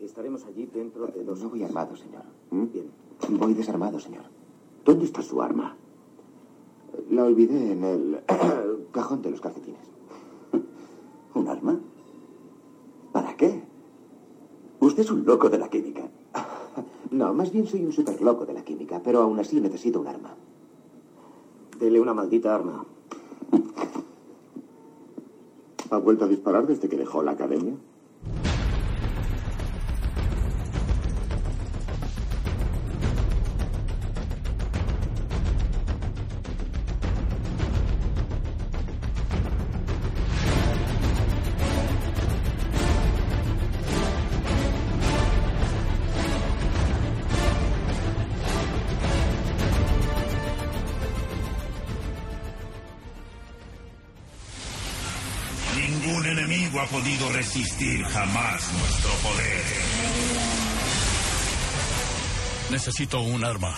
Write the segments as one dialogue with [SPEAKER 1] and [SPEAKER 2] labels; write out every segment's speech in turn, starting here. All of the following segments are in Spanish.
[SPEAKER 1] Estaremos allí dentro de dos.
[SPEAKER 2] No voy armado, señor.
[SPEAKER 3] ¿Mm?
[SPEAKER 1] Bien.
[SPEAKER 2] Voy desarmado, señor.
[SPEAKER 3] ¿Dónde está su arma?
[SPEAKER 2] La olvidé en el cajón de los calcetines.
[SPEAKER 3] ¿Un arma? ¿Para qué? Usted es un loco de la química.
[SPEAKER 2] No, más bien soy un superloco de la química, pero aún así necesito un arma.
[SPEAKER 1] Dele una maldita arma.
[SPEAKER 3] ¿Ha vuelto a disparar desde que dejó la academia?
[SPEAKER 4] Ningún enemigo ha podido resistir jamás nuestro poder.
[SPEAKER 5] Necesito un arma.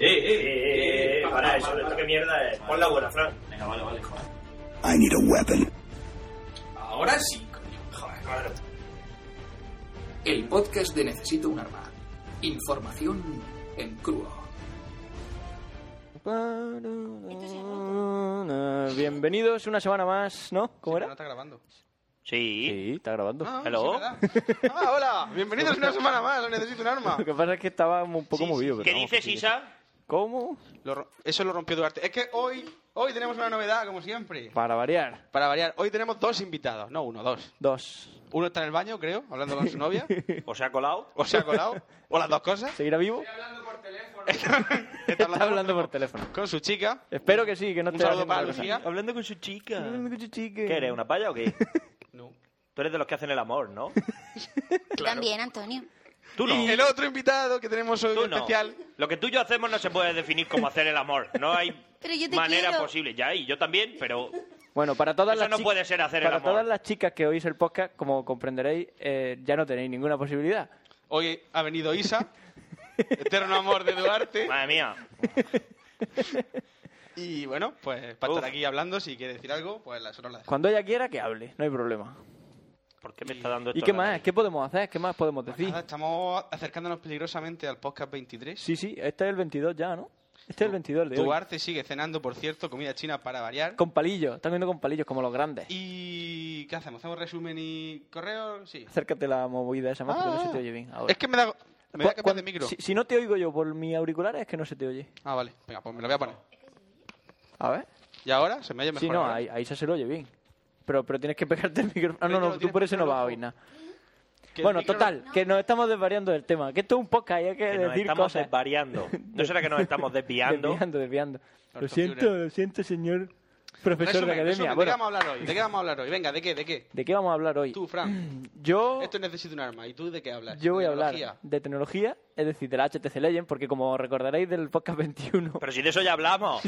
[SPEAKER 6] Eh, eh, eh, eh, para eso, esto qué mierda es. Pon la buena, Fran.
[SPEAKER 7] Venga, vale, vale, joder.
[SPEAKER 4] I need a weapon.
[SPEAKER 7] Ahora sí, coño. Joder,
[SPEAKER 6] Madre.
[SPEAKER 8] El podcast de Necesito un arma. Información en crudo.
[SPEAKER 9] Bienvenidos una semana más, ¿no? ¿Cómo
[SPEAKER 10] No
[SPEAKER 9] era?
[SPEAKER 10] está grabando.
[SPEAKER 7] Sí.
[SPEAKER 9] Sí, está grabando.
[SPEAKER 10] Ah,
[SPEAKER 7] Hello.
[SPEAKER 10] sí, ¿verdad? ah, hola. Bienvenidos una semana más. Necesito un arma.
[SPEAKER 9] Lo que pasa es que estaba un poco movido. pero
[SPEAKER 7] ¿Qué
[SPEAKER 9] vamos,
[SPEAKER 7] dices,
[SPEAKER 9] sí que-
[SPEAKER 7] Isa?
[SPEAKER 9] ¿Cómo?
[SPEAKER 10] Lo ro- Eso lo rompió Duarte. Es que hoy, hoy tenemos una novedad, como siempre.
[SPEAKER 9] Para variar.
[SPEAKER 10] Para variar, hoy tenemos dos invitados. No, uno, dos.
[SPEAKER 9] Dos.
[SPEAKER 10] Uno está en el baño, creo, hablando con su novia.
[SPEAKER 7] ¿O se ha colado?
[SPEAKER 10] O se ha colado. O las dos cosas.
[SPEAKER 9] ¿Seguirá vivo?
[SPEAKER 10] está
[SPEAKER 9] Está hablando por teléfono.
[SPEAKER 10] Con su chica.
[SPEAKER 9] Espero que sí, que no
[SPEAKER 10] Un
[SPEAKER 9] esté
[SPEAKER 10] saludo
[SPEAKER 9] haciendo
[SPEAKER 10] para
[SPEAKER 9] otra cosa.
[SPEAKER 10] Lucía.
[SPEAKER 7] Hablando con su chica. ¿Qué
[SPEAKER 9] ¿Qué
[SPEAKER 7] eres, una palla o qué?
[SPEAKER 10] No.
[SPEAKER 7] Tú eres de los que hacen el amor, ¿no?
[SPEAKER 11] También, Antonio.
[SPEAKER 7] Tú no.
[SPEAKER 10] Y el otro invitado que tenemos hoy
[SPEAKER 7] Tú no.
[SPEAKER 10] especial.
[SPEAKER 7] Lo que tú y yo hacemos no se puede definir como hacer el amor. No hay
[SPEAKER 11] Pero yo te
[SPEAKER 7] manera
[SPEAKER 11] quiero.
[SPEAKER 7] posible. Ya, y yo también, pero
[SPEAKER 9] Bueno, para todas
[SPEAKER 7] Eso
[SPEAKER 9] las
[SPEAKER 7] no
[SPEAKER 9] chi-
[SPEAKER 7] puede ser hacer el
[SPEAKER 9] para
[SPEAKER 7] amor.
[SPEAKER 9] todas las chicas que oís el podcast, como comprenderéis, eh, ya no tenéis ninguna posibilidad.
[SPEAKER 10] Hoy ha venido Isa. Eterno amor de Duarte.
[SPEAKER 7] madre mía.
[SPEAKER 10] Y bueno, pues para
[SPEAKER 7] Uf.
[SPEAKER 10] estar aquí hablando, si quiere decir algo, pues nosotros la dejamos.
[SPEAKER 9] Cuando ella quiera que hable, no hay problema.
[SPEAKER 7] ¿Por qué me está dando esto?
[SPEAKER 9] ¿Y qué
[SPEAKER 7] en la
[SPEAKER 9] más?
[SPEAKER 7] nariz?
[SPEAKER 9] ¿Qué podemos hacer? ¿Qué más podemos decir?
[SPEAKER 10] Nada, estamos acercándonos peligrosamente al podcast 23.
[SPEAKER 9] Sí, sí, este es el 22 ya, ¿no? Este es el 22 el de hoy.
[SPEAKER 10] Duarte sigue cenando, por cierto, comida china para variar.
[SPEAKER 9] Con palillos, están viendo con palillos como los grandes.
[SPEAKER 10] ¿Y qué hacemos? ¿Hacemos resumen y correo? Sí.
[SPEAKER 9] Acércate la movida esa más porque no
[SPEAKER 10] Ah.
[SPEAKER 9] se te oye bien ahora.
[SPEAKER 10] Es que me da, me da
[SPEAKER 9] Cu-
[SPEAKER 10] que
[SPEAKER 9] cuan-
[SPEAKER 10] cambiar de micro.
[SPEAKER 9] Si, si no te oigo yo por mi auricular es que no se te oye.
[SPEAKER 10] Ah, vale. Venga, pues me lo voy a poner.
[SPEAKER 9] A ver.
[SPEAKER 10] ¿Y ahora? ¿Se me oye mejor?
[SPEAKER 9] Sí, no,
[SPEAKER 10] ahora?
[SPEAKER 9] ahí, ahí se se lo oye bien. Pero, pero tienes que pegarte el micrófono. Ah,
[SPEAKER 10] Pero
[SPEAKER 9] no,
[SPEAKER 10] es que
[SPEAKER 9] no,
[SPEAKER 10] lo
[SPEAKER 9] tú por
[SPEAKER 10] tienes
[SPEAKER 9] eso no vas a
[SPEAKER 10] pegado.
[SPEAKER 9] oír nada.
[SPEAKER 10] Que el
[SPEAKER 9] Bueno,
[SPEAKER 10] micro
[SPEAKER 9] total, que nos estamos desvariando del tema. Que esto es un podcast y hay que,
[SPEAKER 7] Que nos
[SPEAKER 9] decir
[SPEAKER 7] estamos
[SPEAKER 9] cosas.
[SPEAKER 7] desvariando. ¿No será que nos estamos desviando?
[SPEAKER 9] desviando, desviando. Lo
[SPEAKER 10] Harto
[SPEAKER 9] siento,
[SPEAKER 10] libre.
[SPEAKER 9] lo siento, señor profesor
[SPEAKER 10] Resumen,
[SPEAKER 9] de academia.
[SPEAKER 10] resumen, ¿De qué
[SPEAKER 9] Bueno,
[SPEAKER 10] vamos a hablar hoy? ¿De qué vamos a hablar hoy? Venga, ¿de qué? ¿De qué?
[SPEAKER 9] ¿de qué vamos a hablar hoy?
[SPEAKER 10] Tú, Fran.
[SPEAKER 9] Yo...
[SPEAKER 10] Esto necesita un arma. ¿Y tú de qué hablas?
[SPEAKER 9] Yo voy a
[SPEAKER 10] Tecnología.
[SPEAKER 9] hablar de tecnología, es decir, de la HTC Legend, porque como recordaréis del podcast 21,
[SPEAKER 7] Pero si de eso ya hablamos.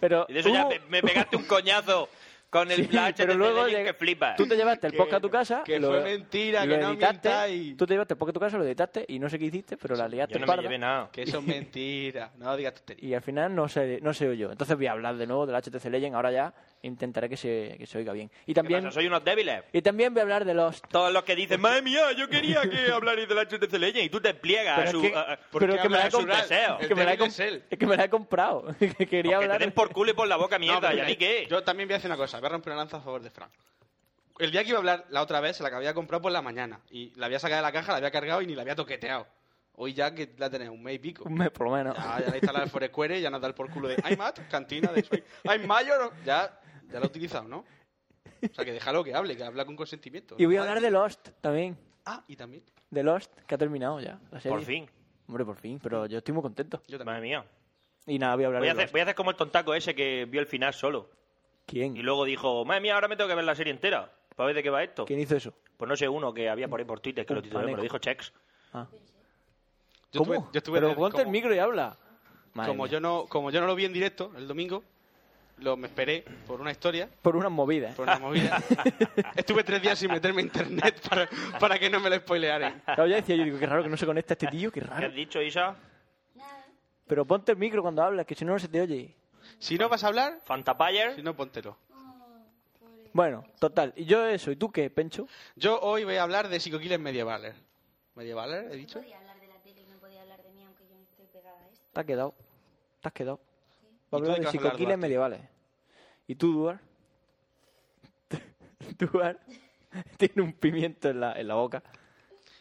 [SPEAKER 9] pero
[SPEAKER 7] Y de eso ya
[SPEAKER 9] hubo-
[SPEAKER 7] me, me pegaste un coñazo con el
[SPEAKER 9] Sí,
[SPEAKER 7] flash
[SPEAKER 9] pero luego
[SPEAKER 7] de
[SPEAKER 9] llega-
[SPEAKER 7] que flipas.
[SPEAKER 9] Tú te llevaste el
[SPEAKER 10] Que-
[SPEAKER 9] podcast a tu casa,
[SPEAKER 10] que
[SPEAKER 9] lo-
[SPEAKER 10] fue mentira,
[SPEAKER 9] lo
[SPEAKER 10] que no
[SPEAKER 9] editaste,
[SPEAKER 10] mintáis.
[SPEAKER 9] Tú te llevaste el podcast a tu casa, lo editaste y no sé qué hiciste, pero la liaste
[SPEAKER 7] Yo no me
[SPEAKER 9] parda,
[SPEAKER 7] llevé nada.
[SPEAKER 10] Que eso es mentira. No digas tonterías.
[SPEAKER 9] y al final no se no se oyó. Entonces voy a hablar de nuevo del HTC Legend, ahora ya intentaré que se, que se oiga bien.
[SPEAKER 7] ¿Qué
[SPEAKER 9] Y también
[SPEAKER 7] pasa? Soy unos débiles.
[SPEAKER 9] y también voy a hablar de los
[SPEAKER 7] Todos los que dicen, madre mía, yo quería que hablarais de la HTC Legend y tú te pliegas a
[SPEAKER 9] pero
[SPEAKER 7] su,
[SPEAKER 9] es que,
[SPEAKER 7] a- a-
[SPEAKER 10] ¿por
[SPEAKER 9] pero
[SPEAKER 10] qué
[SPEAKER 9] que me la he
[SPEAKER 10] hablas de
[SPEAKER 9] comprado.
[SPEAKER 10] su deseo?
[SPEAKER 9] Es que
[SPEAKER 10] El
[SPEAKER 9] me la he
[SPEAKER 10] débil
[SPEAKER 9] comp-
[SPEAKER 10] es él.
[SPEAKER 9] es que me la he comprado. Que Quería
[SPEAKER 7] que
[SPEAKER 9] hablar.
[SPEAKER 7] te den por culo y por la boca
[SPEAKER 10] No,
[SPEAKER 7] mierda,
[SPEAKER 10] pero
[SPEAKER 7] ¿y a mí
[SPEAKER 10] mira,
[SPEAKER 7] qué?
[SPEAKER 10] Yo también voy a hacer una cosa, voy a romper una lanza a favor de Frank. El día que iba a hablar la otra vez, se la que había comprado por la mañana. Y la había sacado de la caja, la había cargado y ni la había toqueteado. Hoy ya que la tenés un mes y pico.
[SPEAKER 9] Un mes por lo menos.
[SPEAKER 10] Ya, ya la he instalado en Foursquare, ya nos da el por culo de iMat, cantina de Swing. iMayor, ya, ya la he utilizado, ¿no? O sea, que déjalo que hable, que habla con consentimiento.
[SPEAKER 9] Y voy a hablar de Lost también.
[SPEAKER 10] Ah, y también.
[SPEAKER 9] De Lost, que ha terminado ya. la serie.
[SPEAKER 7] Por fin.
[SPEAKER 9] Hombre, por fin, pero yo estoy muy contento.
[SPEAKER 10] Yo también.
[SPEAKER 7] Madre mía.
[SPEAKER 9] Y nada, voy a hablar
[SPEAKER 7] Voy a,
[SPEAKER 9] de
[SPEAKER 7] hacer,
[SPEAKER 9] Lost.
[SPEAKER 7] voy a hacer como el tontaco ese que vio el final solo.
[SPEAKER 9] ¿Quién?
[SPEAKER 7] Y luego dijo, madre mía, ahora me tengo que ver la serie entera. Para ver de qué va esto.
[SPEAKER 9] ¿Quién hizo eso?
[SPEAKER 7] Pues no sé, uno que había por ahí por Twitter que lo
[SPEAKER 9] Un
[SPEAKER 7] tituló, me lo
[SPEAKER 9] paneco.
[SPEAKER 7] dijo Chex.
[SPEAKER 9] Ah.
[SPEAKER 10] Yo
[SPEAKER 9] ¿Cómo?
[SPEAKER 10] estuve- yo estuve
[SPEAKER 9] Pero
[SPEAKER 10] desde-
[SPEAKER 9] ponte el
[SPEAKER 10] como-
[SPEAKER 9] micro y habla. Madre
[SPEAKER 10] Como
[SPEAKER 9] mía.
[SPEAKER 10] yo, no, como yo no lo vi en directo el domingo, lo me esperé por una historia
[SPEAKER 9] Por ¿eh? unas movidas.
[SPEAKER 10] por una movida. Estuve tres días sin meterme a internet para, para que no me lo spoilearan.
[SPEAKER 9] Claro, ya decía yo, digo, qué raro que no se conecta este tío, qué
[SPEAKER 7] ¿Qué
[SPEAKER 9] raro.
[SPEAKER 7] has dicho, Isa?
[SPEAKER 9] Pero ponte el micro cuando hablas, que si no, no se te oye.
[SPEAKER 10] Si no vas a hablar, si
[SPEAKER 7] ¿Fantapayer?
[SPEAKER 10] no, póntelo.
[SPEAKER 9] Bueno, total. ¿Y yo eso? ¿Y tú qué, Pencho?
[SPEAKER 10] Yo hoy voy a hablar de psicoquiles medievales. ¿Medievales, he dicho?
[SPEAKER 11] podía hablar de la tele y no podía hablar de mí, aunque yo no estoy pegada a esto.
[SPEAKER 9] Te has quedado. Te has quedado.
[SPEAKER 10] tú
[SPEAKER 9] Va a
[SPEAKER 10] de
[SPEAKER 9] hablar de
[SPEAKER 10] qué vas a hablar,
[SPEAKER 9] psicoquiles
[SPEAKER 10] Duarte?
[SPEAKER 9] medievales. ¿Y tú, Duar? Duar tiene un pimiento en la, en la boca.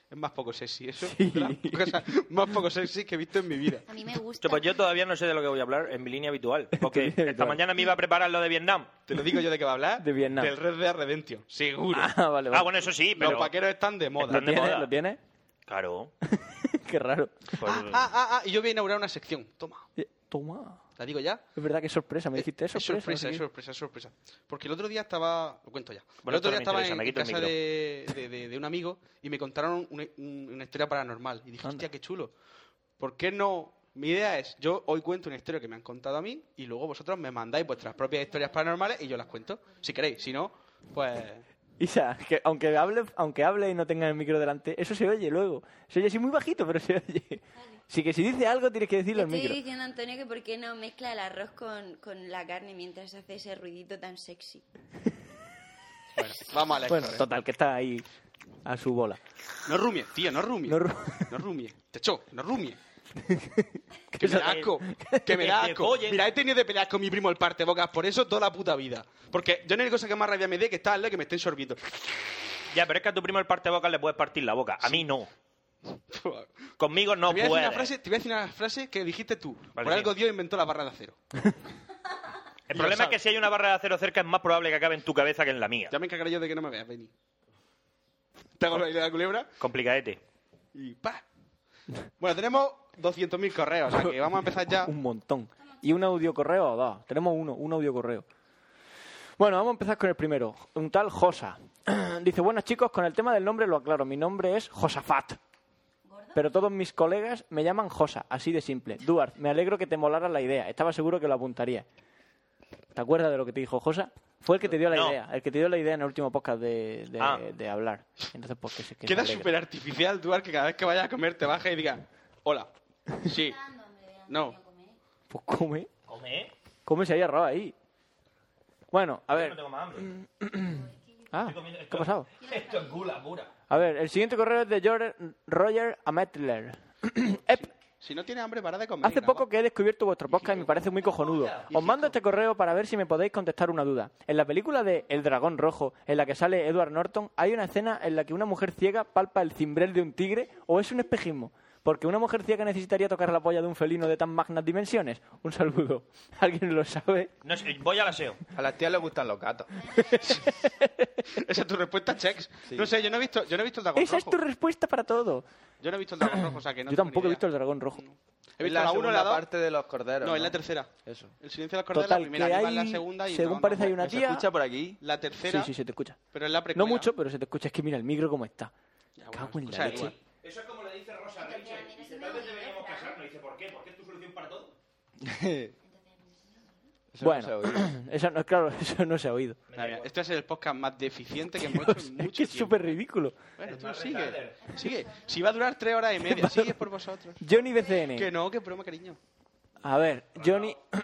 [SPEAKER 10] Es más poco sexy, eso.
[SPEAKER 9] Sí.
[SPEAKER 10] de las cosas más poco sexy que he visto en mi vida.
[SPEAKER 11] A mí me gusta.
[SPEAKER 6] Yo, pues yo todavía no sé de lo que voy a hablar en mi línea habitual. Porque
[SPEAKER 9] línea
[SPEAKER 6] esta
[SPEAKER 9] habitual.
[SPEAKER 6] mañana me iba a preparar lo de Vietnam.
[SPEAKER 10] Te lo digo yo de qué va a hablar.
[SPEAKER 9] De Vietnam.
[SPEAKER 10] Del Red Dead Redemption, seguro.
[SPEAKER 9] Ah, vale, vale.
[SPEAKER 6] Ah, bueno, eso sí, pero.
[SPEAKER 10] Los vaqueros están de moda.
[SPEAKER 9] ¿Lo
[SPEAKER 6] están de
[SPEAKER 9] tienes?
[SPEAKER 6] moda.
[SPEAKER 9] ¿Lo tienes?
[SPEAKER 6] Claro.
[SPEAKER 9] Qué raro.
[SPEAKER 6] Pues,
[SPEAKER 10] Ah, ah, ah, ah, y yo voy a inaugurar una sección. Toma,
[SPEAKER 9] Eh, Toma.
[SPEAKER 10] la digo ya.
[SPEAKER 9] Es verdad que es sorpresa. Me dijiste, es sorpresa. no sé
[SPEAKER 10] es
[SPEAKER 9] qué.
[SPEAKER 10] sorpresa, es sorpresa. Porque el otro día estaba, lo cuento ya. el
[SPEAKER 6] Bueno,
[SPEAKER 10] otro
[SPEAKER 6] esto no
[SPEAKER 10] día
[SPEAKER 6] me
[SPEAKER 10] estaba
[SPEAKER 6] interesa,
[SPEAKER 10] en,
[SPEAKER 6] me quito el
[SPEAKER 10] casa de, de- de- de un amigo y me contaron una, un- una historia paranormal. Y dije,
[SPEAKER 9] Anda.
[SPEAKER 10] hostia, qué chulo. ¿Por qué no? Mi idea es, yo hoy cuento una historia que me han contado a mí y luego vosotros me mandáis vuestras propias historias paranormales y yo las cuento, si queréis. Si no, pues...
[SPEAKER 9] Isa, que aunque hable, aunque hable y no tenga el micro delante, eso se oye luego. Se oye así muy bajito, pero se oye. Así que si dice algo tienes que decirlo
[SPEAKER 11] Le
[SPEAKER 9] al
[SPEAKER 11] estoy
[SPEAKER 9] micro.
[SPEAKER 11] diciendo a Antonio que por qué no mezcla el arroz con, con la carne mientras hace ese ruidito tan sexy.
[SPEAKER 10] Bueno, vamos a la
[SPEAKER 9] Bueno,
[SPEAKER 10] historia.
[SPEAKER 9] total, que está ahí a su bola.
[SPEAKER 10] No rumie, tío, no rumie.
[SPEAKER 9] No
[SPEAKER 10] No,
[SPEAKER 9] ru-
[SPEAKER 10] rumie. Te echo, no rumie. que me da asco, que me da
[SPEAKER 6] Que te
[SPEAKER 10] asco.
[SPEAKER 6] follen.
[SPEAKER 10] Mira, he tenido de pelear con mi primo el parte bocas por eso toda la puta vida. Porque yo no hay cosa que más rabia me dé que está al lado y que me estén sorbiendo.
[SPEAKER 6] Ya, pero es que a tu primo el parte boca le puedes partir la boca. A mí no.
[SPEAKER 10] te,
[SPEAKER 6] Conmigo no
[SPEAKER 10] voy a decir una
[SPEAKER 6] puedes.
[SPEAKER 10] frase, te voy a decir una frase que dijiste tú.
[SPEAKER 6] Vale,
[SPEAKER 10] por algo
[SPEAKER 6] sí.
[SPEAKER 10] Dios inventó la barra de acero.
[SPEAKER 6] El
[SPEAKER 10] Y lo
[SPEAKER 6] problema es que
[SPEAKER 10] sabes.
[SPEAKER 6] si hay una barra de acero cerca es más probable que acabe en tu cabeza que en la mía.
[SPEAKER 10] Ya me encargaré yo de que no me veas, Benny. Te hago la idea de la culebra
[SPEAKER 6] Complicadete.
[SPEAKER 10] y ¡pa! Bueno, tenemos 200.000 correos, o sea que vamos a empezar ya.
[SPEAKER 9] Un montón. ¿Y un audio correo o dos? Tenemos uno, un audio correo. Bueno, vamos a empezar con el primero. Un tal Josa. Dice, bueno chicos, con el tema del nombre lo aclaro. Mi nombre es Josafat. Pero todos mis colegas me llaman Josa, así de simple. Duarte, me alegro que te molara la idea. Estaba seguro que lo apuntaría. ¿Te acuerdas de lo que te dijo Josa? Fue el que te dio la
[SPEAKER 6] No.
[SPEAKER 9] idea, el que te dio la idea en el último podcast de, de-
[SPEAKER 6] Ah.
[SPEAKER 9] de hablar. Entonces, ¿por qué se que se
[SPEAKER 10] Queda
[SPEAKER 9] alegra?
[SPEAKER 10] súper artificial, Duar, que cada vez que vayas a comer te baja y diga, hola. Sí. No.
[SPEAKER 9] Pues come,
[SPEAKER 6] Come.
[SPEAKER 9] come si hay arroz ahí. Bueno, a ver.
[SPEAKER 6] No tengo más
[SPEAKER 10] Mm.
[SPEAKER 6] hambre.
[SPEAKER 9] Ah,
[SPEAKER 6] comiendo
[SPEAKER 9] ¿qué ha pasado?
[SPEAKER 6] Esto es gula pura.
[SPEAKER 9] A ver, el siguiente correo es de George Roger Ametler. Ep,
[SPEAKER 10] Si no tiene hambre, para de comer.
[SPEAKER 9] Hace
[SPEAKER 10] graba.
[SPEAKER 9] poco que he descubierto vuestro podcast y me parece muy cojonudo. Os mando este correo para ver si me podéis contestar una duda. En la película de El Dragón Rojo, en la que sale Edward Norton, hay una escena en la que una mujer ciega palpa el cimbrel de un tigre o es un espejismo. Porque una mujer ciega necesitaría tocar la polla de un felino de tan magnas dimensiones. Un saludo. ¿Alguien lo sabe?
[SPEAKER 6] No sé, voy al aseo.
[SPEAKER 12] A las tías les gustan los gatos.
[SPEAKER 10] Esa es tu respuesta, Chex. No sé, yo no he visto, yo no he visto el dragón
[SPEAKER 9] Esa es
[SPEAKER 10] rojo.
[SPEAKER 9] tu respuesta para todo.
[SPEAKER 10] Yo no he visto el dragón rojo, o sea que no
[SPEAKER 9] Yo
[SPEAKER 10] tengo
[SPEAKER 9] tampoco
[SPEAKER 10] ni
[SPEAKER 9] he
[SPEAKER 10] idea.
[SPEAKER 9] visto El Dragón Rojo.
[SPEAKER 10] He visto
[SPEAKER 12] la,
[SPEAKER 10] la 1,
[SPEAKER 12] segunda
[SPEAKER 10] la 2.
[SPEAKER 12] parte de los corderos.
[SPEAKER 10] No, es
[SPEAKER 12] ¿no?
[SPEAKER 10] la tercera.
[SPEAKER 12] Eso.
[SPEAKER 10] El silencio de las corderas es
[SPEAKER 9] Total,
[SPEAKER 10] la primera,
[SPEAKER 9] que
[SPEAKER 10] Aníbal
[SPEAKER 9] hay-
[SPEAKER 10] la segunda y el
[SPEAKER 9] según
[SPEAKER 10] dragón
[SPEAKER 9] parece hay
[SPEAKER 10] rojo.
[SPEAKER 9] una
[SPEAKER 12] ¿Se
[SPEAKER 9] tía...
[SPEAKER 12] escucha por aquí?
[SPEAKER 10] La
[SPEAKER 9] Sí,
[SPEAKER 10] tercera,
[SPEAKER 9] sí, se te escucha.
[SPEAKER 10] pero es la precuela.
[SPEAKER 9] No mucho, pero se te escucha. Es que mira el micro cómo está.
[SPEAKER 10] Ya, bueno,
[SPEAKER 9] Cago en
[SPEAKER 10] escucha
[SPEAKER 9] la
[SPEAKER 10] igual.
[SPEAKER 9] leche.
[SPEAKER 6] Eso es como le dice Rosa a Richard. Dice, tal vez deberíamos casarnos. Dice, ¿por qué? Porque es tu solución para todo.
[SPEAKER 12] Eso no se
[SPEAKER 9] Bueno,
[SPEAKER 12] oye.
[SPEAKER 9] eso no, claro, eso no se ha oído.
[SPEAKER 10] Madre mía, Este es el podcast más deficiente que hemos hecho en
[SPEAKER 9] es
[SPEAKER 10] mucho
[SPEAKER 9] que es
[SPEAKER 10] tiempo.
[SPEAKER 9] súper ridículo.
[SPEAKER 10] Bueno, tú sigue. Sigue. Si va a durar tres horas y media, sigue por vosotros.
[SPEAKER 9] Johnny
[SPEAKER 10] Que
[SPEAKER 9] BCN.
[SPEAKER 10] no, que broma, cariño.
[SPEAKER 9] A ver, Johnny.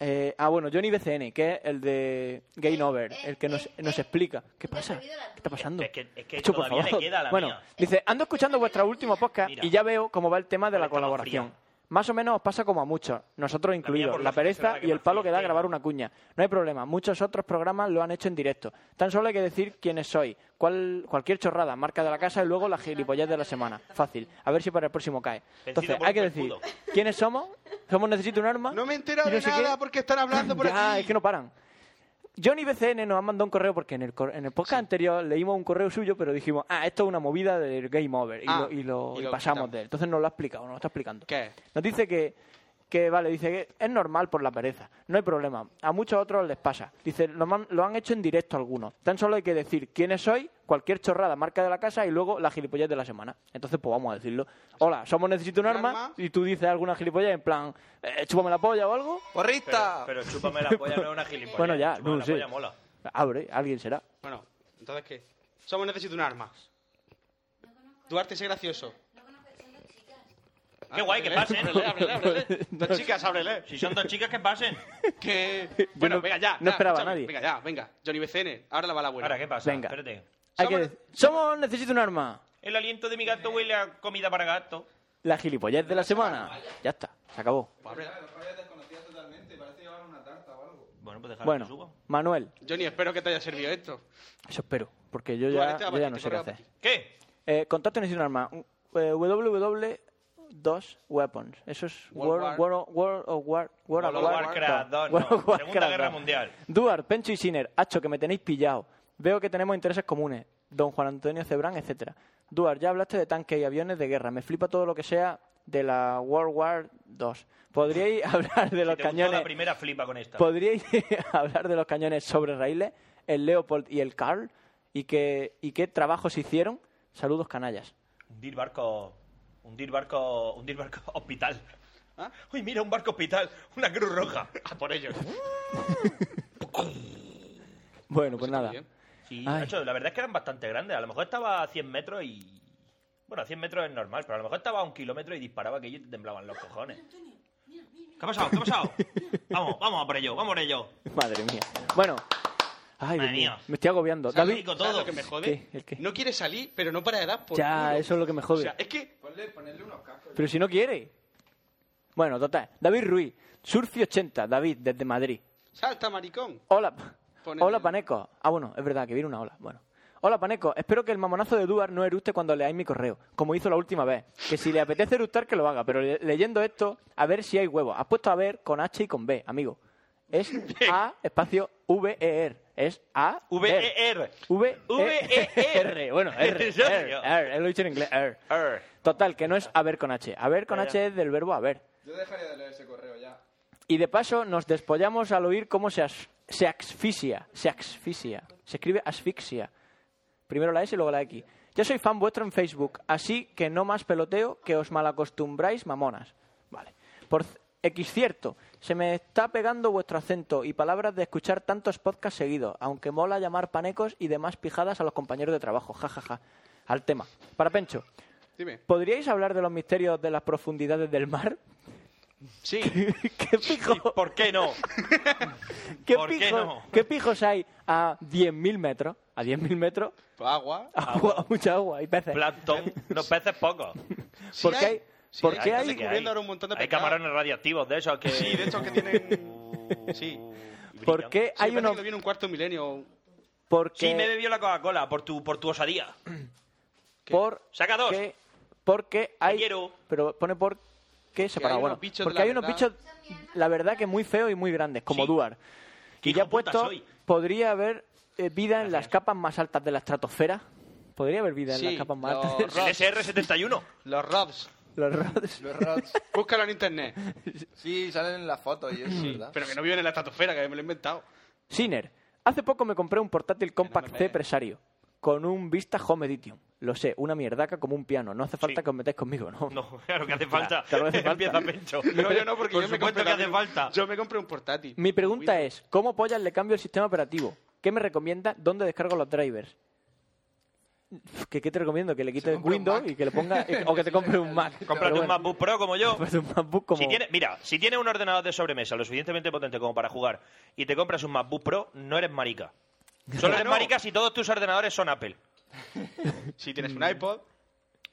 [SPEAKER 9] Eh, ah, bueno, Johnny BCN, que es el de Game Over, el que nos, nos explica. ¿Qué pasa? ¿Qué está pasando?
[SPEAKER 6] Es que- es que
[SPEAKER 9] Nacho, por
[SPEAKER 6] todavía le
[SPEAKER 9] favor.
[SPEAKER 6] queda la
[SPEAKER 9] Bueno,
[SPEAKER 6] mía.
[SPEAKER 9] dice, ando escuchando vuestra última podcast
[SPEAKER 6] Mira.
[SPEAKER 9] y ya veo cómo va el tema de
[SPEAKER 6] Pero
[SPEAKER 9] la
[SPEAKER 6] esta más
[SPEAKER 9] colaboración.
[SPEAKER 6] fría.
[SPEAKER 9] Más o menos os pasa como a muchos, nosotros incluidos,
[SPEAKER 6] por
[SPEAKER 9] la
[SPEAKER 6] lógica será
[SPEAKER 9] pereza
[SPEAKER 6] la que
[SPEAKER 9] y el
[SPEAKER 6] más
[SPEAKER 9] palo
[SPEAKER 6] fría
[SPEAKER 9] que da
[SPEAKER 6] esté.
[SPEAKER 9] grabar una cuña. No hay problema, muchos otros programas lo han hecho en directo. Tan solo hay que decir quiénes sois, cuál, cualquier chorrada, marca de la casa y luego la gilipollez de la semana. Fácil, a ver si para el próximo cae. Entonces,
[SPEAKER 6] por un
[SPEAKER 9] hay que decir,
[SPEAKER 6] felpudo.
[SPEAKER 9] ¿quiénes somos? ¿Somos Necesito un arma?
[SPEAKER 10] No me he
[SPEAKER 9] Y
[SPEAKER 10] enterado
[SPEAKER 9] no
[SPEAKER 10] de
[SPEAKER 9] sé qué.
[SPEAKER 10] nada porque están hablando por
[SPEAKER 9] Ya,
[SPEAKER 10] aquí.
[SPEAKER 9] es que no paran. Johnny BCN nos ha mandado un correo porque en el, cor- en el podcast anterior leímos un correo suyo, pero dijimos, ah, esto es una movida del Game Over y,
[SPEAKER 10] Ah,
[SPEAKER 9] lo, y lo-
[SPEAKER 10] y
[SPEAKER 9] y
[SPEAKER 10] lo
[SPEAKER 9] pasamos
[SPEAKER 10] quitamos.
[SPEAKER 9] de él. Entonces nos lo ha explicado, nos lo está explicando.
[SPEAKER 10] ¿Qué?
[SPEAKER 9] Nos dice que, que, vale, dice que es normal por la pereza, no hay problema. A muchos otros les pasa. Dice, lo, man- lo han hecho en directo algunos. Tan solo hay que decir quiénes sois, cualquier chorrada, marca de la casa y luego la gilipollez de la semana. Entonces, pues vamos a decirlo. Hola, somos Necesito un
[SPEAKER 10] ¿Un
[SPEAKER 9] arma,
[SPEAKER 10] arma?
[SPEAKER 9] y tú dices alguna gilipollas en plan, eh, chúpame la polla o algo.
[SPEAKER 12] ¡Porrista!
[SPEAKER 6] Pero chúpame la polla, no es una gilipollas.
[SPEAKER 9] Bueno, ya,
[SPEAKER 6] Chúpame
[SPEAKER 9] no
[SPEAKER 6] la
[SPEAKER 9] sé.
[SPEAKER 6] polla mola.
[SPEAKER 9] Abre, alguien será.
[SPEAKER 10] Bueno, entonces ¿qué? Somos necesito un arma. Duarte, sé gracioso.
[SPEAKER 6] Qué guay, que pasen.
[SPEAKER 10] Ábrele, ábrele, ábrele. Dos chicas, ábrele.
[SPEAKER 6] Si son dos chicas, que pasen.
[SPEAKER 10] Que... Bueno,
[SPEAKER 9] no-
[SPEAKER 10] venga, ya.
[SPEAKER 9] no
[SPEAKER 10] ya,
[SPEAKER 9] esperaba a
[SPEAKER 10] escúchame.
[SPEAKER 9] nadie.
[SPEAKER 10] Venga, ya, venga. Johnny BCN, ahora la bala buena.
[SPEAKER 6] Ahora, ¿qué pasa?
[SPEAKER 9] Venga.
[SPEAKER 6] Espérate.
[SPEAKER 9] Hay que
[SPEAKER 10] Somos-
[SPEAKER 9] decir, Somos Necesito un arma.
[SPEAKER 7] El aliento de mi gato huele a comida para gato.
[SPEAKER 9] La gilipollez de la semana. Ya está, se acabó.
[SPEAKER 10] Pues
[SPEAKER 7] Bueno, pues déjalo que suba.
[SPEAKER 9] Bueno, Manuel,
[SPEAKER 10] Johnny, espero que te haya servido esto.
[SPEAKER 9] eso espero, porque yo
[SPEAKER 10] Tú,
[SPEAKER 9] ya,
[SPEAKER 10] vete a
[SPEAKER 9] yo ya
[SPEAKER 10] Valencia,
[SPEAKER 9] no sé qué
[SPEAKER 10] corre a
[SPEAKER 9] hacer.
[SPEAKER 7] ¿Qué?
[SPEAKER 9] Eh, contacto necesito un eh, arma. www.2weapons. Eso es World,
[SPEAKER 7] World
[SPEAKER 9] War, World of War, World of
[SPEAKER 7] World of Warcraft
[SPEAKER 9] War-
[SPEAKER 7] dos, no.
[SPEAKER 9] World of Warcraft
[SPEAKER 7] Segunda Guerra
[SPEAKER 9] dos.
[SPEAKER 7] Mundial.
[SPEAKER 9] Duar, Pencho y Siner, Hacho, que me tenéis pillado. Veo que tenemos intereses comunes. Don Juan Antonio Cebrán, etcétera. Duar, ya hablaste de tanques y aviones de guerra. Me flipa todo lo que sea de la World War 2. ¿Podríais hablar de los
[SPEAKER 7] Te gustó
[SPEAKER 9] cañones?
[SPEAKER 7] la primera flipa con esta.
[SPEAKER 9] ¿Podríais hablar de los cañones sobre raíles, el Leopold y el Carl? ¿Y qué, y qué trabajos hicieron? Saludos, canallas.
[SPEAKER 7] Hundir barco. Hundir barco. Hundir barco hospital. Uy, mira, un barco hospital. Una cruz roja. A por ellos.
[SPEAKER 9] Bueno, pues nada.
[SPEAKER 7] Sí,
[SPEAKER 9] Ay.
[SPEAKER 7] macho, la verdad es que eran bastante grandes. A lo mejor estaba a 100 metros y. Bueno, a 100 metros es normal, pero a lo mejor estaba a un kilómetro y disparaba que ellos te temblaban los cojones. ¿Qué ha pasado? ¿Qué ha pasado? vamos, vamos a por ello, vamos a por ello.
[SPEAKER 9] Madre mía. Bueno. Ay, Dios
[SPEAKER 7] Madre
[SPEAKER 9] mío,
[SPEAKER 7] mía.
[SPEAKER 9] Me estoy agobiando.
[SPEAKER 10] ¿Sabes
[SPEAKER 9] David.
[SPEAKER 10] lo que- ¿sabes lo que me jode?
[SPEAKER 9] ¿Qué? ¿El qué?
[SPEAKER 10] No quiere salir, pero no para de dar por
[SPEAKER 9] Ya,
[SPEAKER 10] culo.
[SPEAKER 9] eso es lo que me jode.
[SPEAKER 10] O sea, es que...
[SPEAKER 9] Pero si no quiere. Bueno, total. David Ruiz. Surfi80. David, desde Madrid.
[SPEAKER 10] Salta, maricón.
[SPEAKER 9] Hola.
[SPEAKER 10] Pone-
[SPEAKER 9] Hola, Paneco. Ah, bueno, es verdad que viene una ola. Bueno. Hola, Paneco. Espero que el mamonazo de Duar no eruste cuando leáis mi correo, como hizo la última vez. Que si le apetece eruptar, que lo haga. Pero le- leyendo esto, a ver si hay huevos. Has puesto a ver con H y con B, amigo. Es A espacio V-E-R. Es A.
[SPEAKER 7] V-E-R.
[SPEAKER 9] E, V
[SPEAKER 7] V-E-R.
[SPEAKER 9] Bueno, R.
[SPEAKER 7] Sergio.
[SPEAKER 9] R, R, Lo he dicho en inglés. R.
[SPEAKER 7] R.
[SPEAKER 9] Total, que no es a ver con H. A ver con
[SPEAKER 7] Ya, ya.
[SPEAKER 9] H es del verbo haber.
[SPEAKER 12] Yo dejaría de leer ese correo ya.
[SPEAKER 9] Y de paso nos despollamos al oír cómo se, as- se asfixia. Se asfixia. Se escribe asfixia. Primero la S y luego la X. Yo soy fan vuestro en Facebook, así que no más peloteo que os malacostumbráis mamonas. Vale. Por c- X cierto, se me está pegando vuestro acento y palabras de escuchar tantos podcasts seguidos, aunque mola llamar panecos y demás pijadas a los compañeros de trabajo. Ja, ja, ja. Al tema. Para Pencho,
[SPEAKER 10] Dime.
[SPEAKER 9] ¿podríais hablar de los misterios de las profundidades del mar?
[SPEAKER 10] Sí.
[SPEAKER 9] ¿Qué pijo?
[SPEAKER 7] ¿Por qué no?
[SPEAKER 9] ¿Qué,
[SPEAKER 7] ¿Por qué
[SPEAKER 9] pijos,
[SPEAKER 7] no?
[SPEAKER 9] qué pijos hay a 10.000 metros? A 10.000 metros,
[SPEAKER 10] Agua.
[SPEAKER 7] Ah,
[SPEAKER 9] agua, mucha agua y peces.
[SPEAKER 7] Plancton, los peces pocos.
[SPEAKER 9] ¿Por qué hay-
[SPEAKER 10] Sí
[SPEAKER 9] por qué
[SPEAKER 10] están
[SPEAKER 9] hay-
[SPEAKER 10] descubriendo ahora un montón de
[SPEAKER 7] Hay
[SPEAKER 10] pescados.
[SPEAKER 7] camarones radiactivos de esos que.
[SPEAKER 10] Sí, de hecho que tienen... Sí.
[SPEAKER 9] ¿Por qué
[SPEAKER 10] Sí,
[SPEAKER 9] hay
[SPEAKER 10] me parece
[SPEAKER 9] unos...?
[SPEAKER 10] que viene un cuarto milenio.
[SPEAKER 9] Porque,
[SPEAKER 7] Sí, me he bebido la Coca-Cola por tu, por tu osadía.
[SPEAKER 9] por
[SPEAKER 7] Saca dos.
[SPEAKER 9] que- porque hay...
[SPEAKER 7] quiero.
[SPEAKER 9] Pero pone por qué separado.
[SPEAKER 10] hay
[SPEAKER 9] Bueno,
[SPEAKER 10] unos bichos de
[SPEAKER 9] porque
[SPEAKER 10] la
[SPEAKER 9] hay unos bichos,
[SPEAKER 10] verdad.
[SPEAKER 9] la verdad, que muy feos y muy grandes, como
[SPEAKER 7] Sí.
[SPEAKER 9] Duar.
[SPEAKER 7] ¿Qué
[SPEAKER 9] Y ya
[SPEAKER 7] hijo puta
[SPEAKER 9] puesto,
[SPEAKER 7] soy?
[SPEAKER 9] podría haber eh, vida en las capas más altas de la estratosfera. Podría haber vida en
[SPEAKER 10] Sí,
[SPEAKER 9] las capas más
[SPEAKER 10] los
[SPEAKER 9] altas. de-
[SPEAKER 10] ro-
[SPEAKER 7] El SR-71.
[SPEAKER 10] Los Robs.
[SPEAKER 9] Los rods.
[SPEAKER 12] Los Rods.
[SPEAKER 10] Búscalo en internet.
[SPEAKER 12] Sí, salen en las fotos y eso, ¿verdad?
[SPEAKER 10] Pero que no viven en la estratosfera, que me lo he inventado.
[SPEAKER 9] Siner, hace poco me compré un portátil Compact C presario con un Vista Home Edition. Lo sé, una mierdaca como un piano. No hace falta
[SPEAKER 7] Sí.
[SPEAKER 9] que os metáis conmigo, ¿no?
[SPEAKER 7] No, claro que hace falta.
[SPEAKER 9] claro que hace falta.
[SPEAKER 7] Empieza Pencho.
[SPEAKER 10] No, yo no, porque
[SPEAKER 7] por
[SPEAKER 10] yo me
[SPEAKER 7] supuesto
[SPEAKER 10] compré
[SPEAKER 7] que hace
[SPEAKER 10] también-
[SPEAKER 7] falta.
[SPEAKER 10] Yo me compré un portátil.
[SPEAKER 9] Mi pregunta es, ¿cómo pollas le cambio el sistema operativo? ¿Qué me recomienda? ¿Dónde descargo los drivers? ¿Qué, qué te recomiendo? ¿Que le quites
[SPEAKER 12] compre un
[SPEAKER 9] Windows
[SPEAKER 12] Mac.
[SPEAKER 9] y que le ponga... eh, o que te compre un Mac.
[SPEAKER 7] Cómprate
[SPEAKER 9] Pero
[SPEAKER 7] un
[SPEAKER 9] bueno,
[SPEAKER 7] MacBook Pro como yo.
[SPEAKER 9] cómprate un MacBook como...
[SPEAKER 7] Si tiene, mira, si tienes un ordenador de sobremesa lo suficientemente potente como para jugar y te compras un MacBook Pro, no eres marica. Solo eres
[SPEAKER 10] Claro.
[SPEAKER 7] marica si todos tus ordenadores son Apple.
[SPEAKER 10] Si tienes un iPod,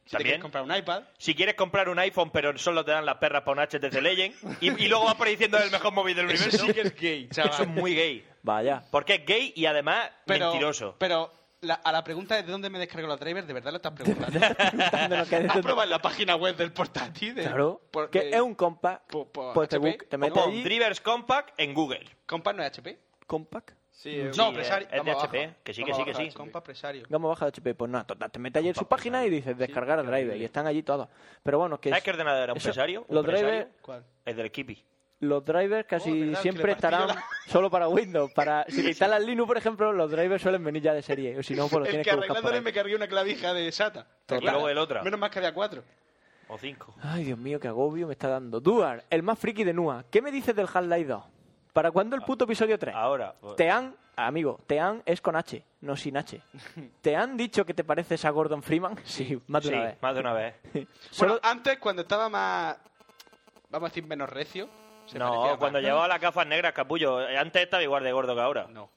[SPEAKER 10] si te
[SPEAKER 7] También.
[SPEAKER 10] quieres comprar un iPad,
[SPEAKER 7] Si quieres comprar un iPhone, pero solo te dan las perras para un HTC Legend, y, y luego vas por ahí diciendo el mejor móvil del universo.
[SPEAKER 10] sí que es gay, chaval.
[SPEAKER 7] Eso es muy gay.
[SPEAKER 9] Vaya.
[SPEAKER 7] Porque es gay y además
[SPEAKER 10] pero,
[SPEAKER 7] mentiroso.
[SPEAKER 10] Pero la- a la pregunta de dónde me descargo los drivers, de verdad lo estás preguntando.
[SPEAKER 9] preguntando lo que hay dentro.
[SPEAKER 10] ¿Has probado en la página web del portátil? de-
[SPEAKER 9] Claro.
[SPEAKER 10] por-
[SPEAKER 9] que
[SPEAKER 10] de-
[SPEAKER 9] es un Compact.
[SPEAKER 10] po- po-
[SPEAKER 9] pues te,
[SPEAKER 10] HP,
[SPEAKER 9] bu- te
[SPEAKER 7] O
[SPEAKER 9] metes
[SPEAKER 7] pon
[SPEAKER 9] allí.
[SPEAKER 7] Drivers Compact en Google.
[SPEAKER 10] Compact no es HP.
[SPEAKER 9] Compact.
[SPEAKER 12] Sí, es-
[SPEAKER 10] No,
[SPEAKER 7] Sí,
[SPEAKER 10] presario.
[SPEAKER 7] es de
[SPEAKER 10] vamos
[SPEAKER 7] HP,
[SPEAKER 10] abajo.
[SPEAKER 7] que sí, que
[SPEAKER 10] Vamos
[SPEAKER 7] sí, que
[SPEAKER 10] abajo,
[SPEAKER 7] sí.
[SPEAKER 10] es Compa presario.
[SPEAKER 9] Gama baja de HP, pues nada, total, te metes allí en su página y dices descargar driver y están allí todos. Pero bueno, que
[SPEAKER 7] ¿Sabes
[SPEAKER 9] es-
[SPEAKER 7] qué ordenador era un
[SPEAKER 9] eso-
[SPEAKER 7] presario? ¿Un
[SPEAKER 9] Los
[SPEAKER 7] presario?
[SPEAKER 9] drivers,
[SPEAKER 10] ¿Cuál?
[SPEAKER 7] El del Kipi.
[SPEAKER 9] los drivers
[SPEAKER 10] Oh,
[SPEAKER 9] casi
[SPEAKER 10] verdad, que le
[SPEAKER 9] siempre
[SPEAKER 10] partí yo
[SPEAKER 9] estarán solo para Windows. Para si te instalas Linux, por ejemplo, los drivers suelen venir ya de serie, o si no, pues los
[SPEAKER 10] el
[SPEAKER 9] tienes
[SPEAKER 10] que
[SPEAKER 9] que buscar por
[SPEAKER 10] arreglándole
[SPEAKER 9] ahí.
[SPEAKER 10] me cargué una clavija de SATA.
[SPEAKER 7] Y luego el otra.
[SPEAKER 10] Menos más que había cuatro.
[SPEAKER 7] O cinco.
[SPEAKER 9] Ay, Dios mío, qué agobio me está dando. Duar, el más friki de Nua, ¿qué me dices del Half-Life 2? ¿Para cuándo el
[SPEAKER 7] Ah.
[SPEAKER 9] puto episodio 3?
[SPEAKER 7] Ahora. pues,
[SPEAKER 9] Te han, amigo, te han es con H, no sin H. ¿Te han dicho que te pareces a Gordon Freeman? Sí, más de
[SPEAKER 7] sí,
[SPEAKER 9] una vez.
[SPEAKER 7] más de una vez.
[SPEAKER 9] Solo-
[SPEAKER 10] Bueno, antes, cuando estaba más. Vamos a decir, menos recio. se parecía
[SPEAKER 7] No,
[SPEAKER 10] más.
[SPEAKER 7] cuando llevaba las gafas negras, capullo. eh, Antes estaba igual de gordo que ahora.
[SPEAKER 10] No.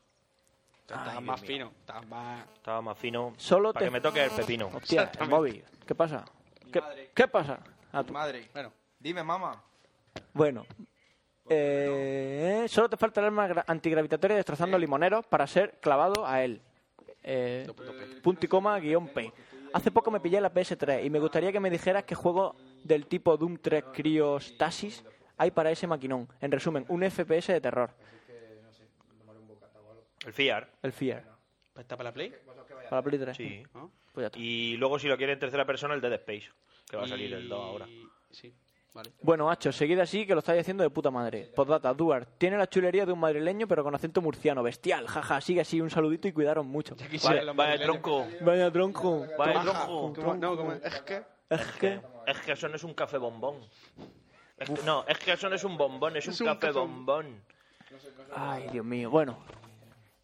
[SPEAKER 10] Estaba
[SPEAKER 7] Ay, Dios
[SPEAKER 10] más
[SPEAKER 7] mío.
[SPEAKER 10] fino. Estaba más...
[SPEAKER 7] Estaba más fino.
[SPEAKER 9] Solo
[SPEAKER 7] para
[SPEAKER 9] te-
[SPEAKER 7] que me toque el pepino.
[SPEAKER 9] Hostia, el móvil. ¿Qué pasa? ¿Qué, qué pasa? A tu-
[SPEAKER 12] Madre. Bueno. Dime, mamá.
[SPEAKER 9] Bueno. Eh, solo te falta el arma gra- antigravitatoria destrozando limoneros para ser clavado a él. Eh, punto y coma guión P. Hace poco me pillé la PS3 y me gustaría que me dijeras qué juego del tipo Doom 3 Criostasis hay para ese maquinón. En resumen, un FPS de terror.
[SPEAKER 7] El FIAR.
[SPEAKER 9] El Fear.
[SPEAKER 10] ¿Está para la Play?
[SPEAKER 9] Para Play 3.
[SPEAKER 7] Sí.
[SPEAKER 9] Pues ya está.
[SPEAKER 7] Y luego, si lo quiere en tercera persona, el Dead Space. Que va a salir el 2 ahora.
[SPEAKER 10] Sí, vale.
[SPEAKER 9] Bueno, Hacho, seguid así que lo estáis haciendo de puta madre. Postdata, Duar, tiene la chulería de un madrileño pero con acento murciano. Bestial, jaja, sigue así, un saludito y cuidaron mucho.
[SPEAKER 10] quisiera los Vaya madrileños. tronco.
[SPEAKER 9] Vaya tronco.
[SPEAKER 7] Vaya
[SPEAKER 10] Ajá,
[SPEAKER 7] tronco.
[SPEAKER 10] ¿cómo- no, ¿cómo es? Es que...
[SPEAKER 9] Es que...
[SPEAKER 7] Es que eso no es un café bombón. Es que- no, es que eso no es un bombón, es, un, café, bombón.
[SPEAKER 9] Ay, Dios mío. Bueno.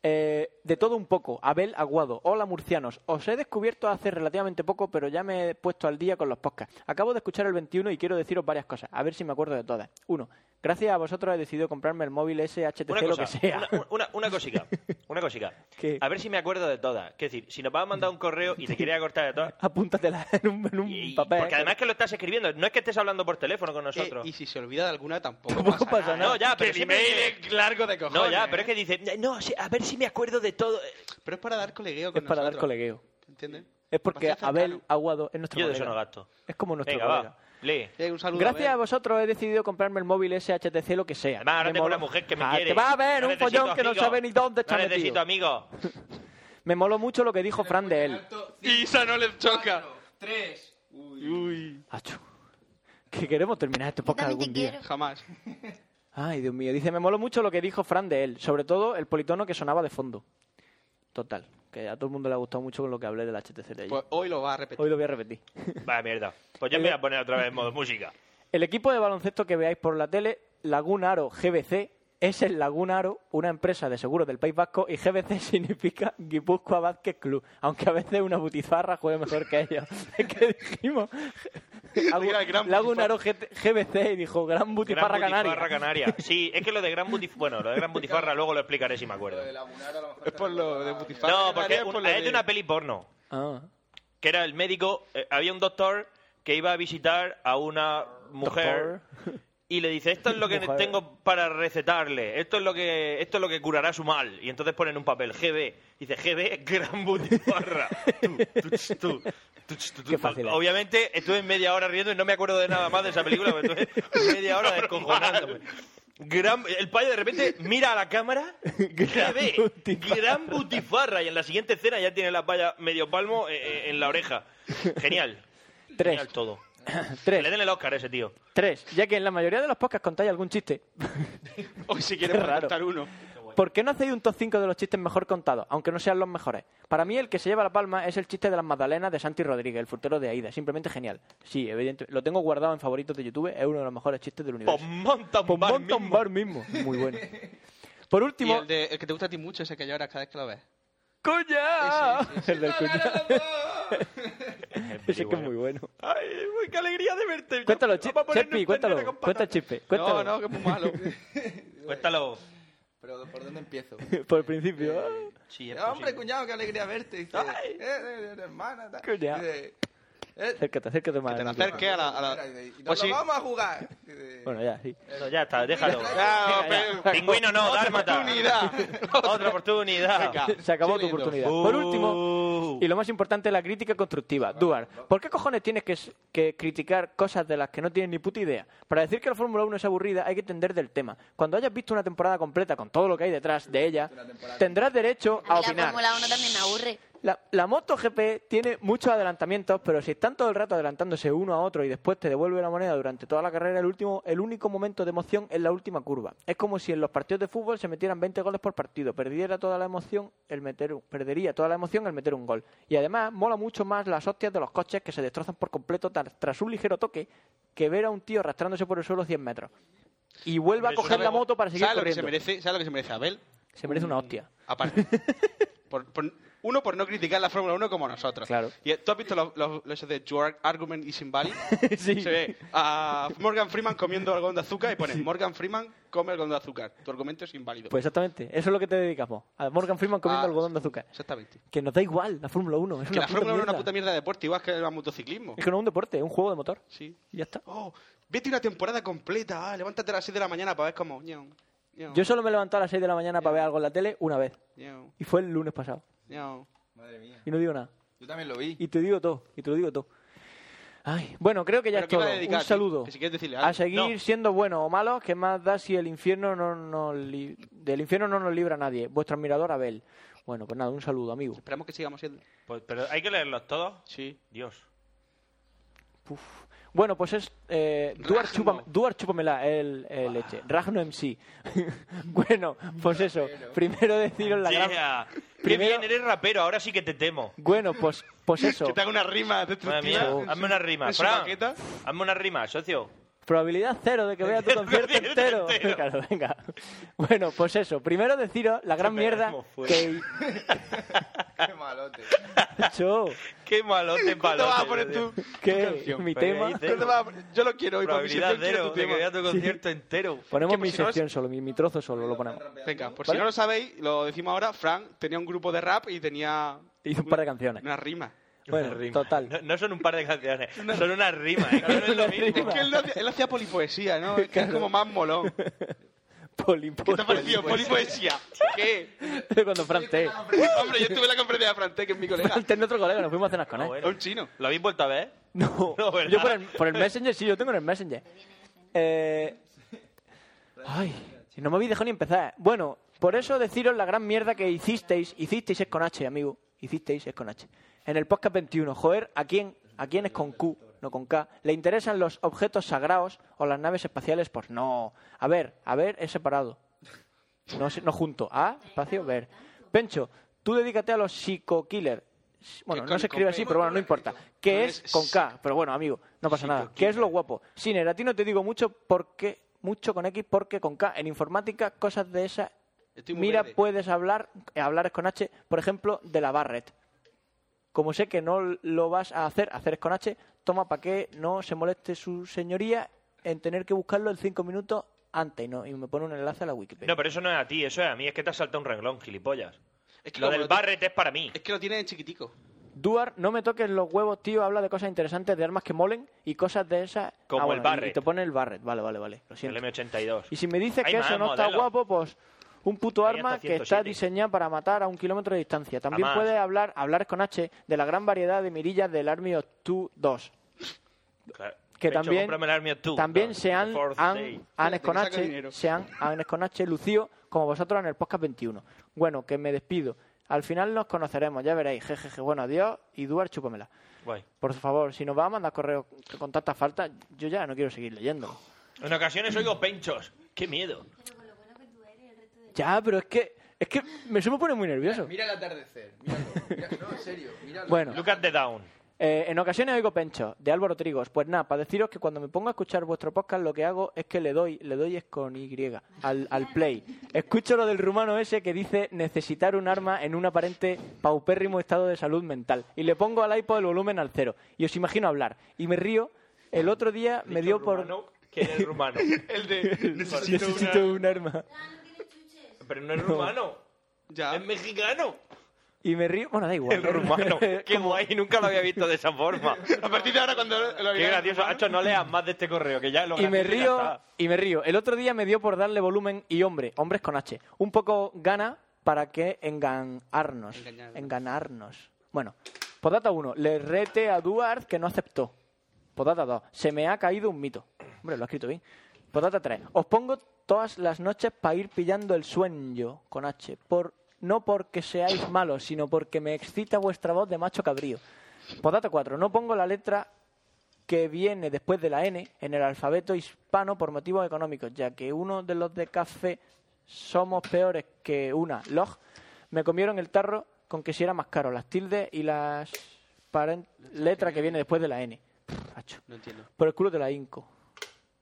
[SPEAKER 9] Eh, de todo un poco. Abel Aguado. Hola, murcianos. Os he descubierto hace relativamente poco, pero ya me he puesto al día con los podcasts. Acabo de escuchar el 21 y quiero deciros varias cosas. A ver si me acuerdo de todas. Uno. Gracias a vosotros he decidido comprarme el móvil SHTC,
[SPEAKER 7] Una
[SPEAKER 9] lo
[SPEAKER 7] cosa,
[SPEAKER 9] que sea.
[SPEAKER 7] una, una- una cosica, una cosica.
[SPEAKER 9] ¿Qué?
[SPEAKER 7] A ver si me acuerdo de todas. Es decir, si nos vas a mandar un correo y te quieres acordar de todas,
[SPEAKER 9] Apúntatela en un, en un papel.
[SPEAKER 7] porque además que lo estás escribiendo, no es que estés hablando por teléfono con nosotros.
[SPEAKER 10] y si se olvida de alguna, tampoco,
[SPEAKER 9] Tampoco Eh, pasa nada.
[SPEAKER 7] No, ya, pero
[SPEAKER 10] que el
[SPEAKER 7] siempre
[SPEAKER 10] email
[SPEAKER 7] dice-
[SPEAKER 10] es largo de cojones.
[SPEAKER 7] No, ya, pero
[SPEAKER 10] ¿eh?
[SPEAKER 7] es que dice, no, sí, a ver si me acuerdo de todo.
[SPEAKER 10] Pero es para dar colegueo
[SPEAKER 9] Es
[SPEAKER 10] con
[SPEAKER 9] para dar
[SPEAKER 10] nosotros,
[SPEAKER 9] colegueo.
[SPEAKER 10] ¿Entiendes?
[SPEAKER 9] Es porque
[SPEAKER 10] Bastante
[SPEAKER 9] Abel Aguado es nuestro
[SPEAKER 7] Yo de
[SPEAKER 9] colega.
[SPEAKER 7] eso no gasto.
[SPEAKER 9] Es como nuestro
[SPEAKER 7] Venga,
[SPEAKER 9] colega.
[SPEAKER 7] va, lee.
[SPEAKER 10] Eh, un saludo,
[SPEAKER 9] Gracias a
[SPEAKER 10] Abel.
[SPEAKER 9] vosotros he decidido comprarme el móvil SHTC, lo que sea.
[SPEAKER 7] Además, ahora
[SPEAKER 9] Me
[SPEAKER 7] tengo
[SPEAKER 9] moló-
[SPEAKER 7] una mujer que me
[SPEAKER 9] Ah,
[SPEAKER 7] quiere.
[SPEAKER 9] Te va a ver
[SPEAKER 7] No
[SPEAKER 9] un
[SPEAKER 7] necesito
[SPEAKER 9] follón que no
[SPEAKER 7] amigos.
[SPEAKER 9] sabe ni dónde está
[SPEAKER 7] No necesito
[SPEAKER 9] metido.
[SPEAKER 7] amigos.
[SPEAKER 9] Me moló mucho lo que dijo Fran de él.
[SPEAKER 10] Y Isa no le choca.
[SPEAKER 12] Tres.
[SPEAKER 10] Uy.
[SPEAKER 9] Achu. Que queremos terminar este podcast algún día.
[SPEAKER 10] Jamás.
[SPEAKER 9] Ay, Dios mío. Dice, me moló mucho lo que dijo Fran de él. Sobre todo el politono que sonaba de fondo. Total. Que a todo el mundo le ha gustado mucho con lo que hablé del HTC de ayer.
[SPEAKER 10] Pues hoy lo va a repetir.
[SPEAKER 9] Hoy lo voy a repetir.
[SPEAKER 7] Vaya mierda. Pues yo me voy a poner otra vez en modo música.
[SPEAKER 9] El equipo de baloncesto que veáis por la tele, Laguna Aro GBC, es el Laguna Aro, una empresa de seguros del País Vasco, y GBC significa Guipúzcoa Vázquez Club, aunque a veces una butizarra juegue mejor que ellos. Es que dijimos Lagu-
[SPEAKER 10] Mira, el gran
[SPEAKER 9] Laguna Aro G- GBC y dijo Gran Butifarra
[SPEAKER 7] Gran
[SPEAKER 9] Canaria.
[SPEAKER 7] Butifarra Canaria. Sí, es que lo de Gran Butifarra... Bueno, lo de Gran Butifarra luego lo explicaré si me acuerdo.
[SPEAKER 10] Es por lo de Butifarra.
[SPEAKER 7] No,
[SPEAKER 10] Canaria
[SPEAKER 7] porque
[SPEAKER 10] es por
[SPEAKER 7] un-
[SPEAKER 10] lo
[SPEAKER 7] es de una peli porno.
[SPEAKER 9] Ah.
[SPEAKER 7] Que era el médico... eh, había un doctor que iba a visitar a una mujer... Y le dice, esto es lo que
[SPEAKER 9] Mujer.
[SPEAKER 7] tengo para recetarle, esto es lo que esto es lo que curará su mal. Y entonces ponen un papel, GB. Dice, GB, gran butifarra. Tú, tuch, tú, tuch, tú, tú.
[SPEAKER 9] Qué fácil es.
[SPEAKER 7] Obviamente estuve media hora riendo y no me acuerdo de nada más de esa película, pero estuve media hora descojonándome. Gran- el payo de repente mira a la cámara,
[SPEAKER 9] Gran
[SPEAKER 7] GB,
[SPEAKER 9] butifarra.
[SPEAKER 7] gran butifarra. Y en la siguiente escena ya tiene la palla medio palmo eh, eh, en la oreja. Genial.
[SPEAKER 9] Tres.
[SPEAKER 7] Genial todo. Que
[SPEAKER 9] Tres.
[SPEAKER 7] Le den el Oscar a ese tío.
[SPEAKER 9] Tres. Ya que en la mayoría de los podcasts contáis algún chiste.
[SPEAKER 10] Hoy si quieres
[SPEAKER 9] Qué raro.
[SPEAKER 10] contar uno.
[SPEAKER 9] ¿Por qué no hacéis un top 5 de los chistes mejor contados, aunque no sean los mejores? Para mí el que se lleva la palma es el chiste de las magdalenas de Santi Rodríguez, el frutero de Aida. Simplemente genial. Sí, evidente. Lo tengo guardado en favoritos de YouTube. Es uno de los mejores chistes del universo.
[SPEAKER 7] Pomón tan
[SPEAKER 9] Pon
[SPEAKER 7] bar
[SPEAKER 9] Mountain
[SPEAKER 7] mismo.
[SPEAKER 9] Bar mismo. Muy bueno. Por
[SPEAKER 10] Y
[SPEAKER 9] último...
[SPEAKER 10] el, de, el que te gusta a ti mucho, ese que lloras cada vez que lo ves.
[SPEAKER 9] ¡Cuña!
[SPEAKER 10] Ese, ese,
[SPEAKER 9] El del cuña. Ese que es muy bueno.
[SPEAKER 7] Ay, uy, qué alegría de verte.
[SPEAKER 9] Cuéntalo,
[SPEAKER 7] Vamos a
[SPEAKER 9] Chepi,
[SPEAKER 7] ponernos
[SPEAKER 9] Chepi,
[SPEAKER 7] ternera
[SPEAKER 9] cuéntalo.
[SPEAKER 7] con
[SPEAKER 9] Cuenta el
[SPEAKER 7] patata.
[SPEAKER 9] chispe. Cuéntalo.
[SPEAKER 10] No, no, que es muy malo.
[SPEAKER 7] Cuéntalo.
[SPEAKER 12] Pero ¿por dónde empiezo?
[SPEAKER 9] Por el principio. ah.
[SPEAKER 7] Sí, es
[SPEAKER 12] Eh, Hombre,
[SPEAKER 7] posible.
[SPEAKER 12] cuñado, qué alegría verte. Dice, eh, eh, eh, hermana. tal.
[SPEAKER 9] Cuñado.
[SPEAKER 12] Dice, eh,
[SPEAKER 9] Acércate, acércate más.
[SPEAKER 10] te
[SPEAKER 9] al
[SPEAKER 10] la
[SPEAKER 9] micro.
[SPEAKER 10] acerques a la... a la-
[SPEAKER 12] y nos
[SPEAKER 10] Pues
[SPEAKER 12] lo
[SPEAKER 10] sí.
[SPEAKER 12] vamos a jugar. Dice,
[SPEAKER 9] Bueno, ya, sí.
[SPEAKER 7] No, ya está, déjalo.
[SPEAKER 10] Ah, pero-
[SPEAKER 7] Pingüino no,
[SPEAKER 10] Otra
[SPEAKER 7] dálmata.
[SPEAKER 10] oportunidad.
[SPEAKER 7] Otra oportunidad.
[SPEAKER 10] Venga.
[SPEAKER 9] Se acabó tu
[SPEAKER 10] Chilito.
[SPEAKER 9] oportunidad. Por último, Y lo más importante, la crítica constructiva. Duar, ¿por qué cojones tienes que, s- que criticar cosas de las que no tienes ni puta idea? Para decir que la Fórmula 1 es aburrida hay que entender del tema. Cuando hayas visto una temporada completa con todo lo que hay detrás de ella, tendrás derecho
[SPEAKER 11] A
[SPEAKER 9] a
[SPEAKER 11] mí la
[SPEAKER 9] opinar.
[SPEAKER 11] Fórmula 1 también me aburre.
[SPEAKER 9] La, la MotoGP tiene muchos adelantamientos, pero si están todo el rato adelantándose uno a otro y después te devuelve la moneda durante toda la carrera, el, último, el único momento de emoción es la última curva. Es como si en los partidos de fútbol se metieran 20 goles por partido, perdiera toda la emoción el meter, un- perdería toda la emoción el meter un gol. Y además mola mucho más las hostias de los coches que se destrozan por completo tra- tras un ligero toque que ver a un tío arrastrándose por el suelo 100 metros. Y vuelva a
[SPEAKER 7] Hombre, eso
[SPEAKER 9] coger la
[SPEAKER 10] ¿Sabes-
[SPEAKER 9] moto para seguir
[SPEAKER 10] ¿sabes lo que
[SPEAKER 9] corriendo.
[SPEAKER 10] se merece? ¿Sabes lo que se merece Abel?
[SPEAKER 9] Se merece una hostia.
[SPEAKER 10] Aparte. por, por- Uno, por no criticar la Fórmula 1 como nosotros.
[SPEAKER 9] Claro.
[SPEAKER 10] Y eh, tú has visto los, los, los de Your Argument is Invalid. Se ve a Morgan Freeman comiendo algodón de azúcar y pone Morgan Freeman come algodón de azúcar. Tu argumento es inválido.
[SPEAKER 9] Pues exactamente, eso es lo que te dedicamos. A Morgan Freeman comiendo
[SPEAKER 10] Ah,
[SPEAKER 9] algodón de azúcar.
[SPEAKER 10] Exactamente.
[SPEAKER 9] Que nos da igual la Fórmula 1. Es
[SPEAKER 10] que
[SPEAKER 9] una
[SPEAKER 10] la
[SPEAKER 9] puta
[SPEAKER 10] Fórmula 1 es una
[SPEAKER 9] mierda.
[SPEAKER 10] puta mierda de deporte, igual que el motociclismo.
[SPEAKER 9] Es que no es un deporte, es un juego de motor.
[SPEAKER 10] Sí.
[SPEAKER 9] Y ya está.
[SPEAKER 10] Oh, vete una temporada completa. Ah, levántate a las 6 de la mañana para ver cómo. ñau, ñau,
[SPEAKER 9] Yo solo me he levantado a las 6 de la mañana para ver algo en la tele una vez.
[SPEAKER 10] ñau,
[SPEAKER 9] Y fue el lunes pasado.
[SPEAKER 10] ñau.
[SPEAKER 12] Madre mía.
[SPEAKER 9] Y no digo nada.
[SPEAKER 12] Yo también lo vi.
[SPEAKER 9] Y te digo todo, y te lo digo todo. Ay, bueno, creo que ya
[SPEAKER 10] Pero
[SPEAKER 9] es
[SPEAKER 10] ¿qué iba
[SPEAKER 9] todo.
[SPEAKER 10] a dedicar,
[SPEAKER 9] Un
[SPEAKER 10] tío?
[SPEAKER 9] saludo.
[SPEAKER 10] Que si quieres decirle algo.
[SPEAKER 9] a seguir
[SPEAKER 10] No.
[SPEAKER 9] siendo buenos o malos, que más da si el infierno no nos li- del infierno no nos libra nadie. Vuestro admirador Abel. Bueno, pues nada, un saludo, amigo.
[SPEAKER 10] Esperamos que sigamos siendo.
[SPEAKER 7] Pues, pero hay que leerlos todos.
[SPEAKER 10] Sí.
[SPEAKER 7] Dios.
[SPEAKER 9] Bueno, pues es eh, Duar,
[SPEAKER 7] Ragno.
[SPEAKER 9] Chúpame- Duar Chúpamela, el, el leche. Ragno MC. bueno, pues eso. Primero deciros la gran...
[SPEAKER 7] Yeah.
[SPEAKER 9] Primero-
[SPEAKER 7] Qué bien, eres rapero, ahora sí que te temo.
[SPEAKER 9] Bueno, pues, pues eso.
[SPEAKER 7] Que te haga
[SPEAKER 10] una rima
[SPEAKER 7] Madre mía, hazme una rima.
[SPEAKER 9] ¿En su
[SPEAKER 7] Fran,
[SPEAKER 9] maqueta?
[SPEAKER 7] hazme una rima, socio.
[SPEAKER 9] Probabilidad cero de que vea tu concierto entero. Claro, venga. Bueno, pues eso. Primero deciros la gran
[SPEAKER 7] Me
[SPEAKER 9] mierda
[SPEAKER 7] como fuera.
[SPEAKER 9] que...
[SPEAKER 12] Qué malote.
[SPEAKER 9] Cho,
[SPEAKER 7] Qué malote, palote.
[SPEAKER 10] ¿Cuándo vas a poner tú?
[SPEAKER 9] ¿Qué? ¿Mi tema?
[SPEAKER 10] ¿Cuándo vas a poner- Yo lo quiero hoy para mi
[SPEAKER 7] Probabilidad
[SPEAKER 10] sección, quiero
[SPEAKER 7] cero
[SPEAKER 10] tu
[SPEAKER 7] de que
[SPEAKER 10] tema.
[SPEAKER 7] vea tu concierto entero.
[SPEAKER 9] Ponemos
[SPEAKER 10] Que por
[SPEAKER 9] mi
[SPEAKER 10] si no es-
[SPEAKER 9] sección solo, mi, mi trozo solo lo ponemos.
[SPEAKER 10] Venga, por
[SPEAKER 9] ¿Vale?
[SPEAKER 10] si no lo sabéis, lo decimos ahora, Frank tenía un grupo de rap y tenía
[SPEAKER 9] Hice un par de canciones.
[SPEAKER 10] una rima.
[SPEAKER 9] Bueno,
[SPEAKER 7] Una rima.
[SPEAKER 9] total.
[SPEAKER 7] No, no son un par de canciones, son una rima. Es que no es lo mismo.
[SPEAKER 10] Es que él, no hacía- él hacía polipoesía, ¿no? Es que es como más molón.
[SPEAKER 9] Polipo-
[SPEAKER 10] ¿Qué te ha parecido? Polipoesía. ¿Qué?
[SPEAKER 9] Cuando Fran T.
[SPEAKER 10] Hombre, yo estuve en la conferencia de Frante, que es mi colega.
[SPEAKER 9] Fran T, nuestro colega, nos fuimos a cenar con él.
[SPEAKER 10] Es un chino.
[SPEAKER 7] ¿Lo habéis vuelto a ver?
[SPEAKER 9] No,
[SPEAKER 7] No, ¿verdad?
[SPEAKER 9] yo por el, por el Messenger, sí, yo tengo en el Messenger. Eh, ay, si no me habéis dejado ni empezar. Bueno, por eso deciros la gran mierda que hicisteis. Hicisteis es con H, amigo. Hicisteis es con H. En el podcast 21, joder, ¿a quién, ¿a quién es con Q, no con K? ¿Le interesan los objetos sagrados o las naves espaciales? Pues no. A ver, a ver, es separado. No, se- no junto. A, espacio, ver. Pencho, tú dedícate a los psico-killer. Bueno,
[SPEAKER 10] Que
[SPEAKER 9] no
[SPEAKER 10] con-
[SPEAKER 9] se escribe
[SPEAKER 10] con
[SPEAKER 9] así,
[SPEAKER 10] P.
[SPEAKER 9] pero bueno, no importa. ¿Qué es con K? Pero bueno, amigo, no pasa nada. ¿Qué es lo guapo? Siner, a ti no te digo mucho porque mucho con X porque con K. En informática, cosas de esa.
[SPEAKER 10] Estoy muy
[SPEAKER 9] Mira,
[SPEAKER 10] verde.
[SPEAKER 9] puedes hablar, eh, hablar es con H, por ejemplo, de la Barrett. Como sé que no lo vas a hacer, hacer es con H, toma para que no se moleste su señoría en tener que buscarlo en cinco minutos antes y, no, y me pone un enlace a la Wikipedia.
[SPEAKER 7] No, pero eso no es a ti, eso es a mí. Es que te has saltado un renglón, gilipollas.
[SPEAKER 10] Es que
[SPEAKER 7] Lo
[SPEAKER 10] como
[SPEAKER 7] del
[SPEAKER 10] lo tiene-
[SPEAKER 7] Barret es para mí.
[SPEAKER 10] Es que lo tiene chiquitico.
[SPEAKER 9] Duar, no me toques los huevos, tío. Habla de cosas interesantes, de armas que molen y cosas de esas.
[SPEAKER 7] Como el
[SPEAKER 9] y-
[SPEAKER 7] Barrett.
[SPEAKER 9] Y te pone el Barret. Vale, vale, vale. Lo
[SPEAKER 7] El
[SPEAKER 9] siento.
[SPEAKER 7] M82.
[SPEAKER 9] Y si me dices
[SPEAKER 7] Hay
[SPEAKER 9] que
[SPEAKER 7] más
[SPEAKER 9] eso no está
[SPEAKER 7] modelos.
[SPEAKER 9] guapo, pues un puto
[SPEAKER 7] Hay
[SPEAKER 9] arma
[SPEAKER 7] hasta
[SPEAKER 9] que está
[SPEAKER 7] 107.
[SPEAKER 9] diseñada para matar a un kilómetro de distancia. También
[SPEAKER 7] Jamás.
[SPEAKER 9] puedes hablar, hablar con H de la gran variedad de mirillas del Army of Two 2.
[SPEAKER 7] Claro.
[SPEAKER 9] Que
[SPEAKER 7] Pecho,
[SPEAKER 9] también,
[SPEAKER 7] cómprame el Army of Two.
[SPEAKER 9] también
[SPEAKER 7] No,
[SPEAKER 9] se han,
[SPEAKER 7] The Fourth
[SPEAKER 9] han-
[SPEAKER 7] Day.
[SPEAKER 9] han es con
[SPEAKER 10] que saco
[SPEAKER 9] H,
[SPEAKER 10] dinero.
[SPEAKER 9] se han, han es con H, lucido como vosotros en el podcast 21. Bueno, que me despido. Al final nos conoceremos, ya veréis. Jejeje, bueno, adiós y Duar, chúpamela.
[SPEAKER 7] Guay.
[SPEAKER 9] Por favor, si nos va a mandar correo con tanta falta, yo ya no quiero seguir leyendo.
[SPEAKER 7] En ocasiones oigo penchos. Qué miedo.
[SPEAKER 9] Ya, pero es que, es que me, eso me pone muy nervioso.
[SPEAKER 12] Mira el atardecer. Míralo. Mira- no, en serio. Míralo.
[SPEAKER 9] Bueno.
[SPEAKER 7] Lucas de Down.
[SPEAKER 9] Eh, en ocasiones oigo pencho, de Álvaro Trigos. Pues nada, para deciros que cuando me pongo a escuchar vuestro podcast, lo que hago es que le doy, le doy es con Y, al, al play. Escucho lo del rumano ese que dice necesitar un arma en un aparente paupérrimo estado de salud mental. Y le pongo al iPod el volumen al cero. Y os imagino hablar. Y me río. El otro día me dio por...
[SPEAKER 7] Rumano, que era el rumano.
[SPEAKER 10] El de... Necesito,
[SPEAKER 9] Necesito
[SPEAKER 10] una...
[SPEAKER 9] un arma.
[SPEAKER 7] Pero no es rumano.
[SPEAKER 10] Ya.
[SPEAKER 7] Es mexicano.
[SPEAKER 9] Y me río... Bueno, da igual.
[SPEAKER 7] El rumano. Qué guay, nunca lo había visto de esa forma.
[SPEAKER 10] A partir de ahora cuando lo
[SPEAKER 7] Qué gracioso. Hacho, no leas más de este correo, que ya lo
[SPEAKER 9] y me
[SPEAKER 7] gracioso ya
[SPEAKER 9] río
[SPEAKER 7] está.
[SPEAKER 9] y me río el otro día me dio por darle volumen y hombre hombres con h un poco gana para que enganarnos
[SPEAKER 10] Engañarnos.
[SPEAKER 9] enganarnos bueno podata 1 le rete a Duarte que no aceptó podata 2 se me ha caído un mito hombre lo ha escrito bien podata 3 os pongo todas las noches para ir pillando el sueño con h por no porque seáis malos sino porque me excita vuestra voz de macho cabrío podata 4 no pongo la letra que viene después de la N en el alfabeto hispano por motivos económicos, ya que uno de los de café somos peores que una log, me comieron el tarro con que si era más caro, las tildes y las paren- letras que viene después de la N. Pff, macho.
[SPEAKER 10] No entiendo.
[SPEAKER 9] Por el culo de la Inco.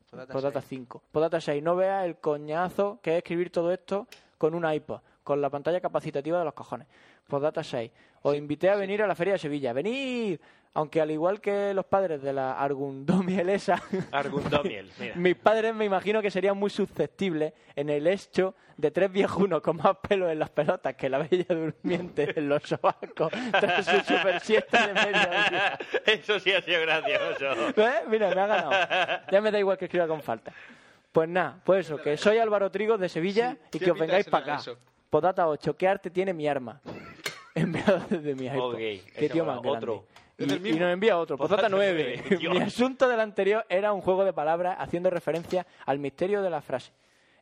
[SPEAKER 10] Podata
[SPEAKER 9] Podata 5. Podata 6. No veas el coñazo que es escribir todo esto con un iPod. con la pantalla capacitativa de los cojones. Postdata 6. Os invité a venir a la Feria de Sevilla. ¡Venid! Aunque al igual que los padres de la Argundomiel esa...
[SPEAKER 7] Argundomiel, mira.
[SPEAKER 9] Mis padres me imagino que serían muy susceptibles en el hecho de tres viejunos con más pelo en las pelotas que la bella durmiente en los sobacos tras su super siesta de mediodía.
[SPEAKER 7] Eso sí ha sido gracioso.
[SPEAKER 9] ¿Ves? ¿Eh? Mira, me ha ganado. Ya me da igual que escriba con falta. Pues nada, pues eso, que soy Álvaro Trigo de Sevilla y que os
[SPEAKER 10] pinta
[SPEAKER 9] vengáis
[SPEAKER 10] que
[SPEAKER 9] para
[SPEAKER 10] será
[SPEAKER 9] acá.
[SPEAKER 10] eso.
[SPEAKER 9] Podata 8, ¿qué arte tiene mi arma? Enviado desde mi iPod.
[SPEAKER 7] Ok,
[SPEAKER 9] Qué
[SPEAKER 7] ese
[SPEAKER 9] tío
[SPEAKER 7] mola.
[SPEAKER 9] más grande.
[SPEAKER 7] Otro.
[SPEAKER 9] Y,
[SPEAKER 7] Es el mismo.
[SPEAKER 9] y nos envía otro, Pozata
[SPEAKER 7] Postdata
[SPEAKER 9] 9.
[SPEAKER 7] nueve, Dios.
[SPEAKER 9] Mi asunto del anterior era un juego de palabras haciendo referencia al misterio de la frase.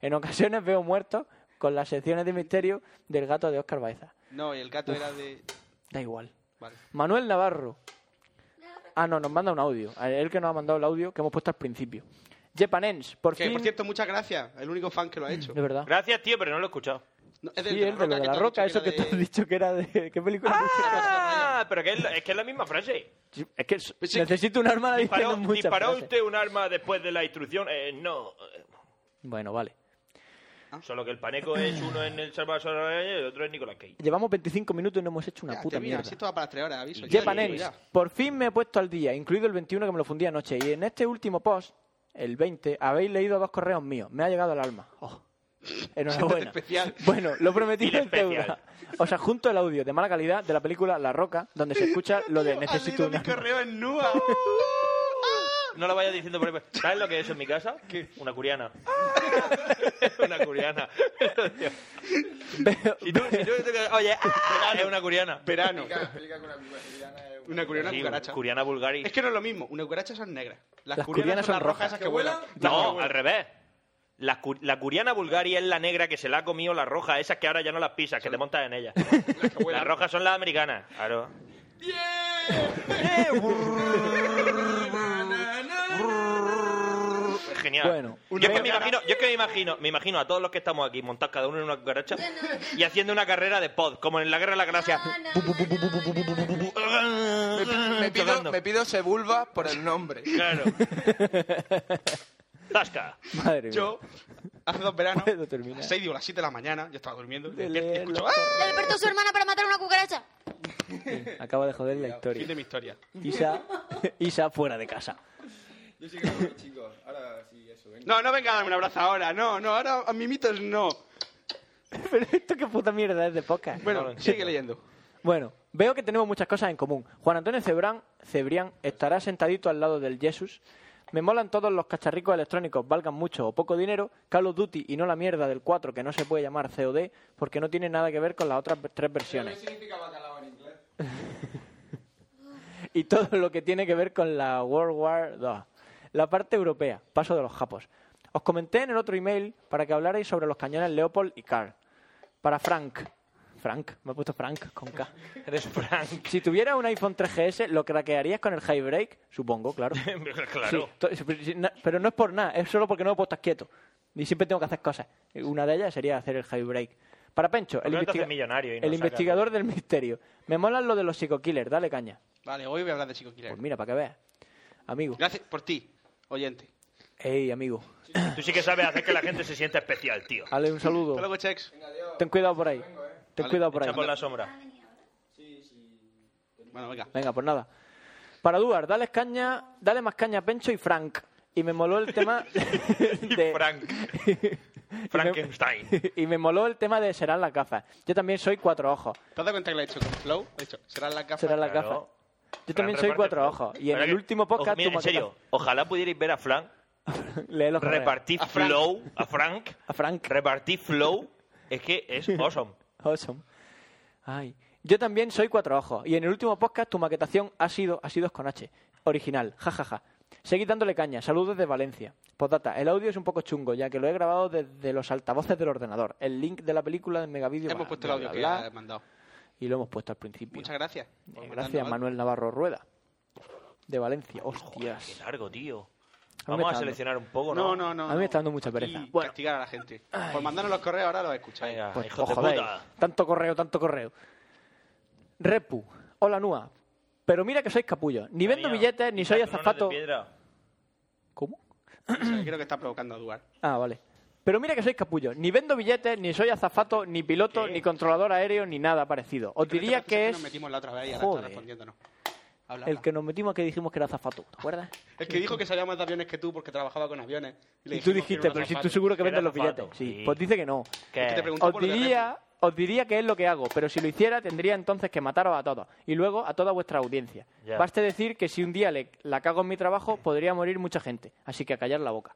[SPEAKER 9] En ocasiones veo muertos con las secciones de misterio del gato de Oscar Baeza.
[SPEAKER 10] No, y el gato era de.
[SPEAKER 9] Da igual.
[SPEAKER 10] Vale.
[SPEAKER 9] Manuel Navarro. Ah, no, nos manda un audio. A Él que nos ha mandado el audio que hemos puesto al principio. Jepanens, por
[SPEAKER 10] Que
[SPEAKER 9] fin...
[SPEAKER 10] por cierto, muchas gracias. El único fan que lo ha hecho.
[SPEAKER 9] de verdad.
[SPEAKER 7] Gracias, tío, pero no lo he escuchado.
[SPEAKER 10] No, es del
[SPEAKER 9] Sí,
[SPEAKER 10] de
[SPEAKER 9] el de lo de
[SPEAKER 10] que
[SPEAKER 9] la
[SPEAKER 10] te has
[SPEAKER 9] roca,
[SPEAKER 10] dicho
[SPEAKER 9] eso que tú
[SPEAKER 10] era
[SPEAKER 9] has
[SPEAKER 10] de- Ah.
[SPEAKER 9] dicho que era de... ¿Qué película?
[SPEAKER 7] Ah, pero que es, la- es que es la misma frase.
[SPEAKER 9] Sí, Es que
[SPEAKER 10] Pues sí,
[SPEAKER 9] necesito un arma de
[SPEAKER 7] Disparó,
[SPEAKER 9] muchas
[SPEAKER 7] disparó
[SPEAKER 9] frases.
[SPEAKER 7] usted un arma después de la instrucción. Eh, no.
[SPEAKER 9] Bueno, vale.
[SPEAKER 7] Solo que el paneco es uno en el Salvador y el otro es Nicolas Cage.
[SPEAKER 9] Llevamos 25 minutos y no hemos hecho una
[SPEAKER 10] Ya,
[SPEAKER 9] puta
[SPEAKER 10] te mira,
[SPEAKER 9] mierda.
[SPEAKER 10] Si esto va para las tres horas, aviso.
[SPEAKER 7] Ya,
[SPEAKER 10] Ya,
[SPEAKER 9] Jepa Nens,
[SPEAKER 10] ya.
[SPEAKER 9] por fin me he puesto al día, incluido el 21 que me lo fundí anoche. Y en este último post, el 20, habéis leído dos correos míos. Me ha llegado al alma. Oh, Enhorabuena.
[SPEAKER 10] Especial.
[SPEAKER 9] Bueno, lo prometí
[SPEAKER 7] Y la
[SPEAKER 9] en deuda. O sea, junto el audio de mala calidad de la película La Roca, donde se escucha lo de
[SPEAKER 10] Tío, has
[SPEAKER 9] necesito
[SPEAKER 10] leído
[SPEAKER 9] una...
[SPEAKER 10] mi correo en Nua.
[SPEAKER 7] No lo vayas diciendo por ahí. pues, ¿Sabes lo que es en mi casa? Una curiana. una curiana.
[SPEAKER 9] Veo-
[SPEAKER 7] Si tú, si tú- oye, ¡ah! es una curiana.
[SPEAKER 10] Verano.
[SPEAKER 12] Explica que una cucaracha es un-
[SPEAKER 10] Una curiana,
[SPEAKER 7] Sí,
[SPEAKER 10] cucaracha.
[SPEAKER 7] curiana vulgaris.
[SPEAKER 10] Es que no es lo mismo. Una cucaracha son negras. Las,
[SPEAKER 9] Las
[SPEAKER 10] curianas son las rojas esas que vuelan.
[SPEAKER 7] No, al revés. La, cu- la curiana vulgaria es la negra que se la ha comido la roja, esas que ahora ya no las pisas, que te montas en ellas. Las rojas son las americanas, claro. Genial.
[SPEAKER 9] Bueno,
[SPEAKER 7] yo es que, me imagino, yo es que me imagino, me imagino a todos los que estamos aquí montados cada uno en una cucaracha y haciendo una carrera de pod, como en la guerra de la gracia.
[SPEAKER 11] Ah,
[SPEAKER 12] Me pido,
[SPEAKER 7] Chocando.
[SPEAKER 12] me pido Sebulba por el nombre.
[SPEAKER 7] Claro. Zasca.
[SPEAKER 9] Madre mía.
[SPEAKER 10] Yo, hace dos veranos,
[SPEAKER 9] Puedo terminar.
[SPEAKER 10] a las 6 o las 7 de la mañana, yo estaba durmiendo, y despierto y
[SPEAKER 9] leer
[SPEAKER 10] escucho,
[SPEAKER 9] los
[SPEAKER 10] ¡ah!
[SPEAKER 13] Le despertó su hermana para matar a una cucaracha.
[SPEAKER 9] Acaba de joder la
[SPEAKER 10] Fin de
[SPEAKER 9] historia.
[SPEAKER 10] mi historia.
[SPEAKER 9] Isa, Isa fuera de casa.
[SPEAKER 12] Yo sí que voy, chicos. Ahora sí, eso, venga.
[SPEAKER 10] No, no venga a darme un abrazo ahora, no, no, ahora a mimitos no.
[SPEAKER 9] Pero esto qué puta mierda es de podcast.
[SPEAKER 10] Bueno,
[SPEAKER 7] No lo
[SPEAKER 10] sigue
[SPEAKER 7] entiendo.
[SPEAKER 10] leyendo.
[SPEAKER 9] Bueno, veo que tenemos muchas cosas en común. Juan Antonio Cebrán, Cebrián estará sentadito al lado del Jesus. Me molan todos los cacharricos electrónicos, valgan mucho o poco dinero. Call of Duty y no la mierda del 4, que no se puede llamar COD, porque no tiene nada que ver con las otras tres versiones.
[SPEAKER 12] significa bacalao en inglés?
[SPEAKER 9] y todo lo que tiene que ver con la World War II. La parte europea, paso de los japos. Os comenté en el otro email para que hablarais sobre los cañones Leopold y Carl. Para Frank. Frank, me ha puesto Frank con K.
[SPEAKER 7] Eres Frank.
[SPEAKER 9] Si tuviera un iPhone 3GS, ¿lo craquearías con el high break? Supongo, claro.
[SPEAKER 7] claro.
[SPEAKER 9] Sí, to- sí, pero sí, na- pero no es por nada, es solo porque no me he puesto quieto. Y siempre tengo que hacer cosas. Una de ellas sería hacer el high break. Para Pencho, el,
[SPEAKER 7] no te haces
[SPEAKER 9] investiga-
[SPEAKER 7] millonario y no
[SPEAKER 9] el
[SPEAKER 7] sacas-
[SPEAKER 9] investigador del misterio. Me molan lo de los psico-killers, dale caña.
[SPEAKER 10] Vale, hoy voy a hablar de Chico Killer.
[SPEAKER 9] Pues mira, para que veas. Amigo.
[SPEAKER 10] Gracias por ti, oyente.
[SPEAKER 9] Ey, amigo.
[SPEAKER 7] Tú sí que sabes hacer que la gente se sienta especial, tío.
[SPEAKER 9] Dale un saludo.
[SPEAKER 10] Hasta luego, Chex.
[SPEAKER 9] Ten cuidado por ahí. Ten
[SPEAKER 10] Vale,
[SPEAKER 9] cuidado por ahí.
[SPEAKER 7] Echa por la sombra.
[SPEAKER 10] Bueno, venga.
[SPEAKER 9] Venga, pues nada. Para Duar, dale caña, dale más caña a Pencho y Frank. Y me moló el tema de
[SPEAKER 7] Frank.
[SPEAKER 9] y me-
[SPEAKER 7] Frankenstein.
[SPEAKER 9] Y me moló el tema de serán las gafas. Yo también soy cuatro ojos.
[SPEAKER 10] ¿Te has dado cuenta que lo he hecho con Flow? Lo he hecho. Serán las gafas.
[SPEAKER 9] Serán las
[SPEAKER 7] Claro.
[SPEAKER 9] gafas. Yo
[SPEAKER 7] Fran,
[SPEAKER 9] también
[SPEAKER 7] reparte
[SPEAKER 9] soy
[SPEAKER 7] el
[SPEAKER 9] cuatro
[SPEAKER 7] flow.
[SPEAKER 9] ojos. Y en
[SPEAKER 7] Verdad
[SPEAKER 9] el
[SPEAKER 7] que-
[SPEAKER 9] último podcast
[SPEAKER 7] Ojo, mira,
[SPEAKER 9] tu
[SPEAKER 7] en serio,
[SPEAKER 9] maqueta-
[SPEAKER 7] ojalá pudierais ver a Frank
[SPEAKER 9] lee los correos.
[SPEAKER 7] repartir
[SPEAKER 10] A Frank.
[SPEAKER 7] flow, a Frank,
[SPEAKER 9] A Frank.
[SPEAKER 7] repartir flow, es que es awesome.
[SPEAKER 9] Awesome. Ay. Yo también soy cuatro ojos. Y en el último podcast tu maquetación ha sido ha sido con H. Original. Ja, ja, ja. Seguid dándole caña. Saludos desde Valencia. Postdata. El audio es un poco chungo, ya que lo he grabado desde los altavoces del ordenador. El link de la película en Megavideo.
[SPEAKER 10] Hemos
[SPEAKER 9] bla,
[SPEAKER 10] puesto el
[SPEAKER 9] bla,
[SPEAKER 10] audio que
[SPEAKER 9] bla, bla,
[SPEAKER 10] has mandado.
[SPEAKER 9] Y lo hemos puesto al principio.
[SPEAKER 10] Muchas gracias.
[SPEAKER 9] Eh,
[SPEAKER 10] por
[SPEAKER 9] gracias,
[SPEAKER 10] mandarnos
[SPEAKER 9] Manuel Navarro Rueda. De Valencia. Hostias.
[SPEAKER 7] Qué largo, tío.
[SPEAKER 9] A mí
[SPEAKER 7] Vamos
[SPEAKER 9] me está
[SPEAKER 7] a
[SPEAKER 9] dando.
[SPEAKER 7] seleccionar un poco,
[SPEAKER 10] algo.
[SPEAKER 7] ¿no?
[SPEAKER 10] No, no, no.
[SPEAKER 9] A mí me está dando mucha pereza.
[SPEAKER 10] Y
[SPEAKER 9] Bueno.
[SPEAKER 10] castigar a la gente. Por mandarnos los correos ahora los escucháis.
[SPEAKER 7] Venga,
[SPEAKER 9] Pues,
[SPEAKER 7] hijos de
[SPEAKER 9] joder,
[SPEAKER 7] puta.
[SPEAKER 9] Tanto correo, tanto correo. Repu, hola Nua. Pero mira que sois capullos. Ni vendo
[SPEAKER 7] Mía,
[SPEAKER 9] billetes, ni soy
[SPEAKER 7] cartulones de
[SPEAKER 9] azafato.
[SPEAKER 7] piedra.
[SPEAKER 9] ¿Cómo?
[SPEAKER 10] O sea, Creo que está provocando a Duar.
[SPEAKER 9] Ah, vale. Pero mira que sois capullos. Ni vendo billetes, ni soy azafato, ni piloto, ni controlador aéreo, ni nada parecido. Os diría que
[SPEAKER 10] este Nos
[SPEAKER 9] es
[SPEAKER 10] metimos la otra vez y ahora
[SPEAKER 9] Joder.
[SPEAKER 10] está respondiéndonos. Habla,
[SPEAKER 9] el
[SPEAKER 10] habla.
[SPEAKER 9] que nos metimos que dijimos que era azafato. ¿Te acuerdas?
[SPEAKER 10] El que dijo que sabía más de aviones que tú porque trabajaba con aviones. le
[SPEAKER 9] Y tú
[SPEAKER 10] dijimos que era
[SPEAKER 9] dijiste,
[SPEAKER 10] un
[SPEAKER 9] pero si
[SPEAKER 10] azafato".
[SPEAKER 9] tú seguro que vendes los billetes. Sí, pues dice que no.
[SPEAKER 10] Es que te preguntó
[SPEAKER 9] Os
[SPEAKER 10] por lo de
[SPEAKER 9] diría, os diría que es lo que hago, pero si lo hiciera tendría entonces que mataros a todos y luego a toda vuestra audiencia.
[SPEAKER 7] Ya.
[SPEAKER 9] Baste decir que si un día le, la cago en mi trabajo podría morir mucha gente, así que a callar la boca.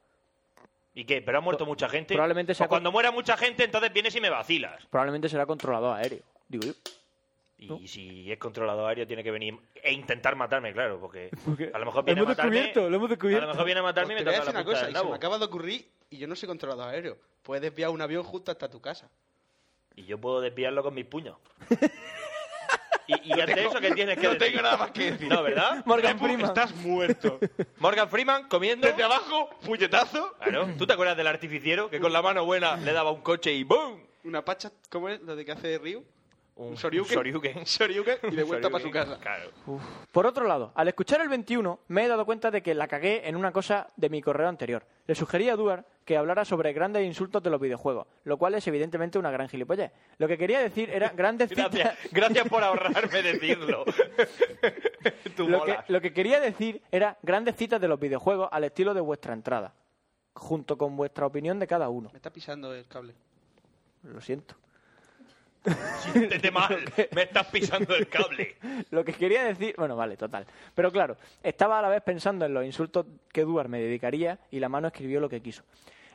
[SPEAKER 7] ¿Y qué? ¿Pero ha muerto mucha gente?
[SPEAKER 9] probablemente sea
[SPEAKER 7] Pues cuando muera mucha gente, entonces vienes y me vacilas.
[SPEAKER 9] Probablemente será controlador aéreo, digo yo.
[SPEAKER 7] Y si es controlador aéreo, tiene que venir e intentar matarme, claro, porque a lo mejor
[SPEAKER 9] Lo
[SPEAKER 7] viene
[SPEAKER 9] hemos
[SPEAKER 7] a matarme.
[SPEAKER 9] descubierto, lo hemos descubierto.
[SPEAKER 7] A lo mejor viene a matarme y
[SPEAKER 10] Pues
[SPEAKER 7] me
[SPEAKER 10] te voy a
[SPEAKER 7] toca la
[SPEAKER 10] decir
[SPEAKER 7] punta
[SPEAKER 10] una cosa,
[SPEAKER 7] del
[SPEAKER 10] y se
[SPEAKER 7] nabo.
[SPEAKER 10] me acaba de ocurrir y yo no soy controlador aéreo. Puedes desviar un avión justo hasta tu casa.
[SPEAKER 7] Y yo puedo desviarlo con mis puños. ¿Y, y qué hace eso que tienes que
[SPEAKER 10] no
[SPEAKER 7] decir?
[SPEAKER 10] tengo nada más que decir.
[SPEAKER 7] No, ¿verdad?
[SPEAKER 9] Morgan
[SPEAKER 7] Freeman.
[SPEAKER 10] Estás muerto.
[SPEAKER 7] Morgan Freeman comiendo.
[SPEAKER 10] Desde abajo, puñetazo.
[SPEAKER 7] Claro. ¿Tú te acuerdas del artificiero que con la mano buena le daba un coche y ¡boom!
[SPEAKER 10] Una pacha, ¿cómo es lo de que hace Ryu?
[SPEAKER 7] Un,
[SPEAKER 10] shoryuken.
[SPEAKER 7] un shoryuken.
[SPEAKER 10] Shoryuken y de vuelta
[SPEAKER 7] Un
[SPEAKER 10] para su
[SPEAKER 7] shoryuken,
[SPEAKER 10] casa.
[SPEAKER 7] Claro.
[SPEAKER 9] Por otro lado, al escuchar el 21 me he dado cuenta de que la cagué en una cosa de mi correo anterior. Le sugerí a Duar que hablara sobre grandes insultos de los videojuegos, lo cual es evidentemente una gran gilipollez. Lo que quería decir era grandes citas...
[SPEAKER 7] Gracias, gracias por ahorrarme decirlo. Tú
[SPEAKER 9] lo, que,
[SPEAKER 7] molas.
[SPEAKER 9] lo que quería decir era grandes citas de los videojuegos al estilo de vuestra entrada, junto con vuestra opinión de cada uno.
[SPEAKER 10] Me está pisando el cable.
[SPEAKER 9] Lo siento.
[SPEAKER 7] Siéntete mal, me estás pisando el cable.
[SPEAKER 9] Lo que quería decir, bueno, vale, total. Pero claro, estaba a la vez pensando en los insultos que Duar me dedicaría y la mano escribió lo que quiso.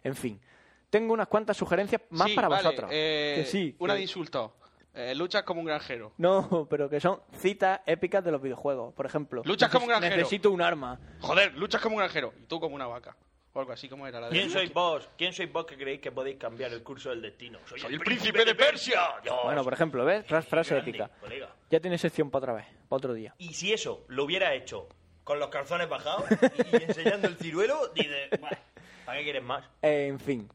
[SPEAKER 9] En fin, tengo unas cuantas sugerencias más
[SPEAKER 10] Sí,
[SPEAKER 9] para
[SPEAKER 10] vale,
[SPEAKER 9] vosotros.
[SPEAKER 10] eh,
[SPEAKER 9] que sí.
[SPEAKER 10] Una
[SPEAKER 9] que-
[SPEAKER 10] de insultos. Eh, luchas como un granjero.
[SPEAKER 9] No, pero que son citas épicas de los videojuegos. Por ejemplo,
[SPEAKER 10] Luchas como un granjero.
[SPEAKER 9] necesito un arma.
[SPEAKER 10] Joder, luchas como un granjero. Y tú como una vaca. O algo así como era la de...
[SPEAKER 7] ¿Quién sois vos? ¿Quién sois vos que creéis que podéis cambiar el curso del destino? Soy,
[SPEAKER 10] el príncipe de Persia.
[SPEAKER 7] Dios.
[SPEAKER 9] Bueno, por ejemplo, ¿ves? Fra- frase
[SPEAKER 7] grande,
[SPEAKER 9] épica.
[SPEAKER 7] colega.
[SPEAKER 9] Ya tiene sección para otra vez, para otro día.
[SPEAKER 7] Y si eso lo hubiera hecho con los calzones bajados y enseñando el ciruelo, dice, "Buah, ¿para qué quieres más?
[SPEAKER 9] Eh, en fin,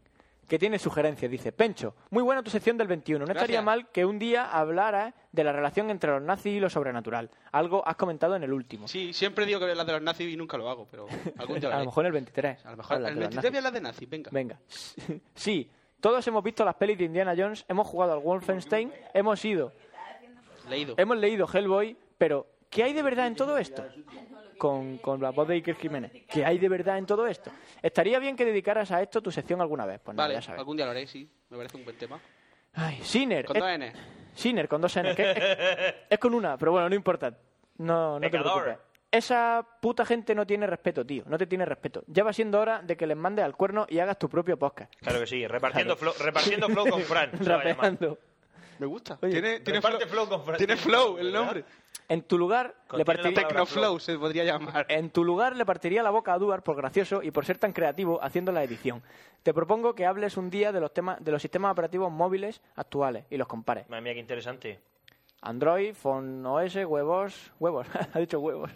[SPEAKER 9] que tiene sugerencias. Dice, Pencho, muy buena tu sección del 21. No estaría
[SPEAKER 7] Gracias.
[SPEAKER 9] mal que un día hablara de la relación entre los nazis y lo sobrenatural. Algo has comentado en el último.
[SPEAKER 10] Sí, siempre digo que voy a las de los nazis y nunca lo hago, pero algún día lo
[SPEAKER 9] a
[SPEAKER 10] haré.
[SPEAKER 9] lo mejor en el 23.
[SPEAKER 10] A lo mejor
[SPEAKER 9] hablas
[SPEAKER 10] el
[SPEAKER 9] de los
[SPEAKER 10] 23 voy
[SPEAKER 9] nazis.
[SPEAKER 10] a las de nazis, venga.
[SPEAKER 9] Venga. sí, todos hemos visto las pelis de Indiana Jones, hemos jugado al Wolfenstein, hemos ido,
[SPEAKER 10] Leído.
[SPEAKER 9] hemos leído Hellboy, pero ¿qué hay de verdad en todo esto? Con, con la voz de Iker Jiménez. ¿Qué hay de verdad en todo esto? Estaría bien que dedicaras a esto tu sección alguna vez. Pues nada,
[SPEAKER 10] Vale,
[SPEAKER 9] ya sabes.
[SPEAKER 10] algún día lo haré, sí. Me parece un buen tema.
[SPEAKER 9] Ay, Sinner.
[SPEAKER 10] Con
[SPEAKER 9] eh,
[SPEAKER 10] dos N.
[SPEAKER 9] Sinner con dos N. que es, es con una, pero bueno, no importa. No, no te
[SPEAKER 7] Pecador.
[SPEAKER 9] preocupes. Esa puta gente no tiene respeto, tío. No te tiene respeto. Ya va siendo hora de que les mandes al cuerno y hagas tu propio podcast.
[SPEAKER 7] Claro que sí, repartiendo, flow, repartiendo flow con Fran. se va a llamar.
[SPEAKER 9] Rapeando.
[SPEAKER 10] Me gusta.
[SPEAKER 9] Oye,
[SPEAKER 10] tiene, tiene, flow,
[SPEAKER 7] Reparte flow con Fran.
[SPEAKER 10] tiene flow el nombre.
[SPEAKER 9] En tu lugar
[SPEAKER 7] Contiene
[SPEAKER 9] le
[SPEAKER 7] la
[SPEAKER 9] partiría...
[SPEAKER 7] palabra
[SPEAKER 10] Tecnoflow se podría llamar.
[SPEAKER 9] En tu lugar le partiría la boca a Duar por gracioso y por ser tan creativo haciendo la edición. Te propongo que hables un día de los temas de los sistemas operativos móviles actuales y los compares.
[SPEAKER 7] Madre mía, qué interesante.
[SPEAKER 9] Android, Phone OS, huevos, huevos, ha dicho huevos.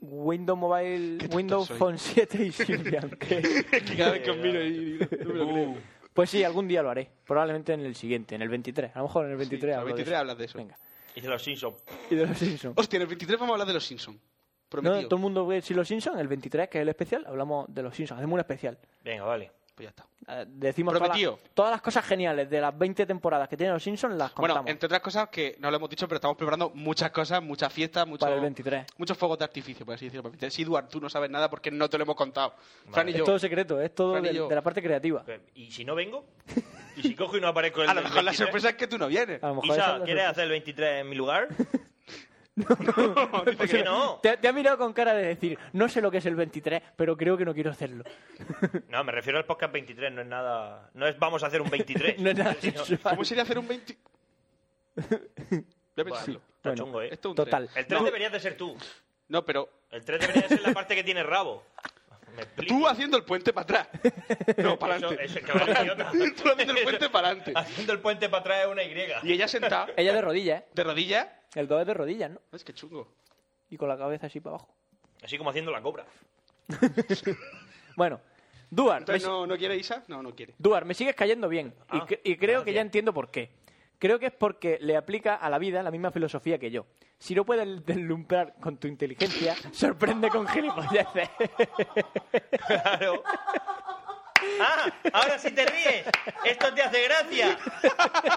[SPEAKER 9] Windows Mobile, Windows
[SPEAKER 10] soy.
[SPEAKER 9] Phone 7 y Symbian. que-
[SPEAKER 10] Que cada vez que os miro y digo, no me lo creo.
[SPEAKER 9] Pues sí, algún día lo haré. Probablemente en el siguiente, en el 23. A lo mejor en el 23
[SPEAKER 10] el
[SPEAKER 9] hablo de
[SPEAKER 10] 23
[SPEAKER 9] eso.
[SPEAKER 10] hablas de eso.
[SPEAKER 9] Venga.
[SPEAKER 7] Dice los Simpsons.
[SPEAKER 9] Y de los Simpsons.
[SPEAKER 10] Hostia, en el 23 vamos a hablar de los Simpsons.
[SPEAKER 9] No,
[SPEAKER 10] Prometido.
[SPEAKER 9] todo el mundo ve si los Simpsons, el 23, que es el especial, hablamos de los Simpsons. Hacemos un especial.
[SPEAKER 7] Venga, vale.
[SPEAKER 10] Pues ya está.
[SPEAKER 9] Eh, Decimos todas
[SPEAKER 10] Prometido.
[SPEAKER 9] las, todas las cosas geniales de las 20 temporadas que tienen los Simpsons, las
[SPEAKER 10] Bueno,
[SPEAKER 9] contamos
[SPEAKER 10] entre otras cosas que no lo hemos dicho, pero estamos preparando muchas cosas, muchas fiestas, muchos,
[SPEAKER 9] para el 23.
[SPEAKER 10] muchos fuegos de artificio, por así decirlo. Si, Eduard, tú no sabes nada porque no te lo hemos contado. Fran y
[SPEAKER 9] Es
[SPEAKER 10] yo.
[SPEAKER 9] todo secreto, es todo
[SPEAKER 10] Fran y
[SPEAKER 9] del-
[SPEAKER 10] yo.
[SPEAKER 9] de la parte creativa.
[SPEAKER 7] ¿Y si no vengo? ¿Y si cojo y no aparezco el
[SPEAKER 10] A lo mejor la
[SPEAKER 7] 23?
[SPEAKER 10] sorpresa es que tú no vienes.
[SPEAKER 9] A lo mejor esa es
[SPEAKER 7] Isa,
[SPEAKER 9] la
[SPEAKER 7] ¿quieres
[SPEAKER 9] sorpresa.
[SPEAKER 7] hacer el 23 en mi lugar?
[SPEAKER 10] Dice
[SPEAKER 9] Pues
[SPEAKER 7] ¿Por
[SPEAKER 10] Pues
[SPEAKER 7] qué no?
[SPEAKER 9] Te, te ha mirado con cara de decir, no sé lo que es el 23, pero creo que no quiero hacerlo.
[SPEAKER 7] No, me refiero al podcast 23, no es nada... No es vamos a hacer un 23.
[SPEAKER 9] No es nada
[SPEAKER 7] sino-
[SPEAKER 9] sexual.
[SPEAKER 10] ¿Cómo sería hacer un 20? Voy a pensarlo.
[SPEAKER 7] Está
[SPEAKER 9] Bueno,
[SPEAKER 7] chungo, ¿eh?
[SPEAKER 10] Esto es un
[SPEAKER 9] Total.
[SPEAKER 10] tren.
[SPEAKER 7] El 3
[SPEAKER 10] No.
[SPEAKER 7] deberías de ser tú.
[SPEAKER 10] No, pero
[SPEAKER 7] El 3 debería ser la parte que tiene rabo. Me explico.
[SPEAKER 10] tú haciendo el puente para atrás. No, para
[SPEAKER 7] Eso-
[SPEAKER 10] adelante.
[SPEAKER 7] eso, que vaya idiota.
[SPEAKER 10] Tú haciendo el puente para adelante.
[SPEAKER 7] Haciendo el puente para atrás es una Y.
[SPEAKER 10] Y ella sentada,
[SPEAKER 9] Ella de rodillas, ¿eh?
[SPEAKER 10] de rodillas.
[SPEAKER 9] El 2 es de rodillas, ¿no?
[SPEAKER 10] Es que chungo.
[SPEAKER 9] Y con la cabeza así para abajo.
[SPEAKER 7] Así como haciendo la cobra.
[SPEAKER 9] Bueno, Duar, me,
[SPEAKER 10] Entonces, ¿no, ¿no quiere Isa? No, no quiere.
[SPEAKER 9] Duar, me sigues cayendo bien. y,
[SPEAKER 7] Ah,
[SPEAKER 9] cre- y creo que
[SPEAKER 7] gracias.
[SPEAKER 9] ya entiendo por qué. Creo que es porque le aplica a la vida la misma filosofía que yo. Si no puedes deslumbrar con tu inteligencia, sorprende con gilipolleces.
[SPEAKER 7] Claro. Ah, ahora sí te ríes. Esto te hace gracia.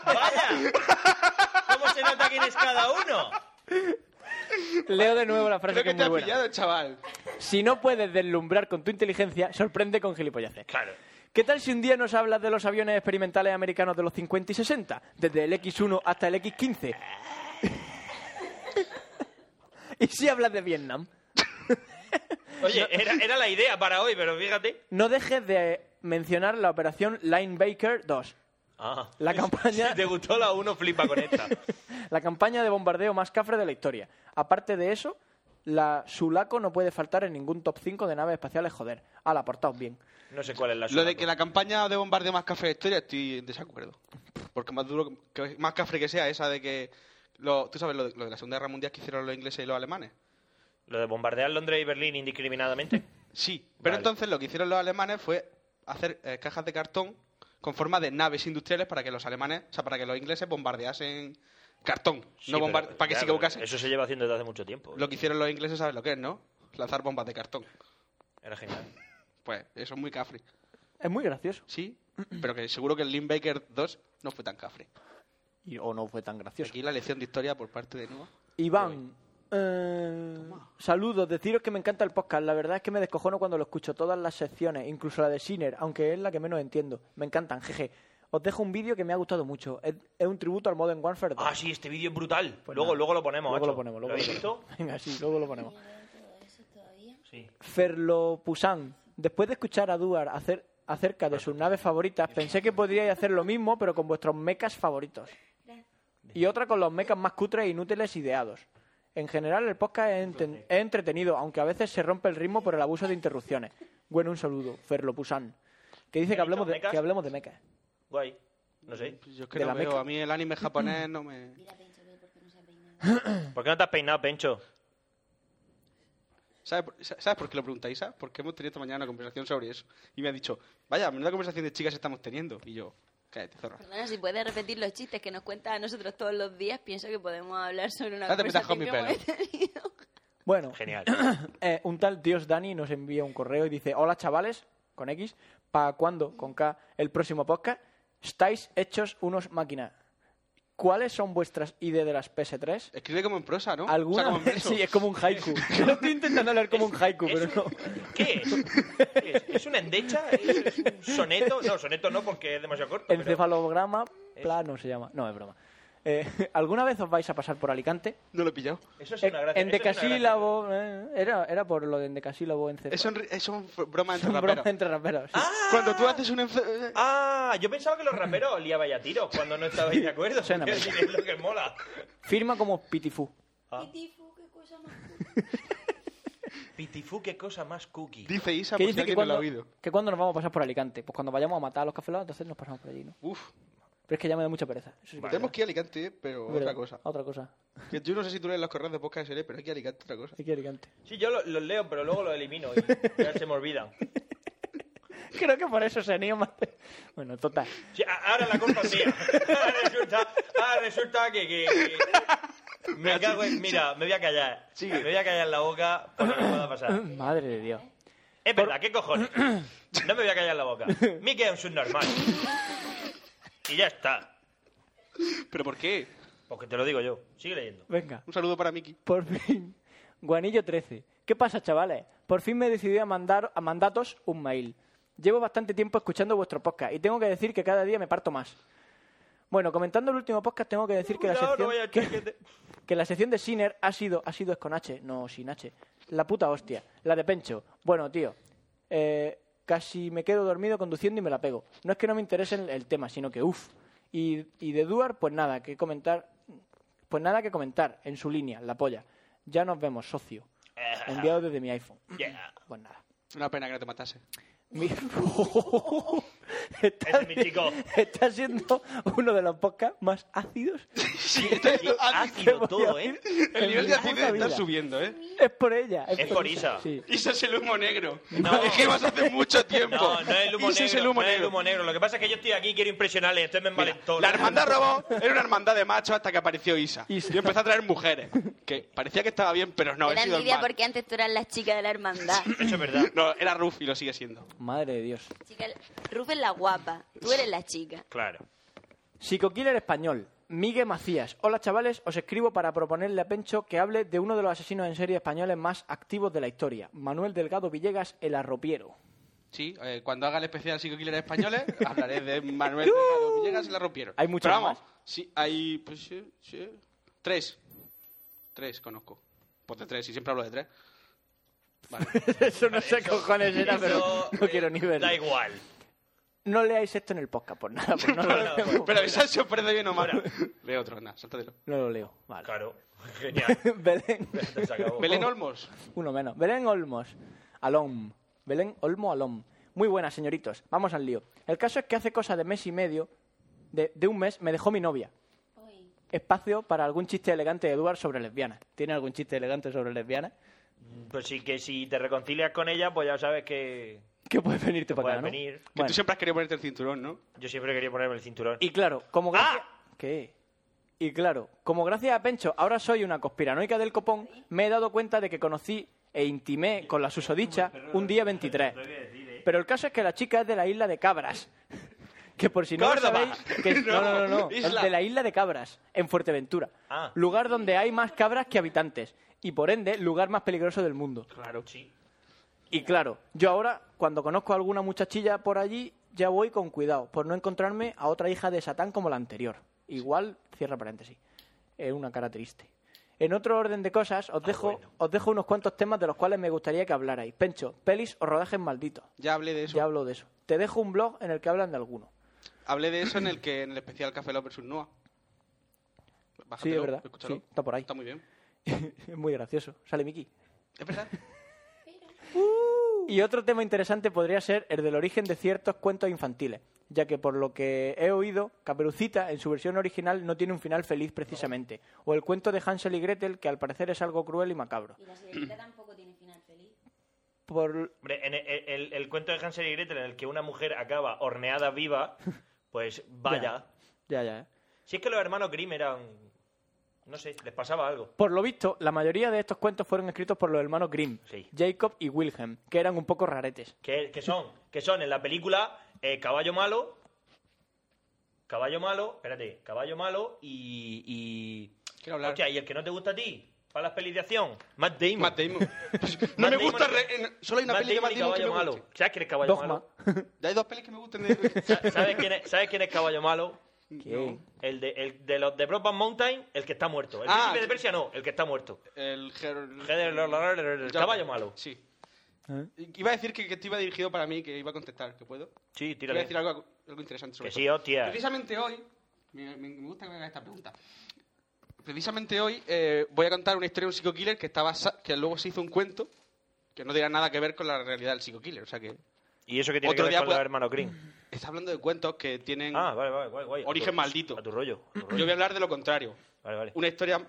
[SPEAKER 7] Vaya. ¿Cómo se nota quién es cada uno?
[SPEAKER 9] Leo de nuevo la frase
[SPEAKER 10] Creo que
[SPEAKER 9] es
[SPEAKER 10] te
[SPEAKER 9] muy
[SPEAKER 10] ha
[SPEAKER 9] buena.
[SPEAKER 10] pillado, chaval.
[SPEAKER 9] Si no puedes deslumbrar con tu inteligencia, sorprende con gilipollaces.
[SPEAKER 7] Claro.
[SPEAKER 9] ¿Qué tal si un día nos hablas de los aviones experimentales americanos de los 50 y 60? Desde el X1 hasta el X15. ¿Y si hablas de Vietnam?
[SPEAKER 7] Oye, era, era la idea para hoy, pero fíjate.
[SPEAKER 9] No dejes de mencionar la operación Linebacker 2.
[SPEAKER 7] Ah.
[SPEAKER 9] La campaña-
[SPEAKER 7] Si te gustó la 1, flipa con esta.
[SPEAKER 9] La campaña de bombardeo más cafre de la historia. Aparte de eso, la Sulaco no puede faltar en ningún top 5 de naves espaciales, joder. la portaos bien.
[SPEAKER 7] No sé cuál es la
[SPEAKER 10] Lo de que la campaña de bombardeo más café de historia estoy en desacuerdo. Porque más duro, que- más café que sea esa de que... lo- tú sabes lo de, lo de la Segunda Guerra Mundial que hicieron los ingleses y los alemanes.
[SPEAKER 7] Lo de bombardear Londres y Berlín indiscriminadamente.
[SPEAKER 10] Sí, pero
[SPEAKER 7] Vale.
[SPEAKER 10] entonces lo que hicieron los alemanes fue hacer eh, cajas de cartón con forma de naves industriales para que los alemanes, o sea, para que los ingleses bombardeasen cartón,
[SPEAKER 7] Sí,
[SPEAKER 10] no bombar-
[SPEAKER 7] pero-
[SPEAKER 10] para que se
[SPEAKER 7] claro,
[SPEAKER 10] equivocasen.
[SPEAKER 7] Eso se lleva haciendo desde hace mucho tiempo.
[SPEAKER 10] Lo que hicieron los ingleses, ¿sabes lo que es, no? Lanzar bombas de cartón.
[SPEAKER 7] Era genial.
[SPEAKER 10] Pues eso es muy cafre.
[SPEAKER 9] Es muy gracioso.
[SPEAKER 10] Sí, pero que seguro que el Lynn Baker 2 no fue tan cafre.
[SPEAKER 9] Y- o no fue tan gracioso.
[SPEAKER 10] Aquí la lección de historia por parte de Nua.
[SPEAKER 9] Iván, eh, saludos, deciros que me encanta el podcast. La verdad es que me descojono cuando lo escucho todas las secciones, incluso la de Sinner, aunque es la que menos entiendo. Me encantan, jeje. Os dejo un vídeo que me ha gustado mucho. Es, es un tributo al Modern Warfare 2.
[SPEAKER 7] Ah, sí, este vídeo es brutal. luego,
[SPEAKER 9] Pues nada.
[SPEAKER 7] luego lo ponemos.
[SPEAKER 9] Luego
[SPEAKER 7] macho.
[SPEAKER 9] lo ponemos, luego
[SPEAKER 7] habéis
[SPEAKER 9] lo
[SPEAKER 7] visto?
[SPEAKER 9] ponemos. Venga, sí, luego lo ponemos.
[SPEAKER 7] Sí.
[SPEAKER 9] Ferlo Pusan, después de escuchar a Duar hacer, acerca de sus naves favoritas, pensé que podríais hacer lo mismo, pero con vuestros mechas favoritos. Y otra con los mechas más cutres e inútiles ideados. En general, el podcast es, enten- es entretenido, aunque a veces se rompe el ritmo por el abuso de interrupciones. Bueno, un saludo, Ferlo Pusan, que dice que hablemos de,
[SPEAKER 7] mechas?
[SPEAKER 9] que hablemos de mechas.
[SPEAKER 7] Guay. No sé.
[SPEAKER 10] Yo es que no veo, a mí el anime japonés no me...
[SPEAKER 9] Mm.
[SPEAKER 7] ¿Por qué no te has peinado, Pencho?
[SPEAKER 10] ¿Sabes por, sa- ¿sabes por qué lo preguntáis? ¿sabes? Porque hemos tenido esta mañana una conversación sobre eso. Y me ha dicho, vaya, menuda conversación de chicas estamos teniendo. Y yo, cállate, zorra.
[SPEAKER 11] Perdona, si puedes repetir los chistes que nos cuentas a nosotros todos los días, pienso que podemos hablar sobre una
[SPEAKER 10] No te metas
[SPEAKER 11] conversación
[SPEAKER 10] con mi
[SPEAKER 11] que
[SPEAKER 10] pelo.
[SPEAKER 11] hemos tenido.
[SPEAKER 9] Bueno,
[SPEAKER 7] Genial.
[SPEAKER 9] eh, un tal Dios Dani nos envía un correo y dice: Hola chavales, con X, ¿para cuándo, con K, el próximo podcast? Estáis hechos unos máquinas. ¿Cuáles son vuestras ideas de las PS3?
[SPEAKER 10] Escribe como en prosa, ¿no?
[SPEAKER 9] ¿Alguna?
[SPEAKER 10] O sea, como en
[SPEAKER 9] vez-
[SPEAKER 10] verso.
[SPEAKER 9] sí, es como un haiku. Yo estoy intentando hablar como un haiku, pero no.
[SPEAKER 7] ¿Qué es? ¿Qué es? ¿Es una endecha? ¿Es un soneto? No, soneto no, porque es demasiado corto. pero-
[SPEAKER 9] Encefalograma plano se llama. No, es broma. Eh, ¿Alguna vez os vais a pasar por Alicante? Eh,
[SPEAKER 10] No lo he pillado.
[SPEAKER 7] Eso es una gracia.
[SPEAKER 9] En
[SPEAKER 7] eso es una
[SPEAKER 9] decasílabo. eh, era, era por lo de endecasílabo en
[SPEAKER 10] Es un, ri- es un fr- broma entre
[SPEAKER 9] Son
[SPEAKER 10] raperos.
[SPEAKER 9] bromas entre raperos. sí.
[SPEAKER 7] Ah.
[SPEAKER 10] Cuando tú haces un... enfe- eh,
[SPEAKER 7] gracia. Ah, yo pensaba que los raperos os liabais a tiros cuando no estabais de acuerdo.
[SPEAKER 9] Suena
[SPEAKER 7] porque Es lo que mola.
[SPEAKER 9] Firma como Pitifú.
[SPEAKER 7] Pitifú, qué cosa más cookie.
[SPEAKER 10] Dice Isa,
[SPEAKER 9] Que
[SPEAKER 10] por
[SPEAKER 9] dice
[SPEAKER 10] si
[SPEAKER 9] que
[SPEAKER 10] alguien no
[SPEAKER 9] cuando,
[SPEAKER 10] lo ha oído.
[SPEAKER 9] que cuando nos vamos a pasar por Alicante. Pues cuando vayamos a matar a los cafelos, entonces nos pasamos por allí, ¿no?
[SPEAKER 10] Uf,
[SPEAKER 9] Pero es que ya me da mucha pereza. Eso sí que es
[SPEAKER 10] tenemos
[SPEAKER 9] verdad.
[SPEAKER 10] que ir a Alicante, pero
[SPEAKER 9] Es verdad.
[SPEAKER 10] otra cosa.
[SPEAKER 9] Otra cosa.
[SPEAKER 10] Que yo no sé si tú lees los correos de podcast de SL, pero hay que ir a Alicante otra cosa.
[SPEAKER 9] Hay que ir a Alicante.
[SPEAKER 7] Sí, yo lo- los leo, pero luego los elimino y ya se me olvidan.
[SPEAKER 9] Creo que por eso se anima. Bueno, total.
[SPEAKER 7] Sí, a- ahora la culpa es mía. Ahora resulta, ahora resulta que, que- que- Me cago en... Mira, me voy a callar. Me voy a callar la boca para que no pueda pasar.
[SPEAKER 9] Madre de Dios.
[SPEAKER 7] Es verdad, ¿qué cojones? No me voy a callar la boca. Miki es un subnormal. Y ya está.
[SPEAKER 10] ¿Pero por qué?
[SPEAKER 7] Porque te lo digo yo. Sigue leyendo.
[SPEAKER 9] Venga.
[SPEAKER 10] Un saludo para Miki.
[SPEAKER 9] Por fin. Guanillo 13. ¿Qué pasa, chavales? Por fin me he decidido a mandar a mandatos un mail. Llevo bastante tiempo escuchando vuestro podcast y tengo que decir que cada día me parto más. Bueno, comentando el último podcast, tengo que decir que la
[SPEAKER 7] Cuidado, no
[SPEAKER 9] sección,
[SPEAKER 7] vaya a
[SPEAKER 9] que,
[SPEAKER 7] decir que te-
[SPEAKER 9] que la sección de Sinner ha sido, ha sido es con H, no sin H. La puta hostia. La de Pencho. Bueno, tío. eh, casi me quedo dormido conduciendo y me la pego. No es que no me interese el, el tema, sino que uff. Y, y de Duar, pues nada, que comentar. Pues nada que comentar. En su línea, la polla. Ya nos vemos, socio.
[SPEAKER 7] Eh.
[SPEAKER 9] Enviado desde mi iPhone.
[SPEAKER 7] Yeah.
[SPEAKER 9] Pues nada.
[SPEAKER 10] Una pena que no te matase.
[SPEAKER 9] Mi- está,
[SPEAKER 7] Ese es mi chico.
[SPEAKER 9] está siendo uno de los podcasts más ácidos
[SPEAKER 10] Sí, esto es ácido todo, ¿eh? El nivel de
[SPEAKER 9] Mi puta
[SPEAKER 10] acidez está
[SPEAKER 9] vida.
[SPEAKER 10] subiendo, ¿eh?
[SPEAKER 9] Es por ella.
[SPEAKER 7] Es por Isa.
[SPEAKER 9] Sí.
[SPEAKER 10] Isa es el humo negro.
[SPEAKER 7] No.
[SPEAKER 10] Es que vas hace mucho tiempo.
[SPEAKER 7] No, no es el humo negro.
[SPEAKER 10] Isa es el
[SPEAKER 7] no
[SPEAKER 10] humo
[SPEAKER 7] es
[SPEAKER 10] negro.
[SPEAKER 7] el humo negro. Lo que pasa es que yo estoy aquí y quiero impresionarles. Entonces me envalentó.
[SPEAKER 10] La hermandad robó era una hermandad de machos hasta que apareció Isa. Y empezó a traer mujeres. Que parecía que estaba bien, pero no,
[SPEAKER 11] Te
[SPEAKER 10] he
[SPEAKER 11] da
[SPEAKER 10] sido el
[SPEAKER 11] envidia
[SPEAKER 10] mal.
[SPEAKER 11] porque antes tú eras la chica de la hermandad.
[SPEAKER 10] Eso es verdad. No, era Rufi y lo sigue siendo.
[SPEAKER 9] Madre de Dios.
[SPEAKER 11] Chica, Rufe es la guapa, tú eres la chica.
[SPEAKER 7] Claro.
[SPEAKER 9] Psico-killer español. Miguel Macías. Hola chavales, os escribo para proponerle a Pencho que hable de uno de los asesinos en serie españoles más activos de la historia, Manuel Delgado Villegas, el arropiero.
[SPEAKER 10] Sí, eh, cuando haga el especial Psico Killer españoles, hablaré de Manuel Delgado Villegas y la rompieron.
[SPEAKER 9] Hay muchos
[SPEAKER 10] Pero vamos, sí, hay. Pues, sí, sí. Tres. Tres conozco. Pues de tres, y siempre hablo de tres.
[SPEAKER 9] Eso no sé cojones era, pero no quiero ni verlo.
[SPEAKER 7] Da igual.
[SPEAKER 9] No leáis esto en el podcast por nada, pues no lo leo.
[SPEAKER 10] Pero esa se ofrece bien o mal. Lee otro, anda, sáltatelo.
[SPEAKER 9] No lo leo. Vale.
[SPEAKER 7] Claro. Genial.
[SPEAKER 9] Belén.
[SPEAKER 7] Se acabó.
[SPEAKER 10] Belén Olmos.
[SPEAKER 9] Uno menos. Belén Olmos. Alom. Belén Olmo Alom. Muy buenas, señoritos. Vamos al lío. El caso es que hace cosa de mes y medio, de, de un mes, me dejó mi novia. Espacio para algún chiste elegante de Eduard sobre lesbianas. ¿Tiene algún chiste elegante sobre lesbianas?
[SPEAKER 7] Pues sí, que si te reconcilias con ella, pues ya sabes que.
[SPEAKER 9] Que puedes venirte para
[SPEAKER 7] puedes
[SPEAKER 9] acá, ¿no?
[SPEAKER 7] venir. Que
[SPEAKER 9] Bueno,
[SPEAKER 10] Tú siempre has querido ponerte el cinturón, ¿no?
[SPEAKER 7] Yo siempre quería ponerme el cinturón.
[SPEAKER 9] Y claro, como gracias... ¿Qué? Y claro, como gracias a Pencho ahora soy una conspiranoica del copón, me he dado cuenta de que conocí e intimé con la susodicha un día 23. Pero el caso es que la chica es de la isla de Cabras. Que por si no lo
[SPEAKER 7] ¡Córdoba!
[SPEAKER 9] sabéis... que- no, no, no, no. Es
[SPEAKER 7] Isla. Ah.
[SPEAKER 9] de la isla de Cabras, en Fuerteventura. Lugar donde hay más cabras que habitantes. Y por ende, lugar más peligroso del mundo.
[SPEAKER 7] Claro, sí.
[SPEAKER 9] Y claro, yo ahora, cuando conozco a alguna muchachilla por allí, ya voy con cuidado, por no encontrarme a otra hija de Satán como la anterior. Igual, cierra paréntesis. Es una cara triste. En otro orden de cosas,
[SPEAKER 7] Ah,
[SPEAKER 9] os dejo, os dejo unos cuantos temas de los cuales me gustaría que hablarais. Pencho, pelis o rodajes malditos.
[SPEAKER 10] Ya hablé de eso.
[SPEAKER 9] Ya hablo de eso. Te dejo un blog en el que hablan de alguno.
[SPEAKER 10] Hablé de eso en el que en el especial Café Love vs. Noah.
[SPEAKER 9] Sí, es verdad.
[SPEAKER 10] escúchalo.
[SPEAKER 9] Sí, está por ahí.
[SPEAKER 10] Está muy bien.
[SPEAKER 9] Es muy gracioso. Sale Miki.
[SPEAKER 10] Es verdad. Uh.
[SPEAKER 9] Y otro tema interesante podría ser el del origen de ciertos cuentos infantiles, ya que por lo que he oído, Caperucita en su versión original no tiene un final feliz precisamente, o el cuento de Hansel y Gretel que al parecer es algo cruel y macabro.
[SPEAKER 11] Y la sirenita tampoco tiene final feliz.
[SPEAKER 9] Por
[SPEAKER 7] Hombre, en el, el- el cuento de Hansel y Gretel en el que una mujer acaba horneada viva, pues vaya.
[SPEAKER 9] ya ya. ¿eh?
[SPEAKER 7] Si es que los hermanos Grimm eran. No sé, les pasaba algo.
[SPEAKER 9] Por lo visto, la mayoría de estos cuentos fueron escritos por los hermanos Grimm, Jacob y Wilhelm, que eran un poco raretes.
[SPEAKER 7] Que, que son, que son en la película eh, Caballo Malo. Caballo Malo, espérate, Caballo Malo y. y...
[SPEAKER 10] Quiero hablar.
[SPEAKER 7] Hostia, y el que no te gusta a ti, para las pelis de acción, Matt Damon. Matt
[SPEAKER 10] Damon. Pues, No me gusta. re- en- Solo hay una peli de Matt Damon que me
[SPEAKER 7] Caballo Malo.
[SPEAKER 10] guste.
[SPEAKER 7] ¿Sabes quién es Caballo
[SPEAKER 10] Malo? Hay dos pelis que me gustan de...
[SPEAKER 7] Malo? ¿Sabes quién es, ¿Sabes quién es Caballo Malo? El de, el de los de Broadband Mountain, el que está muerto. El
[SPEAKER 10] Ah,
[SPEAKER 7] príncipe de Persia no, el que está muerto.
[SPEAKER 10] El
[SPEAKER 7] Ger- Caballo Malo.
[SPEAKER 10] Sí.
[SPEAKER 9] ¿Eh?
[SPEAKER 10] Iba a decir que, que te iba dirigido para mí, que iba a contestar, ¿que puedo?
[SPEAKER 7] Sí,
[SPEAKER 10] Iba a
[SPEAKER 7] tírale.
[SPEAKER 10] decir algo, algo interesante sobre
[SPEAKER 7] Que
[SPEAKER 10] esto.
[SPEAKER 7] sí, hostia.
[SPEAKER 10] Precisamente hoy, me, me- me gusta que me hagas esta pregunta. Precisamente hoy eh, voy a contar una historia de un psico-killer que, está basa- que luego se hizo un cuento que no tiene nada que ver con la realidad del psico-killer. O sea que
[SPEAKER 7] Y eso que tiene
[SPEAKER 10] Otro
[SPEAKER 7] que ver
[SPEAKER 10] día
[SPEAKER 7] con
[SPEAKER 10] puede-
[SPEAKER 7] los hermanos Green.
[SPEAKER 10] está hablando de cuentos que tienen
[SPEAKER 7] Ah, vale, vale, guay, guay. A
[SPEAKER 10] Mm. origen
[SPEAKER 7] tu-
[SPEAKER 10] maldito.
[SPEAKER 7] A tu rollo. a tu rollo.
[SPEAKER 10] Yo voy a hablar de lo contrario.
[SPEAKER 7] Vale, vale.
[SPEAKER 10] Una historia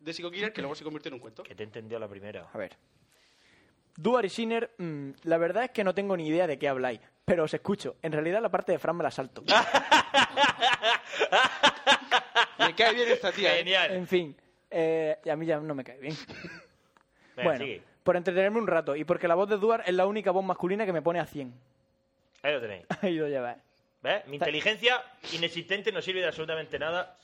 [SPEAKER 10] de psico-killer que luego se convirtió en un cuento.
[SPEAKER 7] Que te entendió la primera.
[SPEAKER 9] A ver. Duar y Sinner, mm, la verdad es que no tengo ni idea de qué habláis, pero os escucho. En realidad la parte de Fran me la salto.
[SPEAKER 7] Ah.
[SPEAKER 10] Me cae bien esta tía. ¿eh?
[SPEAKER 9] En fin, eh, a mí ya no me cae bien.
[SPEAKER 7] Venga,
[SPEAKER 9] bueno,
[SPEAKER 7] sigue.
[SPEAKER 9] por entretenerme un rato y porque la voz de Duar es la única voz masculina que me pone a 100.
[SPEAKER 7] Ahí lo tenéis.
[SPEAKER 9] Ahí lo lleváis.
[SPEAKER 7] ¿Ves? Mi inteligencia inexistente no sirve de absolutamente nada.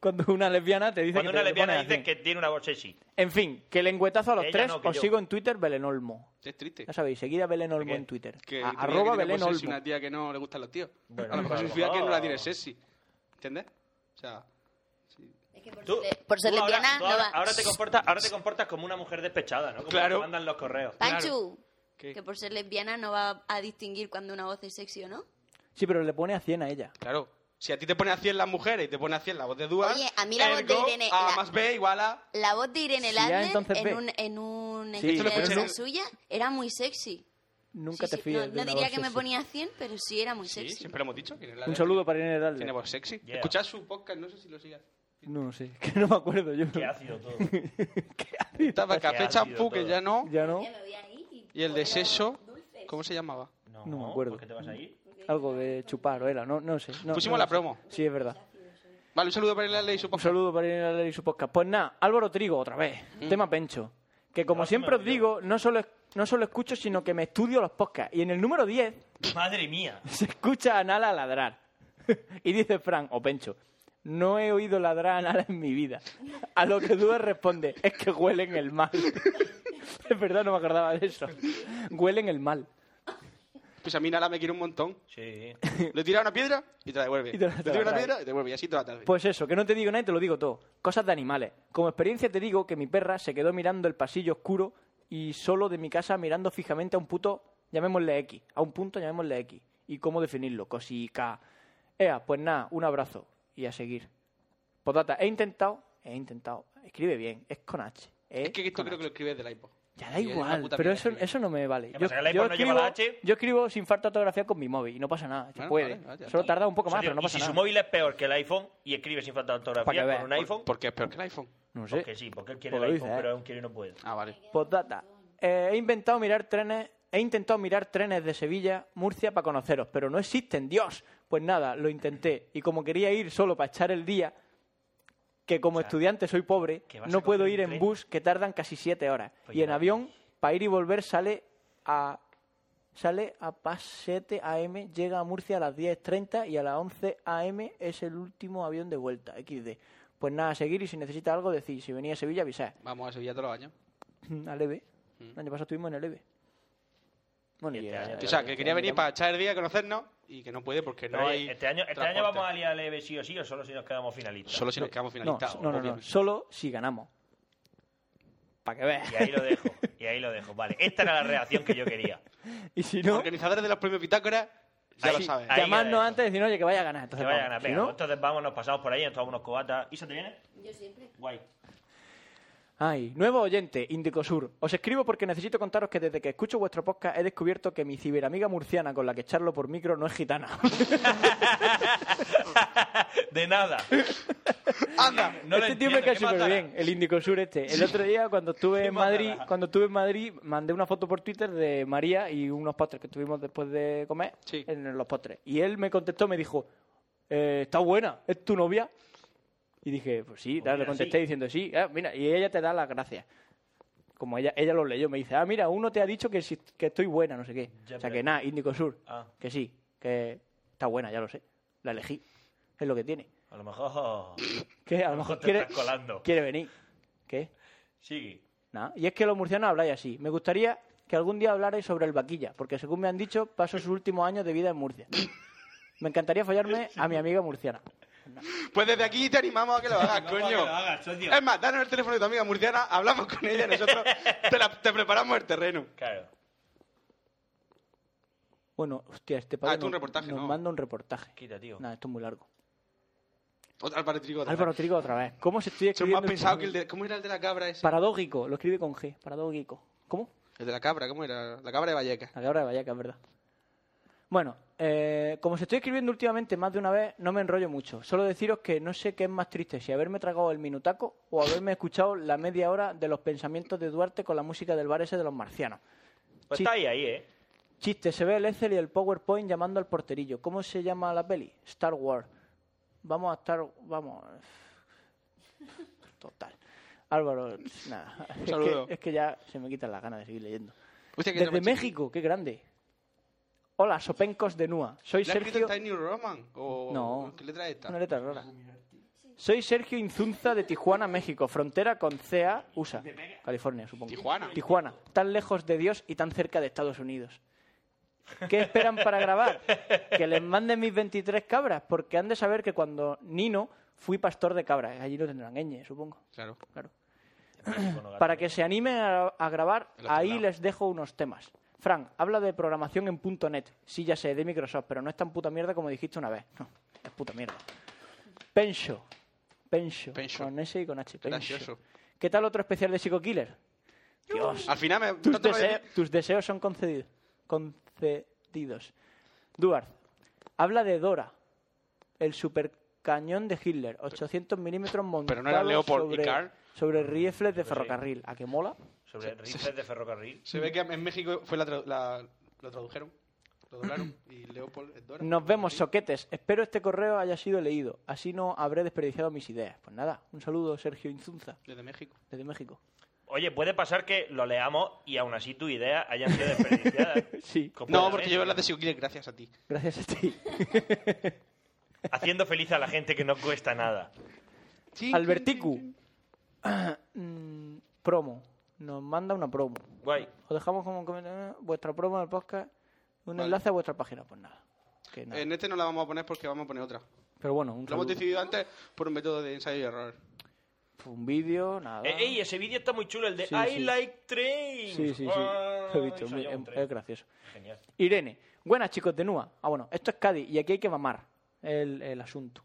[SPEAKER 9] Cuando una lesbiana te dice
[SPEAKER 7] Cuando
[SPEAKER 9] que
[SPEAKER 7] una
[SPEAKER 9] te pone
[SPEAKER 7] lesbiana
[SPEAKER 9] a
[SPEAKER 7] dice
[SPEAKER 9] 100.
[SPEAKER 7] que tiene una voz sexy.
[SPEAKER 9] En fin, que lengüetazo a los
[SPEAKER 7] Ella
[SPEAKER 9] tres.
[SPEAKER 7] no, que
[SPEAKER 9] os
[SPEAKER 7] yo.
[SPEAKER 9] sigo en Twitter, Belén Olmo.
[SPEAKER 10] Es triste.
[SPEAKER 9] Ya sabéis, seguida Belén Olmo
[SPEAKER 10] qué?
[SPEAKER 9] en Twitter.
[SPEAKER 10] que
[SPEAKER 9] A-
[SPEAKER 10] tenía
[SPEAKER 9] arroba
[SPEAKER 10] que tener
[SPEAKER 9] Belén
[SPEAKER 10] voz
[SPEAKER 9] Olmo.
[SPEAKER 10] sexy
[SPEAKER 9] Ah.
[SPEAKER 10] una tía que no le gustan los tíos.
[SPEAKER 7] Bueno,
[SPEAKER 10] a lo mejor
[SPEAKER 7] a
[SPEAKER 10] es
[SPEAKER 7] lo
[SPEAKER 10] una tía que no la
[SPEAKER 7] mejor.
[SPEAKER 10] tiene sexy. ¿Entiendes? O sea,
[SPEAKER 7] Tú-
[SPEAKER 11] por ser
[SPEAKER 7] tú ahora-
[SPEAKER 11] lesbiana,
[SPEAKER 7] tú
[SPEAKER 11] no
[SPEAKER 7] ahora,
[SPEAKER 11] va.
[SPEAKER 7] ahora te comportas, ahora te comportas como una mujer despechada, ¿no? Como
[SPEAKER 10] Claro.
[SPEAKER 7] te mandan los correos.
[SPEAKER 11] Panchu,
[SPEAKER 10] ¿Qué?
[SPEAKER 11] que por ser lesbiana no va a distinguir cuando una voz es sexy o no.
[SPEAKER 9] Sí, pero le pone a 100 a ella.
[SPEAKER 10] claro. Si a ti te pone a 100 las mujeres y te pone a 100 la voz de Dua,
[SPEAKER 11] Oye, a mí la voz de
[SPEAKER 10] ergo,
[SPEAKER 11] Irene-
[SPEAKER 10] A
[SPEAKER 11] la-
[SPEAKER 10] más B igual a.
[SPEAKER 11] La voz de Irene
[SPEAKER 10] Si ya,
[SPEAKER 11] Lander
[SPEAKER 10] entonces ve.
[SPEAKER 11] en un, en un
[SPEAKER 10] Sí,
[SPEAKER 11] estudio
[SPEAKER 10] esto lo
[SPEAKER 11] de
[SPEAKER 10] escuché
[SPEAKER 11] esa
[SPEAKER 10] en-
[SPEAKER 11] suya era muy sexy.
[SPEAKER 9] Nunca
[SPEAKER 11] Sí,
[SPEAKER 9] te
[SPEAKER 11] sí,
[SPEAKER 9] fíes
[SPEAKER 11] no,
[SPEAKER 9] de
[SPEAKER 11] no
[SPEAKER 9] una
[SPEAKER 11] diría
[SPEAKER 9] voz
[SPEAKER 11] que me
[SPEAKER 9] sexy.
[SPEAKER 11] ponía 100, pero sí era muy
[SPEAKER 10] Sí,
[SPEAKER 11] sexy.
[SPEAKER 10] siempre lo hemos dicho. que es la
[SPEAKER 9] Un
[SPEAKER 10] de-
[SPEAKER 9] saludo para Irene Heralde.
[SPEAKER 10] Tiene voz sexy. Escuchad su podcast, no sé si lo sigas.
[SPEAKER 9] No sé, que no me acuerdo yo.
[SPEAKER 10] Qué ácido todo.
[SPEAKER 9] Qué ácido.
[SPEAKER 10] Estaba Café Champú, que ya no.
[SPEAKER 9] Ya no.
[SPEAKER 10] Y el de
[SPEAKER 13] pues,
[SPEAKER 10] Seso, ¿cómo se llamaba?
[SPEAKER 9] No, me acuerdo.
[SPEAKER 10] ¿por qué te vas ahí?
[SPEAKER 9] Algo de chupar o era, no, no sé. no-
[SPEAKER 10] Pusimos
[SPEAKER 9] no
[SPEAKER 10] la
[SPEAKER 9] sé.
[SPEAKER 10] promo.
[SPEAKER 9] Sí, es verdad.
[SPEAKER 10] Vale, un saludo para Irene Heralde y su
[SPEAKER 9] Un saludo para Irene Heralde y su podcast. Pues nada, Álvaro Trigo, otra vez.
[SPEAKER 10] Mm.
[SPEAKER 9] Tema pencho. Que como siempre os digo, no solo, no solo escucho, sino que me estudio los podcasts. Y en el número 10
[SPEAKER 7] Madre mía.
[SPEAKER 9] se escucha a Nala ladrar. y dice Fran, o Pencho, no he oído ladrar a Nala en mi vida. A lo que Dúa responde, es que huelen el mal. es verdad, no me acordaba de eso. Huelen el mal.
[SPEAKER 10] Pues a mí Nala me quiere un montón.
[SPEAKER 7] Sí.
[SPEAKER 10] Le tira una piedra y te la devuelve.
[SPEAKER 9] Y te la-
[SPEAKER 10] Le
[SPEAKER 9] te la
[SPEAKER 10] tira una
[SPEAKER 9] trae.
[SPEAKER 10] piedra y te devuelve. Y así toda la tarde.
[SPEAKER 9] Pues eso, que no te digo nada y te lo digo todo. Cosas de animales. Como experiencia te digo que mi perra se quedó mirando el pasillo oscuro y solo de mi casa mirando fijamente a un puto, llamémosle X, a un punto llamémosle X. ¿Y cómo definirlo? Cosica. Ea, pues nada, un abrazo y a seguir. Potata, he intentado, he intentado, escribe bien, es con H. ¿eh?
[SPEAKER 10] Es que esto creo que lo escribes del iPod.
[SPEAKER 9] Ya da igual, pero eso, eso no me vale.
[SPEAKER 10] pasa, que el iPod no lleva la H?
[SPEAKER 9] yo escribo sin falta de ortografía con mi móvil y no pasa nada, se
[SPEAKER 7] Bueno,
[SPEAKER 9] puede.
[SPEAKER 7] vale, vale, ya
[SPEAKER 9] solo
[SPEAKER 7] está.
[SPEAKER 9] tarda un poco
[SPEAKER 7] O sea,
[SPEAKER 9] más,
[SPEAKER 7] tío,
[SPEAKER 9] pero no
[SPEAKER 7] y
[SPEAKER 9] pasa
[SPEAKER 7] Si su
[SPEAKER 9] nada.
[SPEAKER 7] móvil es peor que el iPhone y escribe sin falta de
[SPEAKER 9] Para que
[SPEAKER 7] ortografía
[SPEAKER 9] veas.
[SPEAKER 7] con un iPhone.
[SPEAKER 10] ¿Por qué es peor que el iPhone?
[SPEAKER 9] No sé.
[SPEAKER 7] Porque sí, porque él quiere
[SPEAKER 9] Pues lo
[SPEAKER 7] el
[SPEAKER 9] dice,
[SPEAKER 7] iPhone,
[SPEAKER 9] ¿eh?
[SPEAKER 7] pero aún quiere y no puede.
[SPEAKER 10] Ah, vale.
[SPEAKER 9] Postdata. Eh, he inventado mirar trenes, he intentado mirar trenes de Sevilla, Murcia para conoceros, pero no existen, Dios. Pues nada, lo intenté y como quería ir solo para echar el día, que como estudiante soy pobre,
[SPEAKER 7] vas a
[SPEAKER 9] no puedo
[SPEAKER 7] coger
[SPEAKER 9] ir
[SPEAKER 7] un
[SPEAKER 9] en
[SPEAKER 7] tren.
[SPEAKER 9] bus que tardan casi siete horas
[SPEAKER 7] Pues
[SPEAKER 9] y en
[SPEAKER 7] ya.
[SPEAKER 9] avión para ir y volver sale a sale a pas 7 AM, llega a Murcia a las 10.30 y a las 11 AM es el último avión de vuelta, XD. Pues nada, a seguir y si necesita algo decís, si venía a Sevilla avisad.
[SPEAKER 10] Vamos a Sevilla todos los años.
[SPEAKER 9] Al EVE.
[SPEAKER 10] Mm.
[SPEAKER 9] El año pasado estuvimos en el EVE. Bueno, y era-
[SPEAKER 10] O sea, que quería venir para echar el día a conocernos y que no puede porque no
[SPEAKER 7] Pero,
[SPEAKER 10] hay.
[SPEAKER 7] oye, este año, este
[SPEAKER 10] transporte.
[SPEAKER 7] año vamos a liar al EVE sí o sí o solo si nos quedamos finalistas.
[SPEAKER 10] Solo si nos quedamos
[SPEAKER 9] No,
[SPEAKER 10] finalistas.
[SPEAKER 9] no, no, no,
[SPEAKER 10] obviamente.
[SPEAKER 9] solo si ganamos. Para que veas.
[SPEAKER 7] Y ahí lo dejo, y ahí lo dejo. Vale, esta era la reacción que yo quería.
[SPEAKER 9] Y si no,
[SPEAKER 10] Organizadores de los premios Pitágora, ya
[SPEAKER 7] Ahí-
[SPEAKER 10] lo saben.
[SPEAKER 7] ahí queda
[SPEAKER 9] llamadnos antes y decir, oye, que vaya a ganar.
[SPEAKER 7] Que
[SPEAKER 9] Entonces,
[SPEAKER 7] vayan a
[SPEAKER 9] vamos.
[SPEAKER 7] ganar.
[SPEAKER 9] Si
[SPEAKER 7] Venga,
[SPEAKER 9] no-
[SPEAKER 7] pues entonces vamos, nos pasamos por ahí, nos tomamos unos cobatas. ¿Isa te viene?
[SPEAKER 11] Yo siempre.
[SPEAKER 7] Guay.
[SPEAKER 9] Ay, nuevo oyente, Indicosur. Os escribo porque necesito contaros que desde que escucho vuestro podcast he descubierto que mi ciberamiga murciana con la que charlo por micro no es gitana.
[SPEAKER 7] De nada.
[SPEAKER 10] Anda,
[SPEAKER 7] no lo
[SPEAKER 9] este tío
[SPEAKER 7] entiendo,
[SPEAKER 9] me cae
[SPEAKER 7] ¿qué
[SPEAKER 9] súper
[SPEAKER 7] matará?
[SPEAKER 9] bien, el Indicosur este. El
[SPEAKER 7] Sí.
[SPEAKER 9] otro día cuando estuve en
[SPEAKER 7] matará?
[SPEAKER 9] Madrid, cuando estuve en Madrid, mandé una foto por Twitter de María y unos postres que tuvimos después de comer en los postres. Y él me contestó, me dijo, eh, está buena, es tu novia. Y dije, pues sí, claro, le
[SPEAKER 7] mira,
[SPEAKER 9] contesté
[SPEAKER 7] sí.
[SPEAKER 9] diciendo sí, ah, mira, y ella te da las gracias. Como ella, ella lo leyó, me dice, ah, mira, uno te ha dicho que, si- que estoy buena, no sé qué.
[SPEAKER 7] Ya,
[SPEAKER 9] o sea,
[SPEAKER 7] pero-
[SPEAKER 9] que nada, Índico Sur,
[SPEAKER 7] Ah.
[SPEAKER 9] que sí, que está buena, ya lo sé. La elegí, es lo que tiene.
[SPEAKER 7] A lo mejor. pues
[SPEAKER 9] Que a lo mejor
[SPEAKER 7] te
[SPEAKER 9] quiere,
[SPEAKER 7] estás colando.
[SPEAKER 9] quiere venir. ¿Qué?
[SPEAKER 7] Sigue.
[SPEAKER 9] Nada. Y es que los murcianos habláis así. Me gustaría que algún día hablarais sobre el vaquilla, porque según me han dicho, paso sus últimos años de vida en Murcia. Me encantaría fallarme a mi amiga murciana.
[SPEAKER 10] Pues desde aquí te animamos a que lo hagas,
[SPEAKER 7] Vamos a que
[SPEAKER 10] coño.
[SPEAKER 7] lo hagas, socio.
[SPEAKER 10] Es más, danos el teléfono de tu amiga murciana, hablamos con ella y nosotros te, la- te preparamos el terreno.
[SPEAKER 7] Claro.
[SPEAKER 9] Bueno, hostia, este padre
[SPEAKER 10] Ah, esto es un
[SPEAKER 9] nos-
[SPEAKER 10] reportaje,
[SPEAKER 9] nos
[SPEAKER 10] no.
[SPEAKER 9] manda un reportaje.
[SPEAKER 7] Quita, tío.
[SPEAKER 9] Nada, esto es muy largo.
[SPEAKER 10] Otra- Álvaro Trigo. otra
[SPEAKER 9] Álvaro
[SPEAKER 10] vez.
[SPEAKER 9] Trigo otra vez. ¿Cómo se estoy
[SPEAKER 10] Eso es
[SPEAKER 9] escribiendo?
[SPEAKER 10] más pensado que el de... ¿Cómo era el de la cabra ese?
[SPEAKER 9] Paradójico, lo escribe con G. Paradójico. ¿Cómo?
[SPEAKER 10] El de la cabra, ¿cómo era? La cabra de Vallecas.
[SPEAKER 9] La cabra de Vallecas, ¿verdad? Bueno, eh, como se estoy escribiendo últimamente más de una vez, no me enrollo mucho. Solo deciros que no sé qué es más triste, si haberme tragado el minutaco o haberme escuchado la media hora de los pensamientos de Duarte con la música del bar ese de los marcianos.
[SPEAKER 7] Pues
[SPEAKER 9] Sí.
[SPEAKER 7] está ahí, ahí, ¿eh?
[SPEAKER 9] Chiste, se ve el Excel y el PowerPoint llamando al porterillo. ¿Cómo se llama la peli? Star Wars. Vamos a estar... Vamos... Total. Álvaro, nada. Es que,
[SPEAKER 10] saludo.
[SPEAKER 9] es que ya se me quitan las ganas de seguir leyendo.
[SPEAKER 10] Hostia, que
[SPEAKER 9] Desde
[SPEAKER 10] remoche.
[SPEAKER 9] México, qué grande. Hola, Sopencos de Nua. Soy
[SPEAKER 10] ¿Le ha escrito
[SPEAKER 9] Sergio...
[SPEAKER 10] en Tiny Roman? ¿O
[SPEAKER 9] No.
[SPEAKER 10] ¿Qué letra es esta?
[SPEAKER 9] Una letra rara. Soy Sergio Inzunza de Tijuana, México, frontera con CA, USA, California, supongo.
[SPEAKER 10] Tijuana.
[SPEAKER 9] Tijuana, tan lejos de Dios y tan cerca de Estados Unidos. ¿Qué esperan para grabar? Que les manden mis 23 cabras, porque han de saber que cuando Nino fui pastor de cabras. Allí no tendrán ñe, supongo.
[SPEAKER 10] Claro.
[SPEAKER 9] Claro.
[SPEAKER 7] no
[SPEAKER 9] Para que se animen a, a grabar,
[SPEAKER 10] El otro
[SPEAKER 9] ahí
[SPEAKER 10] lado.
[SPEAKER 9] les dejo unos temas. Fran, habla de programación en punto .NET. Sí, ya sé, de Microsoft, pero no es tan puta mierda como dijiste una vez. No, es puta mierda. Pencho. Pencho.
[SPEAKER 10] Pencho.
[SPEAKER 9] Con S y con H. Pencho.
[SPEAKER 10] Gracioso.
[SPEAKER 9] ¿Qué tal otro especial de Psycho Killer? Dios.
[SPEAKER 10] Al final me...
[SPEAKER 9] Tus,
[SPEAKER 10] tanto me-
[SPEAKER 9] dese- tus deseos son concedidos. concedidos. Duarte habla de Dora, el supercañón de Hitler, 800 milímetros montado
[SPEAKER 10] no era Leopold y
[SPEAKER 9] sobre,
[SPEAKER 10] Carl.
[SPEAKER 9] sobre rifles de ferrocarril. ¿A qué mola?
[SPEAKER 7] Sobre rifles de ferrocarril.
[SPEAKER 10] Se ve que en México fue la, tra- la- lo tradujeron, lo doblaron y Leopold es Dora.
[SPEAKER 9] Nos vemos, soquetes. Espero este correo haya sido leído. Así no habré desperdiciado mis ideas. Pues nada, un saludo, Sergio Inzunza.
[SPEAKER 10] Desde México.
[SPEAKER 9] Desde México.
[SPEAKER 7] Oye, puede pasar que lo leamos y aún así tu idea hayan sido desperdiciadas.
[SPEAKER 9] sí.
[SPEAKER 7] Pues
[SPEAKER 10] No, porque yo las de Siukile gracias a ti.
[SPEAKER 9] Gracias a ti.
[SPEAKER 7] Haciendo feliz a la gente que no cuesta nada.
[SPEAKER 9] Alberticu. Mm, promo. Nos manda una promo.
[SPEAKER 7] Guay.
[SPEAKER 9] Os dejamos como un comentario vuestra promo del podcast, un
[SPEAKER 10] Vale.
[SPEAKER 9] enlace a vuestra página. Pues nada. Que nada.
[SPEAKER 10] En este no la vamos a poner porque vamos a poner otra.
[SPEAKER 9] Pero bueno, un,
[SPEAKER 10] Lo hemos
[SPEAKER 9] saludo.
[SPEAKER 10] decidido antes por un método de ensayo y error.
[SPEAKER 9] un vídeo, nada.
[SPEAKER 7] Eh, ey, ese vídeo está muy chulo, el de
[SPEAKER 9] Ah. Sí,
[SPEAKER 7] I
[SPEAKER 9] sí.
[SPEAKER 7] like trains.
[SPEAKER 9] Sí, sí, sí.
[SPEAKER 7] Ah,
[SPEAKER 9] Lo he em- visto.
[SPEAKER 7] y
[SPEAKER 9] Es,
[SPEAKER 7] salía un
[SPEAKER 9] es-
[SPEAKER 7] tren.
[SPEAKER 9] es gracioso.
[SPEAKER 7] Genial.
[SPEAKER 9] Irene. Buenas, chicos de NUA. Ah, bueno, esto es Cádiz y aquí hay que mamar el, el asunto.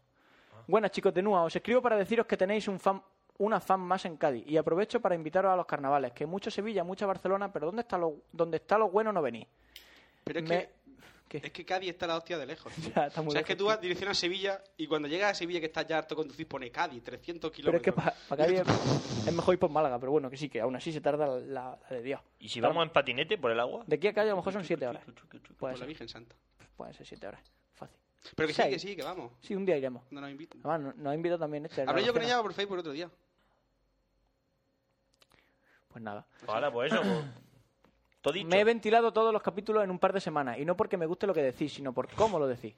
[SPEAKER 7] Ah.
[SPEAKER 9] Buenas, chicos de NUA. Os escribo para deciros que tenéis un fan, una fan más en Cádiz y aprovecho para invitaros a los carnavales, que mucho Sevilla, mucha Barcelona, pero ¿dónde está lo, donde está lo bueno no venís?
[SPEAKER 10] Pero es
[SPEAKER 9] Me-
[SPEAKER 10] que es que Cádiz está la hostia de lejos. tío.
[SPEAKER 9] Ya, está muy
[SPEAKER 10] o sea, es que
[SPEAKER 9] lejos,
[SPEAKER 10] tú vas dirección a Sevilla y cuando llegas a Sevilla que estás ya harto de conducir pone Cádiz, 300
[SPEAKER 9] Pero es que
[SPEAKER 10] kilómetros.
[SPEAKER 9] para Cádiz es, es mejor ir por Málaga, pero bueno, que sí, que aún así se tarda la, la de Dios.
[SPEAKER 7] ¿Y si vamos en patinete por el agua?
[SPEAKER 9] De aquí a Cádiz a lo mejor son siete horas. Puede
[SPEAKER 10] por la
[SPEAKER 9] ser,
[SPEAKER 10] Virgen Santa.
[SPEAKER 9] puede ser siete horas. Fácil.
[SPEAKER 10] Pero que sí,
[SPEAKER 9] Seis.
[SPEAKER 10] que sí, que vamos.
[SPEAKER 9] Sí, un día iremos.
[SPEAKER 10] Cuando nos inviten.
[SPEAKER 9] Además, no- nos ha invitado también este.
[SPEAKER 10] Hablé yo con
[SPEAKER 9] Aracena.
[SPEAKER 10] ella por Facebook el otro día.
[SPEAKER 9] Pues nada.
[SPEAKER 7] Ahora, pues eso. pues. Todo dicho.
[SPEAKER 9] Me he ventilado todos los capítulos en un par de semanas, y no porque me guste lo que decís, sino por cómo lo decís.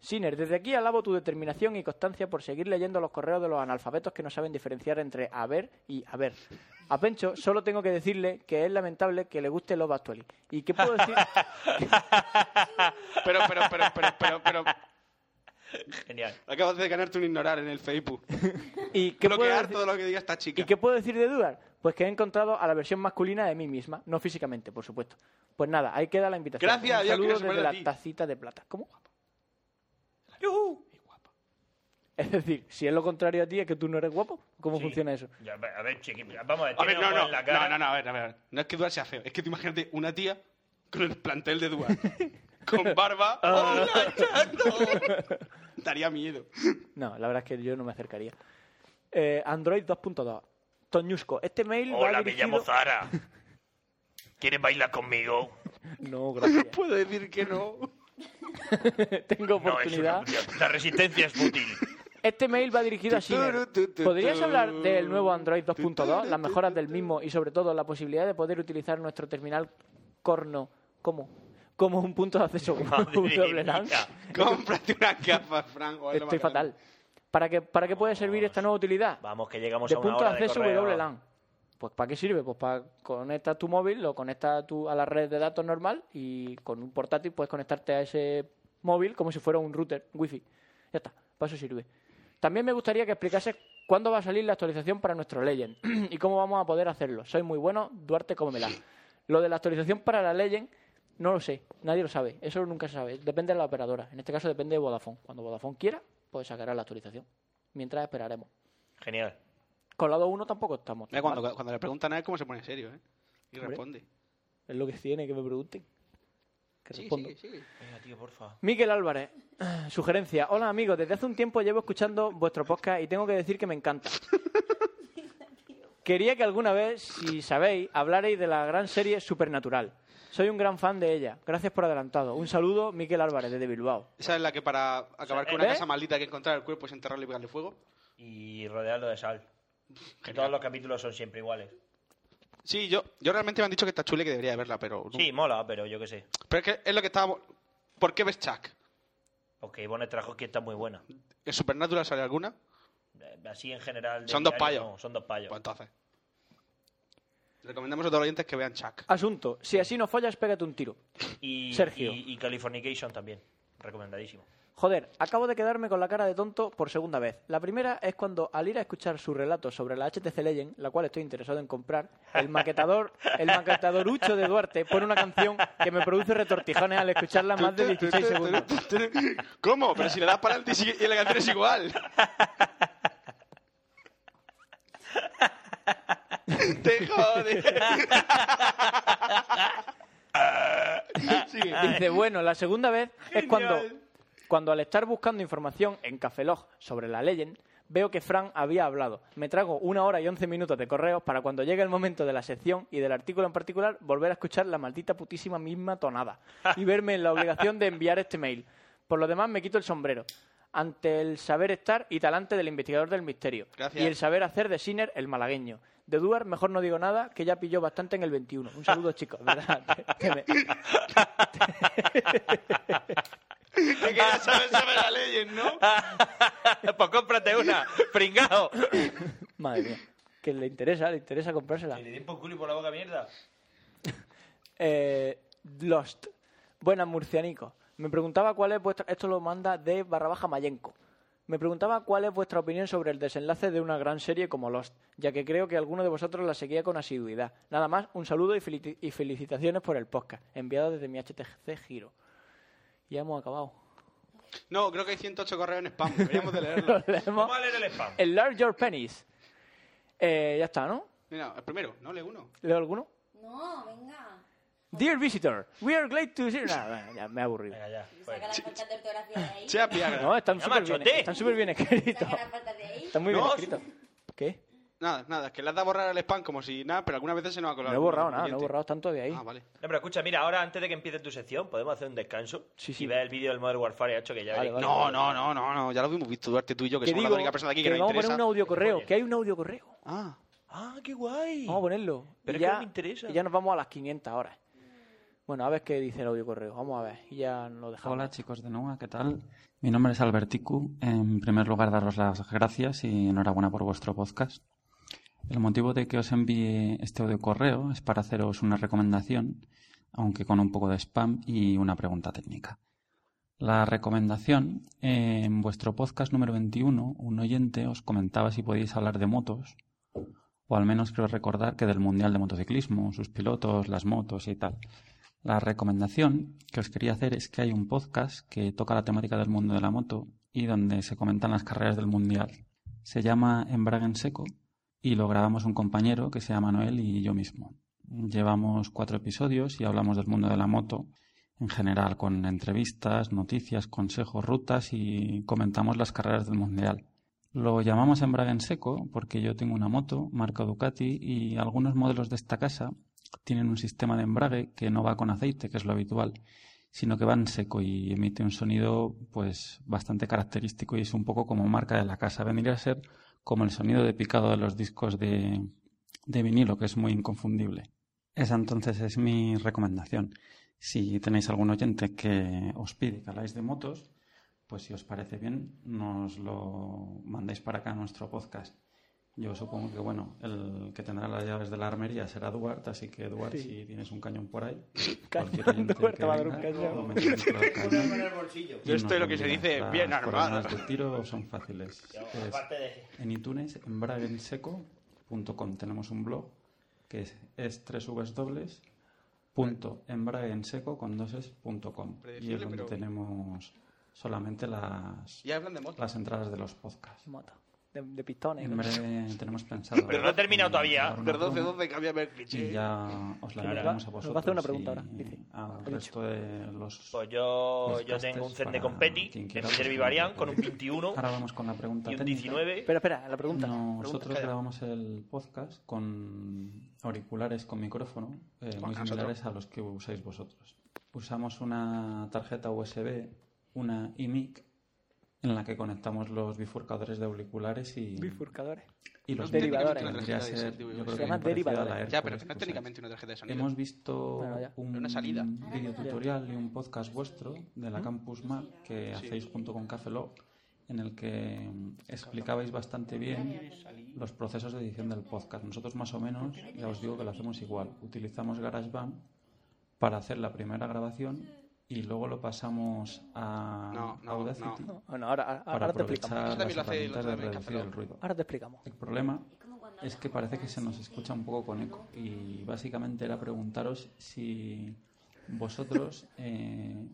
[SPEAKER 9] Siner, desde aquí alabo tu determinación y constancia por seguir leyendo los correos de los analfabetos que no saben diferenciar entre haber y haber. A Pencho solo tengo que decirle que es lamentable que le guste Love Actually. ¿Y qué puedo decir?
[SPEAKER 10] Pero, pero, pero, pero, pero, pero.
[SPEAKER 7] Genial.
[SPEAKER 10] Acabas de ganarte un ignorar en el Facebook.
[SPEAKER 9] ¿Y qué puedo
[SPEAKER 10] Bloquear
[SPEAKER 9] decir?
[SPEAKER 10] todo lo que diga esta chica.
[SPEAKER 9] ¿Y qué puedo decir de Duar? Pues que he encontrado a la versión masculina de mí misma, no físicamente, por supuesto. Pues nada, ahí queda la invitación.
[SPEAKER 10] Gracias
[SPEAKER 9] Un
[SPEAKER 10] a Dios que
[SPEAKER 9] saludo
[SPEAKER 10] no se
[SPEAKER 9] desde
[SPEAKER 10] parece a
[SPEAKER 9] la
[SPEAKER 10] ti.
[SPEAKER 9] tacita de plata. ¿Cómo guapa? ¡Yujú! Es decir, si es lo contrario a ti, es que tú no eres guapo. ¿Cómo
[SPEAKER 7] Sí.
[SPEAKER 9] funciona eso?
[SPEAKER 7] Ya, a ver, chiqui, vamos a ver.
[SPEAKER 10] A ver,
[SPEAKER 7] tiene
[SPEAKER 10] no,
[SPEAKER 7] ojos
[SPEAKER 10] no,
[SPEAKER 7] en la cara.
[SPEAKER 10] no, no, no, a ver, a ver. No es que Duarte sea feo, es que tú imagínate una tía con el plantel de Duarte. con barba.
[SPEAKER 9] Ah.
[SPEAKER 10] ¡Hola, chato! Daría miedo.
[SPEAKER 9] No, la verdad es que yo no me acercaría. Eh, Android 2.2. Toñusco, este mail va
[SPEAKER 7] Hola, me
[SPEAKER 9] dirigido-
[SPEAKER 7] llamo Zara. ¿Quieres bailar conmigo?
[SPEAKER 9] No, gracias.
[SPEAKER 10] Puedo decir que no.
[SPEAKER 9] Tengo
[SPEAKER 7] No, es una
[SPEAKER 9] oportunidad.
[SPEAKER 7] opción. La resistencia es útil.
[SPEAKER 9] Este mail va dirigido a Shiner. ¿Podrías hablar del nuevo Android 2.2, las mejoras del mismo y sobre todo la posibilidad de poder utilizar nuestro terminal corno como, como un punto de acceso doble LAN?
[SPEAKER 10] Cómprate unas gafas, Franco. es lo
[SPEAKER 9] Estoy
[SPEAKER 10] más grande.
[SPEAKER 9] fatal. ¿Para qué, ¿Para qué puede servir esta nueva utilidad?
[SPEAKER 7] Vamos, que llegamos
[SPEAKER 9] de
[SPEAKER 7] a una
[SPEAKER 9] punto de
[SPEAKER 7] hora
[SPEAKER 9] acceso
[SPEAKER 7] correo.
[SPEAKER 9] WLAN. Pues ¿para qué sirve? Pues para conectar tu móvil, lo conectas tú a la red de datos normal y con un portátil puedes conectarte a ese móvil como si fuera un router wifi. Ya está, para eso sirve. También me gustaría que explicases cuándo va a salir la actualización para nuestro Legend y cómo vamos a poder hacerlo. Soy muy bueno, Duarte, cómemela. Lo de la actualización para la Legend no lo sé, nadie lo sabe. Eso nunca se sabe. Depende de la operadora. En este caso depende de Vodafone. Cuando Vodafone quiera, pues sacará la actualización. Mientras esperaremos.
[SPEAKER 7] Genial.
[SPEAKER 9] Con la 2.1 tampoco estamos.
[SPEAKER 10] Mira,
[SPEAKER 9] tan
[SPEAKER 10] cuando,
[SPEAKER 9] mal.
[SPEAKER 10] cuando le preguntan a él cómo se pone serio, ¿eh? Y
[SPEAKER 9] Ah. Hombre.
[SPEAKER 10] responde.
[SPEAKER 9] Es lo que tiene que me pregunten. Que
[SPEAKER 10] Sí,
[SPEAKER 9] respondo.
[SPEAKER 10] sí, sí.
[SPEAKER 7] Venga, tío, porfa.
[SPEAKER 9] Miquel Álvarez, sugerencia. Hola amigos, desde hace un tiempo llevo escuchando vuestro podcast y tengo que decir que me encanta. Quería que alguna vez, si sabéis, hablarais de la gran serie Supernatural. Soy un gran fan de ella. Gracias por adelantado. Un saludo, Miquel Álvarez, desde Bilbao.
[SPEAKER 10] Esa es la que para acabar con
[SPEAKER 9] ¿eh?
[SPEAKER 10] una casa maldita hay que encontrar el cuerpo es enterrarlo y pegarle fuego.
[SPEAKER 7] Y rodearlo de sal. Que todos los capítulos son siempre iguales.
[SPEAKER 10] Sí, yo, yo realmente me han dicho que está chule y que debería de verla, pero. no.
[SPEAKER 7] Sí, mola, pero yo qué sé.
[SPEAKER 10] Pero es que es lo que estábamos. ¿Por qué ves Chuck?
[SPEAKER 7] Ok, Bonnet trajo que está muy buena.
[SPEAKER 10] ¿En Supernatural sale alguna?
[SPEAKER 7] Eh, Así en general. de
[SPEAKER 10] Son dos
[SPEAKER 7] diario,
[SPEAKER 10] payos.
[SPEAKER 7] no, son dos payos.
[SPEAKER 10] Pues entonces. Recomendamos a todos los oyentes que vean Chuck.
[SPEAKER 9] Asunto. Si así no follas, pégate un tiro.
[SPEAKER 7] Y,
[SPEAKER 9] Sergio.
[SPEAKER 7] Y, y Californication también. Recomendadísimo.
[SPEAKER 9] Joder, acabo de quedarme con la cara de tonto por segunda vez. La primera es cuando, al ir a escuchar su relato sobre la HTC Legend, la cual estoy interesado en comprar, el maquetador, el maquetador Ucho de Duarte pone una canción que me produce retortijones al escucharla Ah, más de 16 segundos.
[SPEAKER 10] ¿Cómo? Pero si le das para adelante y sigue- y la canción es igual. Te jode.
[SPEAKER 9] Dice, bueno, la segunda vez es cuando, cuando al estar buscando información en Cafelog sobre la Legend, veo que Fran había hablado. Me trago una hora y once minutos de correos para cuando llegue el momento de la sección y del artículo en particular, volver a escuchar la maldita putísima misma tonada y verme en la obligación de enviar este mail. Por lo demás, me quito el sombrero. Ante el saber estar y talante del investigador del misterio.
[SPEAKER 10] Gracias.
[SPEAKER 9] Y el saber hacer de Sinner el malagueño. De Duar, mejor no digo nada, que ya pilló bastante en el 21. Un saludo, chicos. ¿verdad? Que me-
[SPEAKER 10] que ya sabes sobre la ley, ¿no?
[SPEAKER 7] pues cómprate una, pringao.
[SPEAKER 9] Madre mía. Que le interesa, le interesa comprársela.
[SPEAKER 7] Le di por culo y por la boca mierda.
[SPEAKER 9] Eh, Lost. Buenas, murcianicos. Me preguntaba cuál es vuestra... Esto lo manda de barra baja Mayenco. Me preguntaba cuál es vuestra opinión sobre el desenlace de una gran serie como Lost, ya que creo que alguno de vosotros la seguía con asiduidad. Nada más, un saludo y, felici- y felicitaciones por el podcast, enviado desde mi HTC Giro. Ya hemos acabado.
[SPEAKER 10] No, creo que hay 108 correos en spam. Deberíamos de leerlos.
[SPEAKER 9] Lo leemos. Vamos a
[SPEAKER 10] leer el spam.
[SPEAKER 9] Enlarge your penis. Eh, ya está, ¿no?
[SPEAKER 10] Mira, el primero, no lee uno.
[SPEAKER 9] ¿Leo alguno?
[SPEAKER 13] No, venga.
[SPEAKER 9] Dear visitor, we are glad to see. Nah, bueno, ya me he aburrido.
[SPEAKER 13] Saca
[SPEAKER 11] Pues,
[SPEAKER 13] las faltas de ortografía de ahí.
[SPEAKER 9] No, están
[SPEAKER 10] Ya,
[SPEAKER 9] súper bien,
[SPEAKER 10] machote.
[SPEAKER 9] están súper bien escritos.
[SPEAKER 13] Saca las faltas de ahí.
[SPEAKER 9] Están muy bien
[SPEAKER 10] No,
[SPEAKER 9] escritos. ¿Qué?
[SPEAKER 10] Nada, nada, es que le has dado a borrar el spam como si nada, pero algunas veces se nos ha colado. Ah,
[SPEAKER 9] No he borrado nada, no he
[SPEAKER 10] Pendiente.
[SPEAKER 9] borrado, están todavía ahí.
[SPEAKER 7] No, pero escucha, mira, ahora antes de que empiece tu sección, podemos hacer un descanso.
[SPEAKER 9] Sí,
[SPEAKER 7] Y ver el vídeo del Modern Warfare 8 que ya veréis.
[SPEAKER 10] No, no, no, no, no, ya lo hemos visto, Duarte, tú y yo, que,
[SPEAKER 9] Que
[SPEAKER 10] somos
[SPEAKER 9] digo
[SPEAKER 10] la única persona aquí
[SPEAKER 9] que
[SPEAKER 10] que, nos
[SPEAKER 9] vamos a
[SPEAKER 10] interesa.
[SPEAKER 9] poner un audio correo, que hay un audio correo.
[SPEAKER 10] Ah.
[SPEAKER 7] Ah, qué guay.
[SPEAKER 9] Vamos a ponerlo.
[SPEAKER 7] Pero es
[SPEAKER 9] Y
[SPEAKER 7] que
[SPEAKER 9] ya,
[SPEAKER 7] no me interesa.
[SPEAKER 9] y ya nos vamos a las 500 horas. Bueno, a ver qué dice el audio correo. Vamos a ver. Y ya lo dejamos.
[SPEAKER 14] Hola chicos de NOA, ¿qué tal? Mi nombre es Alberticu. En primer lugar, daros las gracias y enhorabuena por vuestro podcast. El motivo de que os envíe este audio correo es para haceros una recomendación, aunque con un poco de spam y una pregunta técnica. La recomendación, eh, en vuestro podcast número 21, un oyente os comentaba si podíais hablar de motos, o al menos creo recordar que del Mundial de Motociclismo, sus pilotos, pues, las motos y tal. La recomendación que os quería hacer es que hay un podcast que toca la temática del mundo de la moto y donde se comentan las carreras del Mundial. Se llama Embrague en Seco y lo grabamos un compañero que se llama Noel y yo mismo. Llevamos cuatro episodios y hablamos del mundo de la moto en general con entrevistas, noticias, consejos, rutas y comentamos las carreras del Mundial. Lo llamamos embrague en seco porque yo tengo una moto, marca Ducati, y algunos modelos de esta casa tienen un sistema de embrague que no va con aceite, que es lo habitual, sino que va en seco y emite un sonido pues bastante característico y es un poco como marca de la casa. Vendría a ser como el sonido de picado de los discos de, de vinilo, que es muy inconfundible. Esa entonces es mi recomendación. Si tenéis algún oyente que os pide que habláis de motos, pues si os parece bien, nos lo mandéis para acá a nuestro podcast. Yo supongo que, bueno, el que tendrá las llaves de la armería será Duarte, así que Duarte,
[SPEAKER 9] Sí.
[SPEAKER 14] si tienes un cañón por ahí,
[SPEAKER 9] Cañón,
[SPEAKER 14] cualquier oyente
[SPEAKER 9] Duarte
[SPEAKER 14] que
[SPEAKER 9] va a dar un
[SPEAKER 14] venga,
[SPEAKER 9] cañón.
[SPEAKER 14] lo metemos dentro del cañón
[SPEAKER 9] Una mano en el bolsillo.
[SPEAKER 14] y
[SPEAKER 10] Yo estoy
[SPEAKER 14] nos
[SPEAKER 10] lo que se
[SPEAKER 14] dirás.
[SPEAKER 10] dice, bien
[SPEAKER 14] Las
[SPEAKER 10] armado.
[SPEAKER 14] coordenadas de tiro son fáciles. Es
[SPEAKER 7] aparte de-
[SPEAKER 14] En iTunes, en braguenseco.com tenemos un blog que es, es www.embraguenseco con dos es, punto com. Y es
[SPEAKER 10] Predecible,
[SPEAKER 14] donde
[SPEAKER 10] pero-
[SPEAKER 14] tenemos solamente las,
[SPEAKER 10] Y hablan de moto.
[SPEAKER 14] las entradas de los podcasts.
[SPEAKER 9] De, de pistones.
[SPEAKER 14] En
[SPEAKER 9] ¿no?
[SPEAKER 14] breve tenemos pensado.
[SPEAKER 9] Pero no he terminado
[SPEAKER 14] eh,
[SPEAKER 9] todavía.
[SPEAKER 14] dar una promo
[SPEAKER 9] Perdón, ¿de dónde
[SPEAKER 10] cambiaba el cliché?
[SPEAKER 14] Y ya
[SPEAKER 7] Pues
[SPEAKER 14] os la
[SPEAKER 9] Claro.
[SPEAKER 14] enviaremos a
[SPEAKER 9] Nos va a
[SPEAKER 14] vosotros.
[SPEAKER 9] hacer una pregunta ahora,
[SPEAKER 14] y Ah,
[SPEAKER 9] dice.
[SPEAKER 14] Al
[SPEAKER 9] Lo
[SPEAKER 14] resto de los.
[SPEAKER 7] Pues yo, yo
[SPEAKER 14] podcasters
[SPEAKER 7] tengo un CERN de
[SPEAKER 14] para
[SPEAKER 7] Competi,
[SPEAKER 14] quien
[SPEAKER 7] en
[SPEAKER 14] quiera
[SPEAKER 7] Derby
[SPEAKER 14] buscar.
[SPEAKER 7] Variant, con un 21.
[SPEAKER 14] Ahora vamos con la pregunta
[SPEAKER 7] Y un
[SPEAKER 14] técnica.
[SPEAKER 7] 19.
[SPEAKER 9] Espera, espera, la pregunta.
[SPEAKER 14] Nosotros grabamos el podcast con auriculares con micrófono eh,
[SPEAKER 9] Pues
[SPEAKER 14] muy
[SPEAKER 9] nosotros.
[SPEAKER 14] similares a los que usáis vosotros. Usamos una tarjeta USB, una iMic, en la que conectamos los bifurcadores de auriculares y,
[SPEAKER 9] Bifurcadores.
[SPEAKER 14] y los
[SPEAKER 9] Derivadores.
[SPEAKER 14] micros. Vendría a ser, yo creo que
[SPEAKER 9] Se llama
[SPEAKER 14] muy parecida a la
[SPEAKER 9] derivadores.
[SPEAKER 10] Ya,
[SPEAKER 14] Hércules
[SPEAKER 10] pero que no es
[SPEAKER 14] que usáis.
[SPEAKER 10] técnicamente una tarjeta de sonido.
[SPEAKER 14] Hemos visto
[SPEAKER 10] Bueno, ya.
[SPEAKER 14] un
[SPEAKER 10] Una salida.
[SPEAKER 14] vídeo tutorial y un podcast vuestro de la Campus Map que
[SPEAKER 10] Sí.
[SPEAKER 14] hacéis junto con Cafelog en el que mm, explicabais bastante bien los procesos de edición del podcast. Nosotros más o menos, ya os digo que lo hacemos igual. Utilizamos GarageBand para hacer la primera grabación y luego lo pasamos a Audacity
[SPEAKER 9] No, bueno, ahora, ahora-
[SPEAKER 14] para
[SPEAKER 9] ahora te
[SPEAKER 14] aprovechar
[SPEAKER 9] explicamos.
[SPEAKER 14] las herramientas de reducir el ruido.
[SPEAKER 9] Ahora te explicamos.
[SPEAKER 14] El problema es que parece que se nos escucha un poco con eco y básicamente era preguntaros si vosotros eh,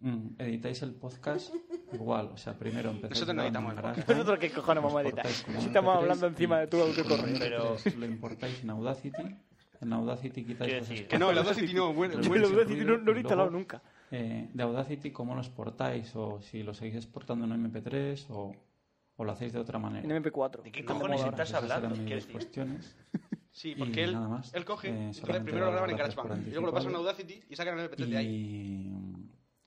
[SPEAKER 14] mm, editáis el podcast igual, o sea, primero empezáis
[SPEAKER 9] Nosotros no
[SPEAKER 14] grabando
[SPEAKER 9] editamos el
[SPEAKER 14] en
[SPEAKER 9] podcast.
[SPEAKER 14] GarageBand,
[SPEAKER 9] Nosotros qué cojones
[SPEAKER 14] os
[SPEAKER 9] vamos a editar.
[SPEAKER 14] portáis como
[SPEAKER 9] Si
[SPEAKER 14] un
[SPEAKER 9] estamos
[SPEAKER 14] MP3
[SPEAKER 9] hablando encima de tu
[SPEAKER 14] y
[SPEAKER 9] autocorreo.
[SPEAKER 14] lo importáis- lo importáis en Audacity En Audacity quitáis
[SPEAKER 7] Quiero
[SPEAKER 14] los
[SPEAKER 7] decir-
[SPEAKER 14] spoilers.
[SPEAKER 10] Que no, el Audacity no, bueno,
[SPEAKER 14] Los
[SPEAKER 10] bueno.
[SPEAKER 14] quitáis
[SPEAKER 10] El Audacity no- no lo he
[SPEAKER 14] y luego,
[SPEAKER 10] instalado nunca.
[SPEAKER 14] eh, de Audacity, ¿cómo lo exportáis? O si lo seguís exportando en MP3 o, o lo hacéis de otra manera.
[SPEAKER 9] En MP4.
[SPEAKER 14] ¿De
[SPEAKER 9] qué cojones estás hablando?
[SPEAKER 14] Mis
[SPEAKER 9] Quiero decir.
[SPEAKER 14] cuestiones.
[SPEAKER 10] Sí,
[SPEAKER 14] Y
[SPEAKER 10] porque él,
[SPEAKER 14] nada más.
[SPEAKER 10] él coge,
[SPEAKER 14] Eh,
[SPEAKER 10] entonces
[SPEAKER 14] solamente
[SPEAKER 10] primero lo
[SPEAKER 14] daros
[SPEAKER 10] graban en
[SPEAKER 14] las gracias
[SPEAKER 10] GarageBand
[SPEAKER 14] por
[SPEAKER 10] y luego lo pasan a
[SPEAKER 14] anticipado.
[SPEAKER 10] Audacity y sacan el MP3 de ahí.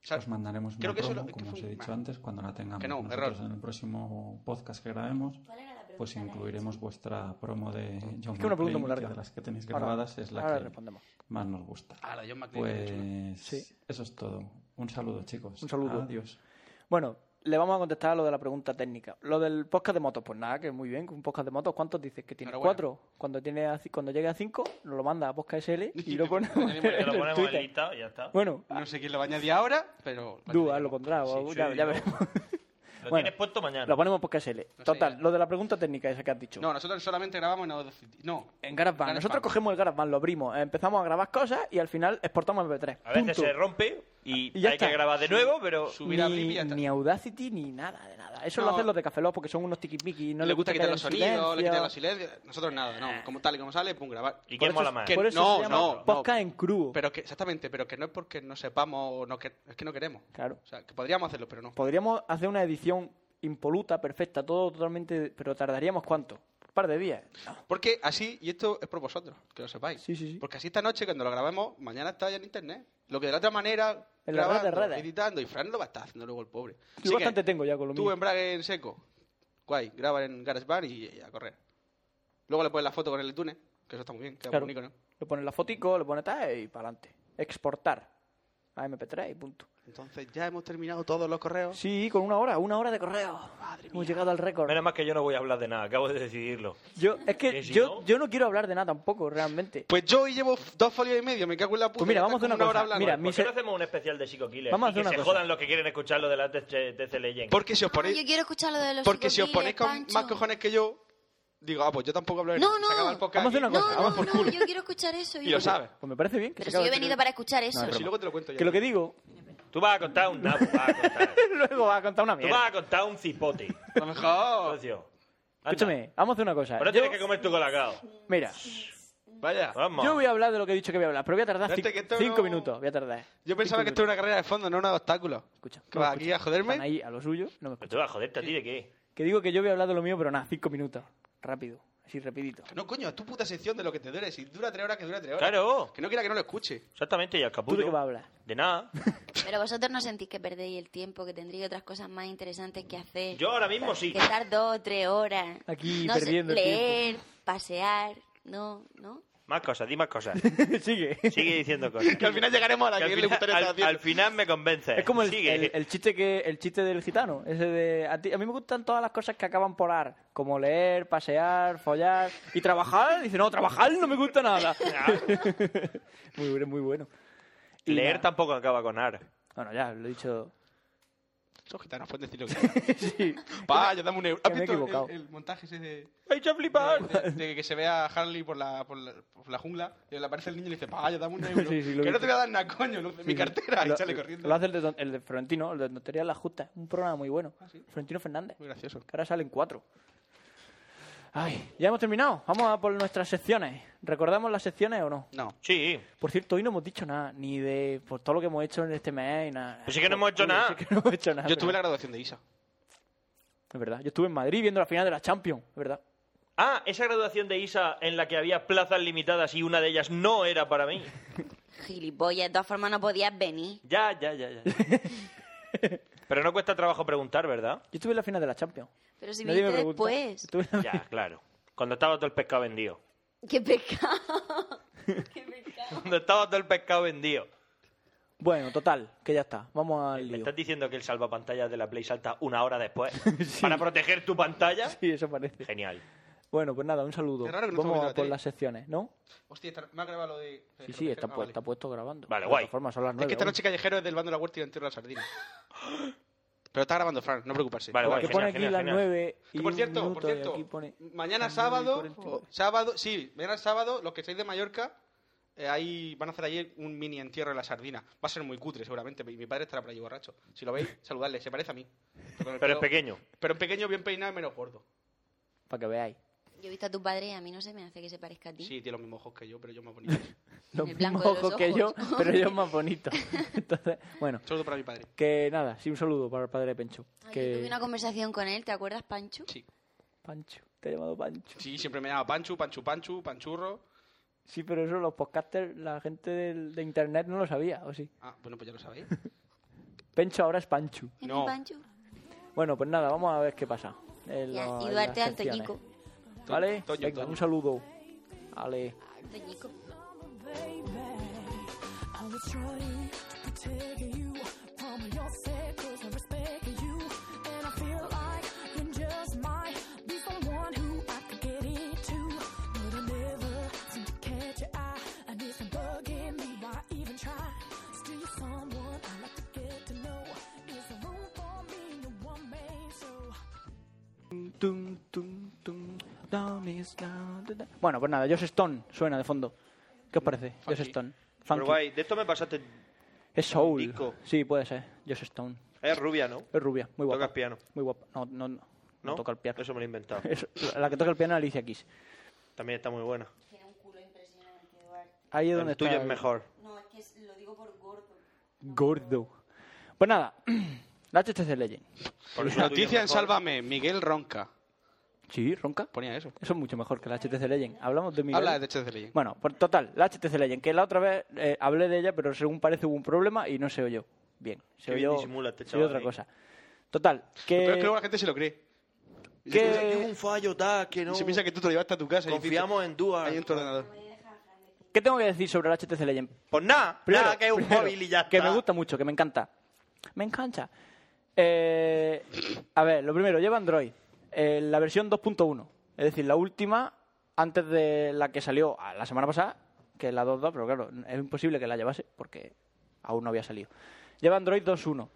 [SPEAKER 14] Y os mandaremos una
[SPEAKER 10] creo que eso
[SPEAKER 14] promo,
[SPEAKER 10] lo- que
[SPEAKER 14] como
[SPEAKER 10] fue
[SPEAKER 14] os he
[SPEAKER 10] un-
[SPEAKER 14] dicho antes, cuando la tengamos.
[SPEAKER 10] Que no,
[SPEAKER 14] Nosotros
[SPEAKER 10] error.
[SPEAKER 14] en el próximo podcast que grabemos, pues incluiremos vuestra promo de John
[SPEAKER 9] Es que una pregunta
[SPEAKER 14] McClane,
[SPEAKER 9] muy larga.
[SPEAKER 14] que de las que tenéis
[SPEAKER 9] Ahora-
[SPEAKER 14] grabadas es la
[SPEAKER 9] ahora
[SPEAKER 14] que
[SPEAKER 9] respondemos.
[SPEAKER 14] más nos gusta.
[SPEAKER 10] Ah, la de John McClane,
[SPEAKER 14] pues eso es todo. Un saludo, chicos.
[SPEAKER 9] Un saludo.
[SPEAKER 14] Adiós.
[SPEAKER 9] Bueno, le vamos a contestar a lo de la pregunta técnica. Lo del podcast de motos, pues nada, que muy bien, que un podcast de motos, ¿cuántos dices que tiene?
[SPEAKER 10] Enhorabuena.
[SPEAKER 9] Cuatro. Cuando tiene a ci- cuando llegue a cinco, nos lo manda a podcast SL y lo ponemos,
[SPEAKER 7] Lo
[SPEAKER 9] en
[SPEAKER 7] ponemos en
[SPEAKER 9] Twitter.
[SPEAKER 7] lista y ya está.
[SPEAKER 9] Bueno,
[SPEAKER 10] No sé quién lo va a añadir ahora, pero.
[SPEAKER 9] Duda, lo pondrá, o- ya,
[SPEAKER 10] sí,
[SPEAKER 9] ya
[SPEAKER 10] lo-
[SPEAKER 9] veremos.
[SPEAKER 7] Lo tienes puesto mañana.
[SPEAKER 9] Lo ponemos en podcast SL.
[SPEAKER 10] sé,
[SPEAKER 9] Total, lo de la pregunta técnica esa que has dicho.
[SPEAKER 10] No, nosotros solamente grabamos en Audacity. No.
[SPEAKER 9] En GarageBand. Nosotros cogemos el GarageBand, lo abrimos, empezamos a grabar cosas y al final exportamos MP3.
[SPEAKER 7] A veces
[SPEAKER 9] Punto.
[SPEAKER 7] se rompe y,
[SPEAKER 9] Y ya
[SPEAKER 7] hay
[SPEAKER 9] está.
[SPEAKER 7] que grabar de nuevo, pero...
[SPEAKER 9] ni, ni Audacity ni nada de nada. Eso
[SPEAKER 10] No.
[SPEAKER 9] lo hacen los de Café Lock porque son unos tiquismiquis. No
[SPEAKER 10] le gusta
[SPEAKER 9] que
[SPEAKER 10] quitar
[SPEAKER 9] haya
[SPEAKER 10] los sonidos, le
[SPEAKER 9] silencio. Eh.
[SPEAKER 10] quitar los silencios. Nosotros nada, no. Como tal y como sale, pum, grabar.
[SPEAKER 7] ¿Y qué
[SPEAKER 9] Por eso
[SPEAKER 7] mola
[SPEAKER 9] es-
[SPEAKER 7] más?
[SPEAKER 10] Que
[SPEAKER 9] por eso
[SPEAKER 10] no,
[SPEAKER 9] se llama
[SPEAKER 10] no, no.
[SPEAKER 9] podcast en crudo.
[SPEAKER 10] Pero que, exactamente, pero que no es porque no sepamos o no que, es que no queremos.
[SPEAKER 9] Claro.
[SPEAKER 10] O sea, que podríamos hacerlo, pero no.
[SPEAKER 9] Podríamos hacer una edición impoluta, perfecta, todo totalmente... Pero tardaríamos cuánto? Un par de días.
[SPEAKER 10] Porque así, y esto es por vosotros, que lo sepáis. Porque así esta noche, cuando lo grabemos, mañana está ya en internet. Lo que de la otra manera,
[SPEAKER 9] En las redes,
[SPEAKER 10] grabando,
[SPEAKER 9] redes.
[SPEAKER 10] editando, y Fran lo va a estar haciendo luego el pobre.
[SPEAKER 9] Yo
[SPEAKER 10] Así que,
[SPEAKER 9] bastante tengo ya con lo
[SPEAKER 10] tú
[SPEAKER 9] mío.
[SPEAKER 10] embrague en seco, guay, graba en GarageBand y, y a correr. Luego le pones la foto con el iTunes, que eso está muy bien, queda
[SPEAKER 9] Claro.
[SPEAKER 10] bonito, ¿no?
[SPEAKER 9] Le pones la fotico, le pones tal y para adelante. Exportar a MP3 y punto.
[SPEAKER 10] Entonces ya hemos terminado todos los correos.
[SPEAKER 9] Sí, con una hora, una hora de correo. Hemos llegado al récord.
[SPEAKER 7] Menos más que yo no voy a hablar de nada, acabo de decidirlo.
[SPEAKER 9] Yo, es que
[SPEAKER 7] Que si
[SPEAKER 9] yo, yo no quiero hablar de nada tampoco, realmente.
[SPEAKER 10] Pues yo hoy llevo f- dos folios y medio, me cago en la puta.
[SPEAKER 9] Pues mira,
[SPEAKER 10] ya
[SPEAKER 9] vamos a
[SPEAKER 10] está
[SPEAKER 9] hacer una
[SPEAKER 10] como hora
[SPEAKER 9] cosa.
[SPEAKER 10] hablando.
[SPEAKER 9] Mira,
[SPEAKER 7] ¿Por
[SPEAKER 9] mi
[SPEAKER 7] qué
[SPEAKER 9] se-
[SPEAKER 7] no hacemos un especial de Psycho Killer?
[SPEAKER 9] Vamos a
[SPEAKER 7] y
[SPEAKER 9] hacer
[SPEAKER 7] que
[SPEAKER 9] una
[SPEAKER 7] se
[SPEAKER 9] cosa.
[SPEAKER 7] jodan los que quieren escuchar lo de la TC Legend.
[SPEAKER 10] Porque si os ponéis...
[SPEAKER 13] Yo quiero escuchar lo de los
[SPEAKER 10] Porque si os ponéis
[SPEAKER 13] psicoquiles,
[SPEAKER 10] con
[SPEAKER 13] Pancho.
[SPEAKER 10] más cojones que yo, digo, ah, pues yo tampoco hablo de
[SPEAKER 13] No,
[SPEAKER 10] nada.
[SPEAKER 13] no.
[SPEAKER 10] Se acaba el podcast
[SPEAKER 9] Vamos a hacer
[SPEAKER 10] aquí.
[SPEAKER 9] una cosa, vamos por
[SPEAKER 13] No,
[SPEAKER 9] culo.
[SPEAKER 13] yo quiero escuchar eso.
[SPEAKER 10] Y lo sabes.
[SPEAKER 9] Pues me parece bien que
[SPEAKER 13] Pero
[SPEAKER 9] se
[SPEAKER 13] si yo
[SPEAKER 9] acabe
[SPEAKER 13] he
[SPEAKER 9] el
[SPEAKER 13] venido
[SPEAKER 9] primer-
[SPEAKER 13] para escuchar eso.
[SPEAKER 9] No, es
[SPEAKER 10] Pero si
[SPEAKER 9] broma.
[SPEAKER 10] luego te lo cuento ya.
[SPEAKER 9] Que lo que digo,
[SPEAKER 7] Tú vas a contar un nabo, vas a contar.
[SPEAKER 9] luego va a contar una
[SPEAKER 7] Tú
[SPEAKER 9] mierda. Oh.
[SPEAKER 7] vas a contar un cipote.
[SPEAKER 10] A lo mejor.
[SPEAKER 7] socio. Anda.
[SPEAKER 9] Escúchame, vamos a hacer una cosa.
[SPEAKER 7] Pero
[SPEAKER 9] Yo-
[SPEAKER 7] tienes que comer tu colacao.
[SPEAKER 9] Mira,
[SPEAKER 10] Vaya.
[SPEAKER 7] Vamos.
[SPEAKER 9] yo voy a hablar de lo que he dicho que voy a hablar, pero voy a tardar
[SPEAKER 10] Espérate,
[SPEAKER 9] cin-
[SPEAKER 10] que esto
[SPEAKER 9] cinco
[SPEAKER 10] no-
[SPEAKER 9] minutos. Voy a tardar.
[SPEAKER 10] Yo pensaba que esto era una carrera de fondo, no un obstáculo.
[SPEAKER 9] Escucha. no me
[SPEAKER 10] Que vas aquí
[SPEAKER 9] escucha.
[SPEAKER 10] a joderme.
[SPEAKER 9] Están ahí a lo suyo, no me escucha.
[SPEAKER 7] Pero tú vas a joderte a ti de qué.
[SPEAKER 9] Que digo que yo voy a hablar de lo mío, pero nada, cinco minutos. Rápido, así rapidito.
[SPEAKER 10] No, coño, es tu puta sección de lo que te dure. Si dura tres horas, que dura tres horas.
[SPEAKER 7] Claro,
[SPEAKER 10] Que no quiera que no lo escuche.
[SPEAKER 7] exactamente, y al
[SPEAKER 9] ¿Tú de qué vas a
[SPEAKER 7] caputo.
[SPEAKER 9] hablar?
[SPEAKER 7] De nada.
[SPEAKER 13] Pero vosotros no sentís que perdéis el tiempo, que tendríais otras cosas más interesantes que hacer.
[SPEAKER 7] Yo ahora mismo sí.
[SPEAKER 13] Que estar dos o tres horas.
[SPEAKER 9] Aquí
[SPEAKER 13] no sé,
[SPEAKER 9] perdiendo el
[SPEAKER 13] leer, pasear. No, no.
[SPEAKER 7] Más cosas, di más cosas.
[SPEAKER 9] Sigue.
[SPEAKER 7] Sigue diciendo cosas.
[SPEAKER 10] Que al final llegaremos a la
[SPEAKER 7] Que
[SPEAKER 10] que,
[SPEAKER 7] al,
[SPEAKER 10] le
[SPEAKER 7] final,
[SPEAKER 10] gustaría estar
[SPEAKER 7] al,
[SPEAKER 10] haciendo.
[SPEAKER 7] al final me convence.
[SPEAKER 9] Es como el,
[SPEAKER 7] Sigue.
[SPEAKER 9] el- el chiste que el chiste del gitano, ese de a, ti- a mí me gustan todas las cosas que acaban por ar, como leer, pasear, follar y trabajar. Dice no, trabajar no me gusta nada. muy bueno, muy bueno. Y
[SPEAKER 7] Leer
[SPEAKER 9] nada.
[SPEAKER 7] tampoco acaba con ar.
[SPEAKER 9] Bueno, ya lo he dicho.
[SPEAKER 10] Son gitanos, pueden decir lo que quieran.
[SPEAKER 9] Sí.
[SPEAKER 10] Pa, yo dame un euro.
[SPEAKER 9] Que
[SPEAKER 10] ¿Has
[SPEAKER 9] me he
[SPEAKER 10] visto el-
[SPEAKER 9] equivocado.
[SPEAKER 10] El, montaje ese de,
[SPEAKER 7] ¡Hay que flipar!
[SPEAKER 10] de- de que se ve a Harley por la, por la, por la jungla? Y le aparece el niño y le dice, pa, yo dame un euro.
[SPEAKER 9] Sí, sí, lo
[SPEAKER 10] que
[SPEAKER 9] he
[SPEAKER 10] no
[SPEAKER 9] visto.
[SPEAKER 10] te voy a dar nada, coño. lo- mi cartera.
[SPEAKER 9] Lo- eh,
[SPEAKER 10] y sale corriendo.
[SPEAKER 9] Lo hace el de, don- el de Florentino, el de Tontería la Justa. Un programa muy bueno. Florentino Fernández.
[SPEAKER 10] Ah, Muy gracioso.
[SPEAKER 9] Que ahora salen cuatro. Ay, ya hemos terminado. Vamos a por nuestras secciones. ¿Recordamos las secciones o no?
[SPEAKER 10] No.
[SPEAKER 7] Sí.
[SPEAKER 9] Por cierto, hoy no hemos dicho nada, ni de por todo lo que hemos hecho en este mes y nada.
[SPEAKER 7] Pues sí que no hemos hecho
[SPEAKER 9] Uy,
[SPEAKER 7] nada.
[SPEAKER 9] sí que no hemos hecho nada.
[SPEAKER 10] Yo estuve en la
[SPEAKER 9] pero-
[SPEAKER 10] graduación de Isa.
[SPEAKER 9] Es verdad, yo estuve en Madrid viendo la final de la Champions, es verdad.
[SPEAKER 7] Ah, esa graduación de ISA en la que había plazas limitadas y una de ellas no era para mí.
[SPEAKER 13] Gilipollas, de todas formas no podías venir.
[SPEAKER 7] Ya, ya, ya, ya. Pero no cuesta trabajo preguntar, ¿verdad?
[SPEAKER 9] Yo estuve en la final de la Champions.
[SPEAKER 13] Pero si
[SPEAKER 9] Nadie me
[SPEAKER 13] viniste
[SPEAKER 9] pregunta.
[SPEAKER 13] después.
[SPEAKER 9] Estuve en la-
[SPEAKER 7] Ya, claro. Cuando estaba todo el pescado vendido.
[SPEAKER 13] Qué pecado. Qué pecado.
[SPEAKER 7] Cuando estaba todo el pescado vendido.
[SPEAKER 9] Bueno, total, que ya está. Vamos al
[SPEAKER 7] ¿Me
[SPEAKER 9] lío.
[SPEAKER 7] estás diciendo que el salvapantallas de la Play salta una hora después? ¿Para proteger tu pantalla?
[SPEAKER 9] Sí, eso parece.
[SPEAKER 7] Genial.
[SPEAKER 9] Bueno, pues nada, un saludo.
[SPEAKER 10] Qué raro que no estamos
[SPEAKER 9] Vamos
[SPEAKER 10] viendo
[SPEAKER 9] a
[SPEAKER 10] la
[SPEAKER 9] por
[SPEAKER 10] tele.
[SPEAKER 9] las secciones, ¿no?
[SPEAKER 10] Hostia, está- me ha grabado lo de...
[SPEAKER 9] Sí, sí, está,
[SPEAKER 10] Ah,
[SPEAKER 9] pu-
[SPEAKER 10] vale.
[SPEAKER 9] está puesto grabando.
[SPEAKER 7] Vale,
[SPEAKER 9] De
[SPEAKER 7] guay.
[SPEAKER 9] todas formas, son las
[SPEAKER 10] Es
[SPEAKER 9] nueve.
[SPEAKER 10] que esta
[SPEAKER 9] aún.
[SPEAKER 10] noche callejero es del bando de la huerta y el entierro de la sardina. Pero está grabando, Fran, no preocuparse.
[SPEAKER 7] Vale, guay,
[SPEAKER 9] Porque pone
[SPEAKER 7] genial,
[SPEAKER 9] aquí
[SPEAKER 7] genial,
[SPEAKER 9] las
[SPEAKER 7] genial.
[SPEAKER 9] nueve y
[SPEAKER 10] Que por
[SPEAKER 9] un
[SPEAKER 10] cierto, por
[SPEAKER 9] minuto, y
[SPEAKER 10] cierto,
[SPEAKER 9] aquí pone-
[SPEAKER 10] mañana
[SPEAKER 9] Ay,
[SPEAKER 10] sábado,
[SPEAKER 9] por el tiempo.
[SPEAKER 10] o- sábado, sí, mañana sábado, los que estáis de Mallorca, eh, ahí van a hacer ahí un mini entierro de la sardina. Va a ser muy cutre, seguramente, y mi padre estará por allí borracho. Si lo veis, saludadle, se parece a mí. con el
[SPEAKER 7] Pero es
[SPEAKER 10] pelo-
[SPEAKER 7] pequeño.
[SPEAKER 10] Pero en pequeño, bien peinado y menos gordo.
[SPEAKER 9] Para que veáis.
[SPEAKER 13] Yo he visto a tu padre y a mí no se me hace que se parezca a ti.
[SPEAKER 10] Sí, tiene los mismos ojos que yo, pero yo más bonito.
[SPEAKER 9] Los
[SPEAKER 13] El
[SPEAKER 9] mismos
[SPEAKER 13] blanco de los
[SPEAKER 9] ojos que yo,
[SPEAKER 13] ojos.
[SPEAKER 9] pero yo más bonito. Entonces, bueno.
[SPEAKER 10] Saludo para mi padre.
[SPEAKER 9] Que nada, sí, un saludo para el padre de Pencho.
[SPEAKER 13] Ay, yo Tuve
[SPEAKER 9] que...
[SPEAKER 13] una conversación con él, ¿te acuerdas, Pancho?
[SPEAKER 10] Sí.
[SPEAKER 9] Pancho, te ha llamado Pancho.
[SPEAKER 10] Sí, siempre me llama Panchu, Panchu, Panchu, Panchurro.
[SPEAKER 9] Sí, pero eso los podcasters, la gente del- de internet no lo sabía, ¿o sí?
[SPEAKER 10] Ah, bueno, pues ya lo sabéis.
[SPEAKER 9] Pencho ahora es Pancho.
[SPEAKER 13] ¿Y ¿Este Pancho?
[SPEAKER 9] Bueno, pues nada, vamos a ver qué pasa. en
[SPEAKER 13] Y a-
[SPEAKER 9] lo-
[SPEAKER 13] y
[SPEAKER 9] en
[SPEAKER 13] Duarte
[SPEAKER 9] las
[SPEAKER 13] al
[SPEAKER 9] secciones.
[SPEAKER 13] Toñico.
[SPEAKER 9] ¿Vale?
[SPEAKER 13] Toño,
[SPEAKER 9] Venga,
[SPEAKER 13] Toño.
[SPEAKER 9] un saludo. Vale.
[SPEAKER 13] Toñico.
[SPEAKER 15] I was trying to protect you from your secrets and respect you. And I feel like you just might be someone who I could get into. But I never seem to catch your eye. And it's a bug in me, why even try? Still, you're someone I like to get to know. Is there room for me in the one man show?
[SPEAKER 9] Tum, tum, tum, down is down, da, da. Bueno, pues nada, Joss Stone suena de fondo. ¿Qué os parece? Joss Stone. Funky.
[SPEAKER 7] Pero guay, de esto me pasaste.
[SPEAKER 9] Es Soul.
[SPEAKER 7] Pico.
[SPEAKER 9] Sí, puede ser. Joss Stone.
[SPEAKER 7] Es rubia, ¿no?
[SPEAKER 9] Es rubia, muy guapa.
[SPEAKER 7] Tocas piano.
[SPEAKER 9] Muy guapa. No, no, no.
[SPEAKER 7] ¿No?
[SPEAKER 9] toca el piano.
[SPEAKER 7] Eso me lo he inventado.
[SPEAKER 9] Es- la que toca el piano es Alicia Keys.
[SPEAKER 7] También está muy buena.
[SPEAKER 9] Ahí es
[SPEAKER 7] El
[SPEAKER 9] donde está.
[SPEAKER 7] tuyo es mejor.
[SPEAKER 11] No, es que lo digo por gordo.
[SPEAKER 9] Gordo. Pues nada, la HTC Legend.
[SPEAKER 10] Noticia en Sálvame, Miguel Ronca.
[SPEAKER 9] Sí, ronca.
[SPEAKER 10] Ponía eso.
[SPEAKER 9] Eso es mucho mejor que la HTC Legend. Hablamos de Miguel.
[SPEAKER 10] Habla de HTC Legend.
[SPEAKER 9] Bueno, por total, la HTC Legend, que la otra vez eh, hablé de ella, pero según parece hubo un problema y no se oyó. Bien, se
[SPEAKER 7] Qué bien
[SPEAKER 9] oyó,
[SPEAKER 7] disimula este
[SPEAKER 9] se
[SPEAKER 7] chaval
[SPEAKER 9] oyó otra
[SPEAKER 7] ahí.
[SPEAKER 9] cosa. Total, que...
[SPEAKER 10] Pero es que luego la gente se lo cree. Y se
[SPEAKER 9] que-
[SPEAKER 10] piensa que-
[SPEAKER 7] Un fallo, tal, que
[SPEAKER 10] y
[SPEAKER 7] no.
[SPEAKER 10] se piensa que tú te lo llevaste a tu casa.
[SPEAKER 7] Confiamos
[SPEAKER 10] en Duarte. Ahí en tu ordenador.
[SPEAKER 9] ¿Qué tengo que decir sobre la HTC Legend?
[SPEAKER 7] Pues nada, nada, que es un móvil y ya
[SPEAKER 9] Que
[SPEAKER 7] está.
[SPEAKER 9] me gusta mucho, que me encanta. Me encanta. Eh, a ver, lo primero, lleva Android. eh, la versión 2.1. Es decir, la última antes de la que salió ah, la semana pasada, que es la 2.2, pero claro, es imposible que la llevase porque aún no había salido. Lleva Android 2.1.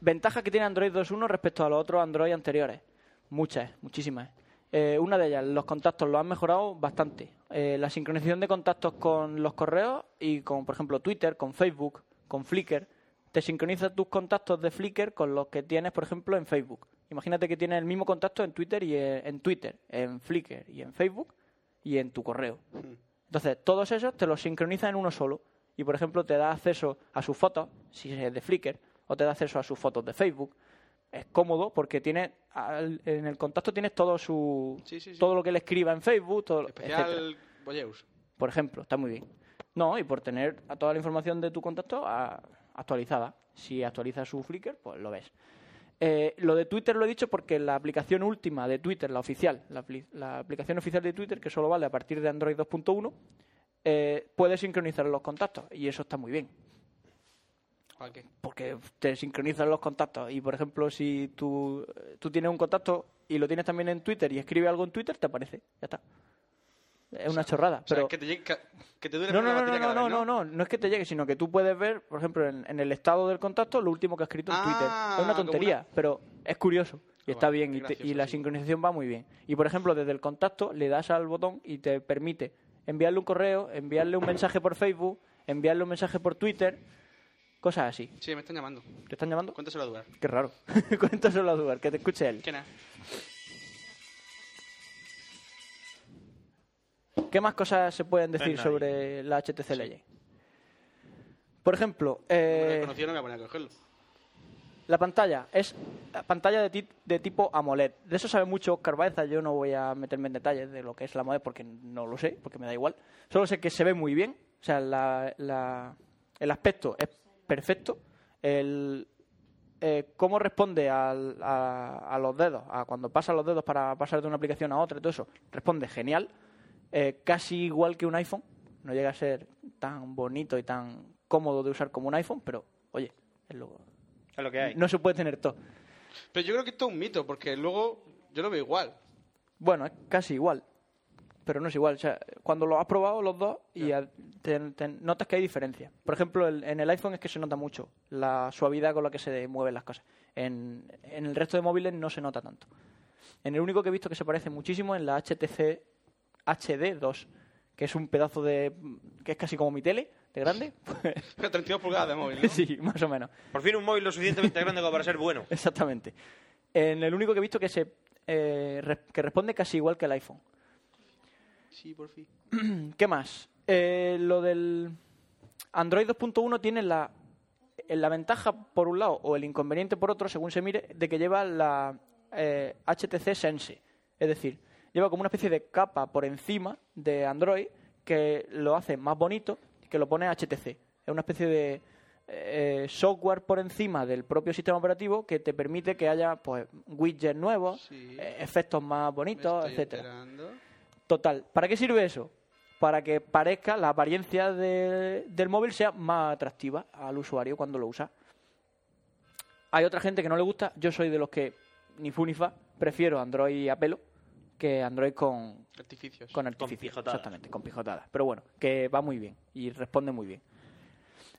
[SPEAKER 9] Ventajas que tiene Android 2.1 respecto a los otros Android anteriores. Muchas, muchísimas. Eh, una de ellas, los contactos los han mejorado bastante. Eh, la sincronización de contactos con los correos y con, por ejemplo, Twitter, con Facebook, con Flickr. Te sincroniza tus contactos de Flickr con los que tienes, por ejemplo, en Facebook. Imagínate que tienes el mismo contacto en Twitter y en, en Twitter, en Flickr y en Facebook y en tu correo. Entonces, todos esos te los sincroniza en uno solo. Y, por ejemplo, te da acceso a sus fotos, si es de Flickr, o te da acceso a sus fotos de Facebook. Es cómodo porque tiene al- en el contacto tienes todo su todo lo que le escriba en Facebook, todo, lo- etcétera.
[SPEAKER 10] Especial Boyeus.
[SPEAKER 9] Por ejemplo, está muy bien. No, y por tener a toda la información de tu contacto a- actualizada. Si actualiza su Flickr, pues lo ves. Eh, lo de Twitter lo he dicho porque la aplicación última de Twitter, la oficial, la, apli- la aplicación oficial de Twitter, que solo vale a partir de Android 2.1, eh, puede sincronizar los contactos y eso está muy bien
[SPEAKER 10] ¿Para qué?
[SPEAKER 9] porque te sincronizan los contactos. Y por ejemplo, si tú, tú tienes un contacto y lo tienes también en Twitter y escribe algo en Twitter, te aparece. Ya está. Es una chorrada.
[SPEAKER 10] O sea,
[SPEAKER 9] pero...
[SPEAKER 10] que te, llegue- que, que te dure
[SPEAKER 9] No, no, no,
[SPEAKER 10] menos la
[SPEAKER 9] no,
[SPEAKER 10] batería
[SPEAKER 9] no,
[SPEAKER 10] cada
[SPEAKER 9] no,
[SPEAKER 10] vez,
[SPEAKER 9] no, no, no es que te llegue, sino que tú puedes ver, por ejemplo, en, en el estado del contacto lo último que ha escrito
[SPEAKER 10] Ah,
[SPEAKER 9] en Twitter. Es una tontería, pero es curioso y está bien y, te- y la sincronización va muy bien. Y por ejemplo, desde el contacto le das al botón y te permite enviarle un correo, enviarle un mensaje por Facebook, enviarle un mensaje por Twitter, cosas así.
[SPEAKER 10] Sí, me están llamando.
[SPEAKER 9] ¿Te están llamando?
[SPEAKER 10] ¿Cuánto se va a durar?
[SPEAKER 9] Qué raro. Cuéntaselo a Duarte, que te escuche él.
[SPEAKER 10] ¿Quién es?
[SPEAKER 9] ¿Qué más cosas se pueden
[SPEAKER 10] No es
[SPEAKER 9] decir
[SPEAKER 10] nadie.
[SPEAKER 9] sobre la HTC Legend? Por ejemplo, eh,
[SPEAKER 10] Como lo he conocido, no me voy a poner a cogerlo.
[SPEAKER 9] La pantalla es la pantalla de, ti- de tipo AMOLED. De eso sabe mucho Oscar Baeza. Yo no voy a meterme en detalles de lo que es la AMOLED porque no lo sé, porque me da igual. Solo sé que se ve muy bien. O sea, la- la- el aspecto es perfecto. El, eh, cómo responde al- a, a los dedos, a cuando pasas los dedos para pasar de una aplicación a otra y todo eso, responde genial. Eh, casi igual que un iPhone. No llega a ser tan bonito y tan cómodo de usar como un iPhone, pero oye, es lo,
[SPEAKER 7] Es lo que hay.
[SPEAKER 9] no se puede tener todo.
[SPEAKER 10] Pero yo creo que esto es un mito, porque luego yo lo veo igual.
[SPEAKER 9] Bueno, es casi igual, pero no es igual. O sea, cuando lo has probado los dos y a- te- te notas que hay diferencia. Por ejemplo, el- en el iPhone es que se nota mucho la suavidad con la que se mueven las cosas. En, en el resto de móviles no se nota tanto. En el único que he visto que se parece muchísimo es la HTC HD2, que es un pedazo de... que es casi como mi tele, de grande.
[SPEAKER 10] 32 pulgadas de móvil, ¿no?
[SPEAKER 9] sí, más o menos.
[SPEAKER 7] Por fin un móvil lo suficientemente grande como para ser bueno.
[SPEAKER 9] Exactamente. En el único que he visto que se eh, re- que responde casi igual que el iPhone.
[SPEAKER 10] Sí, por fin.
[SPEAKER 9] ¿Qué más? Eh, lo del Android 2.1 tiene la, eh, la ventaja por un lado o el inconveniente por otro, según se mire, de que lleva la eh, HTC Sense. Es decir, lleva como una especie de capa por encima de Android que lo hace más bonito que lo pone HTC. Es una especie de eh, software por encima del propio sistema operativo que te permite que haya pues widgets nuevos, eh, efectos más bonitos, etcétera. Total, ¿para qué sirve eso? Para que parezca la apariencia de- del móvil sea más atractiva al usuario cuando lo usa. Hay otra gente que no le gusta, yo soy de los que ni fu ni fa, prefiero Android a pelo que Android con
[SPEAKER 10] Artificios.
[SPEAKER 9] con artificios, exactamente, con pijotadas, pero bueno, que va muy bien y responde muy bien.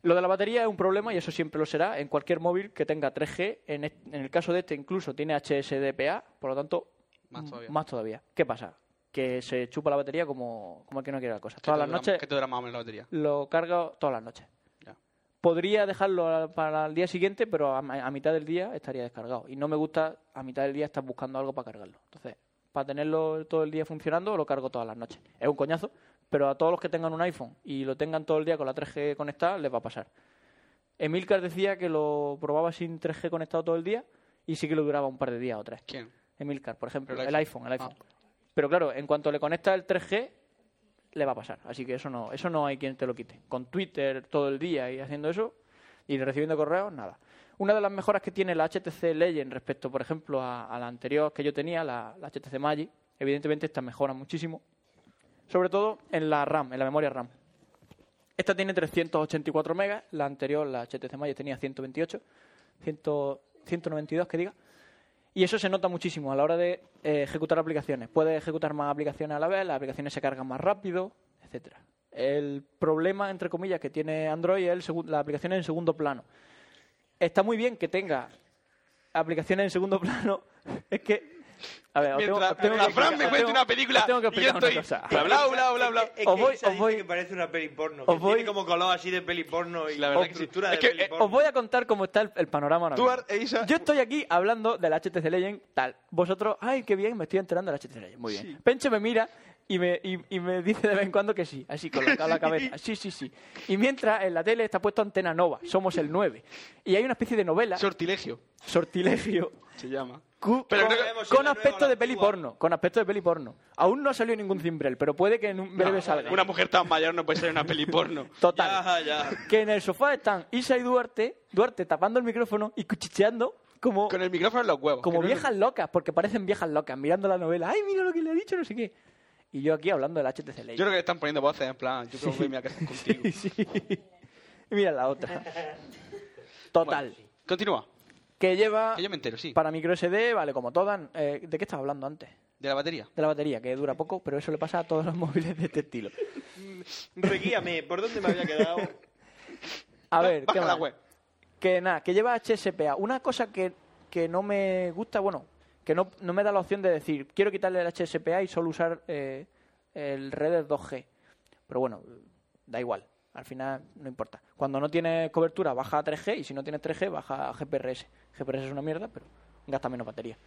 [SPEAKER 9] Lo de la batería es un problema y eso siempre lo será en cualquier móvil que tenga 3G. En, est- en el caso de este incluso tiene HSDPA, por lo tanto,
[SPEAKER 10] Más
[SPEAKER 9] m-
[SPEAKER 10] todavía.
[SPEAKER 9] Mm, más todavía. ¿Qué pasa? Que se chupa la batería como, como el que no quiere la cosa. Todas
[SPEAKER 10] te
[SPEAKER 9] las
[SPEAKER 10] dura-
[SPEAKER 9] noches
[SPEAKER 10] que te dura más o menos la batería?
[SPEAKER 9] lo cargo todas las noches. Podría dejarlo a- para el día siguiente, pero a, ma- a mitad del día estaría descargado. Y no me gusta a mitad del día estar buscando algo para cargarlo. Entonces, para tenerlo todo el día funcionando, lo cargo todas las noches. Es un coñazo, pero a todos los que tengan un iPhone y lo tengan todo el día con la 3G conectada, les va a pasar. Emilcar decía que lo probaba sin 3G conectado todo el día y sí que lo duraba un par de días o tres.
[SPEAKER 10] ¿Quién?
[SPEAKER 9] Emilcar, por ejemplo.
[SPEAKER 10] Pero el
[SPEAKER 9] El
[SPEAKER 10] Ah.
[SPEAKER 9] iPhone, el iPhone. Pero claro, en cuanto le conecta el 3G, le va a pasar. Así que eso no, eso no hay quien te lo quite. Con Twitter todo el día y haciendo eso y recibiendo correos, nada. Una de las mejoras que tiene la HTC Legend respecto, por ejemplo, a, a la anterior que yo tenía, la, la HTC Magic, evidentemente esta mejora muchísimo. Sobre todo en la RAM, en la memoria RAM. Esta tiene 384 megas, la anterior, la HTC Magic, tenía 128, 100 192 que diga. Y eso se nota muchísimo a la hora de eh, ejecutar aplicaciones. Puedes ejecutar más aplicaciones a la vez, las aplicaciones se cargan más rápido, etcétera. El problema, entre comillas, que tiene Android es el segun- las aplicaciones en segundo plano. Está muy bien que tenga aplicaciones en segundo plano. es que... A ver, os tengo-
[SPEAKER 10] Mientras,
[SPEAKER 9] os tengo que
[SPEAKER 10] mientras Fran
[SPEAKER 9] explicar-
[SPEAKER 10] me
[SPEAKER 9] os
[SPEAKER 10] cuenta
[SPEAKER 9] tengo-
[SPEAKER 10] una película
[SPEAKER 9] os tengo que
[SPEAKER 10] y yo
[SPEAKER 9] explicar una
[SPEAKER 10] estoy...
[SPEAKER 9] cosa.
[SPEAKER 10] Bla, bla, bla, bla, bla.
[SPEAKER 6] Es que
[SPEAKER 9] Os voy-
[SPEAKER 6] Isa
[SPEAKER 9] os
[SPEAKER 6] dice que parece una peli porno. Que
[SPEAKER 9] os voy-
[SPEAKER 6] tiene como color así de peli porno y
[SPEAKER 10] La
[SPEAKER 6] la
[SPEAKER 10] verdad que sí.
[SPEAKER 6] estructura
[SPEAKER 10] Es
[SPEAKER 6] de
[SPEAKER 10] que,
[SPEAKER 6] peli
[SPEAKER 10] eh,
[SPEAKER 6] porno.
[SPEAKER 9] Os voy a contar cómo está el, el panorama ahora mismo.
[SPEAKER 10] e
[SPEAKER 9] Yo estoy aquí hablando del HTC Legend, tal. Vosotros, ay, qué bien, me estoy enterando del HTC Legend. Muy bien. Pencho me mira y me, y, y me dice de vez en cuando que sí, así con la, con la cabeza. Sí, sí, sí. Y mientras en la tele está puesto Antena Nova, somos el 9. Y hay una especie de novela.
[SPEAKER 10] Sortilegio.
[SPEAKER 9] Sortilegio.
[SPEAKER 10] Se llama.
[SPEAKER 9] cu-
[SPEAKER 10] Pero
[SPEAKER 9] con,
[SPEAKER 10] creo que-
[SPEAKER 9] con aspecto de peli porno. Con aspecto de peli porno. Aún no ha salido ningún cimbrel, pero puede que en un breve
[SPEAKER 10] No,
[SPEAKER 9] salga.
[SPEAKER 10] Una mujer tan mayor no puede ser una peli porno.
[SPEAKER 9] Total. Que en el sofá están Isa y Duarte, Duarte tapando el micrófono y cuchicheando como. Con
[SPEAKER 10] el micrófono en los huevos.
[SPEAKER 9] Como
[SPEAKER 10] que no-
[SPEAKER 9] viejas locas, porque parecen viejas locas, mirando la novela. ¡Ay, mira lo que le ha dicho! No sé qué. Y yo aquí hablando del HTC Legend.
[SPEAKER 10] Yo creo que están poniendo voces en plan, yo creo que voy a mi casa contigo.
[SPEAKER 9] Y mira la otra. Total.
[SPEAKER 10] Continúa.
[SPEAKER 9] Que
[SPEAKER 6] Ah.
[SPEAKER 9] lleva.
[SPEAKER 10] Que yo me entero, sí.
[SPEAKER 9] Para microSD, vale, como todas. eh, ¿De qué estaba hablando antes?
[SPEAKER 10] De la batería.
[SPEAKER 9] De la batería, que dura poco, pero eso le pasa a todos los móviles de este estilo.
[SPEAKER 6] Reguíame, ¿por dónde me había quedado?
[SPEAKER 9] A ver,
[SPEAKER 6] baja
[SPEAKER 9] ¿qué
[SPEAKER 6] la
[SPEAKER 9] más? Que nada, que lleva HSPA. Una cosa que, que no me gusta, bueno, que no, no me da la opción de decir, quiero quitarle el HSPA y solo usar eh, el Redes 2G. Pero bueno, da igual. Al final no importa. Cuando no tienes cobertura, baja a 3G y si no tienes 3G, baja a GPRS. GPRS es una mierda, pero gasta menos batería.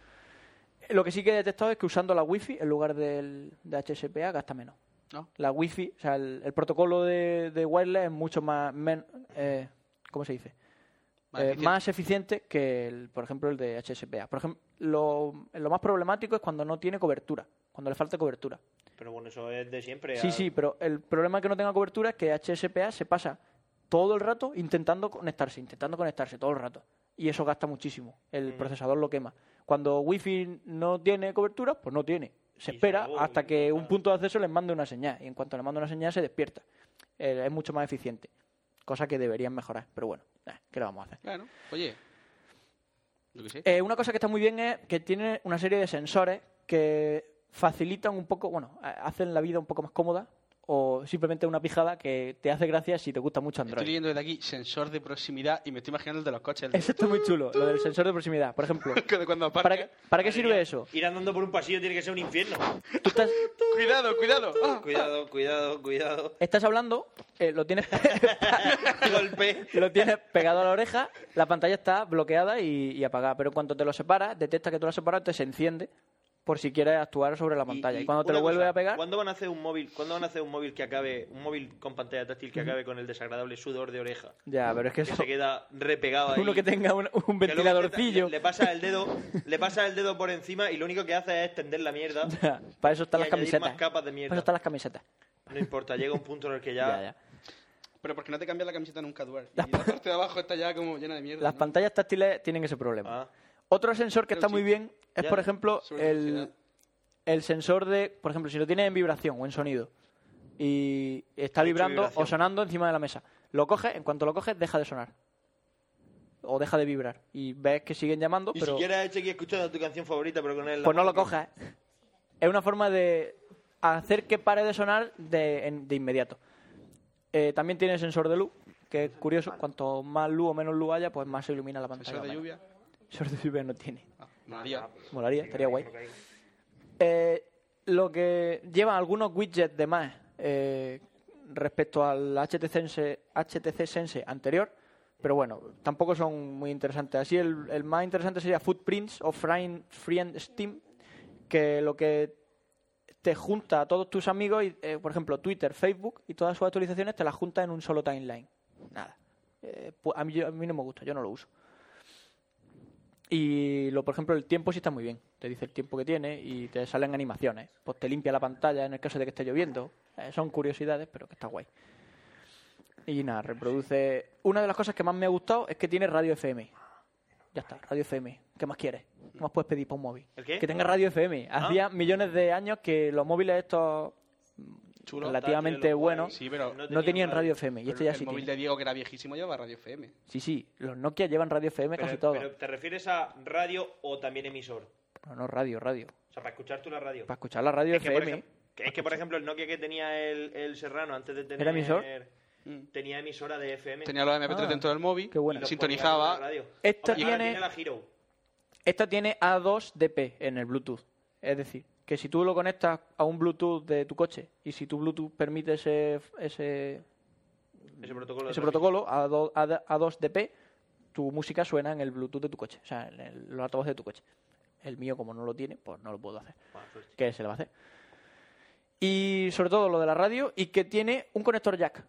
[SPEAKER 9] Lo que sí que he detectado es que usando la Wi-Fi en lugar del de HSPA gasta menos.
[SPEAKER 10] ¿No?
[SPEAKER 9] La Wi-Fi, o sea, el, el protocolo de, de wireless es mucho más. men- eh, ¿Cómo se dice? Eh, más eficiente que, el, por ejemplo, el de HSPA. Por ejemplo, lo, lo más problemático es cuando no tiene cobertura, cuando le falta cobertura.
[SPEAKER 6] Pero bueno, eso es de siempre.
[SPEAKER 9] Sí,
[SPEAKER 6] a-
[SPEAKER 9] sí, pero el problema que no tenga cobertura es que HSPA se pasa todo el rato intentando conectarse, intentando conectarse todo el rato. Y eso gasta muchísimo.
[SPEAKER 6] Mm.
[SPEAKER 9] El procesador lo quema. Cuando Wi-Fi no tiene cobertura, pues no tiene. Se espera hasta que un punto de acceso les mande una señal. Y en cuanto le manda una señal, se despierta. Eh, es mucho más eficiente. Cosa que deberían mejorar. Pero bueno, nah, ¿qué le vamos a hacer?
[SPEAKER 10] Claro. Oye. Yo qué sé.
[SPEAKER 9] Eh, una cosa que está muy bien es que tiene una serie de sensores que facilitan un poco, bueno, a- hacen la vida un poco más cómoda o simplemente una pijada que te hace gracia si te gusta mucho
[SPEAKER 10] Estoy
[SPEAKER 9] Android.
[SPEAKER 10] leyendo desde aquí sensor de proximidad y me estoy imaginando el de los coches. el de-
[SPEAKER 9] Eso está muy chulo, lo del sensor de proximidad, por ejemplo.
[SPEAKER 10] Cuando- cuando aparca.
[SPEAKER 9] ¿Para qué, para qué sirve eso?
[SPEAKER 6] Ir andando por un pasillo tiene que ser un infierno.
[SPEAKER 10] Cuidado, cuidado. Ah,
[SPEAKER 6] Cuidado, cuidado, cuidado.
[SPEAKER 9] Estás hablando, eh, lo tienes
[SPEAKER 6] Golpe.
[SPEAKER 9] lo tienes pegado a la oreja, la pantalla está bloqueada y, y apagada, pero en cuanto te lo separas, detecta que tú lo has separado, te se enciende por si quieres actuar sobre la pantalla. Y, cuando te
[SPEAKER 7] Una
[SPEAKER 9] lo vuelve
[SPEAKER 7] cosa,
[SPEAKER 9] a pegar,
[SPEAKER 7] ¿Cuándo van a hacer un móvil? ¿Cuándo van a hacer un móvil que acabe, un móvil con pantalla táctil que acabe con el desagradable sudor de oreja?
[SPEAKER 9] Ya, pero es que eso-
[SPEAKER 7] se queda repegado ahí.
[SPEAKER 9] uno que tenga un, un
[SPEAKER 7] Que luego intenta-
[SPEAKER 9] ventiladorcillo.
[SPEAKER 7] Le, le pasa el dedo, le pasa el dedo por encima y lo único que hace es tender la mierda.
[SPEAKER 9] Ya, para eso están
[SPEAKER 7] y
[SPEAKER 9] las
[SPEAKER 7] añadir
[SPEAKER 9] camisetas. Pues
[SPEAKER 7] más capas de
[SPEAKER 9] Para eso
[SPEAKER 7] mierda.
[SPEAKER 9] están las camisetas.
[SPEAKER 7] No importa, llega un punto en el que ya.
[SPEAKER 10] Pero porque no te cambias la camiseta nunca, Duarte. Y la parte de abajo está ya como llena de mierda.
[SPEAKER 9] Las
[SPEAKER 10] ¿no?
[SPEAKER 9] pantallas táctiles tienen ese
[SPEAKER 7] Ah.
[SPEAKER 9] problema. Otro sensor que está muy bien es,
[SPEAKER 10] Ya,
[SPEAKER 9] por ejemplo,
[SPEAKER 10] sobre
[SPEAKER 9] el, el sensor de, por ejemplo, si lo tienes en vibración o en sonido y está
[SPEAKER 7] Mucho
[SPEAKER 9] vibrando o
[SPEAKER 7] vibración.
[SPEAKER 9] sonando encima de la mesa, lo coges, en cuanto lo coges, deja de sonar o deja de vibrar y ves que siguen llamando,
[SPEAKER 7] Y
[SPEAKER 9] pero
[SPEAKER 7] si quieres, eche aquí escuchando tu canción favorita, pero con él.
[SPEAKER 9] pues no lo cojas. Es una forma de hacer que pare de sonar de, en- de inmediato. Eh, también tiene sensor de luz, que es curioso, cuanto más luz o menos luz haya, pues más se ilumina la pantalla.
[SPEAKER 10] Sensor de
[SPEAKER 9] o menos.
[SPEAKER 10] lluvia.
[SPEAKER 9] Sensor de lluvia no tiene.
[SPEAKER 10] Ah,
[SPEAKER 9] Ah,
[SPEAKER 10] María.
[SPEAKER 9] Molaría, estaría guay. Eh, lo que lleva algunos widgets de más eh, respecto al HTC Sense, HTC Sense anterior, pero bueno, tampoco son muy interesantes. Así, el, el más interesante sería Footprints o Friend, Friend Steam, que lo que te junta a todos tus amigos, y, eh, por ejemplo, Twitter, Facebook y todas sus actualizaciones te las junta en un solo timeline. Nada. Eh, pu- a, mí, yo- a mí no me gusta, yo no lo uso. Y lo, por ejemplo, el tiempo sí está muy bien. Te dice el tiempo que tiene y te salen animaciones. Pues te limpia la pantalla en el caso de que esté lloviendo. Eh, son curiosidades, pero que está guay. Y nada, reproduce. Una de las cosas que más me ha gustado es que tiene radio FM. Ya está, radio FM. ¿Qué más quieres? ¿Qué más puedes pedir para un móvil?
[SPEAKER 7] ¿El qué?
[SPEAKER 9] Que tenga radio FM.
[SPEAKER 7] Ah.
[SPEAKER 9] Hacía millones de años que los móviles estos
[SPEAKER 10] Chulo,
[SPEAKER 9] relativamente
[SPEAKER 10] táctiles, los
[SPEAKER 9] buenos
[SPEAKER 10] cuales- Sí, pero
[SPEAKER 9] no, tenían radio FM. Y
[SPEAKER 10] Pero
[SPEAKER 9] este ya
[SPEAKER 10] el
[SPEAKER 9] sí
[SPEAKER 10] móvil
[SPEAKER 9] tiene.
[SPEAKER 10] de Diego, que era viejísimo, llevaba radio FM.
[SPEAKER 9] Sí, sí, los Nokia llevan radio FM
[SPEAKER 7] Pero,
[SPEAKER 9] casi todos.
[SPEAKER 7] pero ¿te refieres a radio o también emisor?
[SPEAKER 9] No, no, radio, radio.
[SPEAKER 7] O sea, para escuchar tú la radio.
[SPEAKER 9] Para escuchar la radio
[SPEAKER 7] Es que, por
[SPEAKER 9] FM.
[SPEAKER 7] ejem- que- es que, por ejemplo, el Nokia que tenía el, el Serrano antes de tener...
[SPEAKER 9] ¿Era emisor?
[SPEAKER 7] Tenía emisora de FM.
[SPEAKER 10] Tenía los MP3 dentro del móvil,
[SPEAKER 9] Mm. Ah, bueno.
[SPEAKER 7] Y los ponía
[SPEAKER 10] sintonizaba.
[SPEAKER 7] en la radio.
[SPEAKER 9] Esta
[SPEAKER 7] Hombre, ahora
[SPEAKER 9] tiene-
[SPEAKER 7] la Hero.
[SPEAKER 9] Esta tiene A2DP en el Bluetooth. Es decir, que si tú lo conectas a un Bluetooth de tu coche y si tu Bluetooth permite ese,
[SPEAKER 7] Ese
[SPEAKER 9] ese,
[SPEAKER 7] protocolo. de
[SPEAKER 9] ese
[SPEAKER 7] transmisión.
[SPEAKER 9] protocolo A2, A2DP, tu música suena en el Bluetooth de tu coche, o sea, en el- los altavoces de tu coche. El mío, como no lo tiene, pues no lo puedo hacer. ¿Qué se le va a hacer? Y sobre todo lo de la radio y que tiene un conector jack.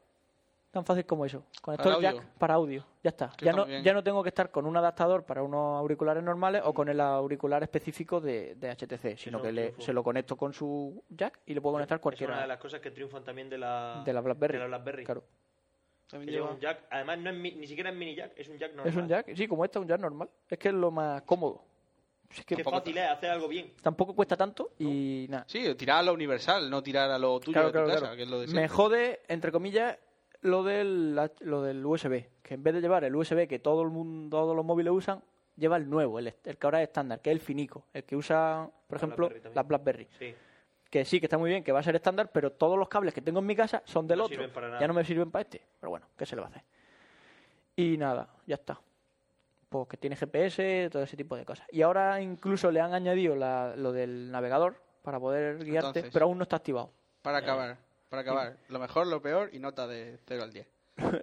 [SPEAKER 9] Tan fácil como eso. Conector
[SPEAKER 10] ¿Para audio?
[SPEAKER 9] jack para audio. Ya está.
[SPEAKER 10] Que
[SPEAKER 9] Ya
[SPEAKER 10] está
[SPEAKER 9] no,
[SPEAKER 10] muy bien.
[SPEAKER 9] ya no tengo que estar con un adaptador para unos auriculares normales o con el auricular específico de, de HTC, sino que le- se lo conecto con su jack y le puedo conectar
[SPEAKER 7] pues, Es una de
[SPEAKER 9] cualquiera
[SPEAKER 7] las cosas que triunfan también de la...
[SPEAKER 9] de la BlackBerry.
[SPEAKER 7] de la BlackBerry.
[SPEAKER 9] Claro.
[SPEAKER 7] Que lleva un jack. Además, no es mi- ni siquiera es mini jack, es un jack normal.
[SPEAKER 9] Es un jack, sí, como este, un jack normal. Es que es lo más cómodo. Si es que
[SPEAKER 7] Qué fácil es hacer algo bien.
[SPEAKER 9] Tampoco cuesta tanto y nada.
[SPEAKER 10] Sí, tirar a lo universal, no tirar a lo tuyo
[SPEAKER 9] Claro,
[SPEAKER 10] de tu
[SPEAKER 9] claro,
[SPEAKER 10] casa,
[SPEAKER 9] claro.
[SPEAKER 10] que es lo de siempre.
[SPEAKER 9] Me jode, entre comillas, lo del, la- lo del USB. Que en vez de llevar el USB que todo el mundo, todos los móviles usan, lleva el nuevo, el, est- el que ahora es estándar, que es el finico. El que usa, por ejemplo,
[SPEAKER 7] Blackberry
[SPEAKER 9] la BlackBerry.
[SPEAKER 7] Sí.
[SPEAKER 9] Que sí, que está muy bien, que va a ser estándar, pero todos los cables que tengo en mi casa son del
[SPEAKER 7] No
[SPEAKER 9] otro.
[SPEAKER 7] sirven para nada.
[SPEAKER 9] Ya no me sirven para este. Pero bueno, ¿qué se le va a hacer? Y nada, ya está. Pues que tiene GPS, todo ese tipo de cosas. Y ahora incluso le han añadido la- lo del navegador para poder guiarte,
[SPEAKER 10] Entonces.
[SPEAKER 9] pero aún no está activado.
[SPEAKER 10] Para acabar, para acabar. Lo mejor, lo peor y nota de 0 al 10.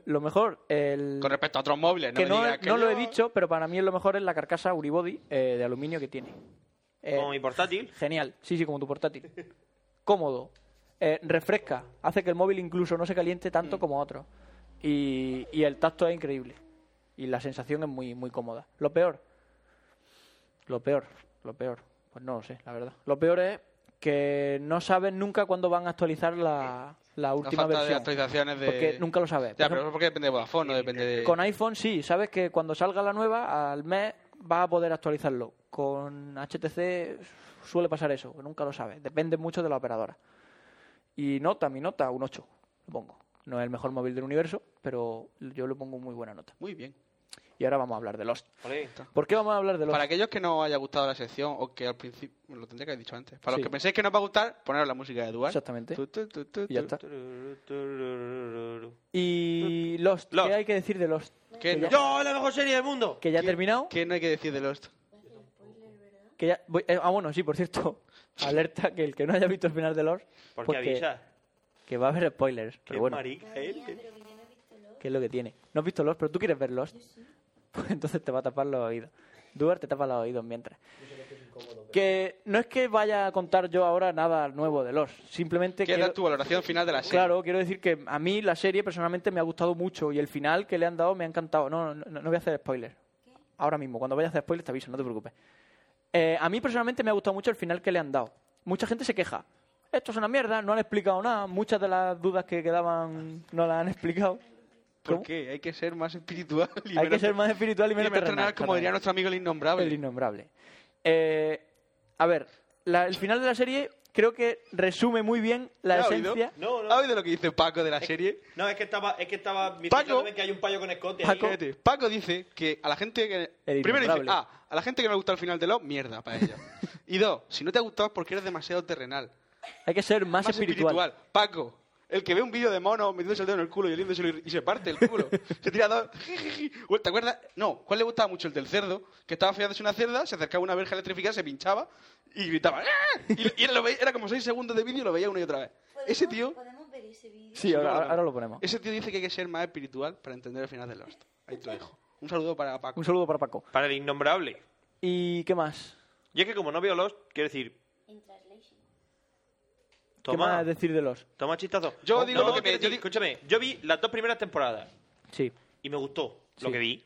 [SPEAKER 9] lo mejor, el...
[SPEAKER 10] Con respecto a otros móviles, no
[SPEAKER 9] que
[SPEAKER 10] me
[SPEAKER 9] no,
[SPEAKER 10] digas que
[SPEAKER 9] no lo
[SPEAKER 10] yo-
[SPEAKER 9] he dicho, pero para mí lo mejor es la carcasa Unibody eh, de aluminio que tiene. Eh,
[SPEAKER 7] Como mi portátil.
[SPEAKER 9] Genial, sí, sí, como tu portátil. Cómodo, eh, refresca, hace que el móvil incluso no se caliente tanto
[SPEAKER 10] Mm.
[SPEAKER 9] como otro. Y, y el tacto es increíble. Y la sensación es muy, muy cómoda. Lo peor, lo peor, lo peor, pues no lo sé, la verdad. Lo peor es que no sabes nunca cuándo van a actualizar la, la
[SPEAKER 10] La
[SPEAKER 9] última
[SPEAKER 10] falta de
[SPEAKER 9] versión.
[SPEAKER 10] actualizaciones de...
[SPEAKER 9] Porque nunca lo sabes.
[SPEAKER 10] Ya,
[SPEAKER 9] Por
[SPEAKER 10] pero eso porque depende de Vodafone, no depende de...
[SPEAKER 9] con iPhone sí, sabes que cuando salga la nueva, al mes vas a poder actualizarlo. Con HTC suele pasar eso, que nunca lo sabes. Depende mucho de la operadora. Y nota, mi nota, un 8, le pongo. No es el mejor móvil del universo, pero yo le pongo muy buena nota.
[SPEAKER 10] Muy bien.
[SPEAKER 9] Y ahora vamos a hablar de Lost.
[SPEAKER 7] Ole.
[SPEAKER 9] ¿Por qué vamos a hablar de Lost?
[SPEAKER 10] Para aquellos que no os haya gustado la sección, o que al principio... Lo tendría que haber dicho antes. Para
[SPEAKER 9] Sí.
[SPEAKER 10] los que penséis que no os va a gustar, poneros la música de Eduard.
[SPEAKER 9] Exactamente.
[SPEAKER 10] Tu, tu, tu, tu,
[SPEAKER 9] Y ya
[SPEAKER 10] tu.
[SPEAKER 9] está. Y Lost, ¿qué hay que decir de Lost?
[SPEAKER 10] Que
[SPEAKER 9] ya-
[SPEAKER 7] ¡Yo, la mejor serie del mundo!
[SPEAKER 9] Que ya ha terminado.
[SPEAKER 10] ¿Qué no hay que decir de Lost?
[SPEAKER 9] Que ya, voy- eh, ah, bueno, sí, por cierto. Alerta que el que no haya visto el final de Lost.
[SPEAKER 7] ¿Por qué
[SPEAKER 9] pues que-
[SPEAKER 7] avisa?
[SPEAKER 9] Que va a haber spoilers.
[SPEAKER 7] Qué
[SPEAKER 9] Pero bueno,
[SPEAKER 7] marica ¿eh? él.
[SPEAKER 9] ¿qué es lo que tiene? No has visto Lost, pero tú quieres ver Lost. Pues entonces te va a tapar los oídos. Duarte te tapa los oídos mientras. Que no es que vaya a contar yo ahora nada nuevo de Lost, simplemente
[SPEAKER 10] ¿Qué
[SPEAKER 9] quiero-
[SPEAKER 10] tu valoración final de la serie?
[SPEAKER 9] Claro, quiero decir que a mí la serie personalmente me ha gustado mucho y el final que le han dado me ha encantado. No, no, no voy a hacer spoiler. Ahora mismo, cuando vaya a hacer spoiler te aviso, no te preocupes. Eh, a mí personalmente me ha gustado mucho el final que le han dado. Mucha gente se queja. Esto es una mierda, no han explicado nada. Muchas de las dudas que quedaban no las han explicado.
[SPEAKER 10] ¿Por
[SPEAKER 9] ¿Cómo?
[SPEAKER 10] qué? Hay que ser más espiritual y
[SPEAKER 9] Hay que ser más espiritual y menos
[SPEAKER 10] terrenal,
[SPEAKER 9] terrenal,
[SPEAKER 10] como diría
[SPEAKER 9] claro.
[SPEAKER 10] nuestro amigo el innombrable.
[SPEAKER 9] El innombrable. Eh, a ver, la- el final de la serie creo que resume muy bien la
[SPEAKER 10] ¿Ya ha oído?
[SPEAKER 9] esencia.
[SPEAKER 10] No, no. ¿Ha oído lo que dice Paco de la serie?
[SPEAKER 7] No, es que estaba, es que estaba mirándome que hay un payo con escote. ahí.
[SPEAKER 10] Paco, Paco dice que a la gente que.
[SPEAKER 7] El
[SPEAKER 10] Primero dice,
[SPEAKER 7] innombrable.
[SPEAKER 10] ah, a la gente que no le gusta el final de los, mierda para ella. y dos, si no te ha gustado es porque eres demasiado terrenal.
[SPEAKER 9] Hay que ser más,
[SPEAKER 10] Más espiritual. Paco, el que ve un vídeo de mono metiéndose el dedo en el culo y oliéndoselo y- y se parte el culo. se tira dos. Bueno, ¿Te acuerdas? No, ¿cuál le gustaba mucho? El del cerdo, que estaba fiándose una cerda, se acercaba a una verja electrificada, se pinchaba y gritaba. ¡Ah! Y, y él lo veía- era como seis segundos de vídeo y lo veía una y otra vez. Ese tío.
[SPEAKER 9] Sí, ahora- ahora lo ponemos.
[SPEAKER 10] Ese tío dice que hay que ser más espiritual para entender el final de Lost. Ahí te lo dejo. Un saludo para Paco.
[SPEAKER 9] Un saludo para Paco.
[SPEAKER 7] Para el innombrable.
[SPEAKER 9] ¿Y qué más?
[SPEAKER 7] Y es que como no veo Lost, quiero decir...
[SPEAKER 9] ¿Qué
[SPEAKER 7] Toma,
[SPEAKER 9] más decir de los?
[SPEAKER 7] toma chistazo.
[SPEAKER 10] Yo
[SPEAKER 7] No,
[SPEAKER 10] digo lo que
[SPEAKER 7] quiero
[SPEAKER 10] me- yo
[SPEAKER 7] decir, Escúchame, yo vi las dos primeras temporadas
[SPEAKER 9] Sí.
[SPEAKER 7] y me gustó lo
[SPEAKER 9] Sí.
[SPEAKER 7] que vi.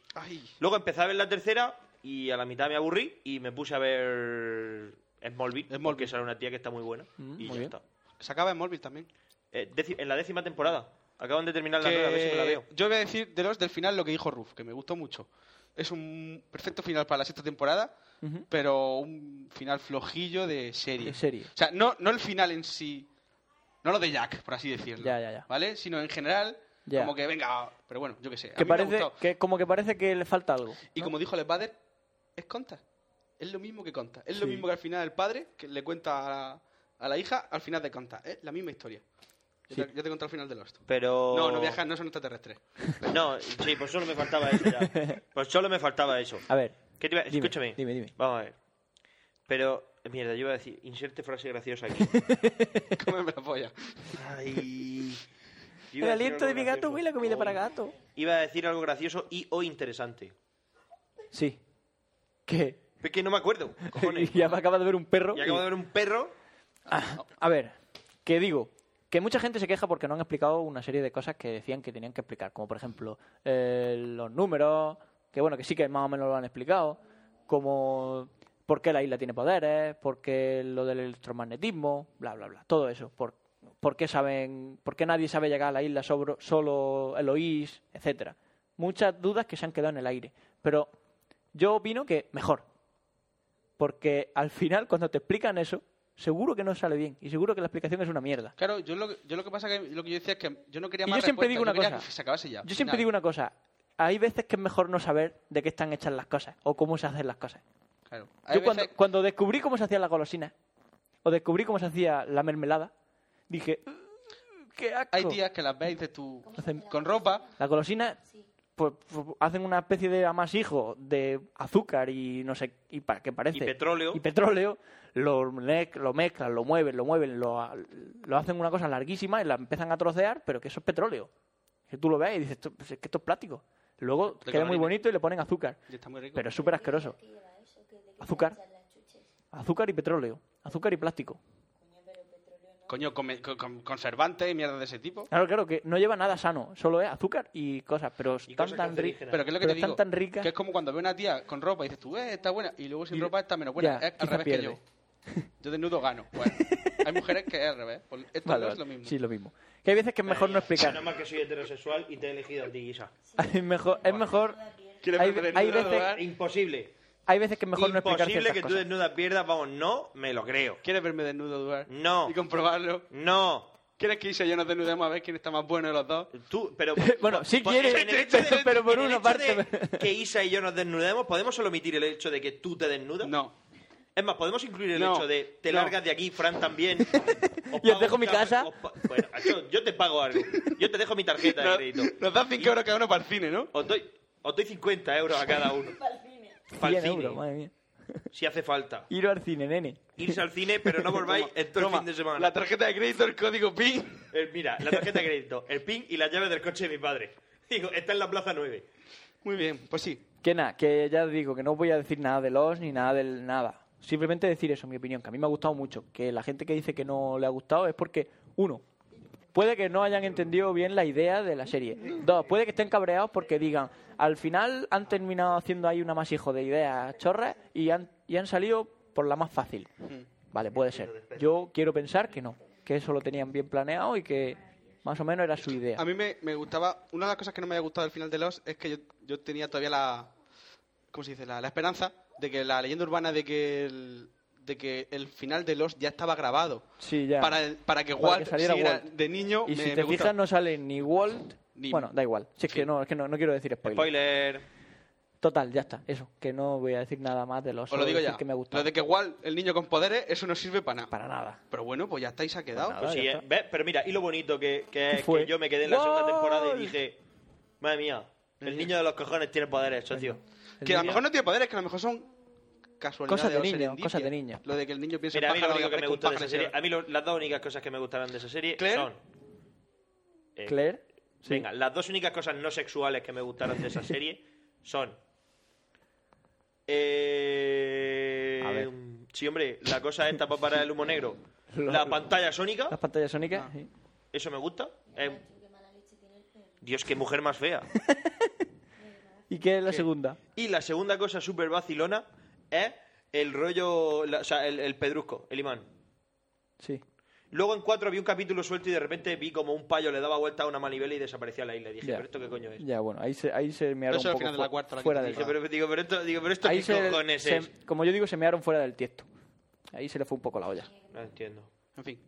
[SPEAKER 7] Luego empecé a ver la tercera y a la mitad me aburrí y me puse a ver Smallville, porque sale una tía que está muy buena
[SPEAKER 10] Mm,
[SPEAKER 7] y
[SPEAKER 10] muy
[SPEAKER 7] ya
[SPEAKER 10] bien.
[SPEAKER 7] está.
[SPEAKER 10] Se acaba en Móvil también.
[SPEAKER 7] Eh, déci- en la décima temporada. Acaban de terminar la nueva, a ver si me la
[SPEAKER 10] Que
[SPEAKER 7] veo.
[SPEAKER 10] Yo voy a decir de los del final lo que dijo Ruf, que me gustó mucho. Es un perfecto final para la sexta temporada,
[SPEAKER 9] Ujú.
[SPEAKER 10] pero un final flojillo de serie.
[SPEAKER 9] De serie.
[SPEAKER 10] O sea, no, no el final en sí, no lo de Jack, por así decirlo.
[SPEAKER 9] Ya, ya, ya.
[SPEAKER 10] ¿Vale? Sino en general,
[SPEAKER 9] Ya.
[SPEAKER 10] como que venga, pero bueno, yo qué sé. A
[SPEAKER 9] Que
[SPEAKER 10] mí me ha
[SPEAKER 9] parece, ¿Ah?
[SPEAKER 10] gustado.
[SPEAKER 9] que como que parece que le falta algo.
[SPEAKER 10] Y como dijo el padre, es conta. Es lo mismo que conta. Es lo
[SPEAKER 9] Sí.
[SPEAKER 10] mismo que al final el padre, que le cuenta a la, a la hija, al final de conta. Es la misma historia. Yo, te, yo te conté al final de Lost.
[SPEAKER 7] Pero...
[SPEAKER 10] No, no viajan, no son extraterrestres.
[SPEAKER 7] No, sí, pues solo me faltaba eso ya. Pues solo me faltaba eso.
[SPEAKER 9] A ver.
[SPEAKER 7] ¿Qué te iba-
[SPEAKER 9] dime,
[SPEAKER 7] Escúchame.
[SPEAKER 9] Dime, dime.
[SPEAKER 7] Vamos a ver. Pero, mierda, yo iba a decir, inserte frase graciosa aquí.
[SPEAKER 10] Cómeme la polla.
[SPEAKER 7] Ay. Yo iba a decir
[SPEAKER 9] El aliento de
[SPEAKER 7] algo
[SPEAKER 9] mi gato
[SPEAKER 7] gracioso.
[SPEAKER 9] huele a comida para
[SPEAKER 7] Oh.
[SPEAKER 9] gato.
[SPEAKER 7] Iba a decir algo gracioso y o interesante.
[SPEAKER 9] Sí. ¿Qué?
[SPEAKER 7] Es que no me acuerdo.
[SPEAKER 9] Y ya me acaba de ver un perro.
[SPEAKER 7] Y acabo de ver un perro.
[SPEAKER 9] A ver, que digo, que mucha gente se queja porque no han explicado una serie de cosas que decían que tenían que explicar, como por ejemplo eh, los números, que bueno, que sí que más o menos lo han explicado, como por qué la isla tiene poderes, por qué lo del electromagnetismo, bla, bla, bla, todo eso, por, por qué saben, por qué nadie sabe llegar a la isla sobro- solo Eloís, etcétera. Muchas dudas que se han quedado en el aire, pero yo opino que mejor, porque al final, cuando te explican eso, seguro que no sale bien. Y seguro que la explicación es una mierda.
[SPEAKER 10] Claro, yo lo, que- yo lo que pasa que lo que yo decía es que yo no quería
[SPEAKER 9] Y
[SPEAKER 10] más
[SPEAKER 9] yo siempre digo una
[SPEAKER 10] respuestas, yo
[SPEAKER 9] cosa.
[SPEAKER 10] quería que se acabase ya.
[SPEAKER 9] Yo siempre digo una cosa. Hay veces que es mejor no saber de qué están hechas las cosas o cómo se hacen las cosas.
[SPEAKER 10] Claro. Hay
[SPEAKER 9] Yo cuando,
[SPEAKER 10] veces-
[SPEAKER 9] cuando descubrí cómo se hacían las golosinas o descubrí cómo se hacía la mermelada, dije, "Uh,
[SPEAKER 10] Hay días que las ves y dices tú
[SPEAKER 9] Hacen-
[SPEAKER 10] con ropa.
[SPEAKER 9] las golosinas pues, pues, hacen una especie de amasijo de azúcar y no sé, y para qué parece.
[SPEAKER 7] Y petróleo.
[SPEAKER 9] este, Y petróleo, lo, mez- lo mezclan, lo mueven, lo mueven, lo, a- lo hacen una cosa larguísima y la empiezan a trocear, pero que eso es petróleo. Que tú lo ves y dices, "Esto- pues, es que esto es plástico. Luego
[SPEAKER 10] Le
[SPEAKER 9] queda muy
[SPEAKER 10] colorín.
[SPEAKER 9] bonito y le ponen azúcar.
[SPEAKER 10] Y está muy rico.
[SPEAKER 9] Pero es súper asqueroso. Azúcar. Azúcar y petróleo. Azúcar y plástico.
[SPEAKER 10] Coño, con, me- con- con conservantes y mierda de ese tipo.
[SPEAKER 9] Claro, claro, que no lleva nada sano. Solo es azúcar y cosas, pero están
[SPEAKER 10] Cosas
[SPEAKER 9] tan ricas.
[SPEAKER 10] cancerígenas. Pero que es lo que te
[SPEAKER 9] están
[SPEAKER 10] digo.
[SPEAKER 9] tan ricas.
[SPEAKER 10] Que es como cuando ve una tía con ropa y dices tú, eh, está buena. Y luego sin ropa está menos buena.
[SPEAKER 9] ya,
[SPEAKER 10] es al
[SPEAKER 9] quizá
[SPEAKER 10] revés
[SPEAKER 9] pierde.
[SPEAKER 10] que yo. Yo desnudo gano. Bueno, hay mujeres que es al revés. Pues Esto
[SPEAKER 9] Vale,
[SPEAKER 10] no es
[SPEAKER 9] vale.
[SPEAKER 10] lo mismo.
[SPEAKER 9] Sí, lo mismo. Que hay veces que es mejor no explicar.
[SPEAKER 7] Nada más que soy heterosexual y te he elegido a ti, Isa.
[SPEAKER 9] Es mejor, es mejor.
[SPEAKER 7] ¿Quieres
[SPEAKER 9] Hay,
[SPEAKER 7] ver que
[SPEAKER 9] hay
[SPEAKER 7] desnudo lugar?
[SPEAKER 9] veces,
[SPEAKER 7] Imposible.
[SPEAKER 9] hay veces que es mejor no explicar
[SPEAKER 7] Imposible
[SPEAKER 9] ciertas
[SPEAKER 7] que tú
[SPEAKER 9] cosas.
[SPEAKER 7] desnudas pierdas, vamos, no me lo creo.
[SPEAKER 10] ¿Quieres verme desnudo, Duarte?
[SPEAKER 7] No.
[SPEAKER 10] Y comprobarlo.
[SPEAKER 7] No.
[SPEAKER 10] ¿Quieres que Isa y yo nos desnudemos a ver quién está más bueno de los dos?
[SPEAKER 7] Tú, pero...
[SPEAKER 9] bueno, sí
[SPEAKER 7] Por-
[SPEAKER 9] quieres,
[SPEAKER 7] en el hecho de-
[SPEAKER 9] pero por
[SPEAKER 7] en el
[SPEAKER 9] una
[SPEAKER 7] hecho
[SPEAKER 9] parte.
[SPEAKER 7] de que Isa y yo nos desnudemos, ¿podemos solo omitir el hecho de que tú te desnudas?
[SPEAKER 10] No.
[SPEAKER 7] Es más, ¿podemos incluir el
[SPEAKER 10] No,
[SPEAKER 7] hecho de te
[SPEAKER 10] no.
[SPEAKER 7] largas de aquí, Fran también? Os
[SPEAKER 9] Y
[SPEAKER 7] pago
[SPEAKER 9] os dejo
[SPEAKER 7] un
[SPEAKER 9] mi
[SPEAKER 7] café-
[SPEAKER 9] casa.
[SPEAKER 7] os pa- Bueno, yo, yo te pago algo. Yo te dejo mi tarjeta de
[SPEAKER 10] No,
[SPEAKER 7] crédito.
[SPEAKER 10] Nos da 5 euros cada uno para el cine, ¿no?
[SPEAKER 7] Os doy, os doy 50 euros a cada uno. Pa'l
[SPEAKER 9] 100
[SPEAKER 7] cine,
[SPEAKER 9] euros, madre mía.
[SPEAKER 7] si hace falta.
[SPEAKER 9] Ir al cine, nene.
[SPEAKER 7] Irse al cine, pero no volváis en todo el fin de semana.
[SPEAKER 10] La tarjeta de crédito, el código PIN.
[SPEAKER 7] Eh, mira, la tarjeta de crédito, el PIN y las llaves del coche de mi padre. Digo, está en la plaza 9.
[SPEAKER 10] Muy bien, pues sí.
[SPEAKER 9] Que nada, que ya digo que no voy a decir nada de los ni nada del nada. Simplemente decir eso, mi opinión, que a mí me ha gustado mucho. Que la gente que dice que no le ha gustado es porque, uno, puede que no hayan entendido bien la idea de la serie. Dos, puede que estén cabreados porque digan, al final han terminado haciendo ahí un amasijo de ideas chorras y han, y han salido por la más fácil.
[SPEAKER 10] Hmm.
[SPEAKER 9] Vale, puede ser. Yo quiero pensar que no, que eso lo tenían bien planeado y que más o menos era su idea.
[SPEAKER 10] A mí me, me gustaba. Una de las cosas que no me había gustado al final de los es que yo, yo tenía todavía la. ¿Cómo se dice? La, la esperanza de que la leyenda urbana de que el, de que el final de los ya estaba grabado.
[SPEAKER 9] Sí, ya.
[SPEAKER 10] Para, el- para que
[SPEAKER 9] Para
[SPEAKER 10] Walt
[SPEAKER 9] que saliera
[SPEAKER 10] siguiera
[SPEAKER 9] Walt.
[SPEAKER 10] de niño.
[SPEAKER 9] Y
[SPEAKER 10] me-
[SPEAKER 9] si
[SPEAKER 10] me
[SPEAKER 9] te
[SPEAKER 10] gusta.
[SPEAKER 9] fijas, no sale ni Walt.
[SPEAKER 10] Ni-
[SPEAKER 9] Bueno, da igual. Si es que no, es que no, no quiero decir spoiler.
[SPEAKER 7] Spoiler.
[SPEAKER 9] Total, ya está. Eso, que no voy a decir nada más de los.
[SPEAKER 10] Os lo digo
[SPEAKER 9] decir
[SPEAKER 10] ya.
[SPEAKER 9] Que me ha gustado.
[SPEAKER 10] lo de que Walt, el niño con poderes, eso no sirve para nada.
[SPEAKER 9] Para nada.
[SPEAKER 10] Pero bueno, pues ya estáis ha quedado.
[SPEAKER 7] Pues sí, eh, ¿ves? Pero mira, y lo bonito que, que es
[SPEAKER 10] fue?
[SPEAKER 7] que yo me quedé en la segunda
[SPEAKER 10] ¡Gol!
[SPEAKER 7] temporada y dije, madre mía, el niño de los cojones tiene poderes, socio.
[SPEAKER 10] Que a lo mejor no tiene poderes, que a lo mejor son casualidades.
[SPEAKER 7] Cosas de
[SPEAKER 10] o
[SPEAKER 7] niño,
[SPEAKER 10] serendipia.
[SPEAKER 7] cosas de niño.
[SPEAKER 10] Lo de que el niño piensa
[SPEAKER 7] Mira, a
[SPEAKER 10] en
[SPEAKER 7] mí lo
[SPEAKER 10] pájaro,
[SPEAKER 7] único que me
[SPEAKER 10] aparezca un
[SPEAKER 7] gustó de esa
[SPEAKER 10] pájaro
[SPEAKER 7] serie,
[SPEAKER 10] y se-
[SPEAKER 7] a mí lo- las dos únicas cosas que me gustaron de esa serie
[SPEAKER 10] Claire.
[SPEAKER 7] son... eh,
[SPEAKER 9] Claire. Sí.
[SPEAKER 7] Venga, las dos únicas cosas no sexuales que me gustaron de esa serie son... Eh,
[SPEAKER 9] A ver.
[SPEAKER 7] Sí, hombre, la cosa esta para parar el humo negro.
[SPEAKER 9] Lo-
[SPEAKER 7] La pantalla sónica,
[SPEAKER 9] Las
[SPEAKER 7] Ah.
[SPEAKER 9] pantallas sónicas. sí.
[SPEAKER 7] eso me gusta. Eh, Dios, qué mujer más fea.
[SPEAKER 9] ¿Y qué es la segunda?
[SPEAKER 7] Y la segunda cosa súper vacilona es el rollo, la- o sea, el, el pedrusco, el imán.
[SPEAKER 9] Sí.
[SPEAKER 7] Luego en cuatro vi un capítulo suelto y de repente vi como un payo le daba vuelta a una manivela y desaparecía la isla. Y dije,
[SPEAKER 9] Ya.
[SPEAKER 7] ¿pero esto qué coño es?
[SPEAKER 9] Ya, bueno, ahí se, ahí se mearon
[SPEAKER 7] Pues. Eso
[SPEAKER 9] un
[SPEAKER 7] al
[SPEAKER 9] poco
[SPEAKER 7] final de la
[SPEAKER 9] fu-
[SPEAKER 7] cuarta, la
[SPEAKER 9] fuera
[SPEAKER 7] quinta
[SPEAKER 9] del
[SPEAKER 7] temporada. Dije, pero- pero esto- digo, pero esto
[SPEAKER 9] Ahí
[SPEAKER 7] qué
[SPEAKER 9] se-
[SPEAKER 7] cojones
[SPEAKER 9] se-
[SPEAKER 7] es.
[SPEAKER 9] Como yo digo, se mearon fuera del tiesto. Ahí se le fue un poco la olla.
[SPEAKER 7] No entiendo.
[SPEAKER 10] En fin,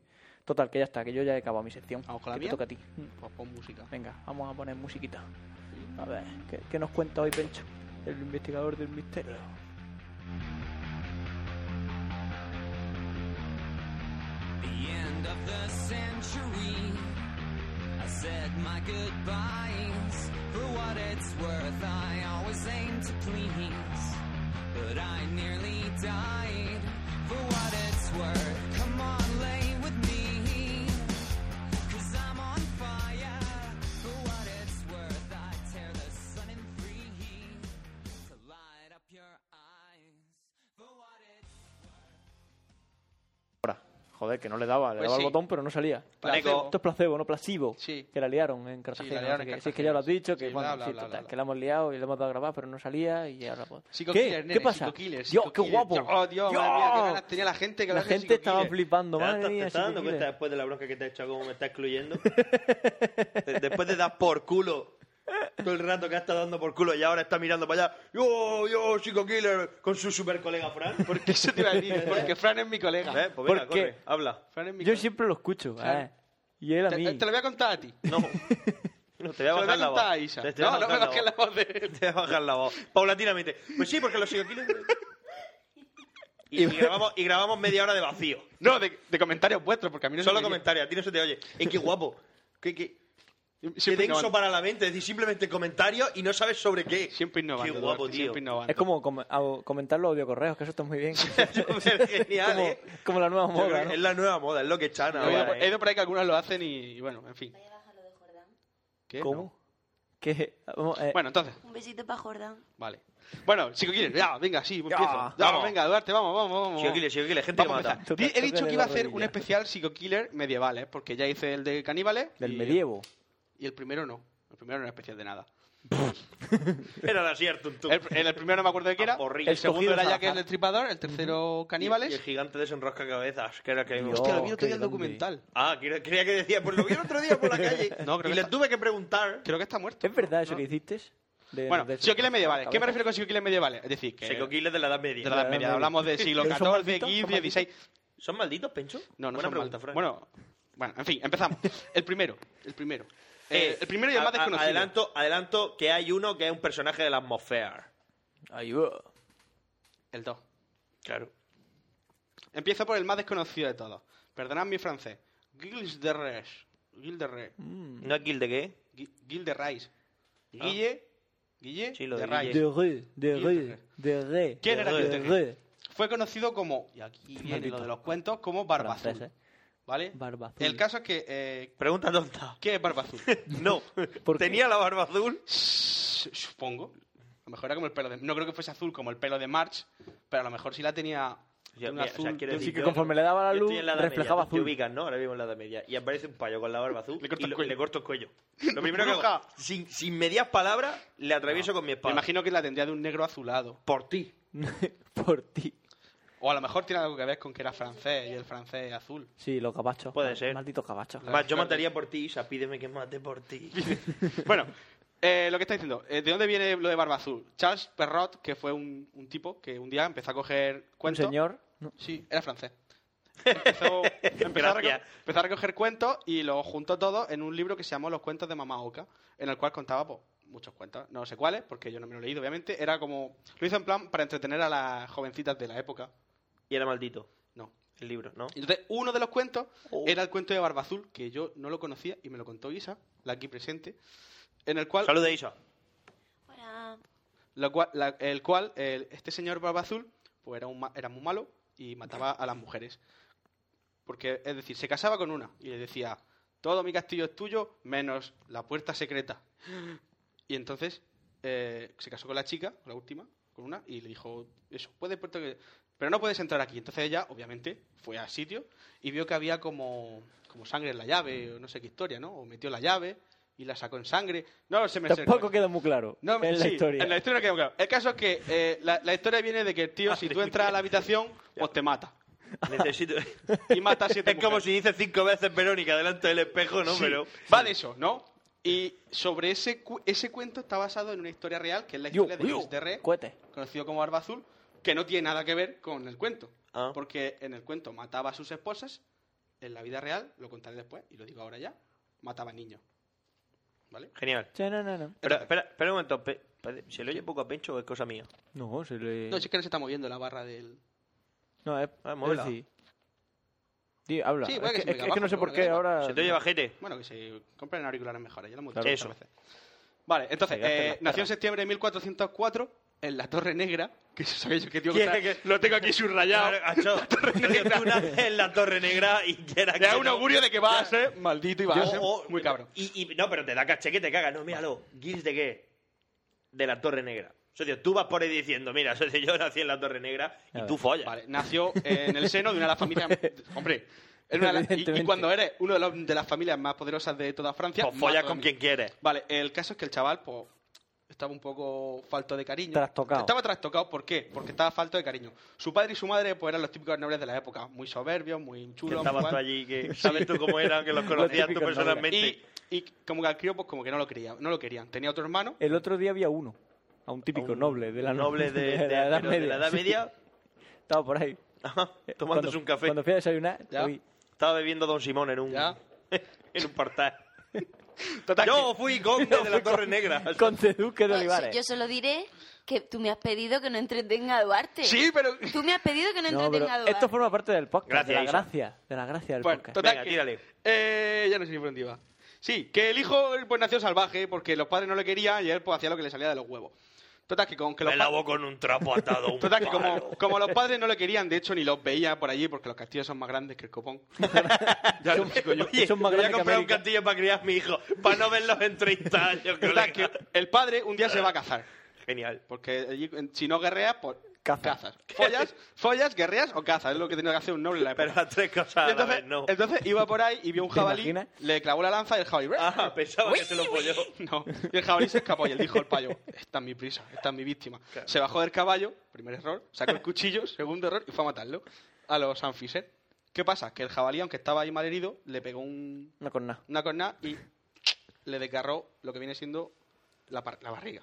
[SPEAKER 9] Total, que ya está, que yo ya he acabado mi sección.
[SPEAKER 10] la
[SPEAKER 9] que te
[SPEAKER 10] mía?
[SPEAKER 9] toca a ti.
[SPEAKER 10] pues pon música.
[SPEAKER 9] Venga, vamos a poner musiquita. A ver, ¿qué, qué nos cuenta hoy Pencho? El investigador del misterio.
[SPEAKER 15] The end of the century. I said my goodbyes. For what it's worth, I always aim to please. But I nearly died. For what it's worth, come on, lay with me. Cause I'm on fire. For what it's worth, I tear the sun in three to light up your eyes. For what it's
[SPEAKER 9] Ahora. Joder, que no le daba, le
[SPEAKER 10] Pues
[SPEAKER 9] daba
[SPEAKER 10] sí.
[SPEAKER 9] el botón, pero no salía.
[SPEAKER 10] Placebo.
[SPEAKER 9] Esto es placebo, no placebo. Que la liaron en Cartagena.
[SPEAKER 10] la liaron
[SPEAKER 9] no sé
[SPEAKER 10] en
[SPEAKER 9] qué. Si es que ya lo has
[SPEAKER 10] Cartagena.
[SPEAKER 9] dicho, que
[SPEAKER 10] Sí,
[SPEAKER 9] bueno,
[SPEAKER 10] bla, bla,
[SPEAKER 9] sí,
[SPEAKER 10] bla,
[SPEAKER 9] total,
[SPEAKER 10] bla,
[SPEAKER 9] que la hemos liado y le hemos dado a grabar, pero no salía y ahora pues.
[SPEAKER 10] Psycho
[SPEAKER 9] ¿Qué?
[SPEAKER 10] Killer, nene,
[SPEAKER 9] ¿Qué pasa?
[SPEAKER 10] Psycho Killer,
[SPEAKER 9] Dios,
[SPEAKER 10] Psycho
[SPEAKER 9] qué
[SPEAKER 10] Killer.
[SPEAKER 9] guapo.
[SPEAKER 10] Oh, Dios, madre mía, qué ganas tenía la gente que
[SPEAKER 9] La
[SPEAKER 10] hablase
[SPEAKER 9] gente estaba
[SPEAKER 10] Psycho Killer.
[SPEAKER 9] flipando,
[SPEAKER 7] ¿Te das-
[SPEAKER 9] madre mía.
[SPEAKER 7] ¿Te estás dando
[SPEAKER 9] Psycho Killer.
[SPEAKER 7] cuenta después de la bronca que te he echado cómo me está excluyendo? De- después de dar por culo todo el rato que ha estado dando por culo y ahora está mirando para allá. Yo, yo, Chico Killer, con su super colega Fran.
[SPEAKER 10] Porque eso te iba a decir, porque Fran es mi colega.
[SPEAKER 7] ¿Ves? Pues venga,
[SPEAKER 9] Porque-
[SPEAKER 7] corre, habla.
[SPEAKER 10] Fran es mi
[SPEAKER 9] Yo siempre lo escucho,
[SPEAKER 10] Claro.
[SPEAKER 9] eh. Y él a
[SPEAKER 10] Te,
[SPEAKER 9] mí.
[SPEAKER 10] te lo voy a contar a ti.
[SPEAKER 7] No. No, te voy a
[SPEAKER 10] Se lo voy
[SPEAKER 7] bajar
[SPEAKER 10] a
[SPEAKER 7] la voz.
[SPEAKER 10] contar a Isa.
[SPEAKER 7] Te- te voy a
[SPEAKER 10] No, no
[SPEAKER 7] bajar
[SPEAKER 10] me bajes la voz de
[SPEAKER 7] Te voy a bajar la voz. Paulatinamente. Pues sí, porque los Chico Killer... Y, y grabamos, y grabamos media hora de vacío.
[SPEAKER 10] No, de, de comentarios vuestros, porque a mí no se
[SPEAKER 7] Solo
[SPEAKER 10] me-
[SPEAKER 7] comentarios, a ti no se te oye. Es que guapo. Que, que, que
[SPEAKER 10] Siempre
[SPEAKER 7] denso
[SPEAKER 10] innovando.
[SPEAKER 7] para la mente, es decir, simplemente comentarios y no sabes sobre qué.
[SPEAKER 10] Siempre innovando.
[SPEAKER 7] Qué guapo,
[SPEAKER 10] Duarte,
[SPEAKER 7] tío.
[SPEAKER 10] Siempre innovando.
[SPEAKER 9] Es como com- au- comentar los audiocorreos, que eso está muy bien.
[SPEAKER 7] Genial,
[SPEAKER 9] como,
[SPEAKER 7] ¿eh?
[SPEAKER 9] como la nueva
[SPEAKER 7] Yo creo
[SPEAKER 9] moda.
[SPEAKER 7] que
[SPEAKER 9] ¿no?
[SPEAKER 7] Es la nueva moda, es lo que chana.
[SPEAKER 10] He ido,
[SPEAKER 7] ahora,
[SPEAKER 10] por- he
[SPEAKER 7] ¿eh?
[SPEAKER 10] ido por ahí que algunos lo hacen y, y bueno, en fin. ¿Qué?
[SPEAKER 9] ¿Cómo?
[SPEAKER 10] No.
[SPEAKER 9] ¿Qué? Vamos, eh,
[SPEAKER 10] Bueno, entonces,
[SPEAKER 13] Un besito para Jordán.
[SPEAKER 10] vale. Bueno, Chico Killer, ya, venga, sí, empiezo. Ya,
[SPEAKER 7] vamos.
[SPEAKER 10] venga, Duarte, vamos, vamos, vamos.
[SPEAKER 7] Psico Killer, Psico Killer, gente que
[SPEAKER 10] Vamos a
[SPEAKER 7] mata.
[SPEAKER 10] empezar. Di- He dicho que iba a hacer un especial Psycho Killer medieval, ¿eh? porque ya hice el de caníbales
[SPEAKER 9] Del medievo.
[SPEAKER 10] y el primero no. El primero no era especial de nada.
[SPEAKER 7] Era la cierto.
[SPEAKER 10] El, el primero no me acuerdo de qué era.
[SPEAKER 7] Aporrillo.
[SPEAKER 10] El segundo era
[SPEAKER 7] Escogido
[SPEAKER 10] ya que el
[SPEAKER 7] Salazar.
[SPEAKER 10] destripador, el tercero caníbales.
[SPEAKER 7] Y, y el gigante desenrosca cabezas, que era que...
[SPEAKER 10] Hostia, lo vi el otro día el documental.
[SPEAKER 7] Ah, cre- creía que decía, pues lo vi el otro día por la calle.
[SPEAKER 10] No, creo
[SPEAKER 7] y
[SPEAKER 10] que
[SPEAKER 7] le
[SPEAKER 10] está-
[SPEAKER 7] tuve que preguntar.
[SPEAKER 10] Creo que está muerto.
[SPEAKER 9] ¿Es verdad eso que hiciste? De-
[SPEAKER 10] Bueno,
[SPEAKER 9] de eso.
[SPEAKER 10] psicoquiles medievales. ¿Qué me
[SPEAKER 9] Cabeza.
[SPEAKER 10] refiero con psicoquiles medievales? Es decir, que
[SPEAKER 7] Psico Killer de la Edad Media.
[SPEAKER 10] de la Edad Media. Hablamos de siglo
[SPEAKER 7] ¿Pero son
[SPEAKER 10] XIV,
[SPEAKER 7] malditos? ¿Son
[SPEAKER 10] XV,
[SPEAKER 7] malditos?
[SPEAKER 10] XVI.
[SPEAKER 7] ¿Son malditos, Pencho?
[SPEAKER 10] No, no
[SPEAKER 7] Buena
[SPEAKER 10] son
[SPEAKER 7] pregunta,
[SPEAKER 10] malditos.
[SPEAKER 7] Fran.
[SPEAKER 10] Bueno, bueno, en fin, empezamos. El primero, el primero. Eh, el primero y el
[SPEAKER 7] a-
[SPEAKER 10] más
[SPEAKER 7] a-
[SPEAKER 10] desconocido.
[SPEAKER 7] Adelanto, adelanto que hay uno que es un personaje de la atmósfera.
[SPEAKER 10] El 2.
[SPEAKER 7] Claro.
[SPEAKER 10] Empiezo por el más desconocido de todos. Perdonad mi francés. Gilles de Rais. Gilles de Rais.
[SPEAKER 9] Mm.
[SPEAKER 7] ¿No es Gil de qué?
[SPEAKER 10] Gui- Gilles de Rais. Guille. Guille
[SPEAKER 7] Ah. Sí, lo
[SPEAKER 10] de
[SPEAKER 7] de
[SPEAKER 10] Rais.
[SPEAKER 9] De re, de re, de re.
[SPEAKER 10] ¿Quién era
[SPEAKER 9] de
[SPEAKER 10] Gilles de Rais? Fue conocido como, y aquí viene lo de los cuentos, como
[SPEAKER 9] Francés,
[SPEAKER 10] Barbazul.
[SPEAKER 9] ¿eh?
[SPEAKER 10] ¿Vale?
[SPEAKER 9] Barbazul.
[SPEAKER 10] El caso es que... eh,
[SPEAKER 7] Pregunta tonta.
[SPEAKER 10] ¿Qué es Barbazul?
[SPEAKER 7] No. ¿Tenía la barba azul?
[SPEAKER 10] Supongo. A lo mejor era como el pelo de... No creo que fuese azul como el pelo de March, pero a lo mejor sí la tenía... de un
[SPEAKER 7] mira, o sea,
[SPEAKER 10] azul-
[SPEAKER 7] quiero
[SPEAKER 9] Yo
[SPEAKER 7] decir,
[SPEAKER 9] sí que conforme le daba la
[SPEAKER 7] yo
[SPEAKER 9] luz,
[SPEAKER 7] estoy en la Edad
[SPEAKER 9] reflejaba
[SPEAKER 7] Media, tú
[SPEAKER 9] azul.
[SPEAKER 7] Te ubicas, ¿no? Ahora mismo en la Edad Media. Y aparece un payo con la barba azul le corto y el cuello. le corto el cuello. Lo primero que hago, sin, sin medias palabras, le atravieso con mi espada.
[SPEAKER 10] Me imagino que la tendría de un negro azulado.
[SPEAKER 7] Por ti.
[SPEAKER 9] Por ti.
[SPEAKER 10] O a lo mejor tiene algo que ver con que era francés y el francés es azul.
[SPEAKER 9] Sí, los gabachos.
[SPEAKER 7] Puede ser.
[SPEAKER 9] Malditos gabachos.
[SPEAKER 7] Además, yo mataría por ti, Isa. Pídeme que mate por ti.
[SPEAKER 10] bueno, eh, lo que está diciendo, eh, ¿de dónde viene lo de Barba Azul? Charles Perrot, que fue un, un tipo que un día empezó a coger cuentos.
[SPEAKER 9] señor?
[SPEAKER 10] Sí, era francés. Empezó, empezó a reco-
[SPEAKER 7] Gracias.
[SPEAKER 10] empezó a recoger cuentos y los juntó todos en un libro que se llamó Los cuentos de Mamá Oca, en el cual contaba pues, muchos cuentos, no sé cuáles, porque yo no me lo he leído, obviamente. Era como. Lo hizo en plan para entretener a las jovencitas de la época.
[SPEAKER 7] Y era maldito.
[SPEAKER 10] No.
[SPEAKER 7] El libro, ¿no?
[SPEAKER 10] Entonces, uno de los cuentos era el cuento de Barba Azul, que yo no lo conocía y me lo contó Isa, la aquí presente, en el cual...
[SPEAKER 7] Saluda, Isa.
[SPEAKER 10] Lo cual, la- el cual, el- este señor Barba Azul, pues era, un, ma- era muy malo y mataba a las mujeres. Porque, es decir, se casaba con una y le decía, todo mi castillo es tuyo menos la puerta secreta. Y entonces eh, se casó con la chica, con la última, con una, y le dijo, eso, puede puerta que... Pero no puedes entrar aquí. Entonces ella, obviamente, fue al sitio y vio que había como, como sangre en la llave, o no sé qué historia, ¿no? O metió la llave y la sacó en sangre. No, se me
[SPEAKER 9] Tampoco quedó muy claro
[SPEAKER 10] no,
[SPEAKER 9] en la
[SPEAKER 10] sí,
[SPEAKER 9] historia.
[SPEAKER 10] En la historia queda claro. El caso es que eh, la, la historia viene de que el
[SPEAKER 7] Ah,
[SPEAKER 10] tío, si tú entras a la habitación, pues te mata.
[SPEAKER 7] Necesito.
[SPEAKER 10] Y mata a siete
[SPEAKER 7] Es como si dices cinco veces Verónica delante del espejo, ¿no?
[SPEAKER 10] Sí,
[SPEAKER 7] Pero.
[SPEAKER 10] Va de eso, ¿no? Y sobre ese, cu- ese cuento está basado en una historia real, que es la historia de Luis de Re, conocido como Barba Azul, que no tiene nada que ver con el cuento.
[SPEAKER 7] ah,
[SPEAKER 9] Ah.
[SPEAKER 10] Porque en el cuento mataba a sus esposas, en la vida real, lo contaré después, y lo digo ahora ya, mataba niños. ¿Vale?
[SPEAKER 7] Genial.
[SPEAKER 9] Sí, no, no, no.
[SPEAKER 7] Pero, espera, espera un momento. pe- pe- ¿Se le oye poco a Pencho o es cosa mía?
[SPEAKER 9] No, se le...
[SPEAKER 10] No, si es que no se está moviendo la barra del...
[SPEAKER 9] No, es...
[SPEAKER 7] Ah,
[SPEAKER 9] es
[SPEAKER 7] móvela.
[SPEAKER 9] decir- Di, habla.
[SPEAKER 10] Sí,
[SPEAKER 9] es,
[SPEAKER 10] puede que
[SPEAKER 9] que,
[SPEAKER 10] se me
[SPEAKER 9] es que-
[SPEAKER 10] abajo,
[SPEAKER 9] es que no sé
[SPEAKER 10] pero
[SPEAKER 9] por
[SPEAKER 10] me
[SPEAKER 9] qué
[SPEAKER 10] da igual.
[SPEAKER 9] ahora...
[SPEAKER 7] Se te oye bajete.
[SPEAKER 10] Bueno, que se compren auriculares mejores, ya lo hemos
[SPEAKER 7] Claro,
[SPEAKER 10] dicho muchas
[SPEAKER 7] eso.
[SPEAKER 10] veces. Vale, entonces,
[SPEAKER 7] Se gastan
[SPEAKER 10] eh,
[SPEAKER 7] las
[SPEAKER 10] nació en
[SPEAKER 7] perras.
[SPEAKER 10] septiembre de 1404 en la Torre Negra, que eso sabéis yo que tío que
[SPEAKER 7] ¿Quién-
[SPEAKER 10] está- lo tengo aquí subrayado.
[SPEAKER 7] Claro, Acho, lo dices tú una vez en la Torre Negra y ya era
[SPEAKER 10] Ya
[SPEAKER 7] que
[SPEAKER 10] un
[SPEAKER 7] no.
[SPEAKER 10] augurio de que va a ser maldito y va
[SPEAKER 7] Yo-
[SPEAKER 10] a ser
[SPEAKER 7] o-
[SPEAKER 10] muy cabrón.
[SPEAKER 7] Y, y- no, pero te da caché que te cagas. No, míralo. ¿Guis de qué? De la Torre Negra. Socio, tú vas por ahí diciendo, mira, socio, yo nací en la Torre Negra y tú follas.
[SPEAKER 10] Vale, nació eh, en el seno de una de las familias... Hombre, en una de las- y- y,
[SPEAKER 7] Evidentemente.
[SPEAKER 10] cuando eres una de, los- de las familias más poderosas de toda Francia...
[SPEAKER 7] Pues follas
[SPEAKER 10] más
[SPEAKER 7] con
[SPEAKER 10] todavía.
[SPEAKER 7] quien quieres.
[SPEAKER 10] Vale, el caso es que el chaval, pues, estaba un poco falto de cariño.
[SPEAKER 9] Trastocado.
[SPEAKER 10] Estaba trastocado, ¿por qué? Porque estaba falto de cariño. Su padre y su madre, pues, eran los típicos nobles de la época. Muy soberbios, muy
[SPEAKER 7] Que
[SPEAKER 10] chulos.
[SPEAKER 7] estabas
[SPEAKER 10] muy
[SPEAKER 7] tú
[SPEAKER 10] guay.
[SPEAKER 7] allí, que sabes tú cómo era, que los
[SPEAKER 10] Lo
[SPEAKER 7] conocías tú
[SPEAKER 10] típico,
[SPEAKER 7] personalmente.
[SPEAKER 10] Y, y como que al crío, pues, como que no lo quería, no lo querían. Tenía otro hermano.
[SPEAKER 9] El otro día había uno, a un típico noble de la
[SPEAKER 10] noble de- de-
[SPEAKER 9] la Edad
[SPEAKER 10] pero de
[SPEAKER 9] Media.
[SPEAKER 10] la Edad
[SPEAKER 9] sí.
[SPEAKER 10] Media.
[SPEAKER 9] Estaba por ahí.
[SPEAKER 7] tomándose
[SPEAKER 9] Cuando-
[SPEAKER 7] un café.
[SPEAKER 9] Cuando fui a desayunar,
[SPEAKER 7] Ya.
[SPEAKER 9] vi-
[SPEAKER 7] Estaba bebiendo Don Simón en un, en un portal. Yo fui conde de la Torre Negra.
[SPEAKER 9] Conde Duque de
[SPEAKER 13] Eh, Sí,
[SPEAKER 9] Olivares.
[SPEAKER 13] Yo solo diré que tú me has pedido que no entretenga a Duarte.
[SPEAKER 9] Sí,
[SPEAKER 10] pero...
[SPEAKER 13] Tú me has pedido que no ¿eh?
[SPEAKER 9] No, pero
[SPEAKER 13] entretenga a Duarte.
[SPEAKER 9] esto forma parte del podcast,
[SPEAKER 7] Gracias,
[SPEAKER 9] de la
[SPEAKER 7] Isa.
[SPEAKER 9] gracia, de la gracia del
[SPEAKER 10] Bueno,
[SPEAKER 9] podcast.
[SPEAKER 10] total, que- Eh, ya no sé ni por dónde iba. Sí, que el hijo pues nació salvaje porque los padres no le querían y él pues hacía lo que le salía de los huevos. Total, que con que los
[SPEAKER 7] Me
[SPEAKER 10] pa-
[SPEAKER 7] lavo con un trapo atado. a Un
[SPEAKER 10] Total, que
[SPEAKER 7] palo.
[SPEAKER 10] como, como los padres no le querían, de hecho, ni los veía por allí porque los castillos son más grandes que el copón. ya lo digo yo.
[SPEAKER 7] Oye, voy a comprar un castillo para criar a mi hijo, para no verlos en 30 años.
[SPEAKER 10] Total, que el padre un día se va a cazar.
[SPEAKER 7] Genial.
[SPEAKER 10] Porque allí, en- si no guerreas, pues cazas. Follas, follas, guerreas o cazas. Es lo que tenía que hacer un noble en la época.
[SPEAKER 7] Pero las tres cosas a la
[SPEAKER 10] entonces,
[SPEAKER 7] vez, no.
[SPEAKER 10] entonces iba por ahí y vio un
[SPEAKER 7] ¿Te
[SPEAKER 10] jabalí,
[SPEAKER 7] imaginas?
[SPEAKER 10] le clavó la lanza y el jabalí...
[SPEAKER 7] Ah, pensaba que se lo folló.
[SPEAKER 10] No, y el jabalí se escapó y él dijo el payo, esta es mi prisa, esta es mi víctima. Se bajó del caballo, primer error, sacó el cuchillo, segundo error, y fue a matarlo a los Sanfiser. ¿Qué pasa? Que el jabalí, aunque estaba ahí mal herido, le pegó un,
[SPEAKER 9] Una corna.
[SPEAKER 10] una corna y le desgarró lo que viene siendo la, par- la barriga.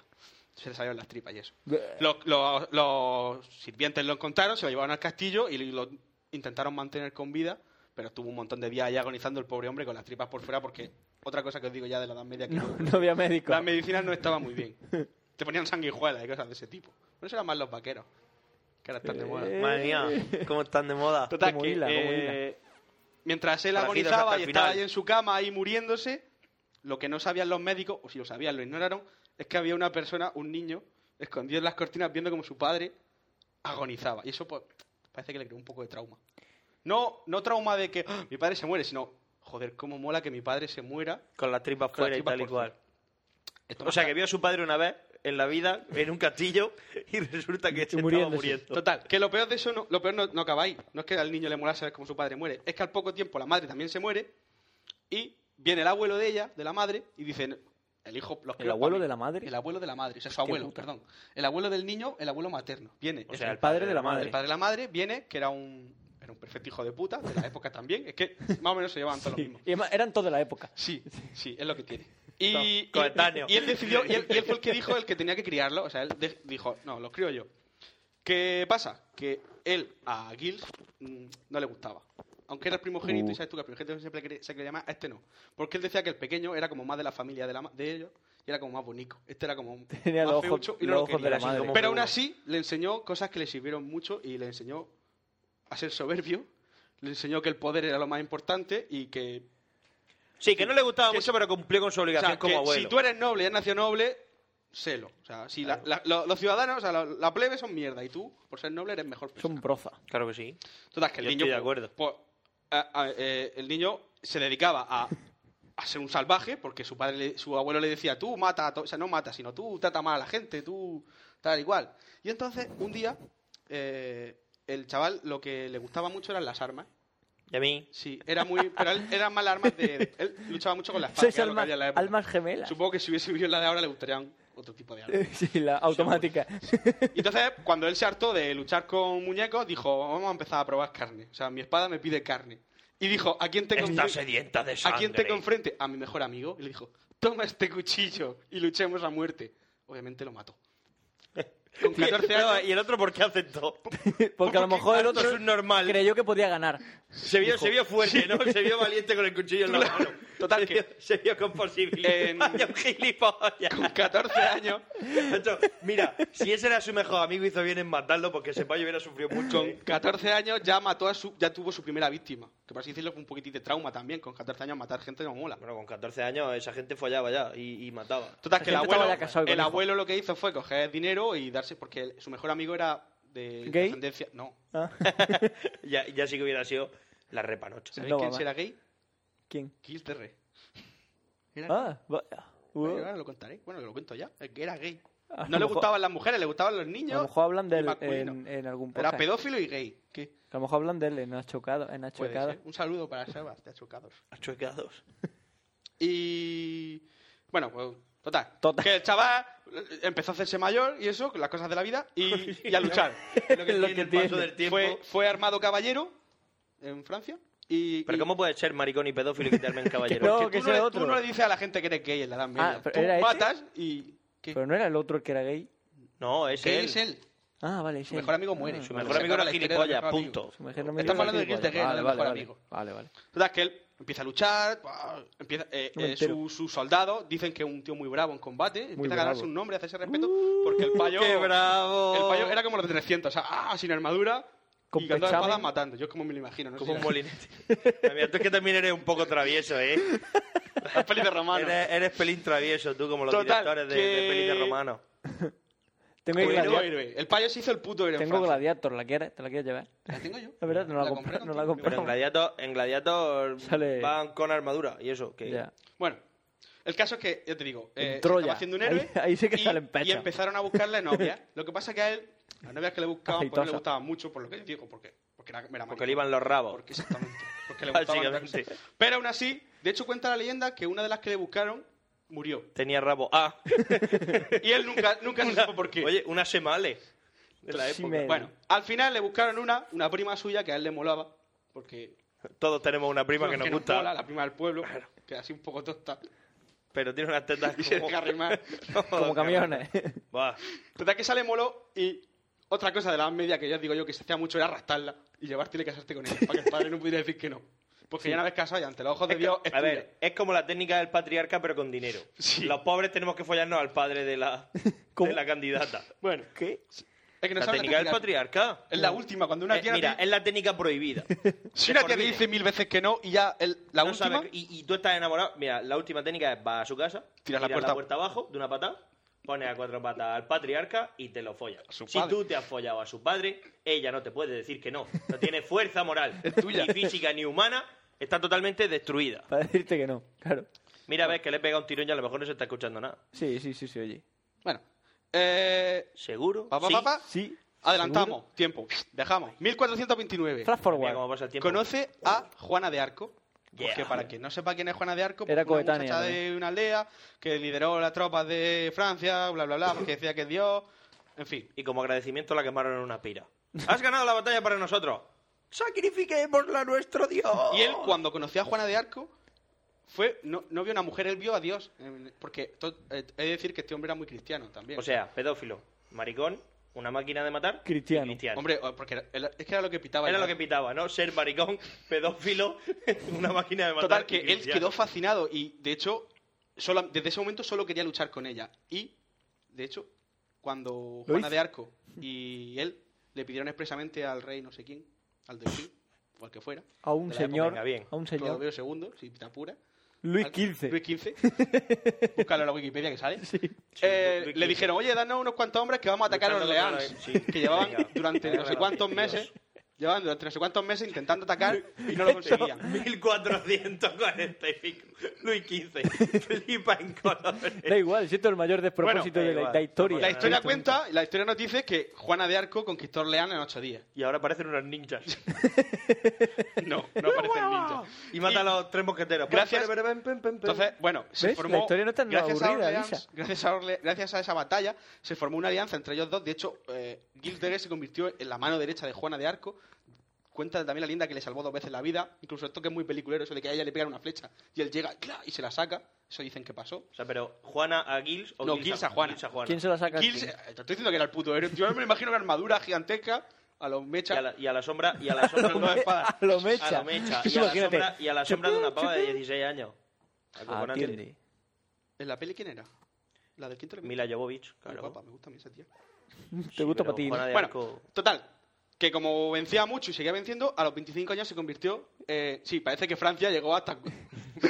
[SPEAKER 10] Se le salieron las tripas y eso.
[SPEAKER 9] Eh.
[SPEAKER 10] Los, los- los sirvientes lo encontraron, se lo llevaron al castillo y lo intentaron mantener con vida, pero estuvo un montón de días ahí agonizando el pobre hombre con las tripas por fuera porque otra cosa que os digo ya de la Edad Media que no,
[SPEAKER 9] No había médico.
[SPEAKER 10] las medicinas no estaban muy bien. Te ponían sanguijuelas y cosas de ese tipo. Pero eso eran más los vaqueros, que ahora están de moda.
[SPEAKER 7] Eh. Madre mía, cómo están de moda.
[SPEAKER 10] Total, que, eh, mientras él
[SPEAKER 7] Forajidos
[SPEAKER 10] agonizaba
[SPEAKER 7] hasta
[SPEAKER 10] y
[SPEAKER 7] el
[SPEAKER 10] estaba
[SPEAKER 7] final.
[SPEAKER 10] ahí en su cama, ahí muriéndose, lo que no sabían los médicos, o si lo sabían, lo ignoraron, es que había una persona, un niño, escondido en las cortinas viendo como su padre agonizaba. Y eso pues, parece que le creó un poco de trauma. No, no trauma de que "Ah, mi padre se muere, sino, joder, cómo mola que mi padre se muera.
[SPEAKER 7] Con las tripas
[SPEAKER 10] Con
[SPEAKER 7] fuera
[SPEAKER 10] las
[SPEAKER 7] y
[SPEAKER 10] tripas
[SPEAKER 7] tal y
[SPEAKER 10] por fuera.
[SPEAKER 7] cual. O sea, que vio a su padre una vez en la vida en un castillo y resulta que este estaba muriendo.
[SPEAKER 10] Total, que lo peor de eso, no, lo peor no, no acaba ahí. No es que al niño le mola saber cómo su padre muere. Es que al poco tiempo la madre también se muere y viene el abuelo de ella, de la madre, y dicen... El hijo, los
[SPEAKER 9] ¿El
[SPEAKER 10] creo
[SPEAKER 9] abuelo
[SPEAKER 10] para mí".
[SPEAKER 9] de la madre?
[SPEAKER 10] El abuelo de la madre, o sea, su
[SPEAKER 9] Hostia
[SPEAKER 10] abuelo,
[SPEAKER 9] puta.
[SPEAKER 10] perdón. El abuelo del niño, el abuelo materno. Viene.
[SPEAKER 9] O sea, el padre de la madre.
[SPEAKER 10] El padre de la madre viene, que era un, era un perfecto hijo de puta, de la época también. Es que más o menos se llevaban todos los
[SPEAKER 9] Sí.
[SPEAKER 10] mismos.
[SPEAKER 9] Y además, eran todos de la época.
[SPEAKER 10] Sí, sí, es lo que tiene. Y,
[SPEAKER 7] coetáneo.
[SPEAKER 10] y, él decidió, y él, y él fue el que dijo el que tenía que criarlo. O sea, él de- dijo, no, los crío yo. ¿Qué pasa? Que él a Gil mm, no le gustaba. Aunque era el primogénito,
[SPEAKER 16] Uh.
[SPEAKER 10] y sabes tú que el primogénito siempre quería- se quería llamar, a este no. Porque él decía que el pequeño era como más de la familia de, la ma- de ellos y era como más bonito. Este era como
[SPEAKER 9] Tenía
[SPEAKER 10] más
[SPEAKER 9] los ojos-
[SPEAKER 10] feucho y no
[SPEAKER 9] los
[SPEAKER 10] lo
[SPEAKER 9] ojos de
[SPEAKER 10] quería.
[SPEAKER 9] la madre. Como que
[SPEAKER 10] Pero aún
[SPEAKER 9] uno.
[SPEAKER 10] así le enseñó cosas que le sirvieron mucho y le enseñó a ser soberbio. Le enseñó que el poder era lo más importante y que
[SPEAKER 7] Sí, que no le gustaba mucho, pero cumplió con su obligación
[SPEAKER 10] o sea,
[SPEAKER 7] como
[SPEAKER 10] que
[SPEAKER 7] abuelo.
[SPEAKER 10] Si tú eres noble y has nacido noble, sélo. O sea, si la- la- lo- los ciudadanos, o sea, la, la plebe son mierda y tú, por ser noble, eres mejor.
[SPEAKER 9] Son broza.
[SPEAKER 7] Claro que sí.
[SPEAKER 10] Total, que el
[SPEAKER 7] Yo
[SPEAKER 10] niño.
[SPEAKER 7] estoy de acuerdo.
[SPEAKER 10] pues, a- a- eh, el niño se dedicaba a, a ser un salvaje porque su padre, le- su abuelo le decía, tú mata, a to-". o sea, no mata, sino tú trata mal a la gente, tú tal igual. Y entonces, un día, eh, el chaval lo que le gustaba mucho eran las armas.
[SPEAKER 7] ¿Y a mí?
[SPEAKER 10] Sí, era muy. Pero él, eran más las armas de. Él luchaba mucho con las espada.
[SPEAKER 9] Sois
[SPEAKER 10] que era lo que
[SPEAKER 9] almas-
[SPEAKER 10] había en la época.
[SPEAKER 9] almas gemelas.
[SPEAKER 10] Supongo que si hubiese vivido en la de ahora le gustarían otro tipo de armas.
[SPEAKER 9] sí, la automática.
[SPEAKER 10] Y entonces, cuando él se hartó de luchar con muñecos, dijo: Vamos a empezar a probar carne. O sea, mi espada me pide carne. Y dijo: ¿A quién te
[SPEAKER 7] Está
[SPEAKER 10] confren-
[SPEAKER 7] sedienta de
[SPEAKER 10] ¿A quién te
[SPEAKER 7] sangre".
[SPEAKER 10] confrente? A mi mejor amigo. Y le dijo: Toma este cuchillo y luchemos a muerte. Obviamente lo mató. Con 14 años.
[SPEAKER 7] ¿Y el otro por qué aceptó?
[SPEAKER 9] Porque a lo mejor el
[SPEAKER 7] tanto
[SPEAKER 9] otro
[SPEAKER 7] es un normal.
[SPEAKER 9] creyó que podía ganar.
[SPEAKER 7] Se vio,
[SPEAKER 9] Dijo,
[SPEAKER 7] se vio fuerte,
[SPEAKER 9] "Sí".
[SPEAKER 7] ¿no? Se vio valiente con el cuchillo en la mano. Total, se, vio, se vio con posibilidades. Vaya un gilipollas. Con
[SPEAKER 10] 14 años.
[SPEAKER 7] mira, si ese era su mejor amigo, hizo bien en matarlo porque ese payo hubiera sufrido mucho.
[SPEAKER 10] Con 14 años ya mató a su, ya tuvo su primera víctima. Que por así decirlo fue un poquitín de trauma también. Con 14 años matar gente no mola.
[SPEAKER 7] Bueno, con 14 años esa gente follaba ya y, y mataba.
[SPEAKER 10] Total, que el abuelo, el abuelo lo que hizo fue coger dinero y darse, porque el- su mejor amigo era de
[SPEAKER 7] ¿Gay?
[SPEAKER 10] descendencia. No.
[SPEAKER 9] Ah,
[SPEAKER 7] ya, ya sí que hubiera sido la repanocha.
[SPEAKER 10] ¿Sabéis quién si era gay?
[SPEAKER 9] ¿Quién?
[SPEAKER 10] Kiss the Re. Era
[SPEAKER 9] Ah, va-
[SPEAKER 10] gay.
[SPEAKER 9] uh.
[SPEAKER 10] Ahora lo contaré. Bueno, lo cuento ya. Es que era gay.
[SPEAKER 9] Ah, A lo
[SPEAKER 10] No le
[SPEAKER 9] mejor-
[SPEAKER 10] gustaban las mujeres, le gustaban los
[SPEAKER 9] A lo
[SPEAKER 10] niños.
[SPEAKER 9] mejor hablan de
[SPEAKER 10] y
[SPEAKER 9] él
[SPEAKER 10] masculino.
[SPEAKER 9] en, en algún
[SPEAKER 10] Era
[SPEAKER 9] podcast.
[SPEAKER 10] pedófilo y gay. ¿Qué?
[SPEAKER 9] A lo mejor hablan de él en Achocado. En
[SPEAKER 10] Puede
[SPEAKER 9] Achocado.
[SPEAKER 10] ser. Un saludo para Sebas, de Achucados.
[SPEAKER 7] Achucados.
[SPEAKER 10] Y. Bueno, pues, total. Que el chaval empezó a hacerse mayor y eso, con las cosas de la vida, y, y a luchar.
[SPEAKER 7] Lo que Lo tiene que el paso tiene. del tiempo.
[SPEAKER 10] Fue, fue armado caballero en Francia. Y,
[SPEAKER 7] Pero ¿cómo puede ser maricón y pedófilo y quitarme en caballero?
[SPEAKER 10] Porque tú, no le, tú no le dices a la gente que eres gay en la edad media.
[SPEAKER 9] Ah, pero
[SPEAKER 10] Tú
[SPEAKER 9] era este.
[SPEAKER 10] matas y.
[SPEAKER 9] Pero no era el otro el que era gay.
[SPEAKER 7] No, es
[SPEAKER 10] ¿Qué es él?
[SPEAKER 9] Ah, vale, es
[SPEAKER 10] Su
[SPEAKER 9] él.
[SPEAKER 10] mejor amigo muere.
[SPEAKER 9] Ah,
[SPEAKER 10] Su
[SPEAKER 7] mejor
[SPEAKER 9] vale.
[SPEAKER 7] amigo era
[SPEAKER 10] la historia de los
[SPEAKER 7] gilipollas,
[SPEAKER 10] mejores
[SPEAKER 7] punto.
[SPEAKER 9] Su mejor amigo
[SPEAKER 10] Estamos
[SPEAKER 9] era
[SPEAKER 10] hablando de este Guilty Gear,
[SPEAKER 9] gilipollas.
[SPEAKER 10] no del
[SPEAKER 9] Vale,
[SPEAKER 10] mejor
[SPEAKER 9] vale,
[SPEAKER 10] amigo.
[SPEAKER 9] Vale, vale.
[SPEAKER 10] Total, que él empieza a luchar, ¡buah! empieza, eh,
[SPEAKER 9] No me
[SPEAKER 10] eh,
[SPEAKER 9] entero.
[SPEAKER 10] su, su soldado, dicen que es un tío muy bravo en combate, empieza a
[SPEAKER 9] bravo. Uh,
[SPEAKER 10] ganarse un nombre, a hacerse respeto, porque el payo...
[SPEAKER 7] ¡Qué bravo!
[SPEAKER 10] El payo era como los de 300, o sea, ¡ah! sin armadura,
[SPEAKER 9] Con
[SPEAKER 10] y con dos
[SPEAKER 9] pechamen.
[SPEAKER 10] espadas matando. Yo es como me lo imagino, no
[SPEAKER 7] Como
[SPEAKER 10] sé
[SPEAKER 7] un
[SPEAKER 10] si-
[SPEAKER 7] molinete. Mira, tú es que también eres un poco travieso, ¿eh?
[SPEAKER 10] Es peli de romano.
[SPEAKER 7] Eres, eres pelín travieso, tú, como los
[SPEAKER 10] Ah, Total,
[SPEAKER 7] directores de,
[SPEAKER 10] que-
[SPEAKER 7] de pelis de romano.
[SPEAKER 9] Tengo ahí
[SPEAKER 10] Puto
[SPEAKER 9] Gladiator.
[SPEAKER 10] héroe. El payo se hizo el puto héroe en
[SPEAKER 9] Tengo
[SPEAKER 10] Francia.
[SPEAKER 9] Gladiator. ¿La quieres? ¿Te la quieres llevar?
[SPEAKER 10] La tengo yo.
[SPEAKER 9] La verdad, no la, compré. No la compré.
[SPEAKER 7] Pero en Gladiator, en Gladiator
[SPEAKER 9] Sale-
[SPEAKER 7] van con armadura y eso. Que...
[SPEAKER 9] Ya.
[SPEAKER 10] Bueno, el caso es que, ya te digo, eh, se
[SPEAKER 9] Troya.
[SPEAKER 10] estaba haciendo un
[SPEAKER 9] Ahí-
[SPEAKER 10] héroe
[SPEAKER 9] ahí sí que
[SPEAKER 10] y,
[SPEAKER 9] salen pechos.
[SPEAKER 10] y empezaron a buscarle novias. Lo que pasa es que a él, las novias que le buscaban, pues no le
[SPEAKER 7] Aceitosa.
[SPEAKER 10] gustaban mucho, por lo que yo digo, porque, porque era, era
[SPEAKER 7] Porque le iban los rabos.
[SPEAKER 10] exactamente. Porque le gustaban
[SPEAKER 7] Básicamente.
[SPEAKER 10] otras cosas. Pero aún así, de hecho cuenta la leyenda que una de las que le buscaron murió.
[SPEAKER 7] Tenía rabo A.
[SPEAKER 10] y él nunca, nunca se supo por qué.
[SPEAKER 7] Oye, una semale de la época.
[SPEAKER 10] Bueno, al final le buscaron una, una prima suya que a él le molaba, porque...
[SPEAKER 7] todos tenemos una prima
[SPEAKER 10] bueno,
[SPEAKER 7] que nos gusta,
[SPEAKER 10] mola, la prima del pueblo, que era así un poco tosta.
[SPEAKER 7] pero tiene unas tetas
[SPEAKER 10] Y se
[SPEAKER 7] como...
[SPEAKER 10] deja arrimar.
[SPEAKER 9] Como camiones.
[SPEAKER 7] Buah.
[SPEAKER 10] Total que sale molo y otra cosa de la edad media que yo digo yo que se hacía mucho era arrastrarla y llevártela y casarte con ella para que el padre no pudiera decir que no. Porque
[SPEAKER 7] Sí.
[SPEAKER 10] ya una vez casado y ante los ojos de
[SPEAKER 7] Es
[SPEAKER 10] Dios
[SPEAKER 7] que-
[SPEAKER 10] es
[SPEAKER 7] a
[SPEAKER 10] tuya.
[SPEAKER 7] ver, es como la técnica del patriarca, pero con dinero. Los pobres tenemos que follarnos al padre de la, de la candidata.
[SPEAKER 10] Bueno,
[SPEAKER 9] ¿qué?
[SPEAKER 10] Es que no
[SPEAKER 7] la
[SPEAKER 10] sabe
[SPEAKER 7] técnica del patriarca.
[SPEAKER 10] Es la última, cuando una
[SPEAKER 7] Eh,
[SPEAKER 10] tía...
[SPEAKER 7] mira, es la técnica prohibida.
[SPEAKER 10] si una tía te dice mil veces que no y ya el- la
[SPEAKER 7] No
[SPEAKER 10] última...
[SPEAKER 7] sabe- y, y tú estás enamorado. Mira, la última técnica es vas a su casa,
[SPEAKER 10] Tiras la puerta-
[SPEAKER 7] abajo de una patada, pones a cuatro patas al patriarca y te lo follas. Si
[SPEAKER 10] padre.
[SPEAKER 7] tú te has follado a su padre, ella no te puede decir que no. No tiene fuerza moral, ni física ni humana. Está totalmente destruida.
[SPEAKER 9] Para decirte que no. Claro.
[SPEAKER 7] Mira, ves que le he pegado un tirón y a lo mejor no se está escuchando nada.
[SPEAKER 9] Sí, sí, sí, sí, oye.
[SPEAKER 10] Bueno, Eh...
[SPEAKER 7] ¿Seguro?
[SPEAKER 10] Papá,
[SPEAKER 7] Sí,
[SPEAKER 10] papá.
[SPEAKER 9] Sí.
[SPEAKER 10] Adelantamos. Tiempo. Dejamos. 1429.
[SPEAKER 9] Flash forward.
[SPEAKER 10] Conoce a Juana de Arco.
[SPEAKER 9] Yeah.
[SPEAKER 10] Porque para quien no sepa quién es Juana de Arco,
[SPEAKER 9] Era
[SPEAKER 10] pues, una
[SPEAKER 9] coetánea,
[SPEAKER 10] muchacha
[SPEAKER 9] ¿no?
[SPEAKER 10] de una aldea que lideró las tropas de Francia, bla, bla, bla, porque decía que es Dios. En fin.
[SPEAKER 7] Y como agradecimiento la quemaron en una pira. Has ganado la batalla para nosotros. Sacrifiquemos la nuestro Dios.
[SPEAKER 10] Y
[SPEAKER 9] Oh.
[SPEAKER 10] él, cuando conoció a Juana de Arco, fue no, no vio una mujer, él vio a Dios. Eh, Porque to- eh, he de decir que este hombre era muy cristiano también.
[SPEAKER 7] O sea, pedófilo, maricón, una máquina de matar. Cristiano. cristiano.
[SPEAKER 10] Hombre, o- porque era- era- es que era lo que pitaba.
[SPEAKER 7] Era
[SPEAKER 10] ya.
[SPEAKER 7] lo que pitaba, ¿no? Ser maricón, pedófilo, una máquina de matar.
[SPEAKER 10] Total, que
[SPEAKER 7] y
[SPEAKER 10] él
[SPEAKER 7] cristiano.
[SPEAKER 10] quedó fascinado y, de hecho, sola- desde ese momento solo quería luchar con ella. Y, de hecho, cuando
[SPEAKER 9] Lo
[SPEAKER 10] Juana
[SPEAKER 9] hizo.
[SPEAKER 10] de Arco y él le pidieron expresamente al rey no sé quién, al delfín, o al que fuera.
[SPEAKER 9] A un
[SPEAKER 10] de la época,
[SPEAKER 9] señor-
[SPEAKER 10] venga, bien.
[SPEAKER 9] a un señor.
[SPEAKER 10] Todavía segundo, si te apura.
[SPEAKER 9] Luis
[SPEAKER 10] Al-
[SPEAKER 9] XV.
[SPEAKER 10] Luis XV. Búscalo en la Wikipedia que sale. Eh, le dijeron, oye, danos unos cuantos hombres que vamos a atacar a
[SPEAKER 7] Luchando
[SPEAKER 10] Orleans.
[SPEAKER 7] contra la- sí,
[SPEAKER 10] que llevaban
[SPEAKER 7] venga.
[SPEAKER 10] durante no sé
[SPEAKER 7] Venga,
[SPEAKER 10] cuántos meses. Llevaban durante no sé cuántos meses intentando atacar y no lo conseguían.
[SPEAKER 7] 1445. Luis XV. Flipa en colores.
[SPEAKER 9] Da igual, siento el mayor despropósito
[SPEAKER 10] Bueno,
[SPEAKER 9] de la,
[SPEAKER 10] igual.
[SPEAKER 9] la historia.
[SPEAKER 10] La historia cuenta, la historia nos dice que Juana de Arco conquistó Orleans en ocho días.
[SPEAKER 7] Y ahora parecen unos ninjas.
[SPEAKER 10] no, no parecen ninjas.
[SPEAKER 7] Y mata a los tres mosqueteros.
[SPEAKER 10] Gracias.
[SPEAKER 7] Pum, pum, pum, pum, pum.
[SPEAKER 10] Entonces, bueno, se
[SPEAKER 7] ¿Ves? La
[SPEAKER 10] formó.
[SPEAKER 7] historia no está nada
[SPEAKER 10] gracias,
[SPEAKER 7] aburrida,
[SPEAKER 10] a Orleans-
[SPEAKER 7] Isa.
[SPEAKER 10] gracias, a Orle- gracias a esa batalla se formó una alianza entre ellos dos. De hecho, eh, Gilderoy se convirtió en la mano derecha de Juana de Arco. Cuenta también la linda que le salvó dos veces la vida. Incluso esto que es muy peliculero, eso de que a ella le pegan una flecha y él llega ¡cla! y se la saca. Eso dicen que pasó.
[SPEAKER 7] O sea, pero Juana a Gils o
[SPEAKER 10] no,
[SPEAKER 7] Gils,
[SPEAKER 10] Gils a Juana.
[SPEAKER 7] Gils a Juana.
[SPEAKER 10] Gils, eh, te estoy diciendo que era el puto héroe. Yo me imagino una armadura gigantesca a los mechas.
[SPEAKER 7] Y a la, y a la sombra, y a la sombra de una espada.
[SPEAKER 10] A los mechas.
[SPEAKER 7] A lo mecha.
[SPEAKER 10] Tú
[SPEAKER 7] Y a la
[SPEAKER 10] imagínate.
[SPEAKER 7] sombra, y a la sombra de una pava de
[SPEAKER 10] Chupé, chupé.
[SPEAKER 7] 16 años.
[SPEAKER 9] Ah,
[SPEAKER 7] Acojonante.
[SPEAKER 10] Atiende. ¿En la peli quién era? La del quinto elemento.
[SPEAKER 7] Mila Jovovich,
[SPEAKER 10] Muy
[SPEAKER 7] claro.
[SPEAKER 10] guapa, me gusta a mí esa tía.
[SPEAKER 9] Te gusta
[SPEAKER 7] pero
[SPEAKER 9] para ti. ¿no?
[SPEAKER 7] Juana de
[SPEAKER 10] Bueno,
[SPEAKER 7] Arco-
[SPEAKER 10] total. Que como vencía mucho y seguía venciendo, a los 25 años se convirtió. eh, sí, parece que Francia llegó hasta,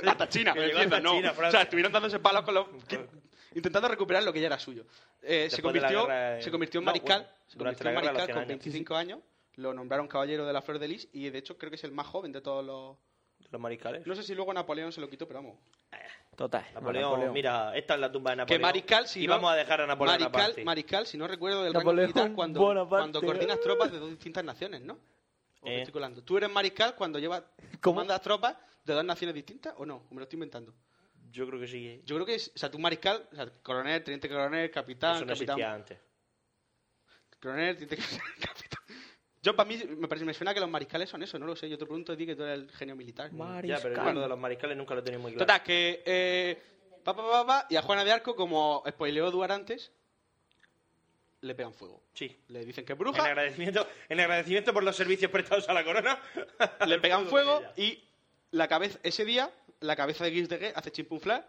[SPEAKER 10] hasta China.
[SPEAKER 7] Que
[SPEAKER 10] me
[SPEAKER 7] llegó hasta
[SPEAKER 10] entiendes, ¿no?
[SPEAKER 7] China,
[SPEAKER 10] o
[SPEAKER 7] Francia.
[SPEAKER 10] sea, estuvieron dándose palos con los. que- intentando recuperar lo que ya era suyo. Eh,
[SPEAKER 7] Después de
[SPEAKER 10] se,
[SPEAKER 7] la
[SPEAKER 10] convirtió,
[SPEAKER 7] guerra de-
[SPEAKER 10] se convirtió en
[SPEAKER 7] No,
[SPEAKER 10] mariscal.
[SPEAKER 7] bueno,
[SPEAKER 10] se
[SPEAKER 7] durante
[SPEAKER 10] convirtió en
[SPEAKER 7] la guerra de los
[SPEAKER 10] mariscal
[SPEAKER 7] cien
[SPEAKER 10] con
[SPEAKER 7] años.
[SPEAKER 10] 25 años. Lo nombraron caballero de la Flor de Lis y de hecho creo que es el más joven de todos los.
[SPEAKER 7] Los mariscales.
[SPEAKER 10] No sé si luego Napoleón se lo quitó, pero vamos.
[SPEAKER 9] Total.
[SPEAKER 7] Napoleón, mira, esta es la tumba de
[SPEAKER 10] Que
[SPEAKER 7] Napoleón.
[SPEAKER 10] Mariscal, si
[SPEAKER 7] y
[SPEAKER 10] no-
[SPEAKER 7] vamos a dejar a Napoleón
[SPEAKER 10] Mariscal,
[SPEAKER 7] aparte.
[SPEAKER 10] Mariscal, si no recuerdo del
[SPEAKER 9] Napoleón
[SPEAKER 10] rango militar, cuando,
[SPEAKER 9] Bonaparte.
[SPEAKER 10] cuando coordinas tropas de dos distintas naciones, ¿no?
[SPEAKER 7] Eh,
[SPEAKER 10] O me estoy colando. ¿Tú eres mariscal cuando llevas, mandas tropas de dos naciones distintas o no? ¿O me lo estoy inventando?
[SPEAKER 7] Yo creo que sí. eh.
[SPEAKER 10] Yo creo que, es, o sea, tú mariscal, o sea, coronel, teniente coronel, capitán,
[SPEAKER 7] Eso no
[SPEAKER 10] capitán,
[SPEAKER 7] existía antes.
[SPEAKER 10] coronel, teniente coronel, capitán. Yo para mí me, parece, me suena que los mariscales son eso, no lo sé. Yo te pregunto a ti que tú eres el genio militar.
[SPEAKER 7] Ya, pero yo lo de los mariscales nunca lo he tenido muy claro.
[SPEAKER 10] Total, que eh, pa, pa, pa, pa, y a Juana de Arco, como spoileó Duar antes, le pegan fuego.
[SPEAKER 7] Sí.
[SPEAKER 10] Le dicen que es bruja.
[SPEAKER 7] En agradecimiento, en agradecimiento por los servicios prestados a la corona.
[SPEAKER 10] le pegan fuego y la cabeza ese día la cabeza de Gilles de Gay hace chimpunflar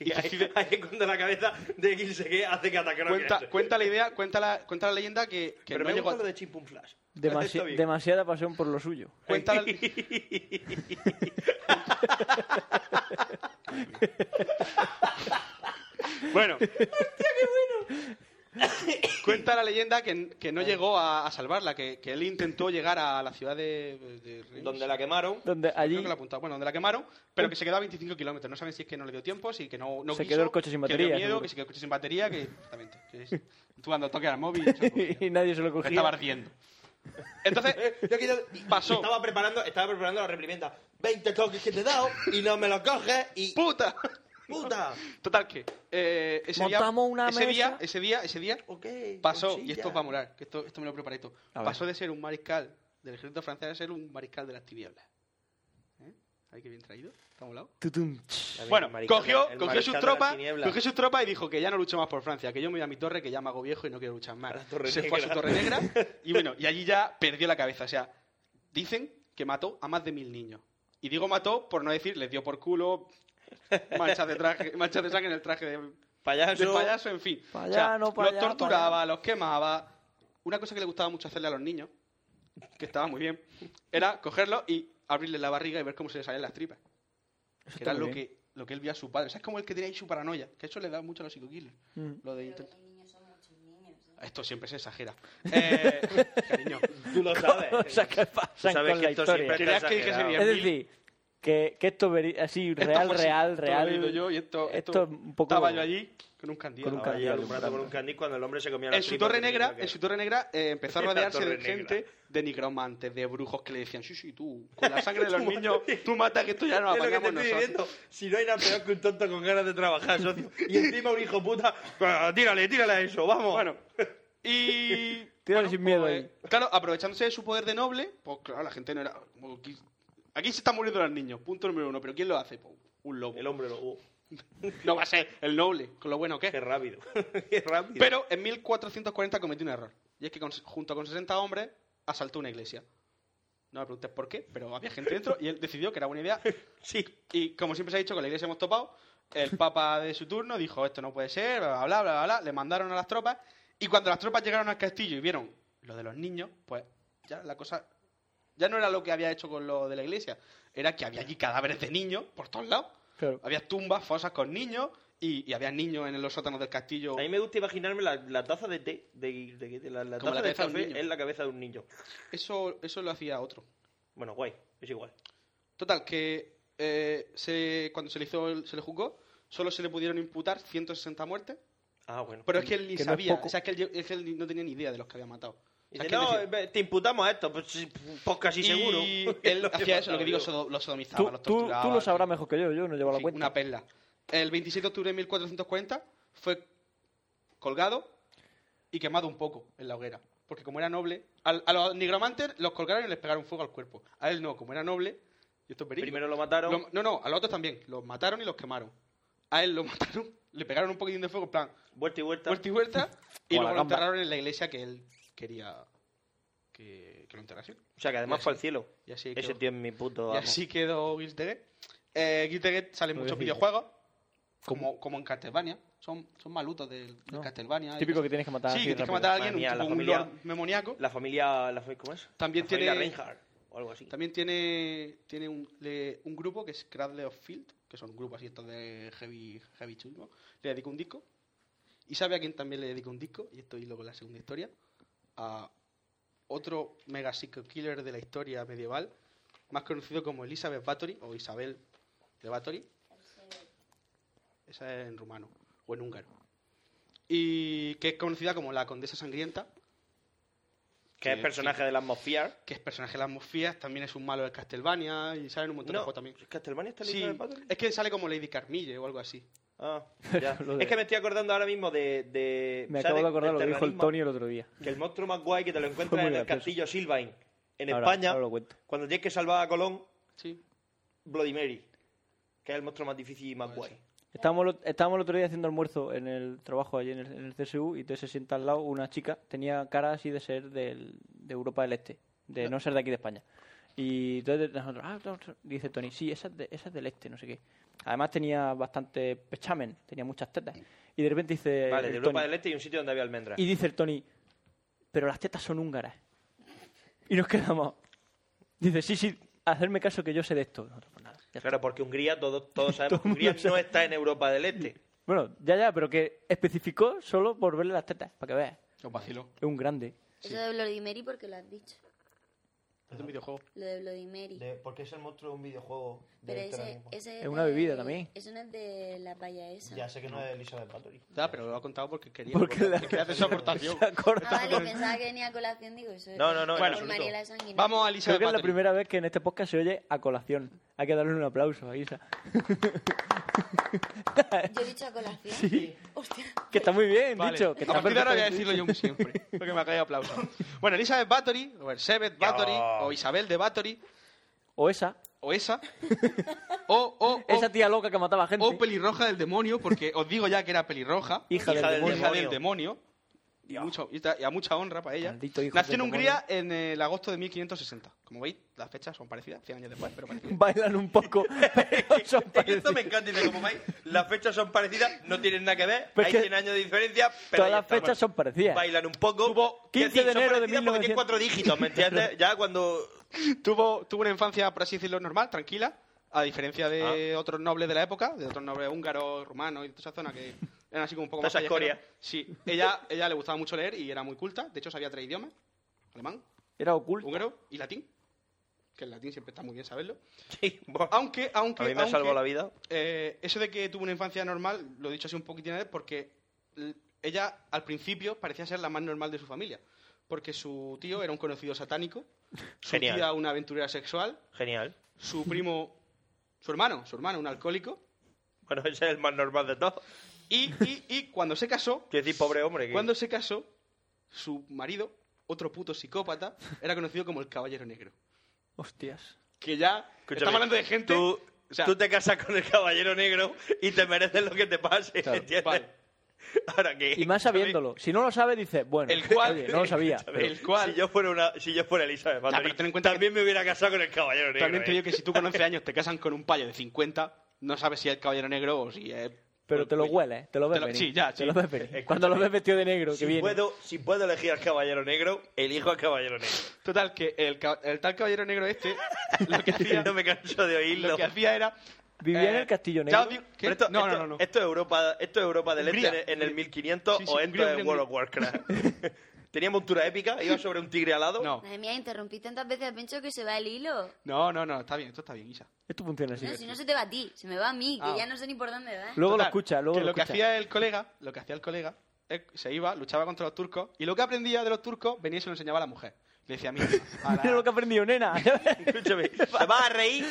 [SPEAKER 7] Y ahí, ahí es cuando la cabeza de Gilsegué hace que atacara
[SPEAKER 10] cuenta, cuenta la idea cuenta la, cuenta la leyenda que, que
[SPEAKER 7] Pero
[SPEAKER 10] no
[SPEAKER 7] me
[SPEAKER 10] llegó
[SPEAKER 7] gusta
[SPEAKER 10] a-
[SPEAKER 7] lo de Chimpum Flash.
[SPEAKER 9] Demasi-
[SPEAKER 7] Está bien.
[SPEAKER 9] demasiada pasión por lo suyo.
[SPEAKER 10] cuenta la, bueno cuenta la leyenda que, que
[SPEAKER 7] Ah.
[SPEAKER 10] no llegó a, a salvarla que, que él intentó llegar a la ciudad de, de Reims.
[SPEAKER 7] Donde la quemaron.
[SPEAKER 9] Donde
[SPEAKER 10] Creo
[SPEAKER 9] allí
[SPEAKER 10] que la apuntaba. bueno, donde la quemaron, pero que se quedó a 25 kilómetros. No saben si es que no le dio tiempo, si que no, no
[SPEAKER 9] Se
[SPEAKER 10] quiso,
[SPEAKER 9] quedó el coche sin
[SPEAKER 10] que le dio
[SPEAKER 9] batería,
[SPEAKER 10] miedo,
[SPEAKER 9] seguro.
[SPEAKER 10] que se quedó el coche sin batería, que... Exactamente. que es- Tú cuando toques al móvil... se lo cogía.
[SPEAKER 9] y nadie se lo cogía.
[SPEAKER 10] Estaba ardiendo. Entonces, pasó.
[SPEAKER 7] Estaba preparando, estaba preparando la reprimenda. 20 toques que te he dado y no me los coges y...
[SPEAKER 10] ¡Puta!
[SPEAKER 7] ¡Puta!
[SPEAKER 10] Total, que eh, ese, día,
[SPEAKER 9] Montamos una
[SPEAKER 10] ese
[SPEAKER 9] mesa.
[SPEAKER 10] día, ese día, ese día, pasó, y esto va a molar, que esto, esto me lo preparé esto,
[SPEAKER 9] A ver.
[SPEAKER 10] pasó de ser un mariscal del ejército francés a ser un mariscal de las tinieblas. ¿Eh? Ahí que bien traído, está molado.
[SPEAKER 9] Tutum.
[SPEAKER 10] Bueno,
[SPEAKER 7] mariscal-
[SPEAKER 10] cogió,
[SPEAKER 7] el
[SPEAKER 10] cogió
[SPEAKER 7] mariscal de
[SPEAKER 10] sus
[SPEAKER 7] las
[SPEAKER 10] tropas,
[SPEAKER 7] tinieblas.
[SPEAKER 10] cogió sus tropas y dijo que ya no lucho más por Francia, que yo me voy a mi torre, que ya me hago viejo y no quiero luchar más.
[SPEAKER 7] Torre
[SPEAKER 10] Se fue a su
[SPEAKER 7] Negra.
[SPEAKER 10] torre negra y bueno, y allí ya perdió la cabeza. O sea, dicen que mató a más de mil niños. Y digo mató por no decir, les dio por culo, manchas de traje, manchas de sangre en el traje de
[SPEAKER 7] Payaso.
[SPEAKER 10] de payaso, en fin.
[SPEAKER 9] Pa'
[SPEAKER 10] O sea,
[SPEAKER 9] allá, no pa' allá,
[SPEAKER 10] los torturaba, los quemaba. Una cosa que le gustaba mucho hacerle a los niños, que estaba muy bien, era cogerlos y abrirle la barriga y ver cómo se le salían las tripas. Que
[SPEAKER 9] está
[SPEAKER 10] era
[SPEAKER 9] muy
[SPEAKER 10] lo
[SPEAKER 9] bien.
[SPEAKER 10] que, lo que él vio a su padre. O sea, es como el que tenía ahí su paranoia, que eso le da mucho a los psicoquiles.
[SPEAKER 9] Mm.
[SPEAKER 10] Lo de intent- Esto siempre se exagera. Eh, cariño.
[SPEAKER 7] Tú lo sabes.
[SPEAKER 9] Cosas que pasan
[SPEAKER 7] Sabes
[SPEAKER 9] con
[SPEAKER 7] que
[SPEAKER 9] la
[SPEAKER 7] esto
[SPEAKER 9] historia.
[SPEAKER 7] siempre está
[SPEAKER 10] Querías que dijese
[SPEAKER 7] exagerado.
[SPEAKER 10] bien.
[SPEAKER 9] Es
[SPEAKER 10] 10.000.
[SPEAKER 9] decir, Que, que esto veri- así,
[SPEAKER 10] Esto
[SPEAKER 9] real,
[SPEAKER 10] fue así.
[SPEAKER 9] real,
[SPEAKER 10] Esto lo he
[SPEAKER 9] real.
[SPEAKER 10] leído yo y esto- esto
[SPEAKER 9] es un poco.
[SPEAKER 10] estaba yo allí con un candil.
[SPEAKER 9] Con un
[SPEAKER 10] Estaba
[SPEAKER 9] candil
[SPEAKER 10] allí
[SPEAKER 9] alumbrando.
[SPEAKER 10] alumbrando.
[SPEAKER 7] Con un candil cuando el hombre se comía la
[SPEAKER 10] En su
[SPEAKER 7] tripa
[SPEAKER 10] torre
[SPEAKER 7] que tenía
[SPEAKER 10] negra,
[SPEAKER 7] que-
[SPEAKER 10] en su torre negra eh, empezó a
[SPEAKER 7] La
[SPEAKER 10] rodearse
[SPEAKER 7] torre
[SPEAKER 10] de
[SPEAKER 7] negra.
[SPEAKER 10] gente de nigromantes, de brujos que le decían, sí, sí, tú, con la sangre de los niños, tú matas que esto ya nos
[SPEAKER 7] Es lo que te
[SPEAKER 10] apagamos
[SPEAKER 7] estoy diciendo.
[SPEAKER 10] nosotros.
[SPEAKER 7] Si no hay nada peor que un tonto con ganas de trabajar, socio. Y encima un hijo puta. "Ah, Tírale, tírale a eso, vamos.
[SPEAKER 10] Bueno, y. pues,
[SPEAKER 9] Tírale sin miedo
[SPEAKER 7] pues,
[SPEAKER 9] ahí.
[SPEAKER 10] Claro, aprovechándose de su poder de noble, pues claro, la gente no era. como que- Aquí se están muriendo los niños, punto número uno, pero ¿quién lo hace? Pues, un lobo. El
[SPEAKER 7] hombre lobo.
[SPEAKER 10] no va a ser el noble, con lo bueno que es.
[SPEAKER 7] Qué rápido. Qué rápido.
[SPEAKER 10] Pero en 1440 cometió un error. Y es que con- junto con 60 hombres asaltó una iglesia. No me preguntes por qué, pero había gente dentro y él decidió que era buena idea. Sí. Y como siempre se ha dicho, con la iglesia hemos topado. El papa de su turno dijo: Esto no puede ser, bla, bla, bla, bla, bla. Le mandaron a las tropas. Y cuando las tropas llegaron al castillo y vieron lo de los niños, pues ya la cosa. Ya no era lo que había hecho con lo de la iglesia. Era que había allí cadáveres de niños por todos lados. Había tumbas, fosas con niños. Y, y había niños en los sótanos del castillo.
[SPEAKER 7] A mí me gusta imaginarme la, la taza de té, de, de- de- la, la
[SPEAKER 10] Como
[SPEAKER 7] taza
[SPEAKER 10] la
[SPEAKER 7] de
[SPEAKER 10] cabeza de un
[SPEAKER 7] café
[SPEAKER 10] niño.
[SPEAKER 7] en la cabeza de un niño.
[SPEAKER 10] Eso, eso lo hacía otro.
[SPEAKER 7] Bueno, guay, es igual.
[SPEAKER 10] Total, que eh, se, cuando se le, hizo el- se le juzgó, solo se le pudieron imputar 160 muertes.
[SPEAKER 7] Ah, bueno.
[SPEAKER 10] Pero es que él ni
[SPEAKER 7] Que no es
[SPEAKER 10] sabía,
[SPEAKER 7] poco.
[SPEAKER 10] o sea, es que él, lle- es que él ni- no tenía ni idea de los que había matado. O
[SPEAKER 7] Y
[SPEAKER 10] sea,
[SPEAKER 7] dice,
[SPEAKER 10] que él
[SPEAKER 7] no,
[SPEAKER 10] decía-
[SPEAKER 7] eh, te imputamos a esto, pues, sí, pues casi seguro.
[SPEAKER 10] Y él hacía eso, lo que digo,
[SPEAKER 7] Pasado,
[SPEAKER 10] sodo- los sodomizaba,
[SPEAKER 9] Tú,
[SPEAKER 10] los
[SPEAKER 9] tú-
[SPEAKER 10] torturaba.
[SPEAKER 9] tú lo sabrás mejor que yo, yo no llevo la
[SPEAKER 10] Sí,
[SPEAKER 9] cuenta.
[SPEAKER 10] Una perla. El 27 de octubre de 1440 fue colgado y quemado un poco en la hoguera. Porque como era noble, al- a los nigromantes los colgaron y les pegaron fuego al cuerpo. A él no, como era noble, y esto es verídico.
[SPEAKER 7] Primero lo mataron.
[SPEAKER 10] Lo- no, no, a los otros también. Los mataron y los quemaron. A él lo mataron, le pegaron un poquitín de fuego, en plan,
[SPEAKER 7] Vuelta y vuelta.
[SPEAKER 10] vuelta y vuelta, y
[SPEAKER 7] Como la
[SPEAKER 10] luego lo
[SPEAKER 7] gamba.
[SPEAKER 10] enterraron en la iglesia que él quería que, que lo enterrasen.
[SPEAKER 7] O sea, que además
[SPEAKER 10] Y
[SPEAKER 7] fue al
[SPEAKER 10] así-
[SPEAKER 7] cielo.
[SPEAKER 10] Y así
[SPEAKER 7] Ese
[SPEAKER 10] quedó.
[SPEAKER 7] tío es mi puto.
[SPEAKER 10] Y
[SPEAKER 7] amo.
[SPEAKER 10] así quedó Gilteget. Eh, Gilteget sale en
[SPEAKER 7] Lo
[SPEAKER 10] muchos
[SPEAKER 7] decís.
[SPEAKER 10] videojuegos, como, como en Castlevania. Son, son malutos del del
[SPEAKER 9] No.
[SPEAKER 10] Castlevania. y
[SPEAKER 9] Típico
[SPEAKER 10] cosas.
[SPEAKER 9] que tienes que matar
[SPEAKER 10] Sí,
[SPEAKER 9] así
[SPEAKER 10] que tienes que
[SPEAKER 9] rápido.
[SPEAKER 10] matar a
[SPEAKER 9] Madre
[SPEAKER 10] alguien, un,
[SPEAKER 9] mía,
[SPEAKER 10] tipo,
[SPEAKER 9] la
[SPEAKER 10] un
[SPEAKER 9] familia-
[SPEAKER 10] lord memoniaco.
[SPEAKER 7] La familia. La, ¿Cómo es?
[SPEAKER 10] También
[SPEAKER 7] La
[SPEAKER 10] tiene-
[SPEAKER 7] familia Reinhardt o algo así.
[SPEAKER 10] También tiene, tiene un, le- un grupo que es Cradle of Field, que son grupos así estos de heavy, heavy chungo. Le dedico un disco. Y sabe a quién también le dedico un disco, y esto hilo con la segunda historia, a otro mega psycho killer de la historia medieval, más conocido como Elizabeth Bathory o Isabel de Bathory. Esa es en rumano o en húngaro. Y que es conocida como la Condesa Sangrienta.
[SPEAKER 7] Que es personaje de la atmósfera.
[SPEAKER 10] Que es personaje de las Mosfías, también es un malo de Castlevania y sale en un montón
[SPEAKER 7] No,
[SPEAKER 10] de juegos también.
[SPEAKER 7] ¿Castlevania está en la
[SPEAKER 10] sí,
[SPEAKER 7] lista de Bathory?
[SPEAKER 10] Es que sale como Lady Carmille o algo así.
[SPEAKER 7] Ah, ya. Es que me estoy acordando ahora mismo de. de
[SPEAKER 9] Me
[SPEAKER 7] ¿sabes
[SPEAKER 9] acabo de
[SPEAKER 7] del
[SPEAKER 9] acordar lo que dijo el
[SPEAKER 7] terrorismo?
[SPEAKER 9] Tony el otro día.
[SPEAKER 7] Que el monstruo más guay que te lo
[SPEAKER 9] Fue
[SPEAKER 7] encuentras
[SPEAKER 9] muy
[SPEAKER 7] en el
[SPEAKER 9] gracioso.
[SPEAKER 7] castillo Silvain, en
[SPEAKER 9] Ahora-
[SPEAKER 7] España,
[SPEAKER 9] ahora lo cuento.
[SPEAKER 7] cuando tienes que salvar a Colón,
[SPEAKER 10] sí.
[SPEAKER 7] Bloody Mary, que es el monstruo más difícil y más guay.
[SPEAKER 9] Estábamos, lo- estábamos el otro día haciendo almuerzo en el trabajo allí en el, en el CSU y entonces se sienta al lado una chica, tenía cara así de ser del- de Europa del Este, de no ser de aquí de España. Y entonces nosotros, ah, no, no, dice Tony, sí, esa es, de- esa es del Este, no sé qué. Además tenía bastante pechamen, tenía muchas tetas. Y de repente dice...
[SPEAKER 7] Vale,
[SPEAKER 9] el
[SPEAKER 7] de Europa
[SPEAKER 9] Eh, Tony-
[SPEAKER 7] del Este y un sitio donde había almendras.
[SPEAKER 9] Y dice el Tony, pero las tetas son húngaras. Y nos quedamos. Dice, sí, sí, hacerme caso que yo sé de esto. Nosotros, pues nada.
[SPEAKER 7] Claro, porque Hungría, todo- todos sabemos
[SPEAKER 9] Todo
[SPEAKER 7] que
[SPEAKER 9] el mundo
[SPEAKER 7] Hungría no está en Europa del Este.
[SPEAKER 9] Bueno, ya, ya, pero que especificó solo por verle las tetas, para que veas.
[SPEAKER 10] Lo vaciló.
[SPEAKER 9] Es un grande.
[SPEAKER 13] Eso de Bloody Mary porque lo has dicho.
[SPEAKER 10] Es un videojuego.
[SPEAKER 13] Lo de Bloody Mary.
[SPEAKER 7] porque es el monstruo de este un videojuego.
[SPEAKER 13] Pero ese, ese
[SPEAKER 9] Es una
[SPEAKER 13] de-
[SPEAKER 9] bebida también.
[SPEAKER 13] Eso no es de la valla esa. Ah,
[SPEAKER 7] es Elizabeth Bathory.
[SPEAKER 10] Ya, pero lo ha contado porque quería,
[SPEAKER 9] Porque
[SPEAKER 10] porque
[SPEAKER 9] la-
[SPEAKER 10] quería hacer su aportación.
[SPEAKER 13] Ah, vale, pensaba que venía a colación, digo eso.
[SPEAKER 10] No, no, no, en
[SPEAKER 13] Por
[SPEAKER 10] absoluto.
[SPEAKER 13] Mariela Sanguinaria.
[SPEAKER 10] Vamos a
[SPEAKER 9] Creo
[SPEAKER 10] Elizabeth
[SPEAKER 9] que es la
[SPEAKER 10] Bathory.
[SPEAKER 9] primera vez que en este podcast se oye a colación. Hay que darle un aplauso a Isa.
[SPEAKER 13] Yo he dicho a colación.
[SPEAKER 9] Sí.
[SPEAKER 13] Hostia.
[SPEAKER 9] Que está muy bien
[SPEAKER 10] Vale.
[SPEAKER 9] dicho. Que
[SPEAKER 10] a
[SPEAKER 9] está
[SPEAKER 10] partir de ahora voy a
[SPEAKER 9] perfectamente
[SPEAKER 10] decirlo yo
[SPEAKER 9] dicho.
[SPEAKER 10] siempre. Porque me ha caído aplauso. Bueno, Elizabeth Bathory, o Elizabeth Bathory, o Isabel de Bathory,
[SPEAKER 9] O esa.
[SPEAKER 10] o esa, o, o,
[SPEAKER 7] Oh.
[SPEAKER 10] o-
[SPEAKER 9] Esa tía loca que mataba gente.
[SPEAKER 10] o pelirroja del demonio, porque os digo ya que era pelirroja.
[SPEAKER 9] Hija del demonio.
[SPEAKER 10] hija del demonio. Y, mucho- y esta- y a mucha honra para ella.
[SPEAKER 9] Maldito hijo
[SPEAKER 10] Nació
[SPEAKER 9] del
[SPEAKER 10] en Hungría en eh, el agosto de 1560. Como veis, las fechas son parecidas, 100 años después, pero parecidas.
[SPEAKER 9] Bailan un poco. pero son
[SPEAKER 7] Esto me encanta, dice, como veis, las fechas son parecidas, no tienen nada que ver,
[SPEAKER 9] Pero
[SPEAKER 7] hay
[SPEAKER 9] es que
[SPEAKER 7] 100 años de diferencia, pero
[SPEAKER 9] Todas
[SPEAKER 7] ya
[SPEAKER 9] las
[SPEAKER 7] está,
[SPEAKER 9] fechas
[SPEAKER 7] bueno.
[SPEAKER 9] son parecidas.
[SPEAKER 7] Bailan un poco. Tuvo
[SPEAKER 9] 15 de enero de
[SPEAKER 7] Porque tiene
[SPEAKER 9] 1900.
[SPEAKER 7] cuatro dígitos, ¿me entiendes? Ya cuando...
[SPEAKER 10] tuvo, tuvo una infancia, por así decirlo, normal, tranquila, a diferencia de
[SPEAKER 9] Ah.
[SPEAKER 10] otros nobles de la época, de otros nobles húngaros, rumanos y de toda esa zona que eran así como un poco más
[SPEAKER 7] Toda esa
[SPEAKER 10] callejeros.
[SPEAKER 7] escoria.
[SPEAKER 10] Sí, ella, ella le gustaba mucho leer y era muy culta. De hecho, sabía tres idiomas, alemán,
[SPEAKER 9] Era oculto.
[SPEAKER 10] húngaro y latín. que en latín siempre está muy bien saberlo. aunque, aunque.
[SPEAKER 16] a mí me ha
[SPEAKER 10] aunque,
[SPEAKER 16] salvado la vida.
[SPEAKER 10] eh, eso de que tuvo una infancia normal, lo he dicho así un poquitín antes, porque l- ella al principio parecía ser la más normal de su familia. Porque su tío era un conocido satánico, su
[SPEAKER 7] Genial.
[SPEAKER 10] tía una aventurera sexual,
[SPEAKER 7] Genial.
[SPEAKER 10] su primo, su hermano, su hermano, un alcohólico.
[SPEAKER 7] Bueno, ese es el más normal de todos.
[SPEAKER 10] Y, y, y cuando se casó.
[SPEAKER 7] Quiero decir, pobre hombre. que-
[SPEAKER 10] Cuando se casó, su marido, otro puto psicópata, era conocido como el Caballero Negro.
[SPEAKER 9] Hostias.
[SPEAKER 10] Que ya.
[SPEAKER 7] Escúchame,
[SPEAKER 10] estamos hablando de gente.
[SPEAKER 7] Tú,
[SPEAKER 10] o sea-
[SPEAKER 7] tú te casas con el caballero negro y te mereces lo que te pase. ¿entiendes? Ahora que.
[SPEAKER 9] Y más sabiéndolo. Si no lo sabe, dice, bueno,
[SPEAKER 7] El cual,
[SPEAKER 9] oye, no lo sabía.
[SPEAKER 7] escúchame,
[SPEAKER 9] pero-
[SPEAKER 7] el cual- si yo fuera una, si yo fuera Elizabeth Bathory, también me hubiera casado con el caballero negro.
[SPEAKER 10] También te
[SPEAKER 7] ¿eh?
[SPEAKER 10] digo que si tú con 11 años te casan con un payo de 50, no sabes si es el Caballero Negro o si es.
[SPEAKER 9] Pero te lo huele, ¿eh? te lo ves
[SPEAKER 10] Te lo-
[SPEAKER 9] venir.
[SPEAKER 10] sí, ya,
[SPEAKER 9] Te
[SPEAKER 10] sí. Eh,
[SPEAKER 9] lo ves venir. Cuando lo ves vestido de negro, que
[SPEAKER 7] si
[SPEAKER 9] viene.
[SPEAKER 7] puedo, si puedo elegir al caballero negro, elijo al caballero negro.
[SPEAKER 10] Total, que el, ca- el tal Caballero Negro este, lo que hacía.
[SPEAKER 7] no me canso de oírlo.
[SPEAKER 10] Lo que hacía era. eh,
[SPEAKER 9] ¿Vivía en el Castillo
[SPEAKER 10] ya
[SPEAKER 9] Negro?
[SPEAKER 10] os digo- ¿qué?
[SPEAKER 7] Pero esto,
[SPEAKER 10] no,
[SPEAKER 7] esto-
[SPEAKER 10] no, no, no.
[SPEAKER 7] esto es Europa, esto es Europa del
[SPEAKER 10] Hungría.
[SPEAKER 7] Este en el 1500
[SPEAKER 10] Sí, sí,
[SPEAKER 7] o esto
[SPEAKER 10] Hungría,
[SPEAKER 7] es
[SPEAKER 10] Hungría,
[SPEAKER 7] World of Warcraft. Tenía montura épica, iba sobre un tigre alado.
[SPEAKER 10] No,
[SPEAKER 13] Madre mía, interrumpí tantas veces a Pencho que se va el hilo.
[SPEAKER 10] no, no, no, está bien, esto está bien, Isa.
[SPEAKER 9] Esto funciona
[SPEAKER 13] No, si no se te va a ti, se me va a mí, que
[SPEAKER 10] Ah.
[SPEAKER 13] ya no sé ni por dónde va.
[SPEAKER 9] Luego lo
[SPEAKER 10] Total,
[SPEAKER 9] escucha, luego
[SPEAKER 10] que
[SPEAKER 9] lo
[SPEAKER 10] lo que
[SPEAKER 9] escucha.
[SPEAKER 10] hacía el colega, lo que hacía el colega, eh, se iba, luchaba contra los turcos y lo que aprendía de los turcos venía y se lo enseñaba a la mujer. Le decía, mira, a la-
[SPEAKER 9] Mira lo que ha aprendido, nena.
[SPEAKER 7] Escúchame, te vas a reír.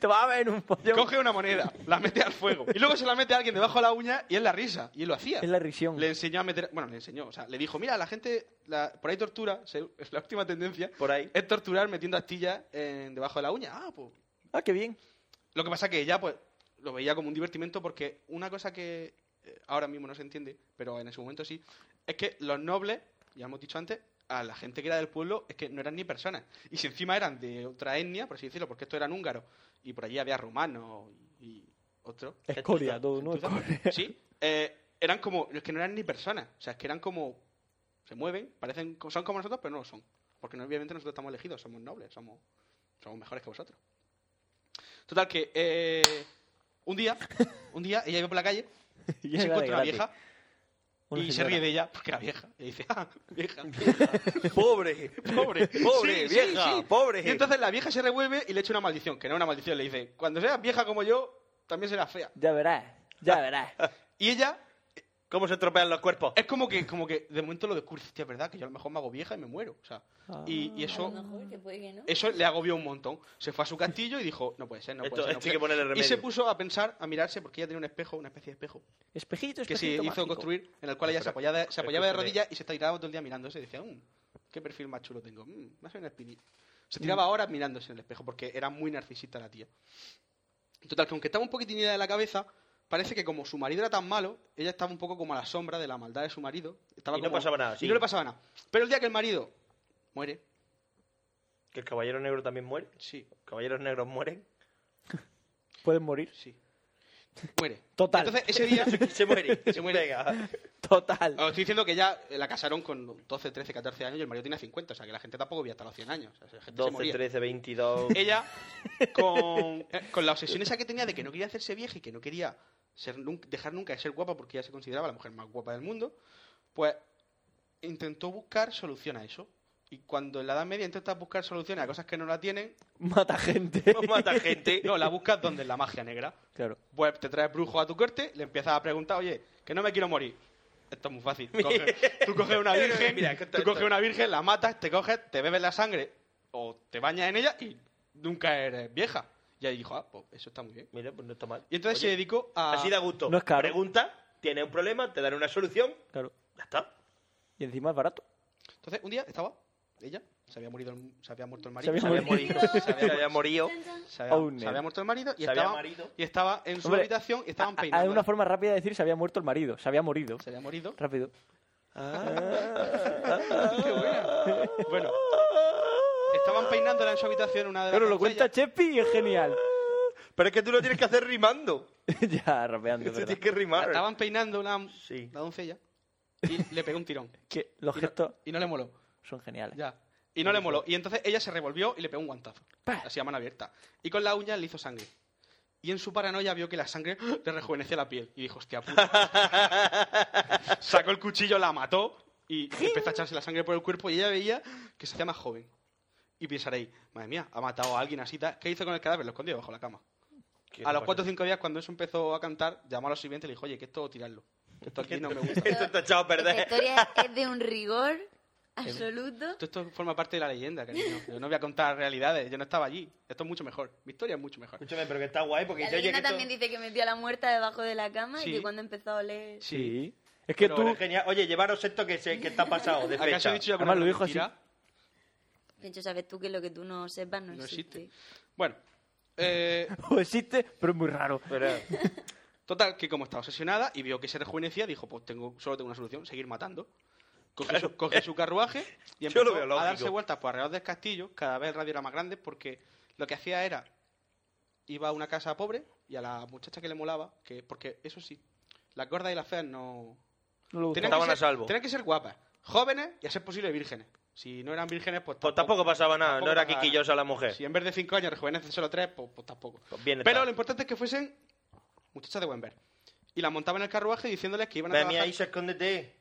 [SPEAKER 9] te vas a ver un pollo.
[SPEAKER 10] coge una moneda, la mete al fuego y luego se la mete a alguien debajo de la uña y es la risa. Y él lo hacía.
[SPEAKER 9] Es la risión.
[SPEAKER 10] Le enseñó a meter, bueno, le enseñó, o sea, le dijo, mira, la gente, la- por ahí tortura, se- es la última tendencia, por ahí. es torturar metiendo astillas en- debajo de la uña. Ah, pues
[SPEAKER 9] Ah, qué bien.
[SPEAKER 10] Lo que pasa que ella, pues, lo veía como un divertimento porque una cosa que eh, ahora mismo no se entiende, pero en ese momento sí, es que los nobles, ya hemos dicho antes, a la gente que era del pueblo es que no eran ni personas. Y si encima eran de otra etnia, por así decirlo, porque estos eran húngaros, y por allí había romanos y otros.
[SPEAKER 9] Escoria, todo, ¿no? Escoria.
[SPEAKER 10] Sí, eh, eran como, es que no eran ni personas, o sea, es que eran como, se mueven, parecen, son como nosotros, pero no lo son. Porque no- obviamente nosotros estamos elegidos, somos nobles, somos, somos mejores que vosotros. Total, que eh, un día, un día, ella iba por la calle,
[SPEAKER 9] Y
[SPEAKER 10] y
[SPEAKER 9] era de
[SPEAKER 10] se encuentra una
[SPEAKER 9] gratis.
[SPEAKER 10] vieja,
[SPEAKER 9] Una
[SPEAKER 10] y se
[SPEAKER 9] señora.
[SPEAKER 10] ríe de ella, porque era vieja. Y dice, ah, vieja, vieja,
[SPEAKER 7] pobre,
[SPEAKER 10] pobre,
[SPEAKER 7] pobre,
[SPEAKER 10] Sí, sí,
[SPEAKER 7] vieja,
[SPEAKER 10] sí.
[SPEAKER 7] pobre.
[SPEAKER 10] Y entonces la vieja se revuelve y le echa una maldición, que no es una maldición, le dice, cuando seas vieja como yo, también serás fea.
[SPEAKER 9] Ya verás, ya verás.
[SPEAKER 10] Y ella...
[SPEAKER 7] ¿Cómo se estropean los cuerpos?
[SPEAKER 10] Es como que, como que de momento lo descubre, hostia, es verdad, que yo a lo mejor me hago vieja y me muero. O sea,
[SPEAKER 9] Ah.
[SPEAKER 10] y, y
[SPEAKER 13] A
[SPEAKER 10] eso,
[SPEAKER 13] lo mejor, que puede que no.
[SPEAKER 10] eso le agobió un montón. Se fue a su castillo y dijo, no puede ser, no
[SPEAKER 7] Esto-
[SPEAKER 10] puede ser.
[SPEAKER 7] esto
[SPEAKER 10] no
[SPEAKER 7] hay
[SPEAKER 10] puede
[SPEAKER 7] que ponerle
[SPEAKER 10] ser.
[SPEAKER 7] remedio.
[SPEAKER 10] Y se puso a pensar, a mirarse, porque ella tenía un espejo, una especie de espejo,
[SPEAKER 9] Espejito, espejito.
[SPEAKER 10] que se hizo
[SPEAKER 9] mágico.
[SPEAKER 10] construir, en el cual ella se
[SPEAKER 9] Pero-
[SPEAKER 10] apoyaba, se
[SPEAKER 9] pero
[SPEAKER 10] apoyaba de
[SPEAKER 9] escúchame.
[SPEAKER 10] rodillas y se tiraba todo el día mirándose. Y decía, "Mm, qué perfil más chulo tengo. Mm, más una espinilla.
[SPEAKER 7] Mm.
[SPEAKER 10] Se tiraba horas mirándose en el espejo, porque era muy narcisista la tía. Total, que aunque estaba un poquitín ida de la cabeza, parece que como su marido era tan malo, ella estaba un poco como a la sombra de la maldad de su marido. Estaba
[SPEAKER 7] Y no
[SPEAKER 10] como-
[SPEAKER 7] pasaba nada, sí.
[SPEAKER 10] Y no le pasaba nada. Pero el día que el marido muere,
[SPEAKER 7] ¿Que el caballero negro también muere?
[SPEAKER 10] Sí.
[SPEAKER 7] ¿Caballeros negros mueren?
[SPEAKER 9] ¿Pueden morir?
[SPEAKER 10] Sí. muere.
[SPEAKER 9] Total.
[SPEAKER 10] Entonces ese día
[SPEAKER 7] se muere.
[SPEAKER 10] Se muere.
[SPEAKER 9] Total.
[SPEAKER 10] Os estoy diciendo que ya la casaron con 12, 13, 14 años y el marido tenía 50. O sea, que la gente tampoco vivía hasta los 100 años. O sea, la gente se
[SPEAKER 7] 12,
[SPEAKER 10] moría.
[SPEAKER 7] 13, 22.
[SPEAKER 10] Ella, con, eh, con la obsesión esa que tenía de que no quería hacerse vieja y que no quería ser nun- dejar nunca de ser guapa porque ella se consideraba la mujer más guapa del mundo, pues intentó buscar solución a eso. Y cuando en la Edad Media intentas buscar soluciones a cosas que no la tienen...
[SPEAKER 9] Mata gente.
[SPEAKER 7] Mata gente.
[SPEAKER 10] No, la buscas donde es la magia negra.
[SPEAKER 9] Claro.
[SPEAKER 10] Pues te traes brujos a tu corte, le empiezas a preguntar, oye, que no me quiero morir. Esto es muy fácil. Coge- tú coges una virgen,
[SPEAKER 7] Mira, que esto-
[SPEAKER 10] tú coges
[SPEAKER 7] esto-
[SPEAKER 10] una virgen, la matas, te coges, te bebes la sangre o te bañas en ella y nunca eres vieja. Y ahí dijo, ah, pues eso está muy bien.
[SPEAKER 7] Mira, pues no está mal.
[SPEAKER 10] Y entonces
[SPEAKER 7] Oye,
[SPEAKER 10] se dedicó a...
[SPEAKER 7] Así da gusto.
[SPEAKER 9] No es caro.
[SPEAKER 7] Pregunta, tiene un problema, te dan una solución.
[SPEAKER 9] Claro.
[SPEAKER 7] Ya está.
[SPEAKER 9] Y encima es barato.
[SPEAKER 10] Entonces un día estaba ella, se había, morido el- se había muerto el marido.
[SPEAKER 9] había morido.
[SPEAKER 10] Se había,
[SPEAKER 7] Se había morido.
[SPEAKER 10] se había-
[SPEAKER 9] Oh,
[SPEAKER 10] se
[SPEAKER 9] no.
[SPEAKER 10] había muerto el marido y,
[SPEAKER 9] Se había
[SPEAKER 10] estaba,
[SPEAKER 9] marido.
[SPEAKER 10] y estaba en su
[SPEAKER 9] Hombre,
[SPEAKER 10] habitación y estaban
[SPEAKER 9] Hay
[SPEAKER 10] peinando.
[SPEAKER 9] Ah,
[SPEAKER 10] eh.
[SPEAKER 9] una forma rápida de decir se había muerto el marido. Se había morido. Se
[SPEAKER 10] había morido.
[SPEAKER 9] Rápido.
[SPEAKER 10] Ah, Qué buena. Bueno, estaban peinándola en su habitación una de las
[SPEAKER 9] Claro, lo
[SPEAKER 10] doncellas.
[SPEAKER 9] cuenta Chepi y es genial.
[SPEAKER 7] Pero es que tú lo tienes que hacer rimando.
[SPEAKER 9] ya, rapeando. ¿verdad?
[SPEAKER 10] La estaban peinando la, la doncella y le pegó un tirón.
[SPEAKER 9] Que los
[SPEAKER 10] Y no-
[SPEAKER 9] gestos
[SPEAKER 10] y no le moló.
[SPEAKER 9] son geniales.
[SPEAKER 10] Ya. Y no le moló. Y entonces ella se revolvió y le pegó un guantazo. Así a mano abierta. Y con la uña le hizo sangre. Y en su paranoia vio que la sangre le rejuvenecía la piel. Y dijo, hostia puta. Sacó el cuchillo, la mató y empezó a echarse la sangre por el cuerpo. Y ella veía que se hacía más joven. y pensaréis, madre mía, ha matado a alguien así. tal. ¿Qué hizo con el cadáver? Lo escondió bajo la cama.
[SPEAKER 7] Qué
[SPEAKER 10] A los
[SPEAKER 7] guay.
[SPEAKER 10] 4 o 5 días, cuando eso empezó a cantar, llamó a los sirvientes y le dijo, oye, que esto tirarlo. Que esto aquí no me gusta.
[SPEAKER 7] Esto está echado a
[SPEAKER 11] La
[SPEAKER 7] perder.
[SPEAKER 11] historia es de un rigor absoluto.
[SPEAKER 10] Esto, esto forma parte de la leyenda, cariño. Yo no voy a contar realidades, yo no estaba allí. Esto es mucho mejor. Mi historia es mucho mejor.
[SPEAKER 7] Escúchame, pero que está guay porque
[SPEAKER 11] La leyenda también dice que metió a la muerta debajo de la cama
[SPEAKER 10] Sí.
[SPEAKER 11] y que cuando empezó a oler...
[SPEAKER 10] Sí.
[SPEAKER 9] Es que tú-
[SPEAKER 7] Oye, llevaros esto que, se, que está pasado de
[SPEAKER 10] ¿Acaso
[SPEAKER 7] fecha.
[SPEAKER 10] he dicho yo alguna Además, lo dijo mentira? así.
[SPEAKER 11] Pencho, sabes tú que lo que tú no sepas no,
[SPEAKER 10] No
[SPEAKER 11] existe.
[SPEAKER 10] Bueno, eh,
[SPEAKER 9] O existe, pero es muy raro.
[SPEAKER 10] total, que como estaba obsesionada y vio que se rejuvenecía, dijo, pues tengo, solo tengo una solución, seguir matando. Coge, su, coge su carruaje y
[SPEAKER 7] Yo lo
[SPEAKER 10] empezó
[SPEAKER 7] veo
[SPEAKER 10] a
[SPEAKER 7] lógico.
[SPEAKER 10] darse vueltas por alrededor del castillo, cada vez el radio era más grande, porque lo que hacía era, iba a una casa pobre y a la muchacha que le molaba, que porque eso sí, las gordas y las feas no...
[SPEAKER 9] No le gusta.
[SPEAKER 10] Tenían que, ser, tenían que ser guapas, jóvenes y a ser posible vírgenes. Si no eran vírgenes, pues
[SPEAKER 7] Pues tampoco pasaba nada,
[SPEAKER 10] Tampoco
[SPEAKER 7] no era
[SPEAKER 10] pasaba
[SPEAKER 7] quiquillosa la mujer.
[SPEAKER 10] Si en vez de 5 años rejuvenece solo 3, pues, pues tampoco.
[SPEAKER 7] bien
[SPEAKER 10] Pero
[SPEAKER 7] está.
[SPEAKER 10] lo importante es que fuesen muchachas de buen ver. Y las montaban en el carruaje diciéndoles que iban a
[SPEAKER 7] Ve a mí
[SPEAKER 10] trabajar...
[SPEAKER 7] ahí, escóndete.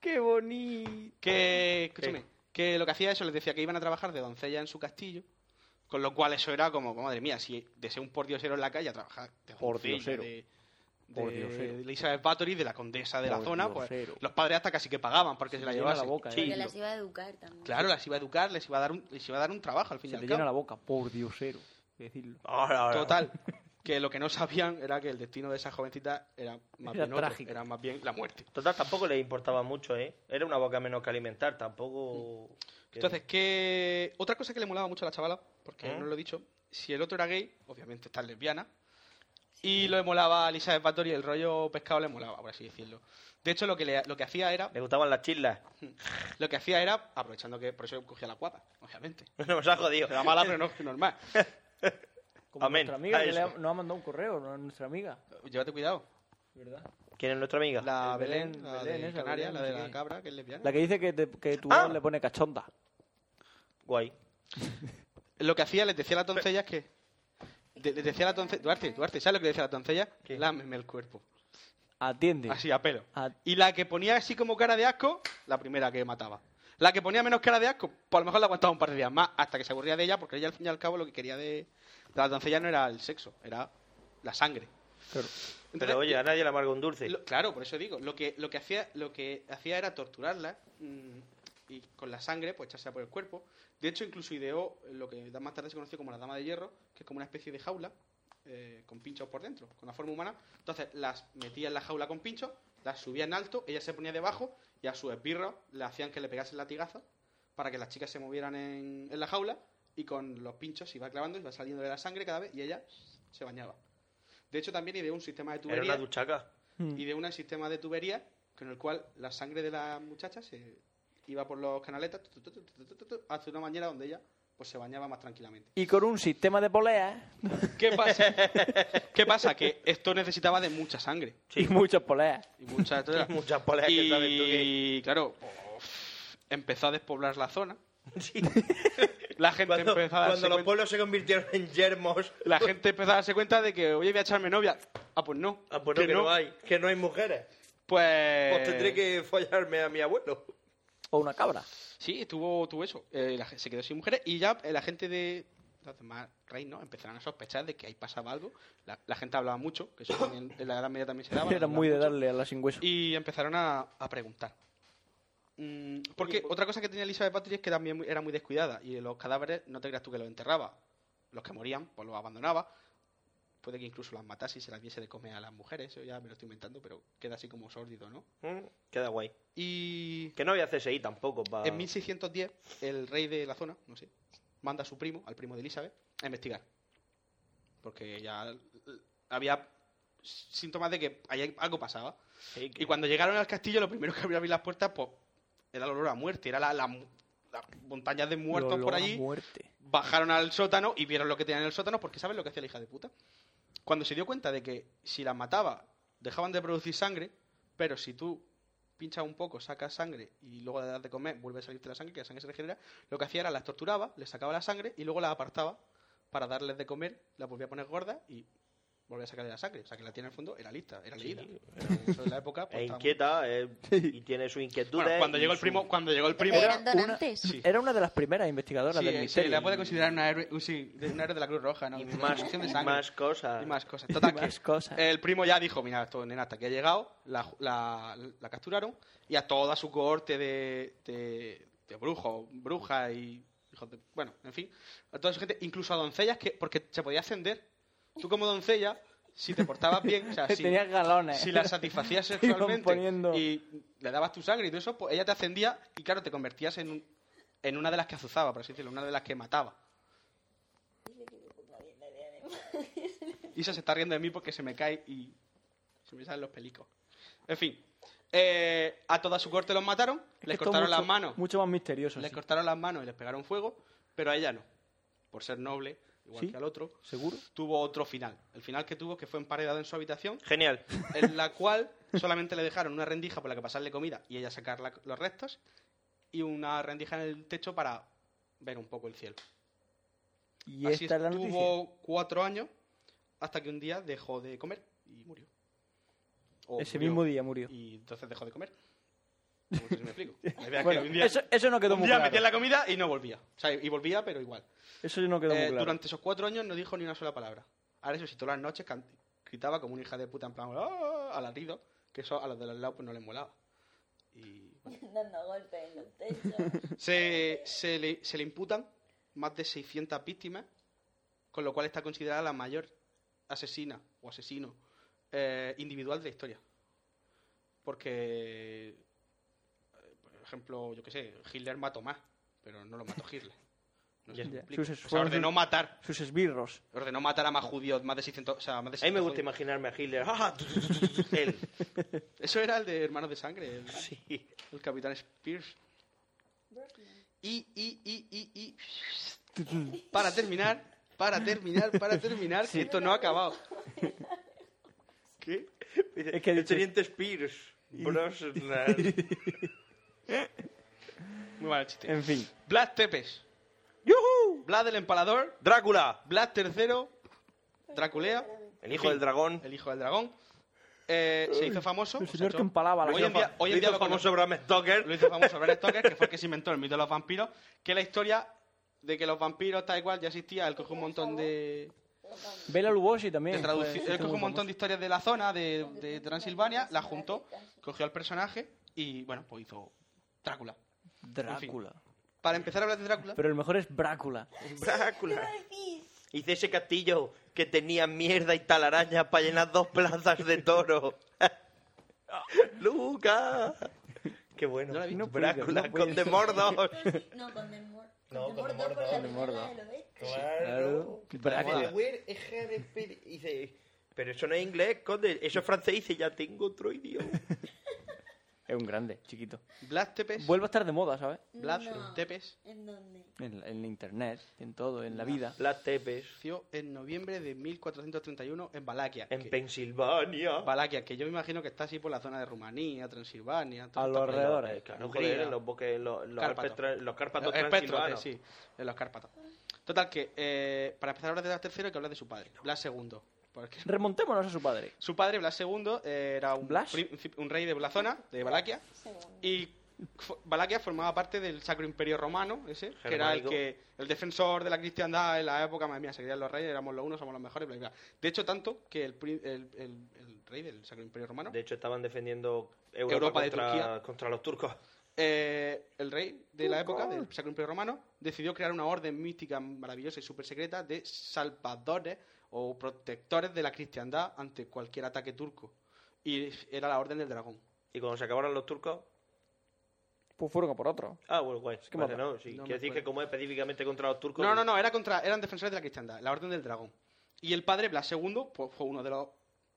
[SPEAKER 9] ¡Qué bonito!
[SPEAKER 10] Que, escúchame, que lo que hacía eso les decía que iban a trabajar de doncella en su castillo, con lo cual eso era como, madre mía, si deseo un pordiosero en la calle a trabajar de doncella,
[SPEAKER 9] Pordiosero.
[SPEAKER 10] de, de,
[SPEAKER 9] Pordiosero.
[SPEAKER 10] de Elizabeth Bathory, de la condesa de la zona, pues
[SPEAKER 9] Pordiosero.
[SPEAKER 10] los padres hasta casi que pagaban porque
[SPEAKER 9] Se
[SPEAKER 10] se,
[SPEAKER 9] te
[SPEAKER 10] la
[SPEAKER 9] llena la
[SPEAKER 10] llevasen.
[SPEAKER 9] boca, ¿eh?
[SPEAKER 10] Sí,
[SPEAKER 11] Porque
[SPEAKER 10] lo-
[SPEAKER 11] las iba a educar también.
[SPEAKER 10] Claro, las iba a educar, les iba a dar un, les iba a dar un trabajo al fin
[SPEAKER 9] Se
[SPEAKER 10] y
[SPEAKER 9] te
[SPEAKER 10] al
[SPEAKER 9] llena
[SPEAKER 10] cabo.
[SPEAKER 9] la boca, por diosero. hay que decirlo.
[SPEAKER 10] Total, que lo que no sabían era que el destino de esa jovencita era más
[SPEAKER 7] Era
[SPEAKER 10] bien otro,
[SPEAKER 7] trágico.
[SPEAKER 10] era más bien la muerte.
[SPEAKER 7] Total, tampoco le importaba mucho, ¿eh? Era una boca menos que alimentar, tampoco...
[SPEAKER 10] Entonces, que otra cosa que le molaba mucho a la chavala, porque
[SPEAKER 7] ¿Eh?
[SPEAKER 10] no lo he dicho, si el otro era gay, obviamente está lesbiana, y lo molaba a Elizabeth Bathory, el rollo pescado le molaba, por así decirlo. De hecho, lo que, le- lo que hacía era...
[SPEAKER 9] Eh.
[SPEAKER 7] Le gustaban las chislas.
[SPEAKER 10] Lo que hacía era, aprovechando que por eso cogía la guapa, obviamente.
[SPEAKER 7] No nos ha jodido.
[SPEAKER 10] Era mala, pero no normal.
[SPEAKER 9] Como
[SPEAKER 10] Amén.
[SPEAKER 9] nuestra amiga
[SPEAKER 10] A
[SPEAKER 9] que le ha-
[SPEAKER 10] eso.
[SPEAKER 9] nos ha mandado un correo, no, nuestra amiga.
[SPEAKER 10] Llévate cuidado.
[SPEAKER 9] ¿Verdad?
[SPEAKER 7] ¿Quién es nuestra amiga?
[SPEAKER 10] La
[SPEAKER 9] El
[SPEAKER 10] Belén,
[SPEAKER 9] Belén,
[SPEAKER 10] la
[SPEAKER 9] Belén,
[SPEAKER 10] de
[SPEAKER 9] esa, Belén,
[SPEAKER 10] Canarias, la
[SPEAKER 9] no
[SPEAKER 10] de
[SPEAKER 9] sé
[SPEAKER 10] la
[SPEAKER 9] qué.
[SPEAKER 10] cabra, que es lesbiana.
[SPEAKER 9] La que dice que, te- que
[SPEAKER 10] Ah.
[SPEAKER 9] tu voz le pone cachonda.
[SPEAKER 7] Guay.
[SPEAKER 10] Lo que hacía, les decía a las doncellas que... de- Les decía a las doncellas... Duarte, Duarte, ¿sabes lo que le decía a las doncellas? Lámeme el cuerpo.
[SPEAKER 9] Atiende.
[SPEAKER 10] Así, a pelo.
[SPEAKER 7] Ah.
[SPEAKER 10] Y la que ponía así como cara de asco, la primera que mataba. La que ponía menos cara de asco, pues a lo mejor la aguantaba un par de días más, hasta que se aburría de ella, porque ella al fin y al cabo lo que quería de, de las doncellas no era el sexo, era la sangre.
[SPEAKER 7] Pero oye, a nadie le amarga un dulce.
[SPEAKER 10] Lo- claro, por eso digo, lo que, lo que hacía, lo que hacía era torturarla mm, y con la sangre, pues echarse por el cuerpo. De hecho, incluso ideó lo que da- más tarde se conoció como la dama de hierro, que es como una especie de jaula eh, con pinchos por dentro, con la forma humana. Entonces las metía en la jaula con pinchos, las subía en alto, ella se ponía debajo y a su esbirro le hacían que le pegasen latigazos para que las chicas se movieran en, en la jaula y con los pinchos se iba clavando, iba saliendo de la sangre cada vez y ella se bañaba. De hecho, también ideó un sistema de
[SPEAKER 7] Era
[SPEAKER 10] tubería
[SPEAKER 7] una duchaca.
[SPEAKER 10] y de un sistema de tubería con el cual la sangre de la muchacha se iba por los canaletas tu, tu, tu, tu, tu, tu, tu, hacia una bañera donde ella pues se bañaba más tranquilamente.
[SPEAKER 9] Y con un sistema de poleas
[SPEAKER 10] ¿Qué pasa? ¿Qué pasa? Que esto necesitaba de mucha sangre.
[SPEAKER 9] y muchas poleas.
[SPEAKER 10] Y mucha, entonces-
[SPEAKER 7] Muchas poleas que sabes tú que-
[SPEAKER 10] Y claro, uf, empezó a despoblar la zona. La gente empezó a darse
[SPEAKER 7] Cuando los
[SPEAKER 10] cuenta-
[SPEAKER 7] pueblos se convirtieron en yermos...
[SPEAKER 10] La gente empezó a darse cuenta de que, oye, voy a echarme novia. Ah, pues no.
[SPEAKER 7] Ah, pues no, que no hay, que no hay mujeres.
[SPEAKER 10] Pues...
[SPEAKER 7] Pues tendré que follarme a mi abuelo.
[SPEAKER 9] O una cabra.
[SPEAKER 10] Sí, tuvo, tuvo eso. Eh, la gen- se quedó sin mujeres y ya eh, la gente de los demás reinos empezaron a sospechar de que ahí pasaba algo. La, la gente hablaba mucho, que eso también en la Edad Media también se daba.
[SPEAKER 9] Era
[SPEAKER 10] hablaban
[SPEAKER 9] muy de
[SPEAKER 10] mucho.
[SPEAKER 9] darle a la sin hueso.
[SPEAKER 10] Y empezaron a, a preguntar. Mm, porque otra cosa que tenía Elizabeth Bathory es que también muy- era muy descuidada y los cadáveres no te creas tú que los enterraba. Los que morían, pues los abandonaba. Puede que incluso las matase y se las diese de comer a las mujeres. Eso ya me lo estoy inventando, pero queda así como sórdido, ¿no?
[SPEAKER 7] Mm, Queda guay.
[SPEAKER 10] Y...
[SPEAKER 7] Que no había CSI tampoco para...
[SPEAKER 10] En 1610, el rey de la zona, no sé, manda a su primo, al primo de Elizabeth, a investigar. Porque ya eh, había síntomas de que ahí algo pasaba. Y cuando llegaron al castillo, lo primero que abrió abrir las puertas, pues, era el olor a muerte, era la, la mu- las montañas de muertos
[SPEAKER 9] Lo- lo
[SPEAKER 10] por
[SPEAKER 9] a
[SPEAKER 10] allí.
[SPEAKER 9] Muerte.
[SPEAKER 10] Bajaron al sótano y vieron lo que tenían en el sótano porque saben lo que hacía la hija de puta. Cuando se dio cuenta de que si las mataba, dejaban de producir sangre, pero si tú pinchas un poco, sacas sangre y luego le das de comer, vuelve a salirte la sangre, que la sangre se regenera, lo que hacía era las torturaba, les sacaba la sangre y luego las apartaba para darles de comer, las volvía a poner gordas y volver a sacar de la sangre. O sea, que la tiene al fondo, era lista, era
[SPEAKER 7] Sí,
[SPEAKER 10] leída.
[SPEAKER 7] era-
[SPEAKER 10] Eso de la época, pues,
[SPEAKER 7] Es
[SPEAKER 10] estaba muy-
[SPEAKER 7] inquieta eh, y tiene sus inquietudes.
[SPEAKER 10] Bueno, cuando
[SPEAKER 7] y
[SPEAKER 10] llegó el
[SPEAKER 7] su-
[SPEAKER 10] primo, cuando llegó el primo,
[SPEAKER 9] Eran
[SPEAKER 10] donantes.
[SPEAKER 9] Era una de las primeras investigadoras
[SPEAKER 10] Sí,
[SPEAKER 9] del
[SPEAKER 10] eh, se
[SPEAKER 9] misterio.
[SPEAKER 10] la puede considerar una héroe, un- sí, de un héroe de la Cruz Roja, ¿no? De
[SPEAKER 7] más-
[SPEAKER 10] donación de sangre.
[SPEAKER 7] más cosas.
[SPEAKER 10] Y más cosas. Total, que
[SPEAKER 9] Ah. más cosas.
[SPEAKER 10] El primo ya dijo, mira, esto, nena, hasta aquí ha llegado, la, la- la capturaron y a toda su cohorte de, de, de brujos, brujas y... hijos de- bueno, en fin, a toda su gente, incluso a doncellas, que porque se podía ascender. Tú como doncella, si te portabas bien, o sea, si,
[SPEAKER 9] Tenías galones.
[SPEAKER 10] si la satisfacías
[SPEAKER 9] Te iban
[SPEAKER 10] sexualmente
[SPEAKER 9] poniendo-
[SPEAKER 10] y le dabas tu sangre y todo eso, pues ella te ascendía y claro, te convertías en, un- en una de las que azuzaba, por así decirlo, una de las que mataba. Isa se está riendo de mí porque se me cae y se me salen los pelicos. En fin, eh, a toda su corte los mataron,
[SPEAKER 9] Es que
[SPEAKER 10] les
[SPEAKER 9] esto es
[SPEAKER 10] cortaron
[SPEAKER 9] mucho-
[SPEAKER 10] las manos,
[SPEAKER 9] Mucho más misterioso.
[SPEAKER 10] les
[SPEAKER 9] sí.
[SPEAKER 10] cortaron las manos y les pegaron fuego, pero a ella no, por ser noble, igual
[SPEAKER 9] ¿Sí?
[SPEAKER 10] que al otro,
[SPEAKER 9] ¿Seguro?
[SPEAKER 10] tuvo otro final. El final que tuvo que fue emparedado en su habitación,
[SPEAKER 7] Genial.
[SPEAKER 10] en la cual solamente le dejaron una rendija por la que pasarle comida y ella sacar la- los restos y una rendija en el techo para ver un poco el cielo.
[SPEAKER 9] Y
[SPEAKER 10] Así
[SPEAKER 9] esta es la noticia.
[SPEAKER 10] estuvo cuatro años hasta que un día dejó de comer y murió. O
[SPEAKER 9] Ese
[SPEAKER 10] murió
[SPEAKER 9] mismo día murió.
[SPEAKER 10] Y entonces dejó de comer. No sé si me explico. La idea es que
[SPEAKER 9] Bueno,
[SPEAKER 10] un día-
[SPEAKER 9] eso- eso no quedó
[SPEAKER 10] un
[SPEAKER 9] muy
[SPEAKER 10] día
[SPEAKER 9] claro.
[SPEAKER 10] metía la comida y no volvía. O sea, y volvía, pero igual.
[SPEAKER 9] Eso no quedó muy
[SPEAKER 10] Eh,
[SPEAKER 9] claro.
[SPEAKER 10] Durante esos cuatro años no dijo ni una sola palabra. Ahora eso sí, todas las noches can- gritaba como una hija de puta en plan "Ah", alarido, que eso a los de los lados pues, no les molaba.
[SPEAKER 16] Dando golpes en los techos.
[SPEAKER 10] Se, se le, se le imputan más de 600 víctimas, con lo cual está considerada la mayor asesina o asesino eh, individual de la historia. Porque, eh, por ejemplo, yo qué sé, Hitler mató más, pero no lo mató Hitler. No sé si me
[SPEAKER 9] Ya.
[SPEAKER 10] explico.
[SPEAKER 9] Sus-
[SPEAKER 10] O sea,
[SPEAKER 9] fueron
[SPEAKER 10] ordenó
[SPEAKER 9] sus-
[SPEAKER 10] matar
[SPEAKER 9] Sus esbirros.
[SPEAKER 10] Ordenó matar a más judíos, más de 600. O sea, más de
[SPEAKER 7] A mí me
[SPEAKER 10] 600
[SPEAKER 7] gusta
[SPEAKER 10] judíos.
[SPEAKER 7] imaginarme a Hitler. ¡Ah, Él.
[SPEAKER 10] Eso era el de Hermanos de Sangre, el, el Capitán Spears. Y, y, y, y, y. Para terminar, para terminar, para terminar, que esto no ha acabado. ¿Qué?
[SPEAKER 7] Es que el teniente Spears. Brosnan.
[SPEAKER 10] Muy mal chiste.
[SPEAKER 7] Em.
[SPEAKER 9] En fin.
[SPEAKER 10] Vlad Tepes. Vlad el Empalador. Drácula. Vlad III. Draculea.
[SPEAKER 7] El hijo del dragón.
[SPEAKER 10] El hijo del dragón. Eh, se hizo famoso.
[SPEAKER 9] El
[SPEAKER 10] o sea,
[SPEAKER 9] señor
[SPEAKER 10] hecho-
[SPEAKER 9] que empalaba a la
[SPEAKER 10] Hoy en
[SPEAKER 9] gente.
[SPEAKER 10] día, hoy en
[SPEAKER 7] Lo
[SPEAKER 10] día
[SPEAKER 7] hizo
[SPEAKER 10] lo
[SPEAKER 7] famoso
[SPEAKER 10] conoce-
[SPEAKER 7] Bram Stoker.
[SPEAKER 10] Lo hizo famoso Bram Stoker, que fue el que se inventó el mito de los vampiros. Que la historia de que los vampiros, tal igual, ya existía. Él cogió un montón de,
[SPEAKER 9] Bela Lugosi
[SPEAKER 10] de
[SPEAKER 9] también. fue-
[SPEAKER 10] traducción.
[SPEAKER 9] fue
[SPEAKER 10] Él cogió
[SPEAKER 9] muy
[SPEAKER 10] un montón de historias de la zona, de, de Transilvania, las juntó, cogió al personaje y, bueno, pues hizo Drácula.
[SPEAKER 9] famoso.
[SPEAKER 10] En fin,
[SPEAKER 9] Drácula.
[SPEAKER 10] para empezar a hablar de Drácula,
[SPEAKER 9] Pero el mejor es Brácula.
[SPEAKER 7] Drácula. Hice ese castillo que tenía mierda y talaraña para llenar dos plazas de toro. ¡Luca! ¡Qué bueno! Drácula,
[SPEAKER 9] no
[SPEAKER 7] con
[SPEAKER 9] puede.
[SPEAKER 7] de Mordor.
[SPEAKER 16] No, con Demor.
[SPEAKER 7] No,
[SPEAKER 16] con Demor,
[SPEAKER 7] con
[SPEAKER 16] con la
[SPEAKER 7] Demordor.
[SPEAKER 16] película del oeste.
[SPEAKER 9] Claro.
[SPEAKER 7] Dice,
[SPEAKER 9] Drácula.
[SPEAKER 7] "Where is Harry Potter?" Dice, Pero eso no es inglés, conde. Eso es francés. Dice, ya tengo otro idioma.
[SPEAKER 9] Es un grande, chiquito.
[SPEAKER 10] Vlad Tepes.
[SPEAKER 9] Vuelve a estar de moda, ¿sabes?
[SPEAKER 10] Vlad
[SPEAKER 16] No.
[SPEAKER 10] Tepes
[SPEAKER 16] ¿En dónde?
[SPEAKER 9] En, la- en la internet, en todo, en la vida.
[SPEAKER 7] Vlad Tepes.
[SPEAKER 10] nació en noviembre de 1431 en Valaquia.
[SPEAKER 7] En
[SPEAKER 10] que-
[SPEAKER 7] Pensilvania.
[SPEAKER 10] Valaquia, que yo me imagino que está así por la zona de Rumanía, Transilvania... todo
[SPEAKER 9] A
[SPEAKER 10] esto
[SPEAKER 9] los
[SPEAKER 10] por ahí,
[SPEAKER 9] alrededores.
[SPEAKER 7] eh, Claro,
[SPEAKER 10] Hungría.
[SPEAKER 7] joder, en los bosques, los, los,
[SPEAKER 10] Cárpatos.
[SPEAKER 7] Alpes tra- los cárpatos
[SPEAKER 10] Eh, espectros,
[SPEAKER 7] transilvanos.
[SPEAKER 10] eh, sí, de los Cárpatos. Total, que eh, para empezar a hablar de Blas III hay que hablar de su padre, Blas II. Porque
[SPEAKER 9] Remontémonos a su padre.
[SPEAKER 10] su padre, Blas II, era un,
[SPEAKER 9] ¿Blas?
[SPEAKER 10] príncipe- un rey de Blazona, de Valaquia, y fo- Valaquia formaba parte del Sacro Imperio Romano, ese, que era el
[SPEAKER 7] Germánico.
[SPEAKER 10] que el defensor de la cristiandad en la época, madre mía, se creían los reyes, éramos los unos, somos los mejores, bla, bla. bla. De hecho, tanto que el, pri- el- el- el rey del Sacro Imperio Romano,
[SPEAKER 7] De hecho, estaban defendiendo Europa,
[SPEAKER 10] Europa de
[SPEAKER 7] contra,
[SPEAKER 10] Turquía.
[SPEAKER 7] contra los turcos.
[SPEAKER 10] Eh, el rey de la
[SPEAKER 7] Turco.
[SPEAKER 10] época, del Sacro Imperio Romano, decidió crear una orden mística maravillosa y súper secreta de salvadores o protectores de la cristiandad ante cualquier ataque turco. Y era la orden del dragón.
[SPEAKER 7] Y cuando se acabaron los turcos.
[SPEAKER 9] Pues fueron a por otro.
[SPEAKER 7] Ah, bueno, guay.
[SPEAKER 9] que
[SPEAKER 7] Vale,
[SPEAKER 9] mata.
[SPEAKER 7] no, sí.
[SPEAKER 10] No me
[SPEAKER 7] Quiero decir
[SPEAKER 10] acuerdo.
[SPEAKER 7] que, como es específicamente contra los turcos.
[SPEAKER 10] No, no, no, era contra, eran defensores de la cristiandad, la orden del dragón. Y el padre, Blas II, pues, fue uno de los.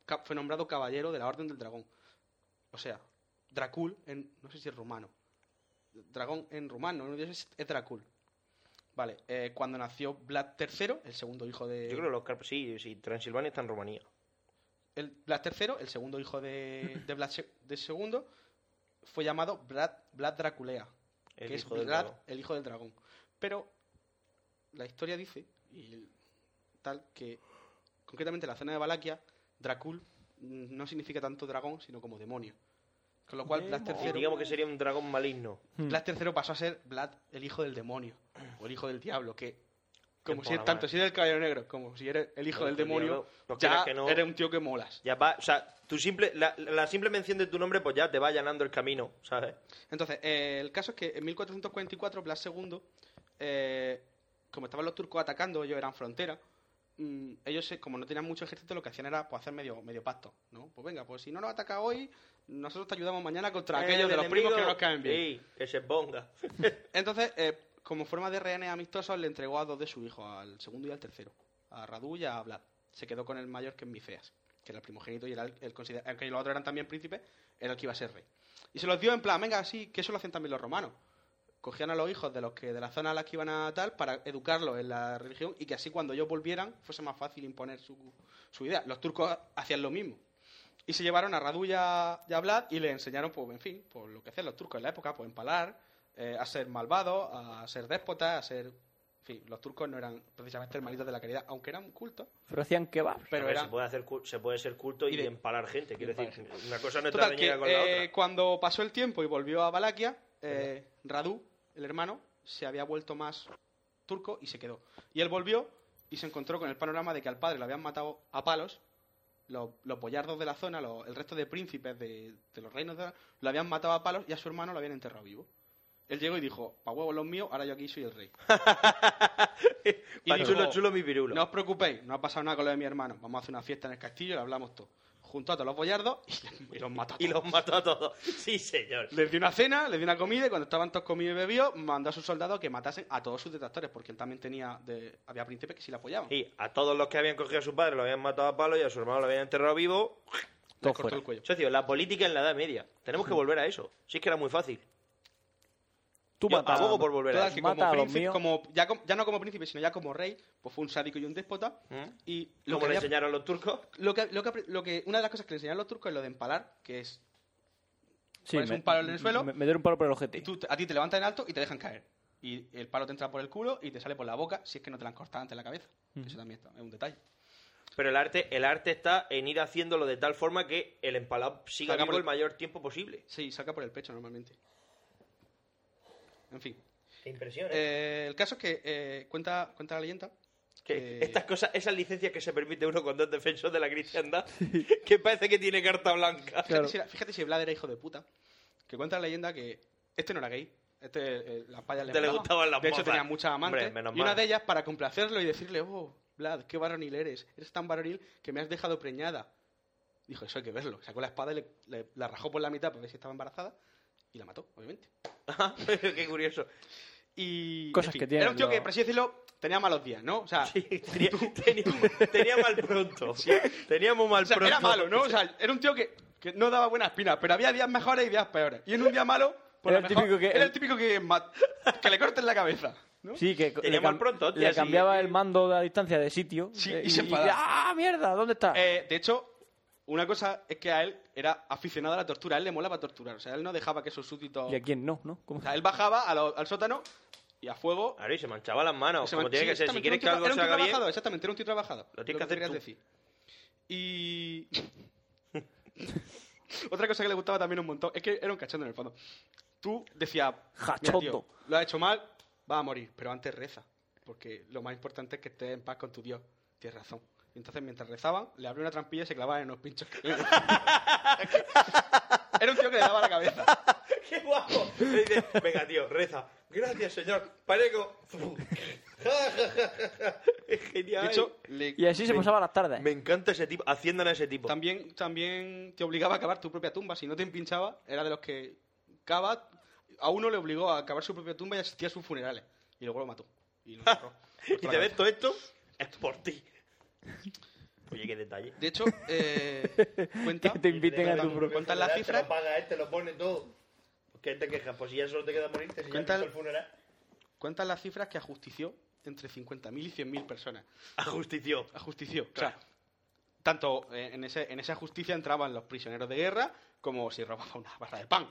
[SPEAKER 10] ca- fue nombrado caballero de la orden del dragón. O sea, Dracul, en, no sé si es rumano. Dragón en rumano, no sé si es Dracul. Vale, eh, cuando nació Vlad III, el segundo hijo de.
[SPEAKER 7] Yo creo que los carpes. Sí, sí, Transilvania está en Rumanía.
[SPEAKER 10] El Vlad III, el segundo hijo de, de Vlad se- de segundo, fue llamado Vlad, Vlad Draculea,
[SPEAKER 7] El
[SPEAKER 10] que es
[SPEAKER 7] hijo del
[SPEAKER 10] Vlad,
[SPEAKER 7] dragón.
[SPEAKER 10] el hijo del dragón. Pero la historia dice, y el- tal, que Concretamente, en la zona de Valaquia, Dracul mm, no significa tanto dragón, sino como demonio. Con lo cual, Blas
[SPEAKER 7] Demonio.
[SPEAKER 10] III.
[SPEAKER 7] Digamos que sería un dragón maligno.
[SPEAKER 10] Blas III pasó a ser Vlad, el hijo del demonio, o el hijo del diablo, que. Como
[SPEAKER 7] Qué
[SPEAKER 10] si
[SPEAKER 7] mola,
[SPEAKER 10] tanto
[SPEAKER 7] man.
[SPEAKER 10] si eres el caballero negro, como si eres el hijo del demonio,
[SPEAKER 7] no
[SPEAKER 10] ya
[SPEAKER 7] quieras que no-
[SPEAKER 10] eres un tío que molas.
[SPEAKER 7] Ya va, o sea, tu simple, la, la simple mención de tu nombre, pues ya te va allanando el camino, ¿sabes?
[SPEAKER 10] Entonces, eh, el caso es que en 1444 Blas II, eh, como estaban los turcos atacando, ellos eran frontera, mm, ellos se- como no tenían mucho ejército, lo que hacían era pues, hacer medio, medio pacto, ¿no? Pues venga, pues si no nos ataca hoy, nosotros te ayudamos mañana contra
[SPEAKER 7] Eh,
[SPEAKER 10] aquellos de
[SPEAKER 7] el
[SPEAKER 10] los primos que
[SPEAKER 7] enemigo,
[SPEAKER 10] nos caen bien.
[SPEAKER 7] Sí, que se ponga.
[SPEAKER 10] Entonces, eh, como forma de rehenes amistosos, le entregó a dos de sus hijos, al segundo y al tercero, a Radu y a Vlad. Se quedó con el mayor, que es Mifeas, que era el primogénito y era el, el considera- aunque los otros eran también príncipes, era el que iba a ser rey. Y se los dio en plan, venga, así, que eso lo hacen también los romanos. Cogían a los hijos de los que de la zona a la que iban a tal para educarlos en la religión y que así cuando ellos volvieran fuese más fácil imponer su, su idea. Los turcos hacían lo mismo. Y se llevaron a Radu y a, y a Vlad y les enseñaron, pues, en fin, pues lo que hacían los turcos en la época, pues empalar, eh, a ser malvados, a ser déspotas, a ser... En fin, los turcos no eran precisamente hermanitos de la caridad, aunque eran cultos.
[SPEAKER 9] Pero hacían kebab.
[SPEAKER 10] Pero
[SPEAKER 7] A ver,
[SPEAKER 10] era-
[SPEAKER 7] se, puede hacer, cul- se puede ser culto y,
[SPEAKER 10] Y de-
[SPEAKER 7] empalar gente, quiero
[SPEAKER 10] empalar
[SPEAKER 7] decir, una cosa no está
[SPEAKER 10] Total, que
[SPEAKER 7] reñida con la
[SPEAKER 10] eh,
[SPEAKER 7] otra.
[SPEAKER 10] cuando pasó el tiempo y volvió a Valaquia, eh, Radu, el hermano, se había vuelto más turco y se quedó. Y él volvió y se encontró con el panorama de que al padre lo habían matado a palos, los, los boyardos de la zona, los- el resto de príncipes de, de los reinos de la- lo habían matado a palos y a su hermano lo habían enterrado vivo. Él llegó y dijo, pa' huevos los míos, ahora yo aquí soy el rey.
[SPEAKER 7] Pa' chulo, chulo mi pirulo.
[SPEAKER 10] No os preocupéis, no ha pasado nada con lo de mi hermano. Vamos a hacer una fiesta en el castillo y lo hablamos todo. Junto a todos los boyardos y, los mató a todos.
[SPEAKER 7] Y los mató a todos. Sí, señor.
[SPEAKER 10] Les dio una cena, les dio una comida y cuando estaban todos comidos y bebidos, mandó a sus soldados que matasen a todos sus detractores, porque él también tenía de- había príncipes que sí le apoyaban.
[SPEAKER 7] Y a todos los que habían cogido a su padre lo habían matado a palo y a su hermano lo habían enterrado vivo.
[SPEAKER 10] Le cortó el cuello.
[SPEAKER 7] Socio, la política en la Edad Media. Tenemos que volver a eso. Si es que era muy fácil. Tú
[SPEAKER 10] mata-
[SPEAKER 7] abogo por volver a
[SPEAKER 10] Total,
[SPEAKER 7] eso.
[SPEAKER 10] que como príncipe- como- ya, com- ya no como príncipe, sino ya como rey, pues fue un sádico y un déspota.
[SPEAKER 7] ¿Mm?
[SPEAKER 10] Y
[SPEAKER 7] Como le
[SPEAKER 10] había-
[SPEAKER 7] enseñaron los turcos.
[SPEAKER 10] Lo que, lo que apre- lo que- una de las cosas que le enseñaron los turcos es lo de empalar, que es
[SPEAKER 9] Sí,
[SPEAKER 10] pones
[SPEAKER 9] me-
[SPEAKER 10] un palo en el suelo.
[SPEAKER 9] Me, me dieron un palo por el ojete.
[SPEAKER 10] tú- a ti te levantan en alto y te dejan caer. Y el palo te entra por el culo y te sale por la boca si es que no te la han cortado antes en la cabeza.
[SPEAKER 9] Ujú.
[SPEAKER 10] Eso también está- es un detalle.
[SPEAKER 7] Pero el arte, el arte está en ir haciéndolo de tal forma que el empalado siga
[SPEAKER 10] Salga
[SPEAKER 7] vivo
[SPEAKER 10] por
[SPEAKER 7] el...
[SPEAKER 10] el-
[SPEAKER 7] mayor tiempo posible.
[SPEAKER 10] Sí, saca por el pecho normalmente. En fin.
[SPEAKER 7] Qué impresión,
[SPEAKER 10] Eh, el caso es que eh, cuenta, cuenta la leyenda.
[SPEAKER 7] Que
[SPEAKER 10] que-
[SPEAKER 7] estas cosas, esas licencias que se permite uno con dos defensores de la cristiandad, que parece que tiene carta blanca.
[SPEAKER 10] Fíjate, si, era- fíjate si Vlad era hijo de puta. Que cuenta la leyenda que este no era gay. Este, eh, las payas
[SPEAKER 7] Este le
[SPEAKER 10] molaban.
[SPEAKER 7] gustaban las
[SPEAKER 10] De hecho,
[SPEAKER 7] mozas.
[SPEAKER 10] tenía muchas amantes.
[SPEAKER 7] Hombre, menos
[SPEAKER 10] y una
[SPEAKER 7] mal.
[SPEAKER 10] de ellas, para complacerlo y decirle, oh, Vlad, qué varonil eres. Eres tan varonil que me has dejado preñada. Dijo, eso hay que verlo. Sacó la espada y le- le- la rajó por la mitad para ver si estaba embarazada. Y la mató, obviamente.
[SPEAKER 7] Qué curioso.
[SPEAKER 10] Y,
[SPEAKER 9] Cosas
[SPEAKER 10] en fin,
[SPEAKER 9] que tienen
[SPEAKER 10] Era un tío que,
[SPEAKER 9] los-
[SPEAKER 10] por así decirlo, tenía malos días, ¿no? O sea,
[SPEAKER 7] tenía, mal pronto. Tenía muy mal
[SPEAKER 10] o sea,
[SPEAKER 7] pronto.
[SPEAKER 10] Era malo, ¿no? O sea, era un tío que, que no daba buenas espinas, pero había días mejores y días peores. Y en un día malo, por
[SPEAKER 9] Era
[SPEAKER 10] lo
[SPEAKER 9] el
[SPEAKER 10] mejor,
[SPEAKER 9] típico que-
[SPEAKER 10] era el típico que, ma- que le corten la cabeza. ¿no?
[SPEAKER 9] Sí, que
[SPEAKER 10] Tenía
[SPEAKER 9] cam-
[SPEAKER 10] mal pronto, hostia,
[SPEAKER 9] le
[SPEAKER 10] sí. eh.
[SPEAKER 9] cambiaba el mando de la distancia de sitio.
[SPEAKER 10] Sí,
[SPEAKER 9] eh,
[SPEAKER 10] y se enfadaba.
[SPEAKER 9] ¡Ah, mierda! ¿Dónde está?
[SPEAKER 10] Eh, de hecho, una cosa es que a él era aficionado a la tortura, a él le molaba torturar. O sea, él no dejaba que sus súbditos.
[SPEAKER 9] ¿Y a quién no? ¿no?
[SPEAKER 10] O sea, él bajaba a lo- al sótano y a fuego.
[SPEAKER 7] Claro, y se manchaba las manos,
[SPEAKER 10] Se
[SPEAKER 7] como
[SPEAKER 10] man-
[SPEAKER 7] tiene
[SPEAKER 10] sí,
[SPEAKER 7] que ser. Si
[SPEAKER 10] exactamente,
[SPEAKER 7] quieres que
[SPEAKER 10] era un
[SPEAKER 7] algo
[SPEAKER 10] tío-
[SPEAKER 7] se
[SPEAKER 10] era un tío
[SPEAKER 7] haga bien,
[SPEAKER 10] trabajado, Exactamente, era un tío trabajado.
[SPEAKER 7] Lo tienes que hacer
[SPEAKER 10] querías decir. Y. Otra cosa que le gustaba también un montón es que era un cachondo en el fondo. Tú decías,
[SPEAKER 9] Cachondo.
[SPEAKER 10] tío, lo has hecho mal, vas a morir, pero antes reza. Porque lo más importante es que estés en paz con tu Dios. Tienes razón. Y entonces, mientras rezaban, le abrió una trampilla y se clavaban en los pinchos. que le- era un tío que le daba la cabeza.
[SPEAKER 7] ¡Qué guapo! Y dice, Venga, tío, reza. Gracias, señor. Pareco. es genial. eh.
[SPEAKER 10] De hecho, le-
[SPEAKER 9] Y así se
[SPEAKER 10] le-
[SPEAKER 9] pasaba las tardes.
[SPEAKER 7] Me encanta ese tipo, haciendo a ese tipo.
[SPEAKER 10] También, también te obligaba a cavar tu propia tumba. Si no te empinchaba, era de los que cava. A uno le obligó a cavar su propia tumba y asistía a sus funerales. Y luego lo mató. Y lo enterró.
[SPEAKER 7] y te ves todo esto, es por ti. Oye, qué detalle.
[SPEAKER 10] De hecho, eh, cuenta,
[SPEAKER 9] Que te inviten a tu
[SPEAKER 10] cuentan,
[SPEAKER 9] propio
[SPEAKER 10] cuentan las cifras.
[SPEAKER 7] paga este, lo pone todo. ¿Qué te quejas? Pues si ya solo te queda morirte, si
[SPEAKER 10] Cuenta-
[SPEAKER 7] hizo funeral.
[SPEAKER 10] Cuentan las cifras que ajustició entre 50.000 y 100.000 personas.
[SPEAKER 7] Ajustició.
[SPEAKER 10] Ajustició. O sea, tanto eh, en, ese, en esa justicia entraban los prisioneros de guerra como si robaba una barra de pan,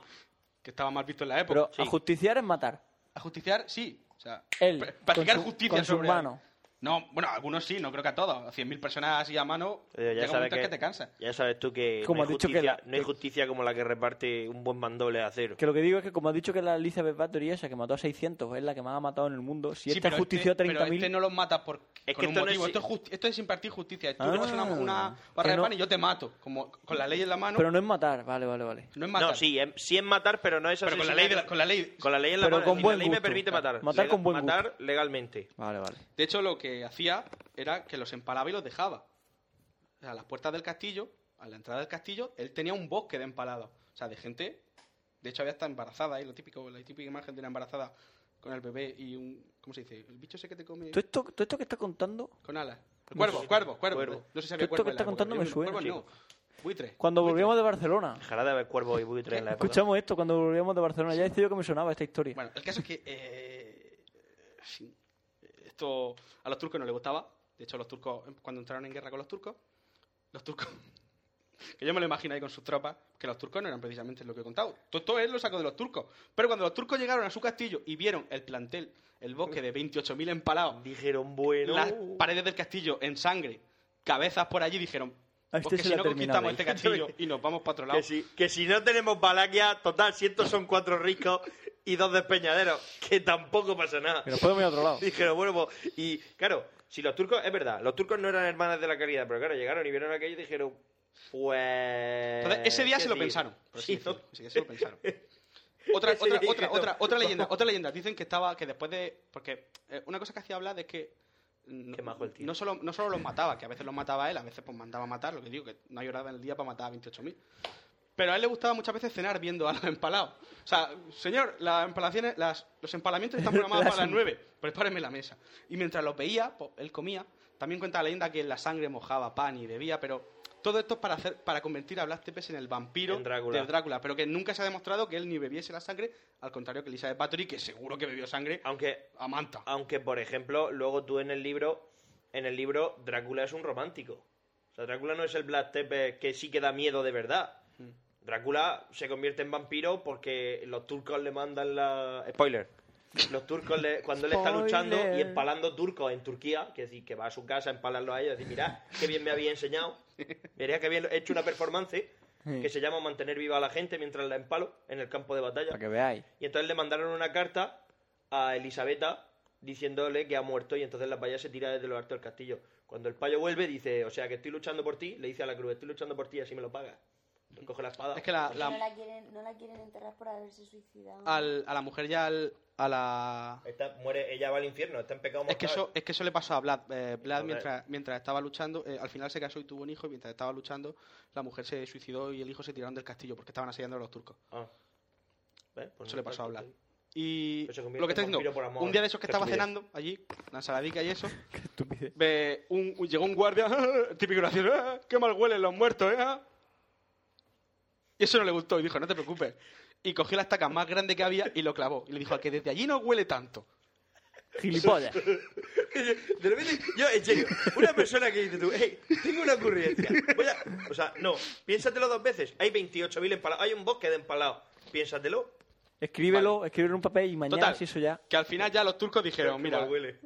[SPEAKER 10] que estaba mal visto en la época.
[SPEAKER 9] Pero ajusticiar es matar.
[SPEAKER 10] Ajusticiar, sí. O sea,
[SPEAKER 9] Él,
[SPEAKER 10] pr- practicar
[SPEAKER 9] con su-
[SPEAKER 10] justicia
[SPEAKER 9] con su
[SPEAKER 10] sobre
[SPEAKER 9] mano.
[SPEAKER 10] No, bueno, algunos sí, no creo que a todos. A 100.000 personas así a mano,
[SPEAKER 7] Pero Eh, ya
[SPEAKER 10] llega un
[SPEAKER 7] sabes
[SPEAKER 10] momento en
[SPEAKER 7] que,
[SPEAKER 10] que te cansa.
[SPEAKER 7] Ya sabes tú que,
[SPEAKER 9] Como
[SPEAKER 7] no,
[SPEAKER 9] has
[SPEAKER 7] hay
[SPEAKER 9] dicho que
[SPEAKER 7] justicia,
[SPEAKER 9] la-
[SPEAKER 7] no hay justicia como la que reparte un buen mandoble de acero.
[SPEAKER 9] Que lo que digo es que, como ha dicho que la Elizabeth Bathory esa que mató a 600 es la que más ha matado en el mundo, si esta justició
[SPEAKER 10] este,
[SPEAKER 9] a 30.000...
[SPEAKER 10] Pero este no los mata por,
[SPEAKER 9] Es
[SPEAKER 10] con
[SPEAKER 9] que
[SPEAKER 10] un
[SPEAKER 9] esto no
[SPEAKER 10] motivo.
[SPEAKER 9] es-
[SPEAKER 10] esto, es justi- esto es impartir justicia. Tú
[SPEAKER 9] Ah.
[SPEAKER 10] le pasas una, una
[SPEAKER 9] Que
[SPEAKER 10] barra
[SPEAKER 9] no-
[SPEAKER 10] de pan y yo te mato. Como con la ley en la mano.
[SPEAKER 9] Pero no es matar, vale, vale, vale.
[SPEAKER 10] No es matar.
[SPEAKER 7] No, sí, es, sí es matar, pero no es
[SPEAKER 10] Pero con la
[SPEAKER 7] asesinar.
[SPEAKER 10] ley de la- con la ley-
[SPEAKER 7] Con la ley en la
[SPEAKER 9] Pero
[SPEAKER 7] mano.
[SPEAKER 9] con
[SPEAKER 7] decir,
[SPEAKER 9] buen
[SPEAKER 7] la ley me
[SPEAKER 9] gusto.
[SPEAKER 7] permite matar.
[SPEAKER 9] Matar
[SPEAKER 7] Le-
[SPEAKER 9] con buen
[SPEAKER 7] Matar legalmente.
[SPEAKER 9] Vale, vale.
[SPEAKER 10] De hecho, lo que hacía era que los empalaba y los dejaba. O sea, a las puertas del castillo, a la entrada del castillo, él tenía un bosque de empalados. O sea, de gente. De hecho, había hasta embarazada, ¿eh? lo típico, la típica imagen de una embarazada con el bebé y un. ¿Cómo se dice? El bicho ese que te come.
[SPEAKER 9] Todo esto, todo esto que está contando,
[SPEAKER 10] Con alas.
[SPEAKER 9] No
[SPEAKER 10] Cuervo,
[SPEAKER 9] sé.
[SPEAKER 10] cuervo, cuervo,
[SPEAKER 9] Cuervo.
[SPEAKER 10] No sé si
[SPEAKER 9] Todo
[SPEAKER 10] había
[SPEAKER 9] esto
[SPEAKER 10] cuervo.
[SPEAKER 9] que
[SPEAKER 10] en la
[SPEAKER 9] está
[SPEAKER 10] época.
[SPEAKER 9] contando me
[SPEAKER 10] Había
[SPEAKER 9] suena.
[SPEAKER 10] cuervo, no. Buitre.
[SPEAKER 9] cuando volvíamos de Barcelona,
[SPEAKER 7] Dejará de haber cuervos y buitres en la época.
[SPEAKER 9] escuchamos esto, cuando volvíamos de Barcelona, ya decía yo que me sonaba esta historia.
[SPEAKER 10] Bueno, el caso es que eh, sí, esto a los turcos no les gustaba. De hecho, los turcos, eh, cuando entraron en guerra con los turcos, los turcos, que yo me lo imagino ahí con sus tropas, que los turcos no eran precisamente lo que he contado. Todo, todo él lo sacó de los turcos. Pero cuando los turcos llegaron a su castillo y vieron el plantel, el bosque de 28.000 empalados,
[SPEAKER 7] dijeron, bueno,
[SPEAKER 10] las paredes del castillo en sangre, cabezas por allí, dijeron,
[SPEAKER 9] A este
[SPEAKER 10] porque
[SPEAKER 9] se
[SPEAKER 10] si
[SPEAKER 9] le ha
[SPEAKER 10] no
[SPEAKER 9] terminado
[SPEAKER 10] conquistamos este
[SPEAKER 9] el-
[SPEAKER 10] castillo y nos vamos para otro lado.
[SPEAKER 7] que si, que si no tenemos balaquia, total, si estos son cuatro ricos y dos despeñaderos, que tampoco pasa nada.
[SPEAKER 9] Pero podemos ir a otro lado.
[SPEAKER 7] Dijeron, bueno, pues, y claro, si los turcos, es verdad, los turcos no eran hermanas de la caridad, pero claro, llegaron y vieron aquello y dijeron, pues...
[SPEAKER 10] Entonces, ese día
[SPEAKER 7] ¿qué
[SPEAKER 10] se lo
[SPEAKER 7] decir?
[SPEAKER 10] pensaron. por así
[SPEAKER 7] Pues Sí,
[SPEAKER 10] decirlo. Ese día se lo pensaron. Otra,
[SPEAKER 7] Ese
[SPEAKER 10] otra,
[SPEAKER 7] día
[SPEAKER 10] otra,
[SPEAKER 7] dijeron,
[SPEAKER 10] otra, otra
[SPEAKER 7] "Vamos".
[SPEAKER 10] leyenda, otra leyenda. Dicen que estaba, que después de. Porque eh, una cosa que hacía hablar es que. No, no solo, no solo los mataba, que a veces los mataba él, a veces pues mandaba a matar, lo que digo, que no hay hora en el día para matar a 28.000. Pero a él le gustaba muchas veces cenar viendo a los empalados. O sea, señor, las empalaciones, las- los empalamientos están programados
[SPEAKER 9] Las
[SPEAKER 10] para las
[SPEAKER 9] em-
[SPEAKER 10] 9, prepáreme la mesa. Y mientras los veía, pues, él comía. También cuenta la leyenda que la sangre mojaba pan y bebía, pero todo esto es para, hacer, para convertir a Blas Tepes en el vampiro
[SPEAKER 7] En Drácula.
[SPEAKER 10] del Drácula. Pero que nunca se ha demostrado que él ni bebiese la sangre, al contrario que Elizabeth Bathory, que seguro que bebió sangre
[SPEAKER 7] Aunque,
[SPEAKER 10] a manta.
[SPEAKER 7] aunque, por ejemplo, luego tú en el libro, en el libro, Drácula es un romántico. O sea, Drácula no es el Black Tepes que sí que da miedo de verdad.
[SPEAKER 9] Mm.
[SPEAKER 7] Drácula se convierte en vampiro porque los turcos le mandan la... Spoiler. Los turcos, le- cuando él está luchando y
[SPEAKER 9] Spoiler.
[SPEAKER 7] empalando turcos en Turquía, que decir, que va a su casa a empalarlo a ellos, decir, mirad, qué bien me había enseñado, mirad que bien he hecho una performance
[SPEAKER 9] Sí.
[SPEAKER 7] que se llama Mantener viva a la gente mientras la empalo en el campo de batalla.
[SPEAKER 9] Para que veáis.
[SPEAKER 7] Y entonces le mandaron una carta a Elisabetta diciéndole que ha muerto y entonces la paya se tira desde lo alto del castillo. Cuando el payo vuelve dice, o sea, que estoy luchando por ti, le dice a la cruz, estoy luchando por ti y así me lo pagas. Entonces coge la espada.
[SPEAKER 10] Es que la-
[SPEAKER 13] No
[SPEAKER 10] la-
[SPEAKER 13] la quieren, no la quieren enterrar por haberse suicidado.
[SPEAKER 10] al- a la mujer ya al- a la...
[SPEAKER 7] Esta muere, ella va al infierno, está en pecado
[SPEAKER 10] Es que,
[SPEAKER 7] mortal.
[SPEAKER 10] eso, es que eso le pasó a Vlad. Eh, Vlad,
[SPEAKER 7] Joder.
[SPEAKER 10] mientras, mientras estaba luchando, eh, al final se casó y tuvo un hijo, y mientras estaba luchando, la mujer se suicidó y el hijo se tiraron del castillo porque estaban asediando a los turcos.
[SPEAKER 7] Ah. ¿Ves? Pues
[SPEAKER 10] eso
[SPEAKER 7] no
[SPEAKER 10] le pasó a
[SPEAKER 7] tanto,
[SPEAKER 10] Vlad. Y
[SPEAKER 7] Pero se convierte
[SPEAKER 10] lo que está
[SPEAKER 7] en vampiro
[SPEAKER 10] diciendo,
[SPEAKER 7] por amor.
[SPEAKER 10] un día de esos que
[SPEAKER 7] Qué
[SPEAKER 10] estaba
[SPEAKER 7] estupidez.
[SPEAKER 10] cenando allí, la ensaladica y eso, ve un- un- llegó un guardia, típico gracioso, "Ah, qué mal huelen los muertos, ¿eh? Y eso no le gustó y dijo, no te preocupes. Y cogió la estaca más grande que había y lo clavó. Y le dijo, a que desde allí no huele tanto.
[SPEAKER 9] Gilipollas.
[SPEAKER 7] De repente, yo, en serio, una persona que dice tú, hey, tengo una ocurrencia. Voy a... O sea, no, piénsatelo dos veces. Hay 28.000 empalados, hay un bosque de empalados. Piénsatelo.
[SPEAKER 9] Escríbelo, escríbelo en un papel y mañana
[SPEAKER 10] Total.
[SPEAKER 9] si eso ya...
[SPEAKER 10] Que al final ya los turcos dijeron,
[SPEAKER 7] Qué
[SPEAKER 10] mira,
[SPEAKER 7] mal huele.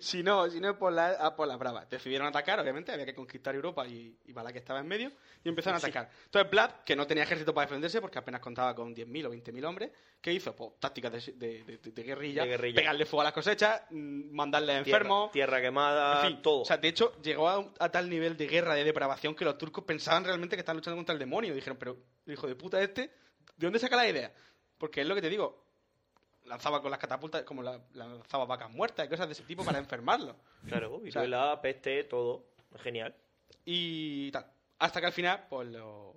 [SPEAKER 10] si no, si no es por, la, ah, por las bravas. Decidieron atacar, obviamente, había que conquistar Europa y, y Balak estaba en medio, y empezaron a
[SPEAKER 7] Sí.
[SPEAKER 10] atacar. Entonces Vlad, que no tenía ejército para defenderse porque apenas contaba con 10.000 o 20.000 hombres, ¿qué hizo? Pues tácticas de, de- de- de guerrilla,
[SPEAKER 7] De guerrilla.
[SPEAKER 10] pegarle fuego a las cosechas, mm, mandarle enfermos...
[SPEAKER 7] Tierra, tierra quemada,
[SPEAKER 10] en fin.
[SPEAKER 7] todo.
[SPEAKER 10] O sea, de hecho, llegó a, un- a tal nivel de guerra, de depravación, que los turcos pensaban realmente que estaban luchando contra el demonio. Dijeron, pero el hijo de puta este, ¿de dónde saca la idea? Porque es lo que te digo, lanzaba con las catapultas, como la, lanzaba vacas muertas y cosas de ese tipo para enfermarlos.
[SPEAKER 7] claro,
[SPEAKER 10] O sea,
[SPEAKER 7] viruela, peste, todo. Genial.
[SPEAKER 10] y tal. Hasta que al final, pues lo,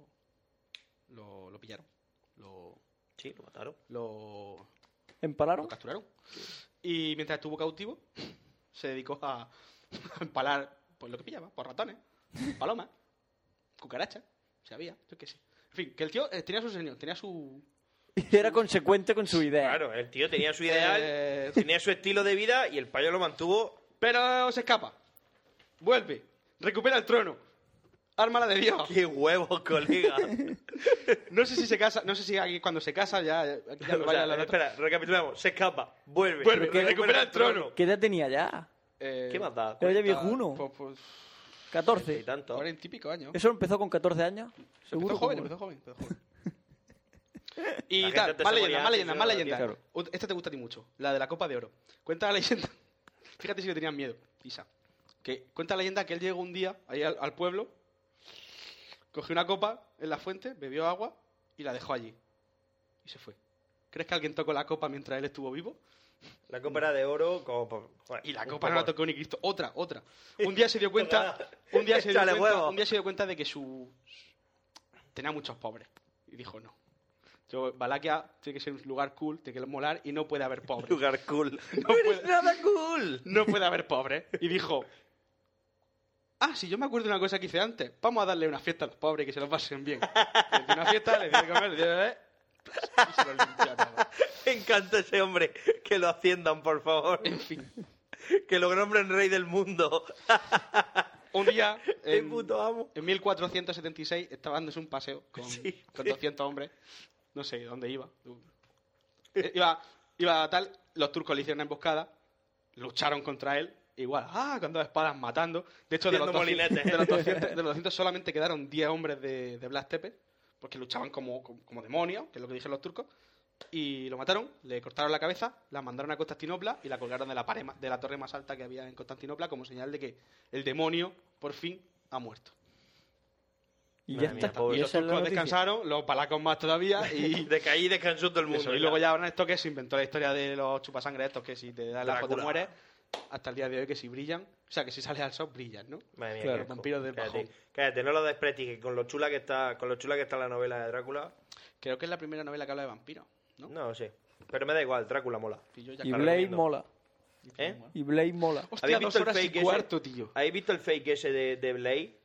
[SPEAKER 10] lo, lo pillaron. Lo,
[SPEAKER 7] Sí, lo mataron.
[SPEAKER 10] Eh, Lo,
[SPEAKER 9] ¿Empalaron?
[SPEAKER 10] lo capturaron. Y mientras estuvo cautivo, se dedicó a, a empalar pues lo que pillaba, por ratones, palomas, cucarachas, si había, yo qué sé. En fin, que el tío eh, tenía su señor, tenía su...
[SPEAKER 9] Era consecuente con su idea.
[SPEAKER 7] Claro, el tío tenía su ideal,
[SPEAKER 10] eh,
[SPEAKER 7] tenía su estilo de vida y el payo lo mantuvo.
[SPEAKER 10] Pero se escapa. Vuelve. Recupera el trono. Ármala de Dios.
[SPEAKER 7] ¡Qué huevos, colega!
[SPEAKER 10] No sé si se casa, no sé si aquí cuando se casa ya... aquí ya me
[SPEAKER 7] O
[SPEAKER 10] vaya
[SPEAKER 7] sea, eh,
[SPEAKER 10] la nota.
[SPEAKER 7] espera, recapitulamos. Se escapa, vuelve,
[SPEAKER 10] Vuelve, recupera el trono.
[SPEAKER 9] ¿Qué edad tenía ya?
[SPEAKER 10] Eh,
[SPEAKER 7] ¿Qué más da?
[SPEAKER 9] Pero ya
[SPEAKER 10] cuarenta-
[SPEAKER 9] viejuno.
[SPEAKER 10] Pues, pues,
[SPEAKER 9] 14. Y
[SPEAKER 7] tanto.
[SPEAKER 10] y pico años.
[SPEAKER 9] ¿Eso empezó con 14 años? Seguro.
[SPEAKER 10] Empezó
[SPEAKER 9] seguro.
[SPEAKER 10] joven, empezó joven, empezó joven. Y
[SPEAKER 9] gente
[SPEAKER 10] tal,
[SPEAKER 9] antes
[SPEAKER 10] más
[SPEAKER 9] se moría
[SPEAKER 10] leyenda, más
[SPEAKER 9] antes
[SPEAKER 10] leyenda,
[SPEAKER 9] de
[SPEAKER 10] más
[SPEAKER 9] la
[SPEAKER 10] leyenda.
[SPEAKER 9] noticia.
[SPEAKER 10] Ot- Esta te gusta a ti mucho, la de la Copa de Oro. Cuenta la leyenda. Fíjate si le tenían miedo, Isa. Que cuenta la leyenda que él llegó un día ahí al, al pueblo, cogió una copa en la fuente, bebió agua y la dejó allí. Y se fue. ¿Crees que alguien tocó la copa mientras él estuvo vivo?
[SPEAKER 7] La copa era de oro como...
[SPEAKER 10] y la copa no la tocó ni Cristo. Otra, otra. Un día se dio cuenta, un día se dio
[SPEAKER 7] Échale
[SPEAKER 10] cuenta,
[SPEAKER 7] huevo.
[SPEAKER 10] un día se dio cuenta de que su tenía muchos pobres y dijo no. Yo, Valaquia tiene que ser un lugar cool, tiene que molar y no puede haber pobres.
[SPEAKER 7] Lugar cool.
[SPEAKER 10] No, puede,
[SPEAKER 7] nada cool.
[SPEAKER 10] no puede haber pobres. Y dijo, ah, si yo me acuerdo de una cosa que hice antes, vamos a darle una fiesta a los pobres y que se los pasen bien. Les di una fiesta, les di de comer, les di de beber,
[SPEAKER 7] Me encanta ese hombre. Que lo haciendan, por favor.
[SPEAKER 10] En fin.
[SPEAKER 7] Que lo nombren rey del mundo.
[SPEAKER 10] Un día,
[SPEAKER 7] Qué
[SPEAKER 10] en,
[SPEAKER 7] puto amo.
[SPEAKER 10] en 1476, estaba dándose un paseo con, con 200 hombres. No sé dónde iba. Eh, Iba, iba a tal, los turcos le hicieron una emboscada, lucharon contra él, igual, ah, con dos espadas matando. De hecho, de los,
[SPEAKER 7] Haciendo
[SPEAKER 10] 200,
[SPEAKER 7] molinetes.
[SPEAKER 10] de los 200 de los 200 solamente quedaron 10 hombres de, de Blas Tepe, porque luchaban como, como, como demonios, que es lo que dijeron los turcos. Y lo mataron, le cortaron la cabeza, la mandaron a Constantinopla y la colgaron de la, pared ma- de la torre más alta que había en Constantinopla como señal de que el demonio, por fin, ha muerto.
[SPEAKER 9] Y
[SPEAKER 10] Madre
[SPEAKER 9] ya
[SPEAKER 10] mía,
[SPEAKER 9] está.
[SPEAKER 10] pobre.
[SPEAKER 9] Y
[SPEAKER 10] los
[SPEAKER 9] Pues esa es la
[SPEAKER 10] turcos
[SPEAKER 9] noticia.
[SPEAKER 10] descansaron, los palacos más todavía y...
[SPEAKER 7] De caí descansó todo el mundo.
[SPEAKER 10] Eso, y luego ya ahora esto que se inventó la historia de los chupasangre estos que si te dan la foto
[SPEAKER 7] Drácula.
[SPEAKER 10] mueres hasta el día de hoy que si brillan, o sea que si sales al sol brillan, ¿no?
[SPEAKER 7] Madre mía,
[SPEAKER 10] los
[SPEAKER 7] qué asco.
[SPEAKER 10] vampiros del
[SPEAKER 7] cállate,
[SPEAKER 10] bajón.
[SPEAKER 7] cállate, no lo desprestigies con lo chula que está, con lo chula que está la novela de Drácula.
[SPEAKER 10] Creo que es la primera novela que habla de vampiros, ¿no?
[SPEAKER 7] No sé. Pero me da igual, Drácula mola.
[SPEAKER 9] Y Blade mola.
[SPEAKER 7] ¿Eh?
[SPEAKER 9] Y Blade mola.
[SPEAKER 7] ¿Habéis visto el fake ese?
[SPEAKER 10] tío.
[SPEAKER 7] ¿Habéis visto el fake ese de, de Blade?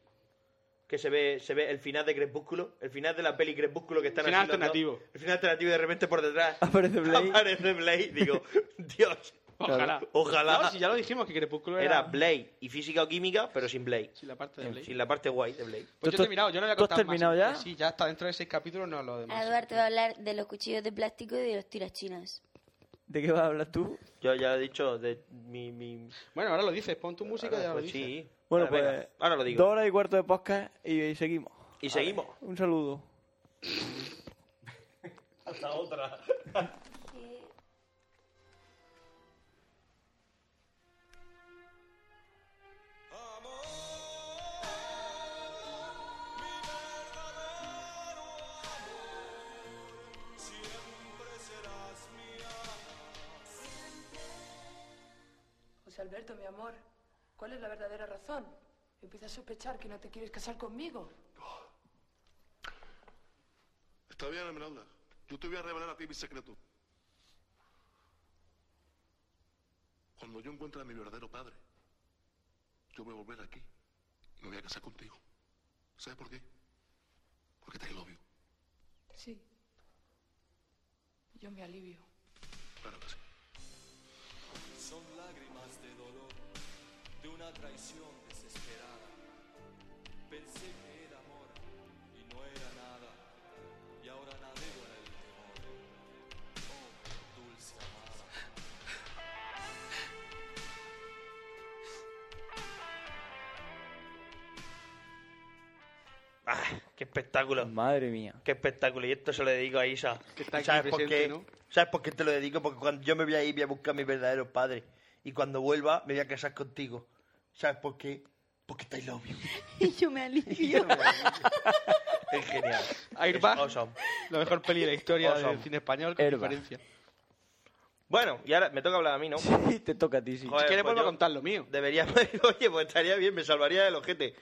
[SPEAKER 7] Que se ve, se ve el final de Crepúsculo, el final de la peli Crepúsculo que están
[SPEAKER 10] Final
[SPEAKER 7] así los dos.
[SPEAKER 10] alternativo.
[SPEAKER 7] El final alternativo y de repente por detrás
[SPEAKER 9] aparece
[SPEAKER 7] Blade. Aparece Blade, digo, Dios.
[SPEAKER 10] Ojalá.
[SPEAKER 7] Ojalá.
[SPEAKER 10] Oh, No, si ya lo dijimos que Crepúsculo era...
[SPEAKER 7] Era Blade y física o química, pero sin Blade.
[SPEAKER 10] Sin la parte de Blade.
[SPEAKER 7] Sin la parte guay de Blade.
[SPEAKER 10] Pues yo he terminado, yo no voy a
[SPEAKER 9] tú has
[SPEAKER 10] contar
[SPEAKER 9] terminado
[SPEAKER 10] más. Eh,
[SPEAKER 9] ya?
[SPEAKER 10] Sí, ya está dentro de seis capítulos, no lo demás.
[SPEAKER 13] Eduard te va a hablar de los cuchillos de plástico y de los tirachinas.
[SPEAKER 9] ¿De qué vas a hablar tú?
[SPEAKER 7] Yo ya he dicho de mi. mi...
[SPEAKER 10] Bueno, ahora lo dices, pon tu música y ya lo
[SPEAKER 7] pues
[SPEAKER 10] dices.
[SPEAKER 7] sí.
[SPEAKER 9] Bueno,
[SPEAKER 7] Ahora,
[SPEAKER 9] pues.
[SPEAKER 7] venga, ahora lo digo.
[SPEAKER 9] Dos horas y cuarto de podcast y, y seguimos.
[SPEAKER 7] Y seguimos.
[SPEAKER 9] Un saludo.
[SPEAKER 7] Hasta otra.
[SPEAKER 17] Siempre serás mía.
[SPEAKER 18] José Alberto, mi amor, ¿cuál es la verdadera razón? Empiezo a sospechar que no te quieres casar conmigo.
[SPEAKER 19] Está bien, Esmeralda. Yo te voy a revelar a ti mi secreto. Cuando yo encuentre a mi verdadero padre, yo voy a volver aquí y me voy a casar contigo. ¿Sabes por qué? Porque te lo obvio.
[SPEAKER 18] Sí. Yo me alivio.
[SPEAKER 19] Claro que sí.
[SPEAKER 17] Son lágrimas de dolor, de una traición desesperada. Pensé que era amor y no era nada, y ahora navego en el temor. Oh, dulce amada.
[SPEAKER 7] Ah, qué espectáculo.
[SPEAKER 9] Madre mía.
[SPEAKER 7] Qué espectáculo. Y esto se lo dedico a Isa.
[SPEAKER 10] está aquí
[SPEAKER 7] ¿Sabes por
[SPEAKER 10] presente,
[SPEAKER 7] qué?
[SPEAKER 10] ¿no?
[SPEAKER 7] ¿Sabes por qué te lo dedico? Porque cuando yo me voy a ir voy a buscar a mi verdadero padre. Y cuando vuelva me voy a casar contigo. ¿Sabes por qué? Porque estáis lo obvio.
[SPEAKER 13] Y yo me alivio.
[SPEAKER 7] Es genial.
[SPEAKER 10] Airbag,
[SPEAKER 7] Es awesome.
[SPEAKER 10] la mejor peli de la historia
[SPEAKER 7] Awesome.
[SPEAKER 10] del cine español, con
[SPEAKER 7] Airbag.
[SPEAKER 10] diferencia.
[SPEAKER 7] Bueno, y ahora me toca hablar a mí, ¿no?
[SPEAKER 9] Sí, te toca a ti, sí.
[SPEAKER 10] Si
[SPEAKER 7] pues
[SPEAKER 10] quieres vuelvo a
[SPEAKER 7] contar
[SPEAKER 10] lo mío.
[SPEAKER 7] Deberíamos... Oye, pues estaría bien, me salvaría del ojete.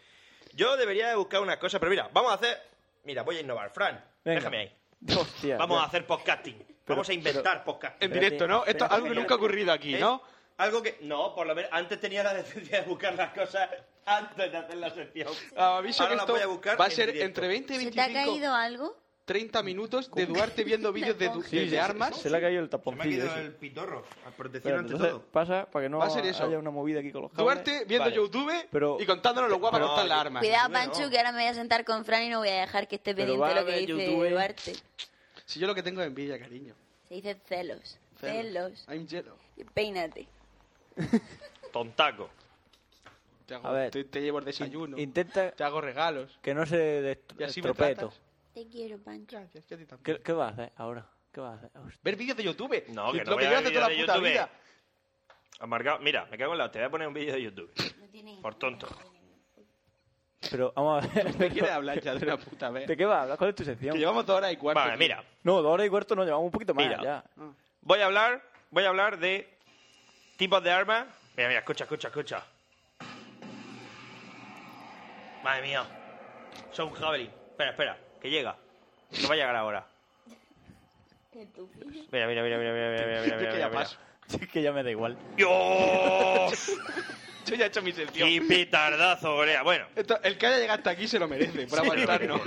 [SPEAKER 7] Yo debería de buscar una cosa, pero mira, vamos a hacer... Mira, voy a innovar. Fran,
[SPEAKER 9] Venga.
[SPEAKER 7] déjame ahí.
[SPEAKER 9] Hostia.
[SPEAKER 7] Vamos
[SPEAKER 9] ya.
[SPEAKER 7] a hacer podcasting. Vamos a inventar podcasting. ¿Eh?
[SPEAKER 9] En directo, ¿no? Esto es algo que nunca ha
[SPEAKER 10] ocurrido aquí, ¿no?
[SPEAKER 7] Algo que... No, por lo menos antes tenía la decencia de buscar las cosas antes de hacer la sección.
[SPEAKER 9] Ah,
[SPEAKER 10] Ah, Aviso
[SPEAKER 7] Ah, Ahora
[SPEAKER 10] que
[SPEAKER 7] las
[SPEAKER 10] esto
[SPEAKER 7] voy a buscar
[SPEAKER 10] va a
[SPEAKER 7] en
[SPEAKER 10] ser
[SPEAKER 7] directo.
[SPEAKER 10] entre 20 y
[SPEAKER 13] ¿Se te ha
[SPEAKER 10] 25,
[SPEAKER 13] caído algo?
[SPEAKER 10] 30 minutos de Duarte viendo vídeos de, du-
[SPEAKER 9] Sí,
[SPEAKER 10] de-
[SPEAKER 9] sí,
[SPEAKER 10] de
[SPEAKER 9] se-
[SPEAKER 10] armas.
[SPEAKER 9] Se le ha caído el taponcillo.
[SPEAKER 7] caído
[SPEAKER 9] ese.
[SPEAKER 7] el pitorro. A protección
[SPEAKER 9] Espera,
[SPEAKER 7] ante
[SPEAKER 9] entonces
[SPEAKER 7] todo.
[SPEAKER 9] Pasa para que no
[SPEAKER 7] Va a ser eso.
[SPEAKER 9] haya una movida aquí con los cables.
[SPEAKER 10] Duarte viendo
[SPEAKER 9] Vale.
[SPEAKER 10] YouTube
[SPEAKER 9] Pero-
[SPEAKER 10] y contándonos lo guapas que
[SPEAKER 9] Pero-
[SPEAKER 10] están las armas.
[SPEAKER 13] Cuidado, Pancho, que ahora me voy a sentar con Fran y no voy a dejar que esté
[SPEAKER 10] Pero
[SPEAKER 13] pendiente
[SPEAKER 10] va
[SPEAKER 13] de
[SPEAKER 10] a
[SPEAKER 13] lo que
[SPEAKER 10] ver
[SPEAKER 13] dice
[SPEAKER 10] YouTube.
[SPEAKER 13] Duarte.
[SPEAKER 10] Si yo lo que tengo es envidia, cariño.
[SPEAKER 13] Se dice celos.
[SPEAKER 10] Celos.
[SPEAKER 13] Celos.
[SPEAKER 10] I'm jealous.
[SPEAKER 13] Y Peínate.
[SPEAKER 7] Tontaco.
[SPEAKER 10] Te, hago-
[SPEAKER 9] A ver.
[SPEAKER 10] te, te llevo el desayuno.
[SPEAKER 9] Intenta.
[SPEAKER 10] Te hago regalos.
[SPEAKER 9] Que no se dest-
[SPEAKER 10] Y así me
[SPEAKER 9] estropee
[SPEAKER 10] tratas.
[SPEAKER 9] todo.
[SPEAKER 13] Te quiero, Pancho.
[SPEAKER 9] ¿Qué, qué vas a hacer ahora? ¿Qué vas a hacer? Hostia.
[SPEAKER 10] Ver vídeos de YouTube.
[SPEAKER 7] No, que
[SPEAKER 10] Lo
[SPEAKER 7] no voy
[SPEAKER 10] que
[SPEAKER 7] a
[SPEAKER 10] yo
[SPEAKER 7] ver
[SPEAKER 10] hace
[SPEAKER 7] vídeos
[SPEAKER 10] toda
[SPEAKER 7] de
[SPEAKER 10] la puta
[SPEAKER 7] YouTube.
[SPEAKER 10] vida.
[SPEAKER 7] Amargado. Mira, me cago en la... Te voy a poner un vídeo de YouTube. Por tonto.
[SPEAKER 9] Pero vamos a ver.
[SPEAKER 10] ¿Te quieres hablar ya de una puta vez?
[SPEAKER 9] ¿De qué vas a hablar? ¿Cuál es tu sección?
[SPEAKER 10] Que llevamos dos horas y cuarto.
[SPEAKER 7] Vale,
[SPEAKER 10] tío.
[SPEAKER 7] mira.
[SPEAKER 9] No, dos horas y cuarto no, llevamos un poquito más
[SPEAKER 7] Mira.
[SPEAKER 9] ya.
[SPEAKER 7] Voy a hablar... Voy a hablar de... Tipos de armas... Mira, mira, escucha, escucha, escucha. Madre mía. Son javelin. Espera, espera. Que llega. No va a llegar ahora. Mira, mira, mira, mira, mira, mira, mira, mira,
[SPEAKER 10] Yo es que
[SPEAKER 7] mira,
[SPEAKER 10] ya
[SPEAKER 7] mira.
[SPEAKER 10] paso.
[SPEAKER 9] Es que ya me da igual.
[SPEAKER 7] ¡Dios!
[SPEAKER 10] Yo ya he hecho mi sección.
[SPEAKER 7] ¡Qué petardazo, Gorea! Bueno,
[SPEAKER 10] Esto- el que haya llegado hasta aquí se lo merece, por
[SPEAKER 7] Sí.
[SPEAKER 10] aguantarnos.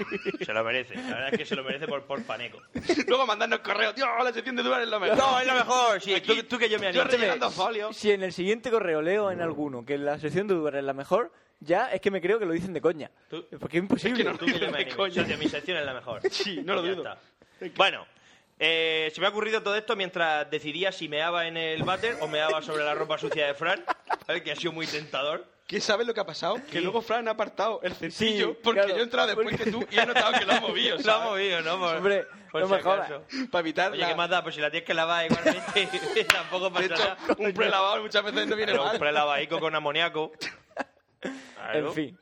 [SPEAKER 7] se lo merece. La verdad es que se lo merece por, por paneco.
[SPEAKER 10] Luego mandarnos correo. Tío, la sección de Duar es lo mejor.
[SPEAKER 7] No, es lo mejor. Sí, tú, tú que yo me animo.
[SPEAKER 10] Yo rellenando folio.
[SPEAKER 9] Si en el siguiente correo leo en alguno que la sesión de Uber es la mejor, ya es que me creo que lo dicen de coña.
[SPEAKER 7] Tú-
[SPEAKER 9] Porque es imposible.
[SPEAKER 7] Tú que yo me animo. Socio, mi sección es la mejor.
[SPEAKER 10] eh, Sí, no lo
[SPEAKER 7] Ya
[SPEAKER 10] dudo.
[SPEAKER 7] está. Bueno, eh, se me ha ocurrido todo esto mientras decidía si meaba en el váter o meaba sobre la ropa sucia de Fran. A ver, que ha sido muy tentador.
[SPEAKER 10] ¿Qué sabes lo que ha pasado? Que luego Fran ha apartado el censillo
[SPEAKER 9] Sí,
[SPEAKER 10] porque
[SPEAKER 9] claro.
[SPEAKER 10] yo he entrado después que tú y he notado que lo ha movido.
[SPEAKER 7] Lo ha movido, ¿no? Por-
[SPEAKER 9] Hombre,
[SPEAKER 7] por
[SPEAKER 9] no
[SPEAKER 7] si
[SPEAKER 9] me jodas.
[SPEAKER 7] acaso.
[SPEAKER 10] Para evitar
[SPEAKER 7] Oye, ¿qué más da? Pues si la tienes que lavar igualmente, tampoco pasa
[SPEAKER 10] De hecho,
[SPEAKER 7] nada.
[SPEAKER 10] un prelavado muchas veces no viene
[SPEAKER 7] Pero un
[SPEAKER 10] mal.
[SPEAKER 7] prelavadico con amoníaco. Claro.
[SPEAKER 9] En fin,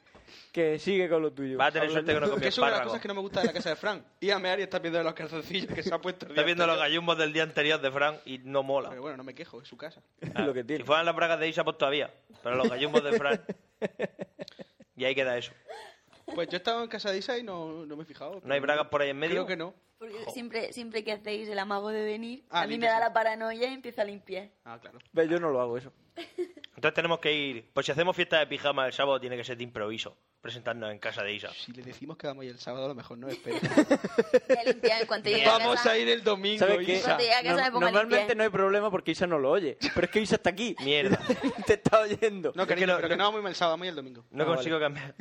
[SPEAKER 9] que sigue con lo tuyo.
[SPEAKER 7] Va a tener suerte que no
[SPEAKER 9] Hablando-
[SPEAKER 7] comió
[SPEAKER 10] Que eso es una de las
[SPEAKER 7] espárragos.
[SPEAKER 10] cosas que no me gusta de la casa de Fran. Ir a mear y estar viendo los calzoncillos que se ha puesto. el
[SPEAKER 7] Estás
[SPEAKER 10] día
[SPEAKER 7] viendo los
[SPEAKER 10] anterior.
[SPEAKER 7] gallumbos del día anterior de Fran y no mola.
[SPEAKER 10] Pero bueno, no me quejo, es su casa.
[SPEAKER 9] lo que
[SPEAKER 7] Ah, Si
[SPEAKER 9] tiene.
[SPEAKER 7] fueran las bragas de Isa, pues todavía. Pero los gallumbos de Fran. Y ahí queda eso.
[SPEAKER 10] Pues yo estaba en casa de Isa y no, no me he fijado.
[SPEAKER 7] ¿No hay bragas por ahí en medio?
[SPEAKER 10] Creo que no.
[SPEAKER 13] Porque siempre, siempre que hacéis el amago de venir,
[SPEAKER 10] Ah,
[SPEAKER 13] a mí me
[SPEAKER 10] limpias,
[SPEAKER 13] da
[SPEAKER 10] sí.
[SPEAKER 13] la paranoia y empiezo a limpiar.
[SPEAKER 10] Ah, claro.
[SPEAKER 9] Ve, Yo no lo hago eso.
[SPEAKER 7] Entonces tenemos que ir. Pues si hacemos fiesta de pijama el sábado, tiene que ser de improviso. Presentarnos en casa de Isa.
[SPEAKER 10] Si le decimos que vamos a ir el sábado, a lo mejor no espera.
[SPEAKER 13] Voy a limpiar en cuanto llegue a
[SPEAKER 10] vamos
[SPEAKER 13] casa.
[SPEAKER 10] a ir el domingo,
[SPEAKER 9] ¿Sabes qué?
[SPEAKER 10] Isa.
[SPEAKER 13] Cuando llegue a casa me pongo a
[SPEAKER 9] Normalmente
[SPEAKER 13] limpiar.
[SPEAKER 9] no hay problema porque Isa no lo oye. Pero es que Isa está aquí.
[SPEAKER 7] Mierda.
[SPEAKER 9] Te está oyendo.
[SPEAKER 10] No, cariño,
[SPEAKER 7] que no-
[SPEAKER 10] pero que no vamos a ir el sábado, vamos a ir el domingo.
[SPEAKER 7] No
[SPEAKER 9] Ah, vale.
[SPEAKER 7] consigo cambiar.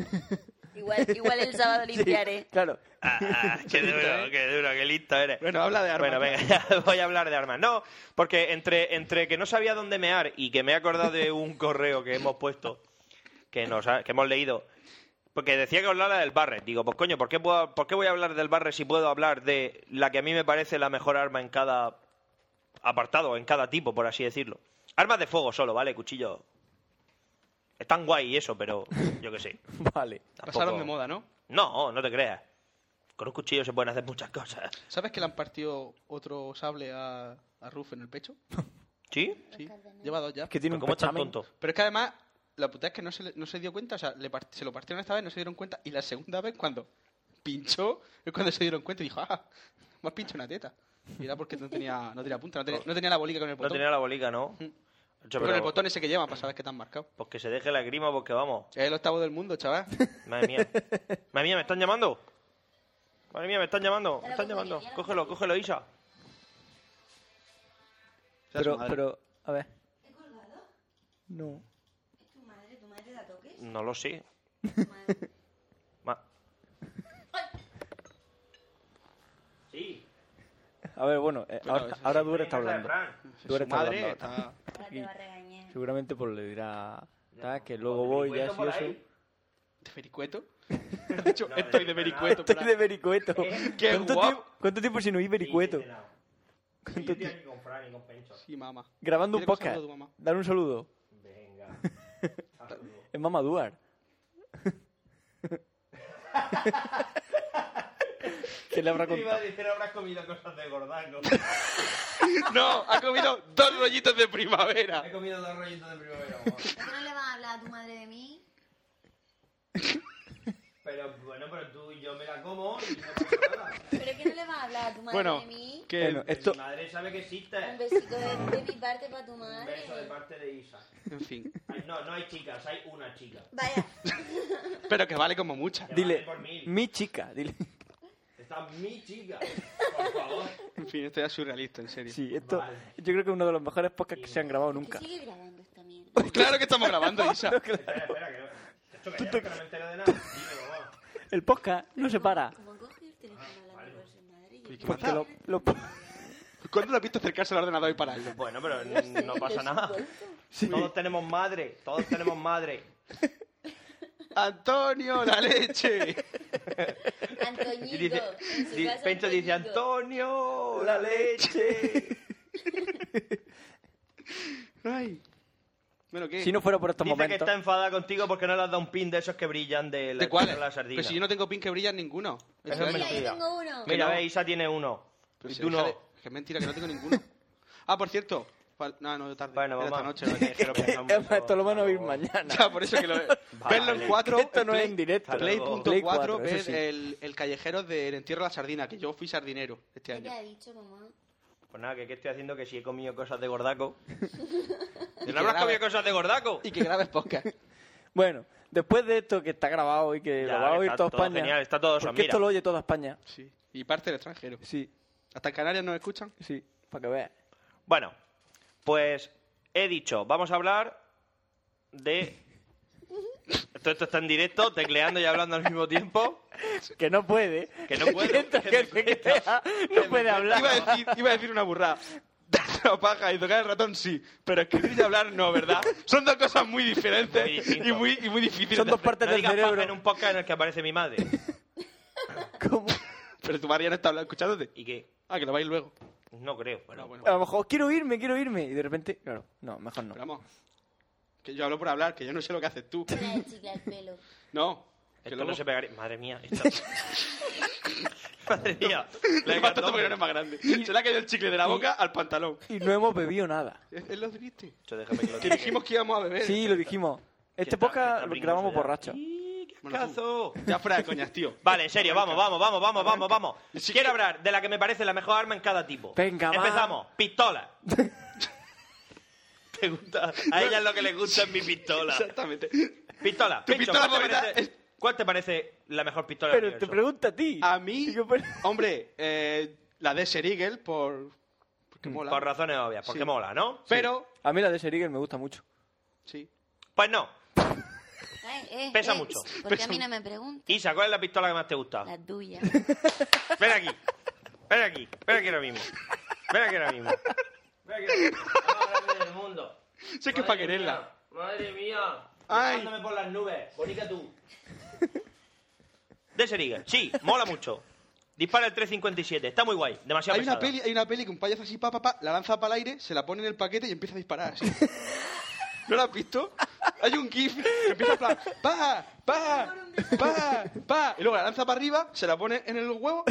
[SPEAKER 13] Igual, igual el sábado
[SPEAKER 9] Sí,
[SPEAKER 13] limpiaré.
[SPEAKER 9] claro.
[SPEAKER 7] Ah, ah, qué duro, qué duro, qué listo eres.
[SPEAKER 10] Bueno, habla de armas.
[SPEAKER 7] Bueno, venga, ya voy a hablar de armas. No, porque entre, entre que no sabía dónde mear y que me he acordado de un correo que hemos puesto, que, nos ha- que hemos leído, porque decía que hablara del Barret. Digo, pues coño, ¿por qué, puedo- ¿por qué voy a hablar del Barret si puedo hablar de la que a mí me parece la mejor arma en cada apartado, en cada tipo, por así decirlo? Armas de fuego solo, ¿vale? Cuchillo. Están guay y eso, pero yo qué sé.
[SPEAKER 9] Vale.
[SPEAKER 10] Pasaron
[SPEAKER 7] Tampoco-
[SPEAKER 10] de moda, ¿no?
[SPEAKER 7] No, no te creas. Con un cuchillo se pueden hacer muchas cosas.
[SPEAKER 10] ¿Sabes que le han partido otro sable a, a Ruf en el pecho?
[SPEAKER 7] ¿Sí?
[SPEAKER 10] Sí. Lleva dos ya.
[SPEAKER 9] Es que tiene un
[SPEAKER 7] ¿Cómo tan
[SPEAKER 9] pechamen.
[SPEAKER 7] tonto?
[SPEAKER 10] Pero es que además, la puta es que no se, le- no se dio cuenta, o sea, le part- se lo partieron esta vez, no se dieron cuenta, y la segunda vez cuando pinchó, es cuando se dieron cuenta y dijo, ah, me has pinchado una teta. Y era porque no tenía, no tenía punta, no tenía, no tenía la bolica con el
[SPEAKER 7] No
[SPEAKER 10] botón.
[SPEAKER 7] tenía la bolica, ¿no? Yo,
[SPEAKER 10] Con el
[SPEAKER 7] pero-
[SPEAKER 10] botón ese que llevan para saber que te han marcado.
[SPEAKER 7] Pues que se deje la grima porque vamos.
[SPEAKER 10] Es el octavo del mundo, chaval.
[SPEAKER 7] Madre mía. Madre mía, ¿me están llamando? Madre mía, ¿me están llamando? ¿Me están llamando? Cógelo, cógelo, Isa.
[SPEAKER 9] Pero, pero, a ver. No.
[SPEAKER 7] No lo sé. Ma- Sí.
[SPEAKER 9] A ver, bueno, eh,
[SPEAKER 10] Bueno,
[SPEAKER 9] ahora,
[SPEAKER 10] eso
[SPEAKER 9] ahora
[SPEAKER 10] sí.
[SPEAKER 9] Duer está
[SPEAKER 7] Venga,
[SPEAKER 9] hablando.
[SPEAKER 7] Fran.
[SPEAKER 9] Duer
[SPEAKER 10] Su
[SPEAKER 9] está
[SPEAKER 10] madre
[SPEAKER 9] hablando. ahora.
[SPEAKER 10] está...
[SPEAKER 13] Ahora te va a regañar.
[SPEAKER 9] Seguramente pues le dirá "Ta, Ah, que luego voy ya si
[SPEAKER 7] Por
[SPEAKER 9] eso.
[SPEAKER 7] ahí.
[SPEAKER 10] ¿De vericueto? Has dicho, estoy de vericueto.
[SPEAKER 9] Estoy
[SPEAKER 10] pero-
[SPEAKER 9] de vericueto.
[SPEAKER 10] ¡Qué
[SPEAKER 9] ¿Cuánto,
[SPEAKER 10] guapo!
[SPEAKER 9] tiempo, ¿Cuánto tiempo sin oír vericueto?
[SPEAKER 7] Sí, yo estoy aquí con Fran y con Pencho.
[SPEAKER 10] Sí, mamá.
[SPEAKER 9] Grabando un
[SPEAKER 10] Dile que saludo
[SPEAKER 9] podcast.
[SPEAKER 10] a tu mamá.
[SPEAKER 9] Dar un saludo.
[SPEAKER 7] Venga.
[SPEAKER 9] Es Mamá Duar. ¿Qué le habrá contado?
[SPEAKER 7] decir, habrás comido cosas de gordango.
[SPEAKER 10] No, ha comido dos rollitos de primavera.
[SPEAKER 7] He comido dos rollitos de primavera.
[SPEAKER 13] ¿Por qué no le vas a hablar a tu madre de mí?
[SPEAKER 7] Pero bueno, pero tú y yo me la como y no
[SPEAKER 13] ¿Pero qué no le vas a hablar a tu madre
[SPEAKER 10] Bueno,
[SPEAKER 13] de mí?
[SPEAKER 10] que
[SPEAKER 9] Bueno, esto,
[SPEAKER 7] Mi madre sabe que existe.
[SPEAKER 13] Un besito de, de mi parte para tu
[SPEAKER 7] Un
[SPEAKER 13] madre.
[SPEAKER 7] beso de parte de Isa.
[SPEAKER 10] En fin.
[SPEAKER 7] Ay, no, no hay chicas, hay una chica.
[SPEAKER 13] Vaya,
[SPEAKER 10] Pero que vale como mucha.
[SPEAKER 7] Que
[SPEAKER 9] dile,
[SPEAKER 7] vale por mil.
[SPEAKER 9] mi chica, dile.
[SPEAKER 7] Está mi chica. Por favor.
[SPEAKER 10] En fin, esto ya es surrealista, en serio.
[SPEAKER 9] Sí, esto yo creo que es uno de los mejores podcasts que se han grabado
[SPEAKER 13] que
[SPEAKER 9] nunca.
[SPEAKER 13] sigue grabando esta mierda.
[SPEAKER 10] Claro que estamos grabando, Isa.
[SPEAKER 7] Espera, espera, que no. Esto que ya es que no me entero de nada. Dime, mamá.
[SPEAKER 9] El podcast no se para.
[SPEAKER 13] Como coge el teléfono hablando con su madre y
[SPEAKER 10] ¿Y qué
[SPEAKER 9] Porque
[SPEAKER 10] pasa?
[SPEAKER 9] lo, lo-
[SPEAKER 10] ¿Cuándo lo has visto acercarse al ordenador y pararlo?
[SPEAKER 7] Bueno, pero no pasa nada. Todos tenemos madre, todos tenemos madre.
[SPEAKER 10] ¡Antonio, la leche!
[SPEAKER 7] Y dice, di- Pencho dice, Antonio, la leche.
[SPEAKER 10] Ay. Bueno, ¿qué?
[SPEAKER 9] Si no fuera por estos
[SPEAKER 7] dice que
[SPEAKER 9] momentos.
[SPEAKER 7] está enfadada contigo porque no le has dado un pin de esos que brillan de la,
[SPEAKER 10] ¿De cuáles?
[SPEAKER 7] de la sardina.
[SPEAKER 10] Pues si yo no tengo pin que brillan ninguno.
[SPEAKER 7] Eso es
[SPEAKER 10] Mira, yo
[SPEAKER 7] mentira.
[SPEAKER 10] tengo uno.
[SPEAKER 7] Mira,
[SPEAKER 10] Que no.
[SPEAKER 7] ve, Isa tiene uno.
[SPEAKER 10] Pero
[SPEAKER 7] y
[SPEAKER 10] si
[SPEAKER 7] tú
[SPEAKER 10] deja
[SPEAKER 7] no.
[SPEAKER 10] de- Es mentira, que no tengo ninguno. Ah, por cierto. Fal- No, no, tarde. Bueno, esta
[SPEAKER 7] vamos.
[SPEAKER 10] noche. vale, que lo pensamos.
[SPEAKER 9] Es más, esto lo van a oír mañana.
[SPEAKER 10] Ya, por eso que lo Verlo en 4.
[SPEAKER 9] Esto no es en directo. Play
[SPEAKER 10] Play.4,
[SPEAKER 9] cuatro,
[SPEAKER 10] ver
[SPEAKER 9] eso sí.
[SPEAKER 10] el, el callejero del entierro de la sardina, que yo fui sardinero este
[SPEAKER 13] ¿Qué te
[SPEAKER 10] año.
[SPEAKER 13] ha dicho, mamá?
[SPEAKER 7] Pues nada, que, que estoy haciendo que si he comido cosas de gordaco. ¿Que no
[SPEAKER 10] que
[SPEAKER 7] habrás
[SPEAKER 10] grabe-
[SPEAKER 7] comido cosas de gordaco?
[SPEAKER 10] Y que grabes podcast.
[SPEAKER 9] Bueno, después de esto que está grabado y que
[SPEAKER 7] Ya,
[SPEAKER 9] lo va a
[SPEAKER 7] que
[SPEAKER 9] oír
[SPEAKER 7] está
[SPEAKER 9] toda
[SPEAKER 7] todo
[SPEAKER 9] España.
[SPEAKER 7] genial, está todo eso,
[SPEAKER 9] porque esto
[SPEAKER 7] mira.
[SPEAKER 9] lo oye toda España.
[SPEAKER 10] Sí. Y parte del extranjero.
[SPEAKER 9] Sí.
[SPEAKER 10] ¿Hasta en Canarias nos escuchan?
[SPEAKER 9] Sí, para que veas.
[SPEAKER 7] Bueno, pues he dicho, vamos a hablar de... Todo esto está en directo, tecleando y hablando al mismo tiempo.
[SPEAKER 9] Que no puede.
[SPEAKER 7] Que no puede.
[SPEAKER 9] Mientras que se queda, no puede hablar.
[SPEAKER 10] Iba a decir, iba a decir una burrada. Darse la paja y tocar el ratón, sí. Pero escribir y hablar, no, ¿verdad? Son dos cosas muy diferentes y, muy, y muy difíciles.
[SPEAKER 7] Son dos partes No del digas paja cerebro.
[SPEAKER 10] en
[SPEAKER 7] un podcast en el que aparece mi madre.
[SPEAKER 9] ¿Cómo?
[SPEAKER 10] Pero tu madre ya no está hablando- escuchándote.
[SPEAKER 7] ¿Y qué?
[SPEAKER 10] Ah, que lo vais luego.
[SPEAKER 7] No creo. Bueno,
[SPEAKER 9] A lo mejor quiero irme, quiero irme. Y de repente, claro, no, mejor no.
[SPEAKER 10] Vamos. Que yo hablo por hablar, que yo no sé lo que haces tú.
[SPEAKER 13] Chicle al pelo.
[SPEAKER 10] No. que
[SPEAKER 7] Esto
[SPEAKER 10] luego-
[SPEAKER 7] no se pegaría. Madre mía. esto- Madre mía. La de
[SPEAKER 10] Cuanto tu
[SPEAKER 7] Cartón.
[SPEAKER 10] melón es más grande. Se le ha caído el chicle de la boca al pantalón.
[SPEAKER 9] Y no hemos bebido nada.
[SPEAKER 10] Es es lo triste.
[SPEAKER 7] Yo déjame que lo
[SPEAKER 10] Que dijimos que íbamos a beber.
[SPEAKER 9] Sí, lo dijimos. Este podcast lo grabamos borracho.
[SPEAKER 7] Cazo.
[SPEAKER 10] Ya fuera de coñas, tío.
[SPEAKER 7] Vale, en serio, vamos, vamos, vamos, vamos, vamos, vamos. Quiero hablar de la que me parece la mejor arma en cada tipo.
[SPEAKER 9] Venga, va.
[SPEAKER 7] Empezamos. Pistola. ¿Te gusta? A ella es lo que le gusta es mi pistola.
[SPEAKER 10] Exactamente.
[SPEAKER 7] Pistola.
[SPEAKER 10] Tu
[SPEAKER 7] Pincho,
[SPEAKER 10] pistola
[SPEAKER 7] ¿cuál, te
[SPEAKER 10] favorita
[SPEAKER 7] parece, cuál te parece la mejor pistola del
[SPEAKER 9] Pero te
[SPEAKER 7] universo?
[SPEAKER 9] pregunta a ti. pues,
[SPEAKER 10] A mí, hombre, eh, la de Ser Eagle por... Porque mola.
[SPEAKER 7] Mm, Por razones obvias, porque
[SPEAKER 10] Sí.
[SPEAKER 7] mola, ¿no?
[SPEAKER 10] Pero...
[SPEAKER 9] A mí la de Serigen me gusta mucho.
[SPEAKER 10] Sí.
[SPEAKER 7] Pues no.
[SPEAKER 13] Ay, eh,
[SPEAKER 7] Pesa
[SPEAKER 13] eh,
[SPEAKER 7] mucho. Ah.
[SPEAKER 13] Porque
[SPEAKER 7] Pesa
[SPEAKER 13] a mí no
[SPEAKER 7] mucho.
[SPEAKER 13] me preguntan.
[SPEAKER 7] Isa, ¿cuál es la pistola que más te gusta?
[SPEAKER 13] La tuya.
[SPEAKER 7] Ven aquí. Ven aquí. Ven aquí ahora mismo. Ven aquí ahora mismo. Ven aquí ahora mismo. La más grande del mundo.
[SPEAKER 10] Sé que es para quererla.
[SPEAKER 7] Madre mía.
[SPEAKER 10] Ay.
[SPEAKER 7] Dejándome por las nubes. Bonita tú. Desert Eagle. Sí, mola mucho. Dispara el 357. Está muy guay. Demasiado
[SPEAKER 10] Hay una,
[SPEAKER 7] pesada.
[SPEAKER 10] peli, hay una peli que un payaso así, pa, pa, pa, la lanza para el aire, se la pone en el paquete y empieza a disparar así. ¿No la has visto? Hay un gif que empieza a plan, pa, pa, pa, pa, y luego la lanza para arriba, se la pone en el huevo,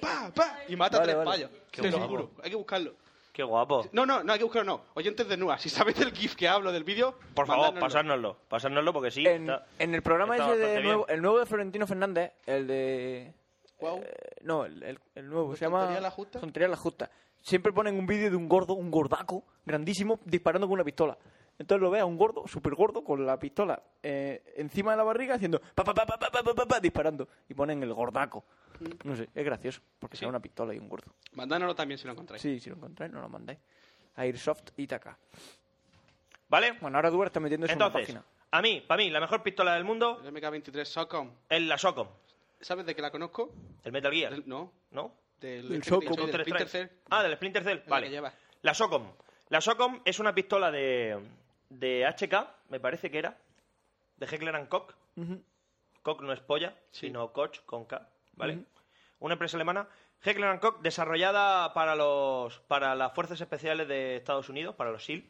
[SPEAKER 10] pa, pa, y mata a
[SPEAKER 7] Vale,
[SPEAKER 10] tres
[SPEAKER 7] vale.
[SPEAKER 10] payas.
[SPEAKER 7] Qué
[SPEAKER 10] Te lo
[SPEAKER 7] guapo.
[SPEAKER 10] juro, hay que buscarlo.
[SPEAKER 7] Qué guapo.
[SPEAKER 10] No, no, no hay que buscarlo, no. Oyentes de Nua, si sabéis del gif que hablo del vídeo,
[SPEAKER 7] Por favor,
[SPEAKER 10] mandádnoslo.
[SPEAKER 7] pasárnoslo. Pasárnoslo porque sí.
[SPEAKER 9] En,
[SPEAKER 7] está-
[SPEAKER 9] en el programa
[SPEAKER 7] está
[SPEAKER 9] ese de
[SPEAKER 7] bastante
[SPEAKER 9] nuevo,
[SPEAKER 7] bien.
[SPEAKER 9] el nuevo de Florentino Fernández, el de...
[SPEAKER 10] Guau.
[SPEAKER 9] eh, no, el, el- el nuevo, se
[SPEAKER 10] ¿Tontería
[SPEAKER 9] llama...
[SPEAKER 10] la justa?
[SPEAKER 9] Tontería la justa. Siempre ponen un vídeo de un gordo, un gordaco, grandísimo, disparando con una pistola. Entonces lo ves a un gordo, súper gordo, con la pistola eh, encima de la barriga, haciendo... Pa, pa, pa, pa, pa, pa, pa, pa, pa, disparando. Y ponen el gordaco.
[SPEAKER 10] Mm.
[SPEAKER 9] No sé, es gracioso, porque sea una pistola y un gordo.
[SPEAKER 10] Mandádnoslo también si lo encontráis.
[SPEAKER 9] Sí, si lo encontráis, no lo mandáis. Airsoft Itaca.
[SPEAKER 7] ¿Vale?
[SPEAKER 9] Bueno, ahora Duber está metiendo eso
[SPEAKER 7] Entonces,
[SPEAKER 9] en la página.
[SPEAKER 7] a mí, para mí, la mejor pistola del mundo
[SPEAKER 10] El MK23 Socom.
[SPEAKER 7] es la Socom.
[SPEAKER 10] ¿Sabes de qué la conozco?
[SPEAKER 7] El Metal Gear.
[SPEAKER 10] Del- no,
[SPEAKER 7] ¿No?
[SPEAKER 10] del...
[SPEAKER 9] Del
[SPEAKER 10] este que te he
[SPEAKER 9] Socom.
[SPEAKER 10] dicho, del
[SPEAKER 7] Counter
[SPEAKER 10] Splinter
[SPEAKER 7] Strike.
[SPEAKER 10] Cell.
[SPEAKER 7] Ah, del Splinter Cell.
[SPEAKER 10] que
[SPEAKER 7] Vale.
[SPEAKER 10] lleva. Ah,
[SPEAKER 7] La Socom. La Socom es una pistola de, de HK, me parece que era. De Heckler and Koch.
[SPEAKER 9] Ujú.
[SPEAKER 7] Koch no es polla, sino Koch con K. ¿Vale? Una empresa alemana. Heckler and Koch, desarrollada para, los, para las fuerzas especiales de Estados Unidos, para los SEAL. E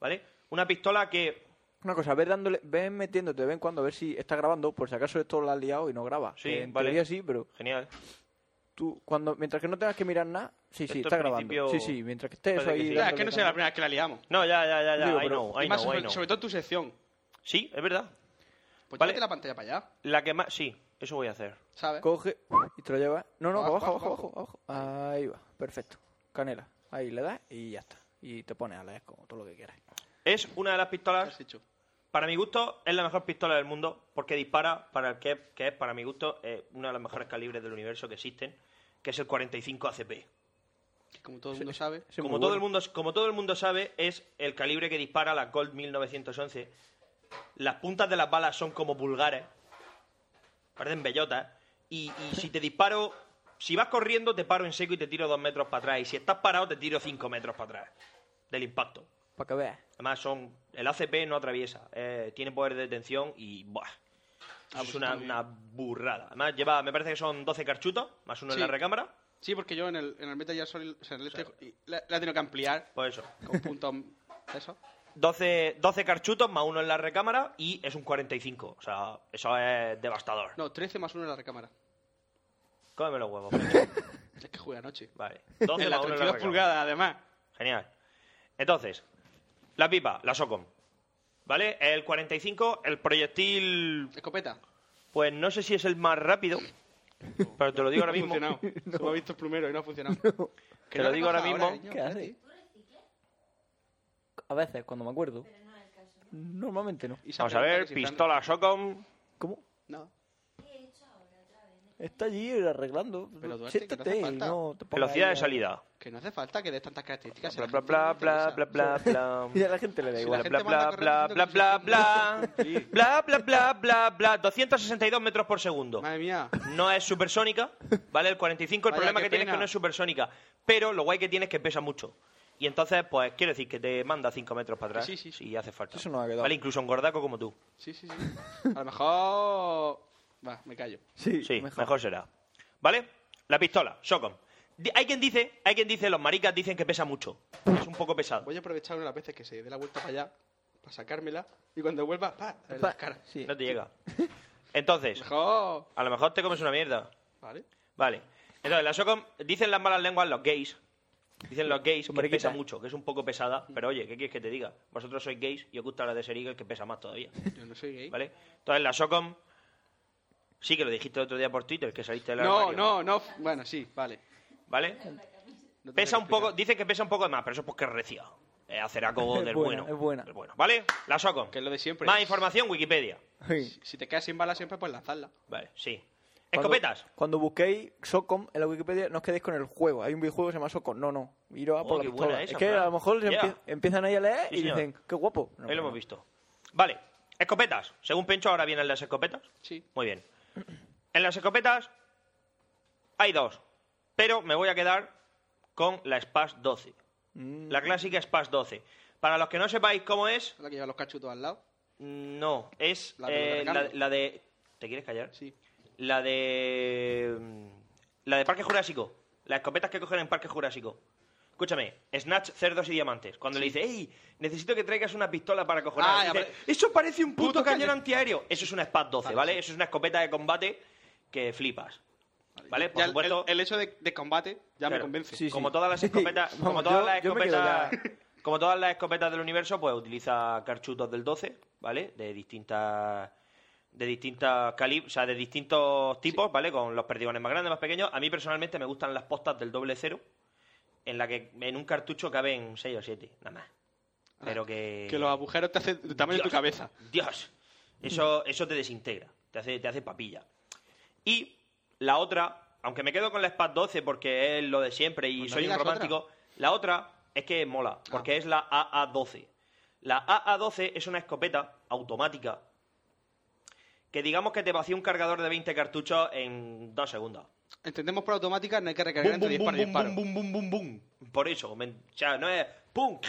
[SPEAKER 7] ¿Vale? Una pistola que.
[SPEAKER 9] Una cosa, ves dándole, ves metiéndote de vez en cuando a ver si está grabando, por si acaso esto lo has liado y no graba.
[SPEAKER 7] Sí,
[SPEAKER 9] Eh, en
[SPEAKER 7] vale.
[SPEAKER 9] teoría sí, pero
[SPEAKER 7] Genial.
[SPEAKER 9] tú, cuando, mientras que no tengas que mirar nada, sí, sí,
[SPEAKER 7] Esto
[SPEAKER 9] está
[SPEAKER 7] en
[SPEAKER 9] grabando.
[SPEAKER 7] principio-
[SPEAKER 9] Sí, sí, mientras que estés
[SPEAKER 7] Parece
[SPEAKER 9] ahí.
[SPEAKER 7] que sí.
[SPEAKER 10] Ya, es
[SPEAKER 9] dándole
[SPEAKER 10] que no sea la
[SPEAKER 9] también.
[SPEAKER 10] primera vez que la liamos.
[SPEAKER 7] No, ya, ya, ya, ya.
[SPEAKER 9] Digo,
[SPEAKER 7] I
[SPEAKER 9] pero-
[SPEAKER 7] know, I
[SPEAKER 10] y más
[SPEAKER 7] know, I
[SPEAKER 10] sobre,
[SPEAKER 7] know.
[SPEAKER 10] sobre todo en tu sección.
[SPEAKER 7] Sí, es verdad.
[SPEAKER 10] Pues
[SPEAKER 7] Vale.
[SPEAKER 10] llévate la pantalla para allá,
[SPEAKER 7] La que más. Sí, eso voy a hacer.
[SPEAKER 10] ¿sabes?
[SPEAKER 9] Coge y te lo llevas. No, no,
[SPEAKER 10] Abajo,
[SPEAKER 9] abajo, abajo,
[SPEAKER 10] abajo,
[SPEAKER 9] abajo, abajo. Ahí va, perfecto. Canela. Ahí le das y ya está. Y te pones a leer como todo lo que quieras.
[SPEAKER 7] Es una de las pistolas
[SPEAKER 10] has hecho?
[SPEAKER 7] Para mi gusto, es la mejor pistola del mundo porque dispara para el que, que es, para mi gusto, eh, uno de los mejores calibres del universo que existen, que es el 45 ACP.
[SPEAKER 10] Que Como todo el mundo sabe.
[SPEAKER 9] Ese es
[SPEAKER 7] Como
[SPEAKER 9] muy
[SPEAKER 7] todo,
[SPEAKER 9] bueno.
[SPEAKER 7] el mundo, como todo el mundo sabe, es el calibre que dispara la Colt 1911. Las puntas de las balas son como pulgares, parecen bellotas, y, y si te disparo Si vas corriendo, te paro en seco y te tiro dos metros para atrás. Y si estás parado, te tiro cinco metros para atrás. Del impacto.
[SPEAKER 9] Para que veas.
[SPEAKER 7] Además, son. El ACP no atraviesa. eh, tiene poder de detención y. ¡Buah!
[SPEAKER 9] Ah,
[SPEAKER 7] Eso
[SPEAKER 9] pues
[SPEAKER 7] es una, una burrada. Además, lleva. Me parece que son 12 carchutos, más uno
[SPEAKER 10] Sí.
[SPEAKER 7] en la recámara.
[SPEAKER 10] Sí, porque yo en el, en el Metal Gear Solid, o sea, en el este, y la, la he tenido que ampliar.
[SPEAKER 7] Pues eso.
[SPEAKER 10] Con puntos. ¿Eso?
[SPEAKER 7] 12, 12 carchutos más uno en la recámara y es un 45. O sea, eso es devastador.
[SPEAKER 10] No, 13 más 1 en la recámara.
[SPEAKER 7] Cómeme los huevos. coño.
[SPEAKER 10] Es que jugué anoche.
[SPEAKER 7] Vale. 12
[SPEAKER 10] En la
[SPEAKER 7] más uno en
[SPEAKER 10] 32
[SPEAKER 7] recámara.
[SPEAKER 10] pulgadas, además.
[SPEAKER 7] Genial. Entonces, la pipa, la SOCOM. ¿Vale? El 45, el proyectil.
[SPEAKER 10] Escopeta.
[SPEAKER 7] Pues no sé si es el más rápido. Pero te lo digo ahora mismo.
[SPEAKER 10] No ha funcionado. Tú me has visto el plumero y no ha funcionado.
[SPEAKER 7] Te lo digo ahora mismo.
[SPEAKER 10] eh,
[SPEAKER 9] ¿Qué haces? A veces, cuando me acuerdo. Normalmente no.
[SPEAKER 7] Vamos a ver, pistola SOCOM.
[SPEAKER 9] ¿Cómo?
[SPEAKER 10] No.
[SPEAKER 9] Está allí arreglando.
[SPEAKER 10] Pero Duarte,
[SPEAKER 9] Siéntate
[SPEAKER 10] que no hace
[SPEAKER 9] y
[SPEAKER 10] falta.
[SPEAKER 9] no te pongas
[SPEAKER 7] Velocidad
[SPEAKER 9] ahí
[SPEAKER 7] de
[SPEAKER 9] a-
[SPEAKER 7] salida.
[SPEAKER 10] Que no hace falta que des tantas características.
[SPEAKER 7] Bla, bla, bla, bla, bla, bla, bla.
[SPEAKER 9] Y a la gente le da
[SPEAKER 7] Si
[SPEAKER 9] igual.
[SPEAKER 7] la gente Bla, bla, bla, bla, bla, bla, bla, bla, bla, bla, bla. 262 metros por segundo.
[SPEAKER 10] Madre mía.
[SPEAKER 7] No es supersónica, ¿vale? El 45, el
[SPEAKER 10] Vaya,
[SPEAKER 7] problema
[SPEAKER 10] qué
[SPEAKER 7] que tiene es
[SPEAKER 10] pena.
[SPEAKER 7] que no es supersónica. Pero lo guay que tiene es que pesa mucho. Y entonces, pues, quiero decir que te manda 5 metros para atrás.
[SPEAKER 10] Sí,
[SPEAKER 7] Si hace falta.
[SPEAKER 9] Eso nos ha quedado.
[SPEAKER 7] Vale, incluso un gordaco como tú.
[SPEAKER 10] Sí, sí, sí. A lo mejor. Va, me callo.
[SPEAKER 9] Sí,
[SPEAKER 7] mejor. será. ¿Vale? La pistola, Socom. Di- Hay quien dice, hay quien dice, los maricas dicen que pesa mucho. Es un poco pesado.
[SPEAKER 10] Voy a aprovechar una vez que se dé la vuelta para allá, para sacármela, y cuando vuelva, pa, a ver
[SPEAKER 7] Pa,
[SPEAKER 10] las caras.
[SPEAKER 7] No te llega. Entonces, a lo mejor te comes una mierda.
[SPEAKER 10] Vale.
[SPEAKER 7] Vale. Entonces, la SOCOM, dicen las malas lenguas los gays. Dicen los gays que
[SPEAKER 9] mariquitas.
[SPEAKER 7] pesa mucho, que es un poco pesada. Pero oye, ¿qué quieres que te diga? Vosotros sois gays y os gusta la de ser eagle que pesa más todavía.
[SPEAKER 10] Yo no soy gay.
[SPEAKER 7] ¿Vale? Entonces, la SOCOM. Sí, que lo dijiste el otro día por Twitter, que saliste del
[SPEAKER 10] No,
[SPEAKER 7] armario.
[SPEAKER 10] no, no. Bueno, sí, vale.
[SPEAKER 7] ¿Vale? Pesa un poco, dicen que pesa un poco de más, pero eso es porque es recia. Es aceraco
[SPEAKER 10] Es
[SPEAKER 7] del
[SPEAKER 10] buena,
[SPEAKER 7] bueno.
[SPEAKER 10] es buena.
[SPEAKER 7] Del bueno. ¿Vale? La SOCOM. Que
[SPEAKER 10] es lo de siempre.
[SPEAKER 7] Más información, Wikipedia.
[SPEAKER 10] Si, si te quedas sin bala siempre, pues lanzarla.
[SPEAKER 7] Vale, sí.
[SPEAKER 9] Cuando-
[SPEAKER 7] Escopetas.
[SPEAKER 9] Cuando busquéis Socom en la Wikipedia, no os quedéis con el juego. Hay un videojuego que se llama Socom. No, no. Iros a
[SPEAKER 7] Oh,
[SPEAKER 9] por la
[SPEAKER 7] qué
[SPEAKER 9] pistola.
[SPEAKER 7] buena esa,
[SPEAKER 9] es que
[SPEAKER 7] Fran.
[SPEAKER 9] a lo mejor se
[SPEAKER 7] Yeah.
[SPEAKER 9] empie- empiezan ahí a leer
[SPEAKER 7] Sí,
[SPEAKER 9] y
[SPEAKER 7] señor.
[SPEAKER 9] dicen, qué guapo. No,
[SPEAKER 10] pues
[SPEAKER 7] Ahí lo
[SPEAKER 9] no.
[SPEAKER 7] hemos visto. Vale, escopetas. Según Pencho, ahora vienen las escopetas.
[SPEAKER 10] Sí.
[SPEAKER 7] Muy bien. En las escopetas hay dos, pero me voy a quedar con la Spas 12.
[SPEAKER 10] Mm.
[SPEAKER 7] La clásica Spas 12. Para los que no sepáis cómo es,
[SPEAKER 10] La que lleva los cachutos al lado.
[SPEAKER 7] no, es
[SPEAKER 10] La de
[SPEAKER 7] eh, la,
[SPEAKER 10] Ricardo.
[SPEAKER 7] la de... ¿Te quieres callar?
[SPEAKER 10] Sí.
[SPEAKER 7] La de... mm, La de Parque Jurásico. Las escopetas que cogen en Parque Jurásico. Escúchame, Snatch, Cerdos y Diamantes. Cuando le dice, hey, necesito que traigas una pistola para cojonar.
[SPEAKER 10] Ah, ya,
[SPEAKER 7] Dice, Eso parece un puto, cañón antiaéreo. Eso es una SPAT 12, ¿vale? Eso es una escopeta de combate que flipas. ¿Vale? Por
[SPEAKER 10] Ya el,
[SPEAKER 7] supuesto.
[SPEAKER 10] el- el hecho de, de combate ya me
[SPEAKER 7] Claro.
[SPEAKER 10] convence.
[SPEAKER 7] como todas las escopetas, como
[SPEAKER 10] Vamos,
[SPEAKER 7] todas
[SPEAKER 10] yo-
[SPEAKER 7] las
[SPEAKER 10] yo me quedo
[SPEAKER 7] escopetas, como todas las escopetas del universo, pues utiliza carchutos del 12, ¿vale? De distintas de distintas calib- o sea, de distintos tipos, ¿vale? Con los perdigones más grandes, más pequeños. A mí personalmente me gustan las postas del doble cero, en la que en un cartucho caben 6 o 7, nada más. Pero que
[SPEAKER 10] Ah, Que los agujeros te hacen del tamaño de tu
[SPEAKER 7] Dios,
[SPEAKER 10] cabeza.
[SPEAKER 7] Dios. Eso, eso te desintegra. Te hace, te hace papilla. Y la otra, aunque me quedo con la SPAT 12 porque es lo de siempre y
[SPEAKER 10] Pues no
[SPEAKER 7] soy un
[SPEAKER 10] digas otra. Ah.
[SPEAKER 7] romántico, la otra es que mola, porque es la AA12. La AA12 es una escopeta automática que digamos que te vacía un cargador de 20 cartuchos en dos segundos.
[SPEAKER 10] Entendemos por automática, no hay que recargar
[SPEAKER 7] Bum,
[SPEAKER 10] entre
[SPEAKER 7] bum,
[SPEAKER 10] disparo y
[SPEAKER 7] bum,
[SPEAKER 10] disparo.
[SPEAKER 7] bum, bum, bum, bum, bum. Por eso, me- o sea, no es pum,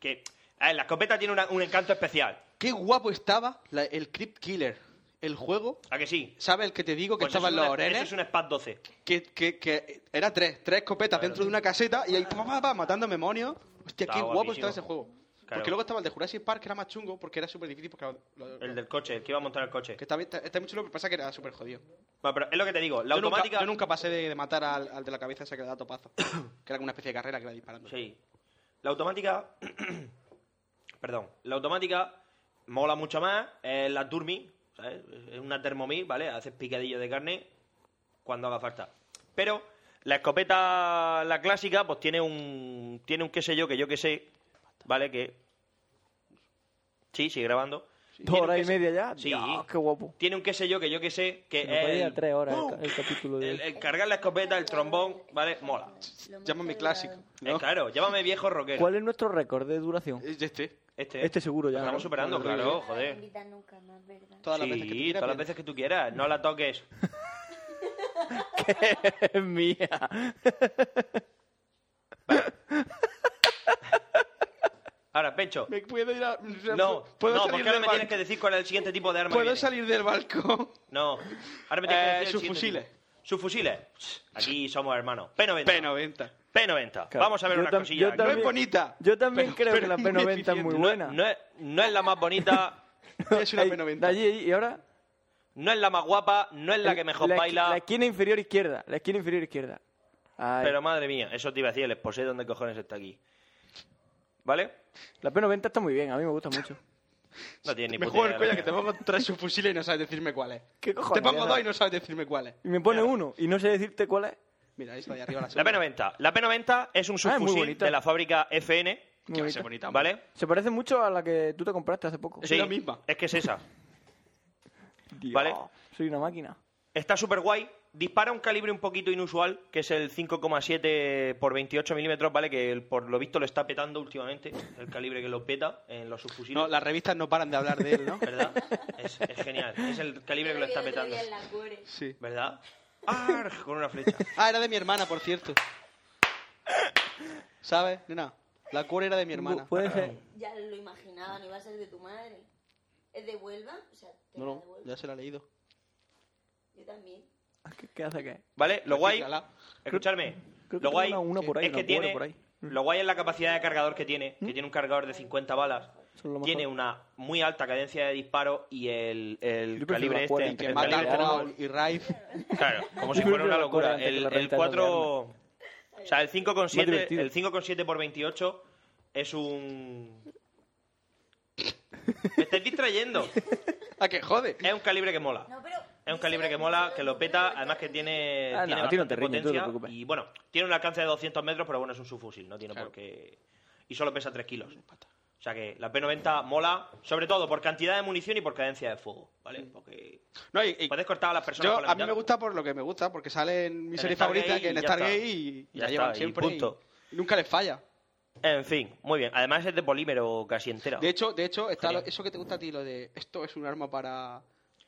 [SPEAKER 7] que a ver, la escopeta tiene una- un encanto especial.
[SPEAKER 10] Qué guapo estaba la- el Crypt Killer. El juego.
[SPEAKER 7] ¿A que sí?
[SPEAKER 10] ¿Sabe el que te digo que ¿eh?
[SPEAKER 7] Pues eso
[SPEAKER 10] estaba en
[SPEAKER 7] es
[SPEAKER 10] los
[SPEAKER 7] una-
[SPEAKER 10] orenes?
[SPEAKER 7] eso es una SPAT 12.
[SPEAKER 10] que, que, que era tres, tres escopetas dentro de una caseta y ahí pa, pa, pa, matando demonios. Hostia,
[SPEAKER 7] Estaba
[SPEAKER 10] qué guapo
[SPEAKER 7] guapísimo.
[SPEAKER 10] estaba ese juego.
[SPEAKER 7] Claro.
[SPEAKER 10] Porque luego estaba el de Jurassic Park, que era más chungo, porque era súper difícil. Porque lo- lo-
[SPEAKER 7] El del coche, el que iba a montar el coche.
[SPEAKER 10] que está, bien- está, está muy chulo, pero pasa que era súper jodido.
[SPEAKER 7] Bueno, pero es lo que te digo, la
[SPEAKER 10] Yo nunca-
[SPEAKER 7] automática.
[SPEAKER 10] yo nunca pasé de, de matar al, al de la cabeza ese que le da topazo. que era como una especie de carrera que iba disparando.
[SPEAKER 7] Sí. La automática. Perdón. La automática mola mucho más. Es la Turmi, ¿sabes? Es una Thermomix, ¿vale? Haces picadillo de carne cuando haga falta. Pero la escopeta, la clásica, pues tiene un. Tiene un qué sé yo, que yo qué sé. ¿Vale? Que. Sí, sigue grabando.
[SPEAKER 9] Dos
[SPEAKER 7] Tiene un
[SPEAKER 9] horas
[SPEAKER 7] qué
[SPEAKER 9] y
[SPEAKER 7] sé-
[SPEAKER 9] media ya.
[SPEAKER 7] Sí.
[SPEAKER 9] Dios, qué guapo.
[SPEAKER 7] Tiene un qué sé yo, que yo qué sé. Que
[SPEAKER 9] Nos
[SPEAKER 7] es
[SPEAKER 9] podía
[SPEAKER 7] el-
[SPEAKER 9] tres horas el ca- el, capítulo de
[SPEAKER 7] uh, El,
[SPEAKER 9] hoy.
[SPEAKER 7] el cargar la escopeta, el trombón, ¿vale? Mola.
[SPEAKER 10] Llámame clásico.
[SPEAKER 7] Eh, claro, llámame viejo rockero.
[SPEAKER 9] ¿Cuál es nuestro récord de duración?
[SPEAKER 10] Este.
[SPEAKER 7] Este,
[SPEAKER 9] Este seguro ya,
[SPEAKER 7] Lo Estamos
[SPEAKER 9] ¿no?
[SPEAKER 7] superando,
[SPEAKER 9] Joder,
[SPEAKER 7] claro,
[SPEAKER 9] joder.
[SPEAKER 7] joder.
[SPEAKER 13] invitan nunca más, ¿verdad?
[SPEAKER 7] sí, todas las veces que tú quieras. No la toques.
[SPEAKER 9] que es mía.
[SPEAKER 7] Ahora, pecho.
[SPEAKER 10] Me puedo ir a...
[SPEAKER 7] No,
[SPEAKER 10] puedo
[SPEAKER 7] no,
[SPEAKER 10] salir
[SPEAKER 7] porque ahora
[SPEAKER 10] del
[SPEAKER 7] me
[SPEAKER 10] balcón.
[SPEAKER 7] tienes que decir cuál es el siguiente tipo de arma. que
[SPEAKER 10] Puedo
[SPEAKER 7] viene.
[SPEAKER 10] salir del balcón.
[SPEAKER 7] No, ahora me tienes que decir.
[SPEAKER 10] Eh,
[SPEAKER 7] el
[SPEAKER 10] sus
[SPEAKER 7] siguiente
[SPEAKER 10] fusiles.
[SPEAKER 7] tipo. Sus fusiles. Aquí somos hermanos. P90. P90. P90.
[SPEAKER 9] Claro.
[SPEAKER 7] Vamos a ver
[SPEAKER 9] Yo
[SPEAKER 7] una
[SPEAKER 9] tam-
[SPEAKER 7] cosillas.
[SPEAKER 9] yo No es también- bonita. yo también creo que la P90 es muy buena.
[SPEAKER 7] No, es, no es la más bonita.
[SPEAKER 10] es una
[SPEAKER 9] De allí y ahora.
[SPEAKER 7] No es la más guapa, no es la que mejor
[SPEAKER 9] esqui-
[SPEAKER 7] baila.
[SPEAKER 9] La esquina inferior izquierda. La esquina inferior izquierda. Ay.
[SPEAKER 7] Pero madre mía, eso te iba a decir, el exposé donde cojones está aquí. ¿Vale?
[SPEAKER 9] La P90 está muy bien, a mí me gusta mucho.
[SPEAKER 7] No tiene ni
[SPEAKER 10] Me
[SPEAKER 7] puta
[SPEAKER 10] juego el
[SPEAKER 7] idea,
[SPEAKER 10] cuello
[SPEAKER 7] la
[SPEAKER 10] que te pongo tres subfusiles y no sabes decirme cuáles.
[SPEAKER 9] ¿Qué cojones?
[SPEAKER 10] Te pongo
[SPEAKER 9] Ya
[SPEAKER 10] dos y
[SPEAKER 9] sabes.
[SPEAKER 10] no sabes decirme cuáles.
[SPEAKER 9] Y me pone uno y no sé decirte cuál es.
[SPEAKER 10] Mira, ahí está, ahí arriba la
[SPEAKER 7] La P90. La P90 es un
[SPEAKER 9] Ah, es muy
[SPEAKER 7] subfusil
[SPEAKER 9] bonita.
[SPEAKER 7] de la fábrica FN.
[SPEAKER 9] Muy Que va a ser bonita. bonita,
[SPEAKER 7] ¿Vale?
[SPEAKER 9] Se parece mucho a la que tú te compraste hace poco.
[SPEAKER 7] Sí, Es que es esa. ¿Vale?
[SPEAKER 9] Soy una máquina.
[SPEAKER 7] Está súper guay. Dispara un calibre un poquito inusual, que es el 5,7 por 28 milímetros, ¿vale? Que el- por lo visto lo está petando últimamente, el calibre que lo peta en los subfusiles.
[SPEAKER 10] No, las revistas no paran de hablar de él, ¿no?
[SPEAKER 7] ¿Verdad? Es, es genial. Es el calibre que lo está petando.
[SPEAKER 10] Sí.
[SPEAKER 7] ¿Verdad? Arg, Con una flecha.
[SPEAKER 10] Ah, era de mi hermana, por cierto. ¿Sabes, nena? La cuore era de mi hermana.
[SPEAKER 9] Puede ser.
[SPEAKER 13] Ya lo imaginaba, no iba a ser de tu madre. ¿Es de Huelva? O sea, te
[SPEAKER 10] No,
[SPEAKER 13] la
[SPEAKER 10] no,
[SPEAKER 13] devuelvo.
[SPEAKER 10] ya se la he leído.
[SPEAKER 13] Yo también.
[SPEAKER 9] ¿Qué, qué hace qué?
[SPEAKER 7] ¿Vale? Lo guay.
[SPEAKER 9] Recíclala.
[SPEAKER 7] Escuchadme.
[SPEAKER 9] creo que
[SPEAKER 7] Lo
[SPEAKER 9] tengo
[SPEAKER 7] guay
[SPEAKER 9] una- una por ahí,
[SPEAKER 7] es que
[SPEAKER 9] una cuore
[SPEAKER 7] tiene.
[SPEAKER 9] por ahí. Mm.
[SPEAKER 7] Lo guay es la capacidad de cargador que tiene, que tiene un cargador de 50 balas.
[SPEAKER 9] Son lo mejor.
[SPEAKER 7] Tiene una muy alta cadencia de disparo y el, el
[SPEAKER 9] Yo prefiero la
[SPEAKER 7] calibre
[SPEAKER 9] cuore,
[SPEAKER 7] este.
[SPEAKER 9] que
[SPEAKER 7] el
[SPEAKER 9] mata
[SPEAKER 7] calibre
[SPEAKER 9] a
[SPEAKER 7] tenemos-
[SPEAKER 10] Y Raif.
[SPEAKER 7] Claro, como si
[SPEAKER 9] Yo
[SPEAKER 7] fuera
[SPEAKER 9] prefiero
[SPEAKER 7] una
[SPEAKER 9] la cuore
[SPEAKER 7] locura.
[SPEAKER 9] antes que
[SPEAKER 7] El,
[SPEAKER 9] la
[SPEAKER 7] el
[SPEAKER 9] renta de
[SPEAKER 7] 4. O sea, el
[SPEAKER 9] Más
[SPEAKER 7] 5,7
[SPEAKER 9] divertido.
[SPEAKER 7] el 5,7 por 28 es un. Me estáis distrayendo.
[SPEAKER 10] ¿A qué Ah, jode?
[SPEAKER 7] Es un calibre que mola. Es un calibre que mola, que lo peta, además que tiene,
[SPEAKER 9] Ah,
[SPEAKER 7] tiene
[SPEAKER 9] no, a ti no
[SPEAKER 7] bastante
[SPEAKER 9] te riñe, tú no te
[SPEAKER 7] potencia
[SPEAKER 9] preocupes.
[SPEAKER 7] y bueno, tiene un alcance de 200 metros, pero bueno, es un subfusil, no tiene por qué... Y solo pesa 3 kilos. O sea que la P90 mola, sobre todo por cantidad de munición y por cadencia de fuego, ¿vale? Porque
[SPEAKER 10] No, y- y-
[SPEAKER 7] puedes cortar a las personas
[SPEAKER 10] Yo,
[SPEAKER 7] por la
[SPEAKER 10] a mí
[SPEAKER 7] mitad.
[SPEAKER 10] me gusta por lo que me gusta, porque sale en mi
[SPEAKER 7] En
[SPEAKER 10] serie
[SPEAKER 7] Stargate
[SPEAKER 10] favorita, que en
[SPEAKER 7] y ya
[SPEAKER 10] Stargate,
[SPEAKER 7] está.
[SPEAKER 10] y, y
[SPEAKER 7] Ya
[SPEAKER 10] la llevan
[SPEAKER 7] está, y
[SPEAKER 10] siempre. y-
[SPEAKER 7] punto.
[SPEAKER 10] y nunca les falla.
[SPEAKER 7] En fin, muy bien. Además es de polímero casi entero.
[SPEAKER 10] De hecho, de hecho está
[SPEAKER 7] Genial.
[SPEAKER 10] lo- eso que te gusta a ti, lo de esto es un arma para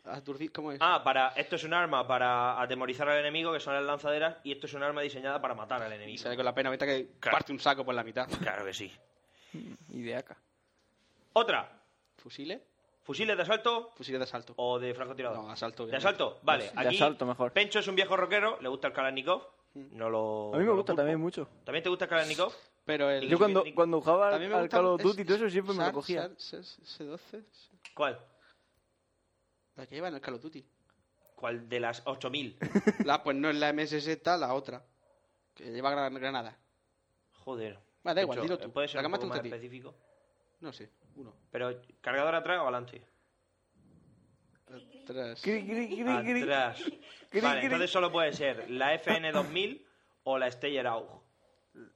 [SPEAKER 10] aturdir, ¿cómo es?
[SPEAKER 7] Ah, para, esto es un arma para atemorizar al enemigo, que son las lanzaderas, y esto es un arma diseñada para matar al enemigo.
[SPEAKER 10] sale con la pena meta que parte un saco por la mitad.
[SPEAKER 7] Claro que sí.
[SPEAKER 9] Ideaca.
[SPEAKER 7] Otra,
[SPEAKER 10] ¿Fusiles?
[SPEAKER 7] ¿Fusiles de asalto?
[SPEAKER 10] Fusiles de asalto.
[SPEAKER 7] ¿O de francotirador?
[SPEAKER 10] No, asalto.
[SPEAKER 7] Oh, ¿De asalto? Vale.
[SPEAKER 9] De
[SPEAKER 7] Aquí,
[SPEAKER 9] asalto mejor.
[SPEAKER 7] Pencho es un viejo rockero, le gusta el Kalashnikov. No lo...
[SPEAKER 9] A mí me
[SPEAKER 7] no lo
[SPEAKER 9] gusta
[SPEAKER 7] culpo.
[SPEAKER 9] también mucho.
[SPEAKER 7] ¿También te gusta el Kalashnikov?
[SPEAKER 10] Pero el...
[SPEAKER 9] Yo cuando, cuando jugaba
[SPEAKER 10] También
[SPEAKER 9] al, al
[SPEAKER 10] me gusta-
[SPEAKER 9] Call of
[SPEAKER 10] es-
[SPEAKER 9] Duty y todo eso siempre me lo
[SPEAKER 10] Sar-
[SPEAKER 9] cogía.
[SPEAKER 10] Sar- Sar- S12,
[SPEAKER 7] ¿Cuál?
[SPEAKER 10] la que lleva en el Call of Duty.
[SPEAKER 7] ¿Cuál de las 8000?
[SPEAKER 10] La, pues no es la MSZ, la otra, que lleva gran- granada.
[SPEAKER 7] Joder.
[SPEAKER 10] Va, da igual,
[SPEAKER 7] Pencho,
[SPEAKER 10] dilo tú.
[SPEAKER 7] ¿Puede ser
[SPEAKER 10] La que
[SPEAKER 7] un
[SPEAKER 10] más
[SPEAKER 7] poco
[SPEAKER 10] te
[SPEAKER 7] más
[SPEAKER 10] gusta a ti.
[SPEAKER 7] específico?
[SPEAKER 10] No sé, uno.
[SPEAKER 7] ¿Pero cargador atrás o adelante?
[SPEAKER 10] Tres.
[SPEAKER 7] Atrás.
[SPEAKER 10] Cri,
[SPEAKER 7] Vale,
[SPEAKER 10] cri.
[SPEAKER 7] entonces solo puede ser la FN2000 o la Steyer Aug.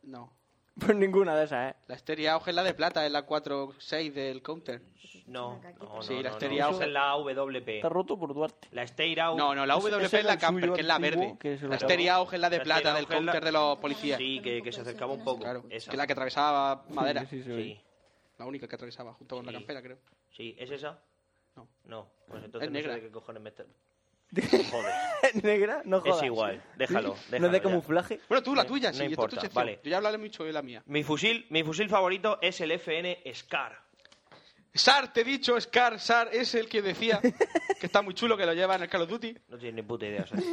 [SPEAKER 10] No.
[SPEAKER 9] Pues ninguna de esas, ¿eh?
[SPEAKER 10] La Asteria Auge es la de plata, es la 4.6 del counter.
[SPEAKER 7] No, no,
[SPEAKER 10] Sí,
[SPEAKER 7] no,
[SPEAKER 10] la
[SPEAKER 7] no,
[SPEAKER 10] Asteria
[SPEAKER 7] no.
[SPEAKER 10] Auge.
[SPEAKER 7] Esa es la WP.
[SPEAKER 9] Está roto por Duarte.
[SPEAKER 7] La Steyer Aug.
[SPEAKER 10] No, no, la WP es, la camper, que es la verde. La Asteria Auge es la de
[SPEAKER 7] La
[SPEAKER 10] plata
[SPEAKER 7] Asteria
[SPEAKER 10] del
[SPEAKER 7] Auge es la-
[SPEAKER 10] counter de los policías.
[SPEAKER 7] Sí, que, que se acercaba un poco.
[SPEAKER 10] Claro,
[SPEAKER 7] Esa.
[SPEAKER 10] que la que atravesaba madera.
[SPEAKER 7] Sí, sí, sí.
[SPEAKER 10] La única que atravesaba, junto con la
[SPEAKER 7] Sí.
[SPEAKER 10] campera, creo.
[SPEAKER 7] Sí, ¿es esa?
[SPEAKER 10] No.
[SPEAKER 7] No, pues entonces
[SPEAKER 10] Es
[SPEAKER 7] no sé
[SPEAKER 10] negra.
[SPEAKER 7] de qué cojones me está... Joder.
[SPEAKER 9] ¿Negra? No
[SPEAKER 7] Es
[SPEAKER 9] jodas.
[SPEAKER 7] igual, déjalo,
[SPEAKER 9] ¿No
[SPEAKER 7] déjalo
[SPEAKER 9] es
[SPEAKER 7] ya.
[SPEAKER 9] de camuflaje?
[SPEAKER 10] Bueno, tú la
[SPEAKER 7] No-
[SPEAKER 10] tuya,
[SPEAKER 7] no
[SPEAKER 10] sí, esto es tu
[SPEAKER 7] importa,
[SPEAKER 10] sección.
[SPEAKER 7] vale.
[SPEAKER 10] Yo ya hablaré mucho de la mía.
[SPEAKER 7] Mi fusil, mi fusil favorito es el FN Scar.
[SPEAKER 10] Sar, te he dicho, Scar, Sar es el que decía que está muy chulo que lo lleva en el Call of Duty.
[SPEAKER 7] No tienes ni puta idea, ¿sabes?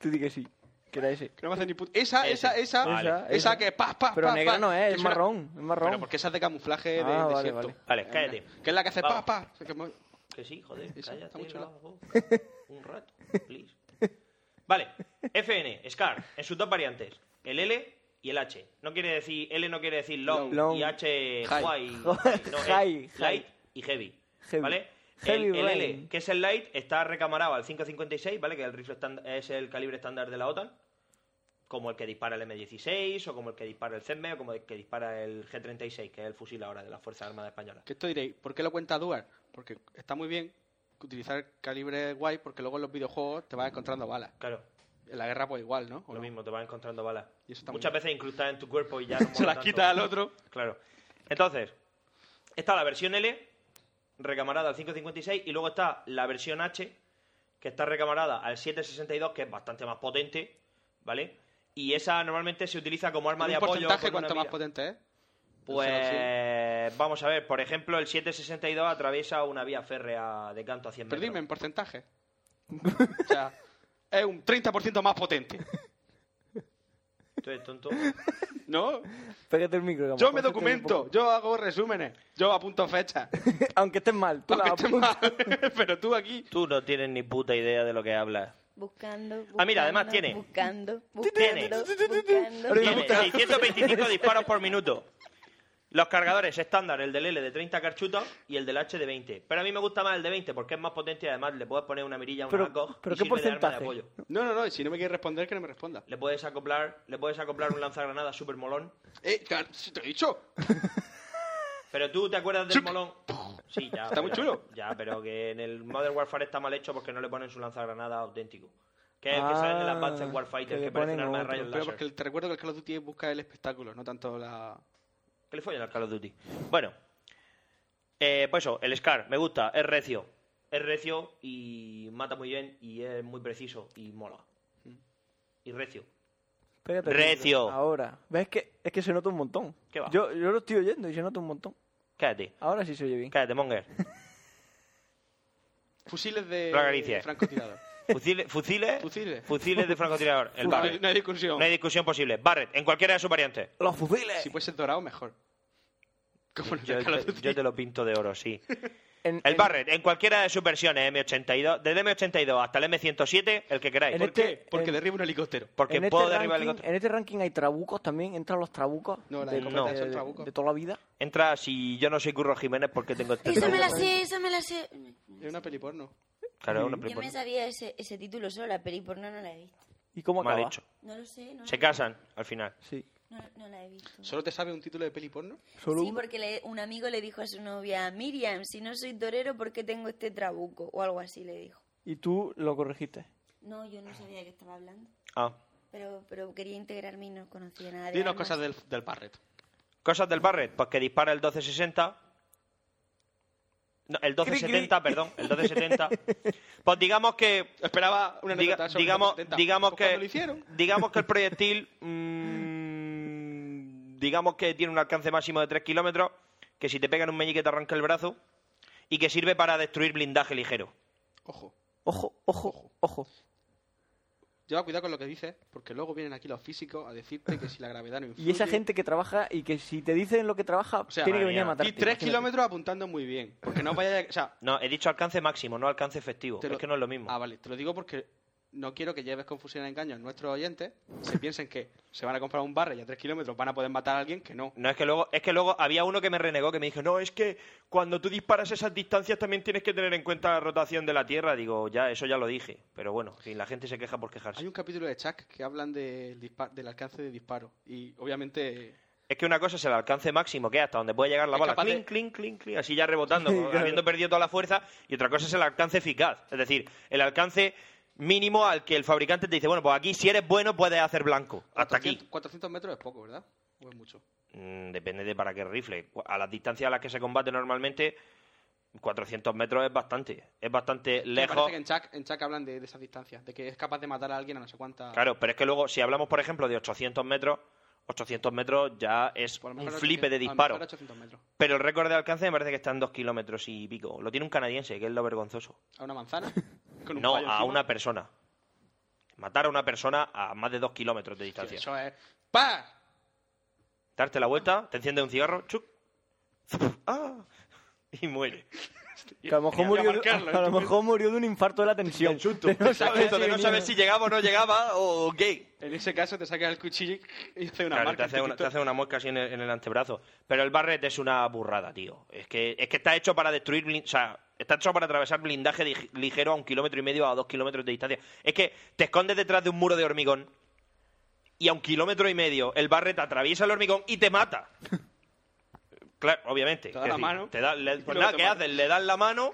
[SPEAKER 9] Tú di que sí, que era ese.
[SPEAKER 10] Que no me hace ni puta. Esa, esa, esa,
[SPEAKER 9] Vale.
[SPEAKER 10] esa,
[SPEAKER 9] Esa.
[SPEAKER 10] que pa, pa,
[SPEAKER 9] Pero
[SPEAKER 10] pa,
[SPEAKER 9] negra
[SPEAKER 10] pa,
[SPEAKER 9] no es,
[SPEAKER 10] que
[SPEAKER 9] es
[SPEAKER 10] suena-
[SPEAKER 9] marrón, es marrón.
[SPEAKER 10] Pero porque esa es de camuflaje de
[SPEAKER 9] Ah, vale,
[SPEAKER 10] desierto.
[SPEAKER 9] vale.
[SPEAKER 7] Vale, cállate.
[SPEAKER 10] Que es la que hace
[SPEAKER 7] Vamos.
[SPEAKER 10] pa, pa. Que mo-
[SPEAKER 7] Que sí, joder,
[SPEAKER 10] Esa,
[SPEAKER 7] cállate.
[SPEAKER 10] está muy chula.
[SPEAKER 7] la boca. Un rato, please. Vale, FN Scar, en sus dos variantes, el L y el H. No quiere decir, L no quiere decir long,
[SPEAKER 9] Long.
[SPEAKER 7] y H
[SPEAKER 9] High.
[SPEAKER 7] guay. No, es
[SPEAKER 9] High,
[SPEAKER 7] light
[SPEAKER 9] high.
[SPEAKER 7] y heavy.
[SPEAKER 9] Heavy.
[SPEAKER 7] ¿Vale?
[SPEAKER 9] Heavy
[SPEAKER 7] el, el L,
[SPEAKER 9] rain.
[SPEAKER 7] que es el light, está recamarado al 5.56, ¿vale? Que el rifle estánd- es el calibre estándar de la OTAN. Como el que dispara el M16, o como el que dispara el CEME, o como el que dispara el G36, que es el fusil ahora de las Fuerzas Armadas Españolas.
[SPEAKER 10] Que esto diréis, ¿por qué lo cuenta Duar? Porque está muy bien utilizar calibre guay, porque luego en los videojuegos te vas encontrando balas.
[SPEAKER 7] Claro.
[SPEAKER 10] En la guerra, pues igual, ¿no?
[SPEAKER 7] Lo mismo, te vas encontrando balas.
[SPEAKER 10] está muy
[SPEAKER 7] Muchas
[SPEAKER 10] bien.
[SPEAKER 7] veces incrustadas en tu cuerpo y ya no mola
[SPEAKER 10] las
[SPEAKER 7] tanto.
[SPEAKER 10] quita al otro.
[SPEAKER 7] Claro. Entonces, está la versión L, recamarada al 556, y luego está la versión H, que está recamarada al 762, que es bastante más potente, ¿vale? Y esa normalmente se utiliza como arma
[SPEAKER 10] ¿Un
[SPEAKER 7] de apoyo.
[SPEAKER 10] porcentaje
[SPEAKER 7] con una
[SPEAKER 10] cuanto más
[SPEAKER 7] mira.
[SPEAKER 10] potente eh? es?
[SPEAKER 7] Pues vamos a ver, por ejemplo, el 762 atraviesa una vía férrea de canto a 100
[SPEAKER 10] Pero
[SPEAKER 7] metros.
[SPEAKER 10] dime, en porcentaje. o sea, es un 30% más potente.
[SPEAKER 7] ¿Tú eres tonto?
[SPEAKER 10] ¿No?
[SPEAKER 9] Pégate el micro.
[SPEAKER 10] Yo me documento, yo hago resúmenes, yo apunto fechas.
[SPEAKER 9] Aunque estés mal, tú la apuntas.
[SPEAKER 10] Pero tú aquí.
[SPEAKER 7] Tú no tienes ni puta idea de lo que hablas.
[SPEAKER 11] Buscando,
[SPEAKER 7] Ah, mira, además
[SPEAKER 11] buscando,
[SPEAKER 7] tiene.
[SPEAKER 11] Buscando,
[SPEAKER 7] Tiene.
[SPEAKER 11] buscando, buscando.
[SPEAKER 7] Tiene 625 disparos por minuto. Los cargadores estándar, el del L de 30 carchutas y el del H de 20. Pero a mí me gusta más el de 20 porque es más potente y además le puedes poner una mirilla, un
[SPEAKER 10] Pero-
[SPEAKER 7] ACOG
[SPEAKER 10] pero
[SPEAKER 7] y
[SPEAKER 10] ¿qué
[SPEAKER 7] sirve de arma
[SPEAKER 10] porcentaje?
[SPEAKER 7] De apoyo.
[SPEAKER 10] No, no, no, y si no me quieres responder, que no me responda.
[SPEAKER 7] Le puedes acoplar, le puedes acoplar un lanzagranadas super molón.
[SPEAKER 10] Eh, car- si te he dicho.
[SPEAKER 7] Pero tú te acuerdas del molón. Sí, ya.
[SPEAKER 10] Está muy
[SPEAKER 7] pero-
[SPEAKER 10] chulo.
[SPEAKER 7] Ya, pero que en el Modern Warfare está mal hecho porque no le ponen su lanzagranada auténtico. Que es el que
[SPEAKER 10] Ah,
[SPEAKER 7] sale en el Advanced Warfighter, que, parece un arma de rayos
[SPEAKER 10] Pero
[SPEAKER 7] láser.
[SPEAKER 10] porque te recuerdo que el Call of Duty busca el espectáculo, no tanto la...
[SPEAKER 7] Que le follen al Call of Duty. Bueno, eh, pues eso, el Scar, me gusta, es recio. Es recio y mata muy bien y es muy preciso y mola. Y recio.
[SPEAKER 9] Pégate el
[SPEAKER 7] Recio.
[SPEAKER 9] micro. Ahora. ¿Ves que, es que se nota un montón?
[SPEAKER 7] ¿Qué va?
[SPEAKER 9] Yo, yo lo estoy oyendo y se nota un montón.
[SPEAKER 7] Cállate.
[SPEAKER 9] Ahora sí se oye bien.
[SPEAKER 7] Cállate, Monger.
[SPEAKER 10] Fusiles de
[SPEAKER 7] No acaricies.
[SPEAKER 10] francotirador.
[SPEAKER 7] Fusiles, fusiles,
[SPEAKER 10] fusiles.
[SPEAKER 7] de francotirador. El
[SPEAKER 10] No hay-
[SPEAKER 7] Barrett.
[SPEAKER 10] no hay discusión.
[SPEAKER 7] No hay discusión posible. Barret, en cualquiera de sus variantes.
[SPEAKER 9] Los fusiles.
[SPEAKER 10] Si puede ser dorado, mejor.
[SPEAKER 7] Yo te, yo te lo pinto de oro, sí.
[SPEAKER 9] En-
[SPEAKER 7] el Barret, en cualquiera de sus versiones, M82, desde el M82 hasta el M107, el que queráis.
[SPEAKER 9] En ¿Por este- qué?
[SPEAKER 7] Eh,
[SPEAKER 10] Porque derriba un helicóptero.
[SPEAKER 7] Porque
[SPEAKER 9] en, este
[SPEAKER 7] puedo derribar el
[SPEAKER 9] ranking,
[SPEAKER 7] helicóptero.
[SPEAKER 9] en este ranking hay trabucos también. Entran los trabucos.
[SPEAKER 10] No,
[SPEAKER 9] de, de- de- de toda la vida.
[SPEAKER 7] Entra si yo no soy Curro Jiménez porque tengo este
[SPEAKER 13] Esa me la
[SPEAKER 7] trabuco.
[SPEAKER 13] sé, esa me la sé.
[SPEAKER 10] Es una peli porno.
[SPEAKER 7] Claro, una
[SPEAKER 11] Yo me
[SPEAKER 7] película.
[SPEAKER 11] sabía ese, ese título solo, la peli porno no la he visto.
[SPEAKER 9] ¿Y cómo
[SPEAKER 7] Mal
[SPEAKER 9] acaba?
[SPEAKER 7] hecho.
[SPEAKER 11] No lo sé, no,
[SPEAKER 7] Se casan al final.
[SPEAKER 9] Sí.
[SPEAKER 11] no, no la he visto.
[SPEAKER 10] ¿Solo te sabe un título de peli porno?
[SPEAKER 11] sí, porque le- un amigo le dijo a su novia, Miriam, si no soy torero, ¿por qué tengo este trabuco? O algo así le dijo.
[SPEAKER 9] Y tú lo corregiste.
[SPEAKER 11] No, yo no sabía de qué estaba hablando.
[SPEAKER 7] Ah.
[SPEAKER 11] Pero, pero quería integrarme y no conocía nada de
[SPEAKER 10] Dinos
[SPEAKER 11] armas.
[SPEAKER 10] cosas del, del Barret.
[SPEAKER 7] Cosas del Barret, pues que dispara el 1260. No, el 1270,
[SPEAKER 10] Cri, cri.
[SPEAKER 7] perdón, el 1270. Pues digamos que
[SPEAKER 10] Esperaba una
[SPEAKER 7] diga-
[SPEAKER 10] anécdota sobre
[SPEAKER 7] digamos,
[SPEAKER 10] 70.
[SPEAKER 7] digamos
[SPEAKER 10] Pues
[SPEAKER 7] que
[SPEAKER 10] cuando lo hicieron.
[SPEAKER 7] digamos que el proyectil mm, digamos que tiene un alcance máximo de 3 kilómetros, que si te pegan un meñique te arranca el brazo y que sirve para destruir blindaje ligero.
[SPEAKER 10] Ojo.
[SPEAKER 9] Ojo, ojo, ojo.
[SPEAKER 10] Lleva cuidado con lo que dices, porque luego vienen aquí los físicos a decirte que si la gravedad no influye...
[SPEAKER 9] Y esa gente que trabaja y que si te dicen lo que trabaja,
[SPEAKER 10] O sea,
[SPEAKER 9] tiene que venir a matarte.
[SPEAKER 10] Y tres
[SPEAKER 9] imagínate.
[SPEAKER 10] kilómetros apuntando muy bien. Porque no vaya... O sea,
[SPEAKER 7] No, he dicho alcance máximo, no alcance efectivo.
[SPEAKER 10] Te lo-
[SPEAKER 7] Es que no es lo mismo.
[SPEAKER 10] Ah, vale, te lo digo porque no quiero que lleves confusión y engaños a nuestros oyentes. Se piensen que se van a comprar un barra y a 3 kilómetros van a poder matar a alguien que no.
[SPEAKER 7] No, es que luego, es que luego había uno que me renegó que me dijo, no, es que cuando tú disparas esas distancias también tienes que tener en cuenta la rotación de la Tierra. Digo, ya, eso ya lo dije. Pero bueno, en fin, la gente se queja por quejarse.
[SPEAKER 10] Hay un capítulo de Chuck que hablan del, dispa- del alcance de disparo. Y obviamente.
[SPEAKER 7] Es que una cosa es el alcance máximo, que es hasta donde puede llegar la
[SPEAKER 10] Es
[SPEAKER 7] bala.
[SPEAKER 10] capaz de-
[SPEAKER 7] Clink, clink, clink, clink, así ya rebotando,
[SPEAKER 10] Sí,
[SPEAKER 7] como
[SPEAKER 10] claro.
[SPEAKER 7] habiendo perdido toda la fuerza. Y otra cosa es el alcance eficaz. Es decir, el alcance mínimo al que el fabricante te dice, bueno, pues aquí si eres bueno puedes hacer blanco. Hasta aquí.
[SPEAKER 10] 400, 400 metros es poco, ¿verdad? O es mucho.
[SPEAKER 7] Mm, Depende de para qué rifle. Cu- A las distancias a las que se combate normalmente, 400 metros es bastante. Es bastante
[SPEAKER 10] Me parece
[SPEAKER 7] lejos.
[SPEAKER 10] que en Chuck, en Chuck hablan de, de esas distancias, de que es capaz de matar a alguien a no sé cuánta.
[SPEAKER 7] Claro, pero es que luego, si hablamos, por ejemplo, de 800 metros, 800 metros ya es
[SPEAKER 10] A lo
[SPEAKER 7] un
[SPEAKER 10] mejor
[SPEAKER 7] flipe
[SPEAKER 10] 800,
[SPEAKER 7] de
[SPEAKER 10] a lo
[SPEAKER 7] disparo.
[SPEAKER 10] mejor 800 metros.
[SPEAKER 7] Pero el récord de alcance me parece que está en 2 kilómetros y pico. Lo tiene un canadiense, que es lo vergonzoso.
[SPEAKER 10] A una manzana. Con un
[SPEAKER 7] No,
[SPEAKER 10] fallo
[SPEAKER 7] a
[SPEAKER 10] encima.
[SPEAKER 7] una persona. Matar a una persona a más de 2 kilómetros de distancia.
[SPEAKER 10] Eso es. ¡Pa!
[SPEAKER 7] Darte la vuelta, te enciende un cigarro, chuc, ¡Ah! y muere.
[SPEAKER 9] Que a lo mejor,
[SPEAKER 7] Y
[SPEAKER 9] murió,
[SPEAKER 7] marcarlo,
[SPEAKER 9] a lo
[SPEAKER 7] estupendo.
[SPEAKER 9] mejor murió de un infarto de la tensión. De no
[SPEAKER 7] Exacto,
[SPEAKER 9] saber
[SPEAKER 7] de no
[SPEAKER 9] venía.
[SPEAKER 7] saber si llegaba o no llegaba o qué.
[SPEAKER 10] En ese caso te sacas el cuchillo y hace una
[SPEAKER 7] Claro,
[SPEAKER 10] marca.
[SPEAKER 7] te, hace
[SPEAKER 10] en
[SPEAKER 7] una,
[SPEAKER 10] TikTok.
[SPEAKER 7] te hace una mosca así en el, en el antebrazo. Pero el Barret es una burrada, tío. Es que, es que está hecho para destruir. blin- O sea, está hecho para atravesar blindaje dig- ligero a un kilómetro y medio a dos kilómetros de distancia. Es que te escondes detrás de un muro de hormigón y a un kilómetro y medio el Barret atraviesa el hormigón y te mata. claro, obviamente.
[SPEAKER 10] da
[SPEAKER 7] Es
[SPEAKER 10] la mano
[SPEAKER 7] te da- le- pues
[SPEAKER 10] luego
[SPEAKER 7] nada,
[SPEAKER 10] te
[SPEAKER 7] ¿qué
[SPEAKER 10] mata.
[SPEAKER 7] haces? Le das la mano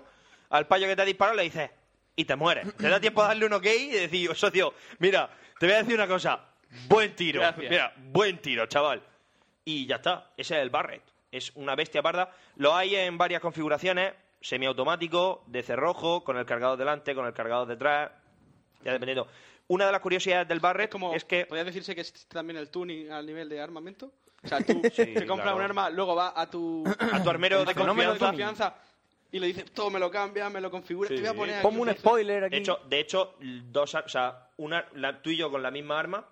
[SPEAKER 7] al payo que te ha disparado y le dices. Y te mueres. Te da tiempo a darle un ok y decir, "Oh, socio, mira, te voy a decir una cosa. Buen tiro.
[SPEAKER 10] Gracias.
[SPEAKER 7] Mira, buen tiro, chaval. Y ya está. Ese es el Barret. Es una bestia parda. Lo hay en varias configuraciones. semiautomático, de cerrojo, con el cargado delante, con el cargado detrás, ya dependiendo. Una de las curiosidades del Barrett es, que...
[SPEAKER 10] ¿Podría decirse que es también el tuning al nivel de armamento? O sea, tú te compras
[SPEAKER 7] claro.
[SPEAKER 10] un arma, luego va a tu...
[SPEAKER 7] A tu armero de
[SPEAKER 10] armero
[SPEAKER 7] confianza.
[SPEAKER 10] y le dices, todo me lo cambia, me lo configura, te voy a poner aquí
[SPEAKER 7] un spoiler aquí. De hecho, de hecho dos, ar- o sea, una, la- tú y yo con la misma arma,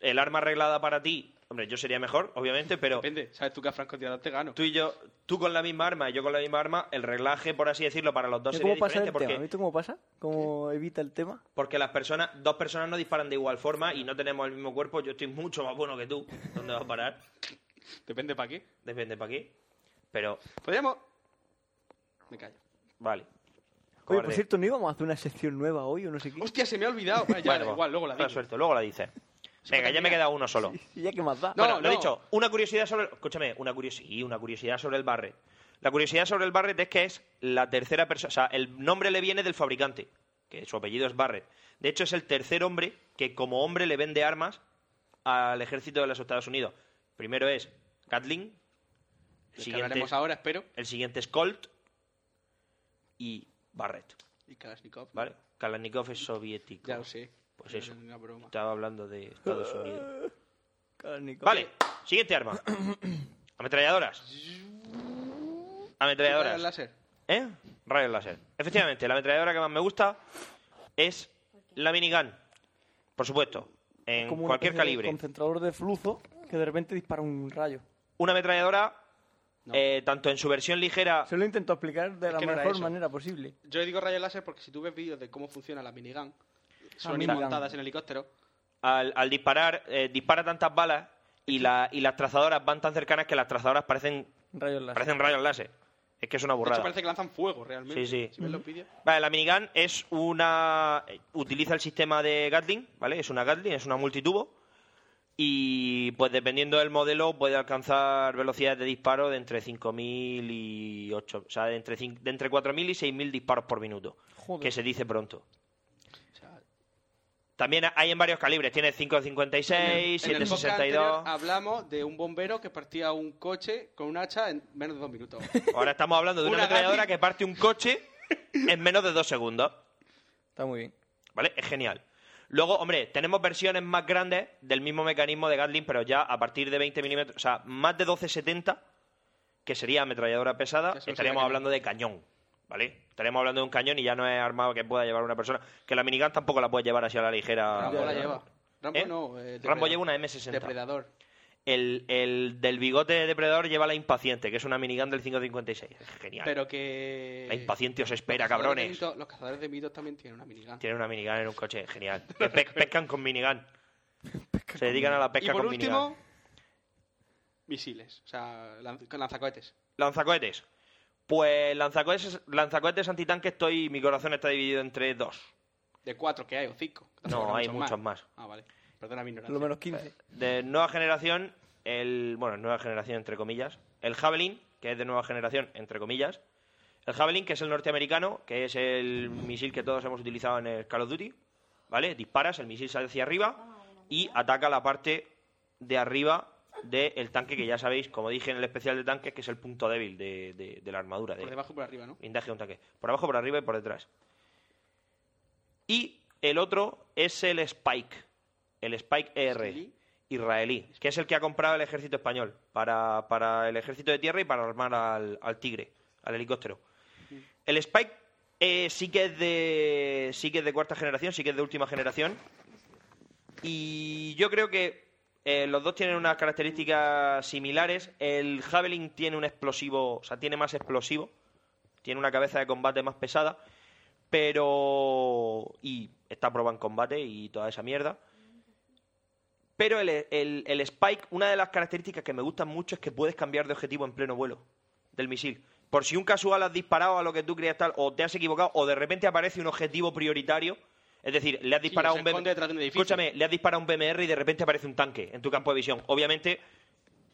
[SPEAKER 7] el arma arreglada para ti, hombre, yo sería mejor, obviamente, pero...
[SPEAKER 10] Depende, sabes tú que a francotirador te gano.
[SPEAKER 7] Tú y yo, tú con la misma arma y yo con la misma arma, el reglaje, por así decirlo, para los dos
[SPEAKER 9] ¿Ves
[SPEAKER 7] sería
[SPEAKER 9] ¿Cómo pasa el
[SPEAKER 7] diferente
[SPEAKER 9] tema? ¿Has
[SPEAKER 7] porque,
[SPEAKER 9] visto cómo pasa? ¿Cómo evita el tema?
[SPEAKER 7] porque las personas, dos personas no disparan de igual forma y no tenemos el mismo cuerpo. Yo estoy mucho más bueno que tú. ¿Dónde vas a parar?
[SPEAKER 10] Depende para qué.
[SPEAKER 7] Depende para qué. Pero,
[SPEAKER 10] Podríamos... Me callo.
[SPEAKER 7] vale.
[SPEAKER 9] Oye,
[SPEAKER 7] Cobarde.
[SPEAKER 9] por cierto, ¿no íbamos a hacer una sección nueva hoy o no sé qué?
[SPEAKER 10] Hostia, se me ha olvidado. Bueno, ya,
[SPEAKER 7] Bueno,
[SPEAKER 10] da igual, luego la
[SPEAKER 7] la
[SPEAKER 10] digo.
[SPEAKER 7] suerte, luego la dices. Venga, ya me queda uno solo.
[SPEAKER 9] ¿Y ya qué más da?
[SPEAKER 7] Ah, bueno, lo he dicho, una curiosidad sobre. Escúchame, una curiosidad, una curiosidad sobre el Barrett. La curiosidad sobre el Barrett es que es la tercera persona. O sea, el nombre le viene del fabricante, que su apellido es Barrett. De hecho, es el tercer hombre que, como hombre, le vende armas al ejército de los Estados Unidos. Primero es Gatling. El
[SPEAKER 10] que hablaremos ahora, espero.
[SPEAKER 7] El siguiente es Colt. Y Barrett.
[SPEAKER 10] Y Kalashnikov.
[SPEAKER 7] ¿Vale? Kalashnikov es soviético.
[SPEAKER 10] Ya lo sé.
[SPEAKER 7] Pues
[SPEAKER 10] Era
[SPEAKER 7] eso.
[SPEAKER 10] una broma.
[SPEAKER 7] Estaba hablando de Estados Unidos.
[SPEAKER 9] Kalashnikov.
[SPEAKER 7] Vale, siguiente arma. Ametralladoras. Ametralladoras.
[SPEAKER 10] Rayos láser.
[SPEAKER 7] ¿Eh? Rayos láser. Efectivamente, la ametralladora que más me gusta es la minigun. Por supuesto, en
[SPEAKER 9] Como una
[SPEAKER 7] cualquier
[SPEAKER 9] especie de
[SPEAKER 7] calibre.
[SPEAKER 9] concentrador de flujo que de repente dispara un rayo.
[SPEAKER 7] Una ametralladora, eh, tanto en su versión ligera...
[SPEAKER 9] Se lo intento explicar de la
[SPEAKER 10] que no era
[SPEAKER 9] mejor
[SPEAKER 10] eso.
[SPEAKER 9] manera posible.
[SPEAKER 10] Yo le digo rayos láser porque si tú ves vídeos de cómo funciona la minigun, son
[SPEAKER 7] minigun.
[SPEAKER 10] montadas en helicóptero.
[SPEAKER 7] al, al disparar, eh, dispara tantas balas y, la- y las trazadoras van tan cercanas que las trazadoras parecen
[SPEAKER 9] rayos láser.
[SPEAKER 7] Parecen rayos láser. Es que es una
[SPEAKER 10] De hecho,
[SPEAKER 7] burrada.
[SPEAKER 10] parece que lanzan fuego
[SPEAKER 7] Sí,
[SPEAKER 10] realmente.
[SPEAKER 7] sí.
[SPEAKER 10] Si ves los vídeos.
[SPEAKER 7] Vale, la minigun es una. eh, Utiliza el sistema de Gatling, ¿vale? Es una Gatling, es una multitubo. Y pues dependiendo del modelo, puede alcanzar velocidades de disparo de entre 5.000 y 8. O sea, de entre, cin- de entre 4.000 y 6.000 disparos por minuto.
[SPEAKER 9] Joder.
[SPEAKER 7] Que se dice pronto. También hay en varios calibres. Tiene 5.56,
[SPEAKER 10] En el podcast anterior
[SPEAKER 7] 7.62.
[SPEAKER 10] hablamos de un bombero que partía un coche con un hacha en menos de dos minutos.
[SPEAKER 7] Ahora estamos hablando de una,
[SPEAKER 10] ah. Una
[SPEAKER 7] ametralladora que parte un coche en menos de dos segundos.
[SPEAKER 9] Está muy bien.
[SPEAKER 7] ¿Vale? Es genial. Luego, hombre, tenemos versiones más grandes del mismo mecanismo de Gatling, pero ya a partir de 20 milímetros, o sea, más de 1270, que sería ametralladora pesada,
[SPEAKER 9] sería
[SPEAKER 7] estaríamos
[SPEAKER 9] cañón.
[SPEAKER 7] hablando de cañón, ¿vale? Estaríamos hablando de un cañón y ya no es armado que pueda llevar una persona. Que la minigun tampoco la puede llevar así a la ligera.
[SPEAKER 10] Rambo la
[SPEAKER 7] ¿vale?
[SPEAKER 10] lleva. Rambo
[SPEAKER 7] Ah, ¿Eh?
[SPEAKER 10] no. eh,
[SPEAKER 7] Rambo
[SPEAKER 10] depredador.
[SPEAKER 7] lleva una M60.
[SPEAKER 10] Depredador.
[SPEAKER 7] El, el del bigote de depredador lleva la impaciente, que es una minigun del 556. Es Genial.
[SPEAKER 10] Pero que.
[SPEAKER 7] La impaciente os espera,
[SPEAKER 10] Los cazadores de
[SPEAKER 7] cabrones.
[SPEAKER 10] mitos- los cazadores de mitos también tienen una minigun.
[SPEAKER 7] Tienen una minigun en un coche, genial. Que pe- pescan con minigun. Se dedican a la pesca
[SPEAKER 10] y por
[SPEAKER 7] con
[SPEAKER 10] último,
[SPEAKER 7] minigun.
[SPEAKER 10] misiles. O sea, lan- con lanzacohetes.
[SPEAKER 7] Lanzacohetes. Pues lanzacohetes, lanzacohetes antitanque estoy... Mi corazón está dividido entre dos.
[SPEAKER 10] De cuatro que hay, o cinco. que tampoco
[SPEAKER 7] No,
[SPEAKER 10] eran
[SPEAKER 7] hay muchos más.
[SPEAKER 10] Ah, vale. Perdona mi ignorancia.
[SPEAKER 9] Lo menos 15.
[SPEAKER 7] De nueva generación, el... Bueno, nueva generación entre comillas. El Javelin, que es de nueva generación entre comillas. El Javelin, que es el norteamericano, que es el misil que todos hemos utilizado en el Call of Duty. ¿Vale? Disparas, el misil sale hacia arriba y ataca la parte de arriba del tanque, que ya sabéis, como dije en el especial de tanques, que es el punto débil de, de- de la armadura.
[SPEAKER 10] Por
[SPEAKER 7] de-
[SPEAKER 10] debajo y por arriba, ¿no?
[SPEAKER 7] Blindaje de un tanque. Por abajo, por arriba y por detrás. Y el otro es el Spike. El Spike ER. Israelí. Que es el que ha comprado el ejército español. Para, para el ejército de tierra y para armar al, al tigre. Al helicóptero. El Spike eh, sí que es de. Sí que es de cuarta generación, sí que es de última generación. Y yo creo que eh, los dos tienen unas características similares. El Javelin tiene un explosivo, o sea, tiene más explosivo. Tiene una cabeza de combate más pesada. Pero. Y está probado en combate y toda esa mierda. Pero el, el- el Spike, una de las características que me gustan mucho es que puedes cambiar de objetivo en pleno vuelo del misil. Por si un casual has disparado a lo que tú creías tal, o te has equivocado, o de repente aparece un objetivo prioritario. Es decir, le has disparado
[SPEAKER 10] se
[SPEAKER 7] un BM
[SPEAKER 10] esconde detrás de un edificio.
[SPEAKER 7] Escúchame, le has disparado un BMR y de repente aparece un tanque en tu campo de visión. Obviamente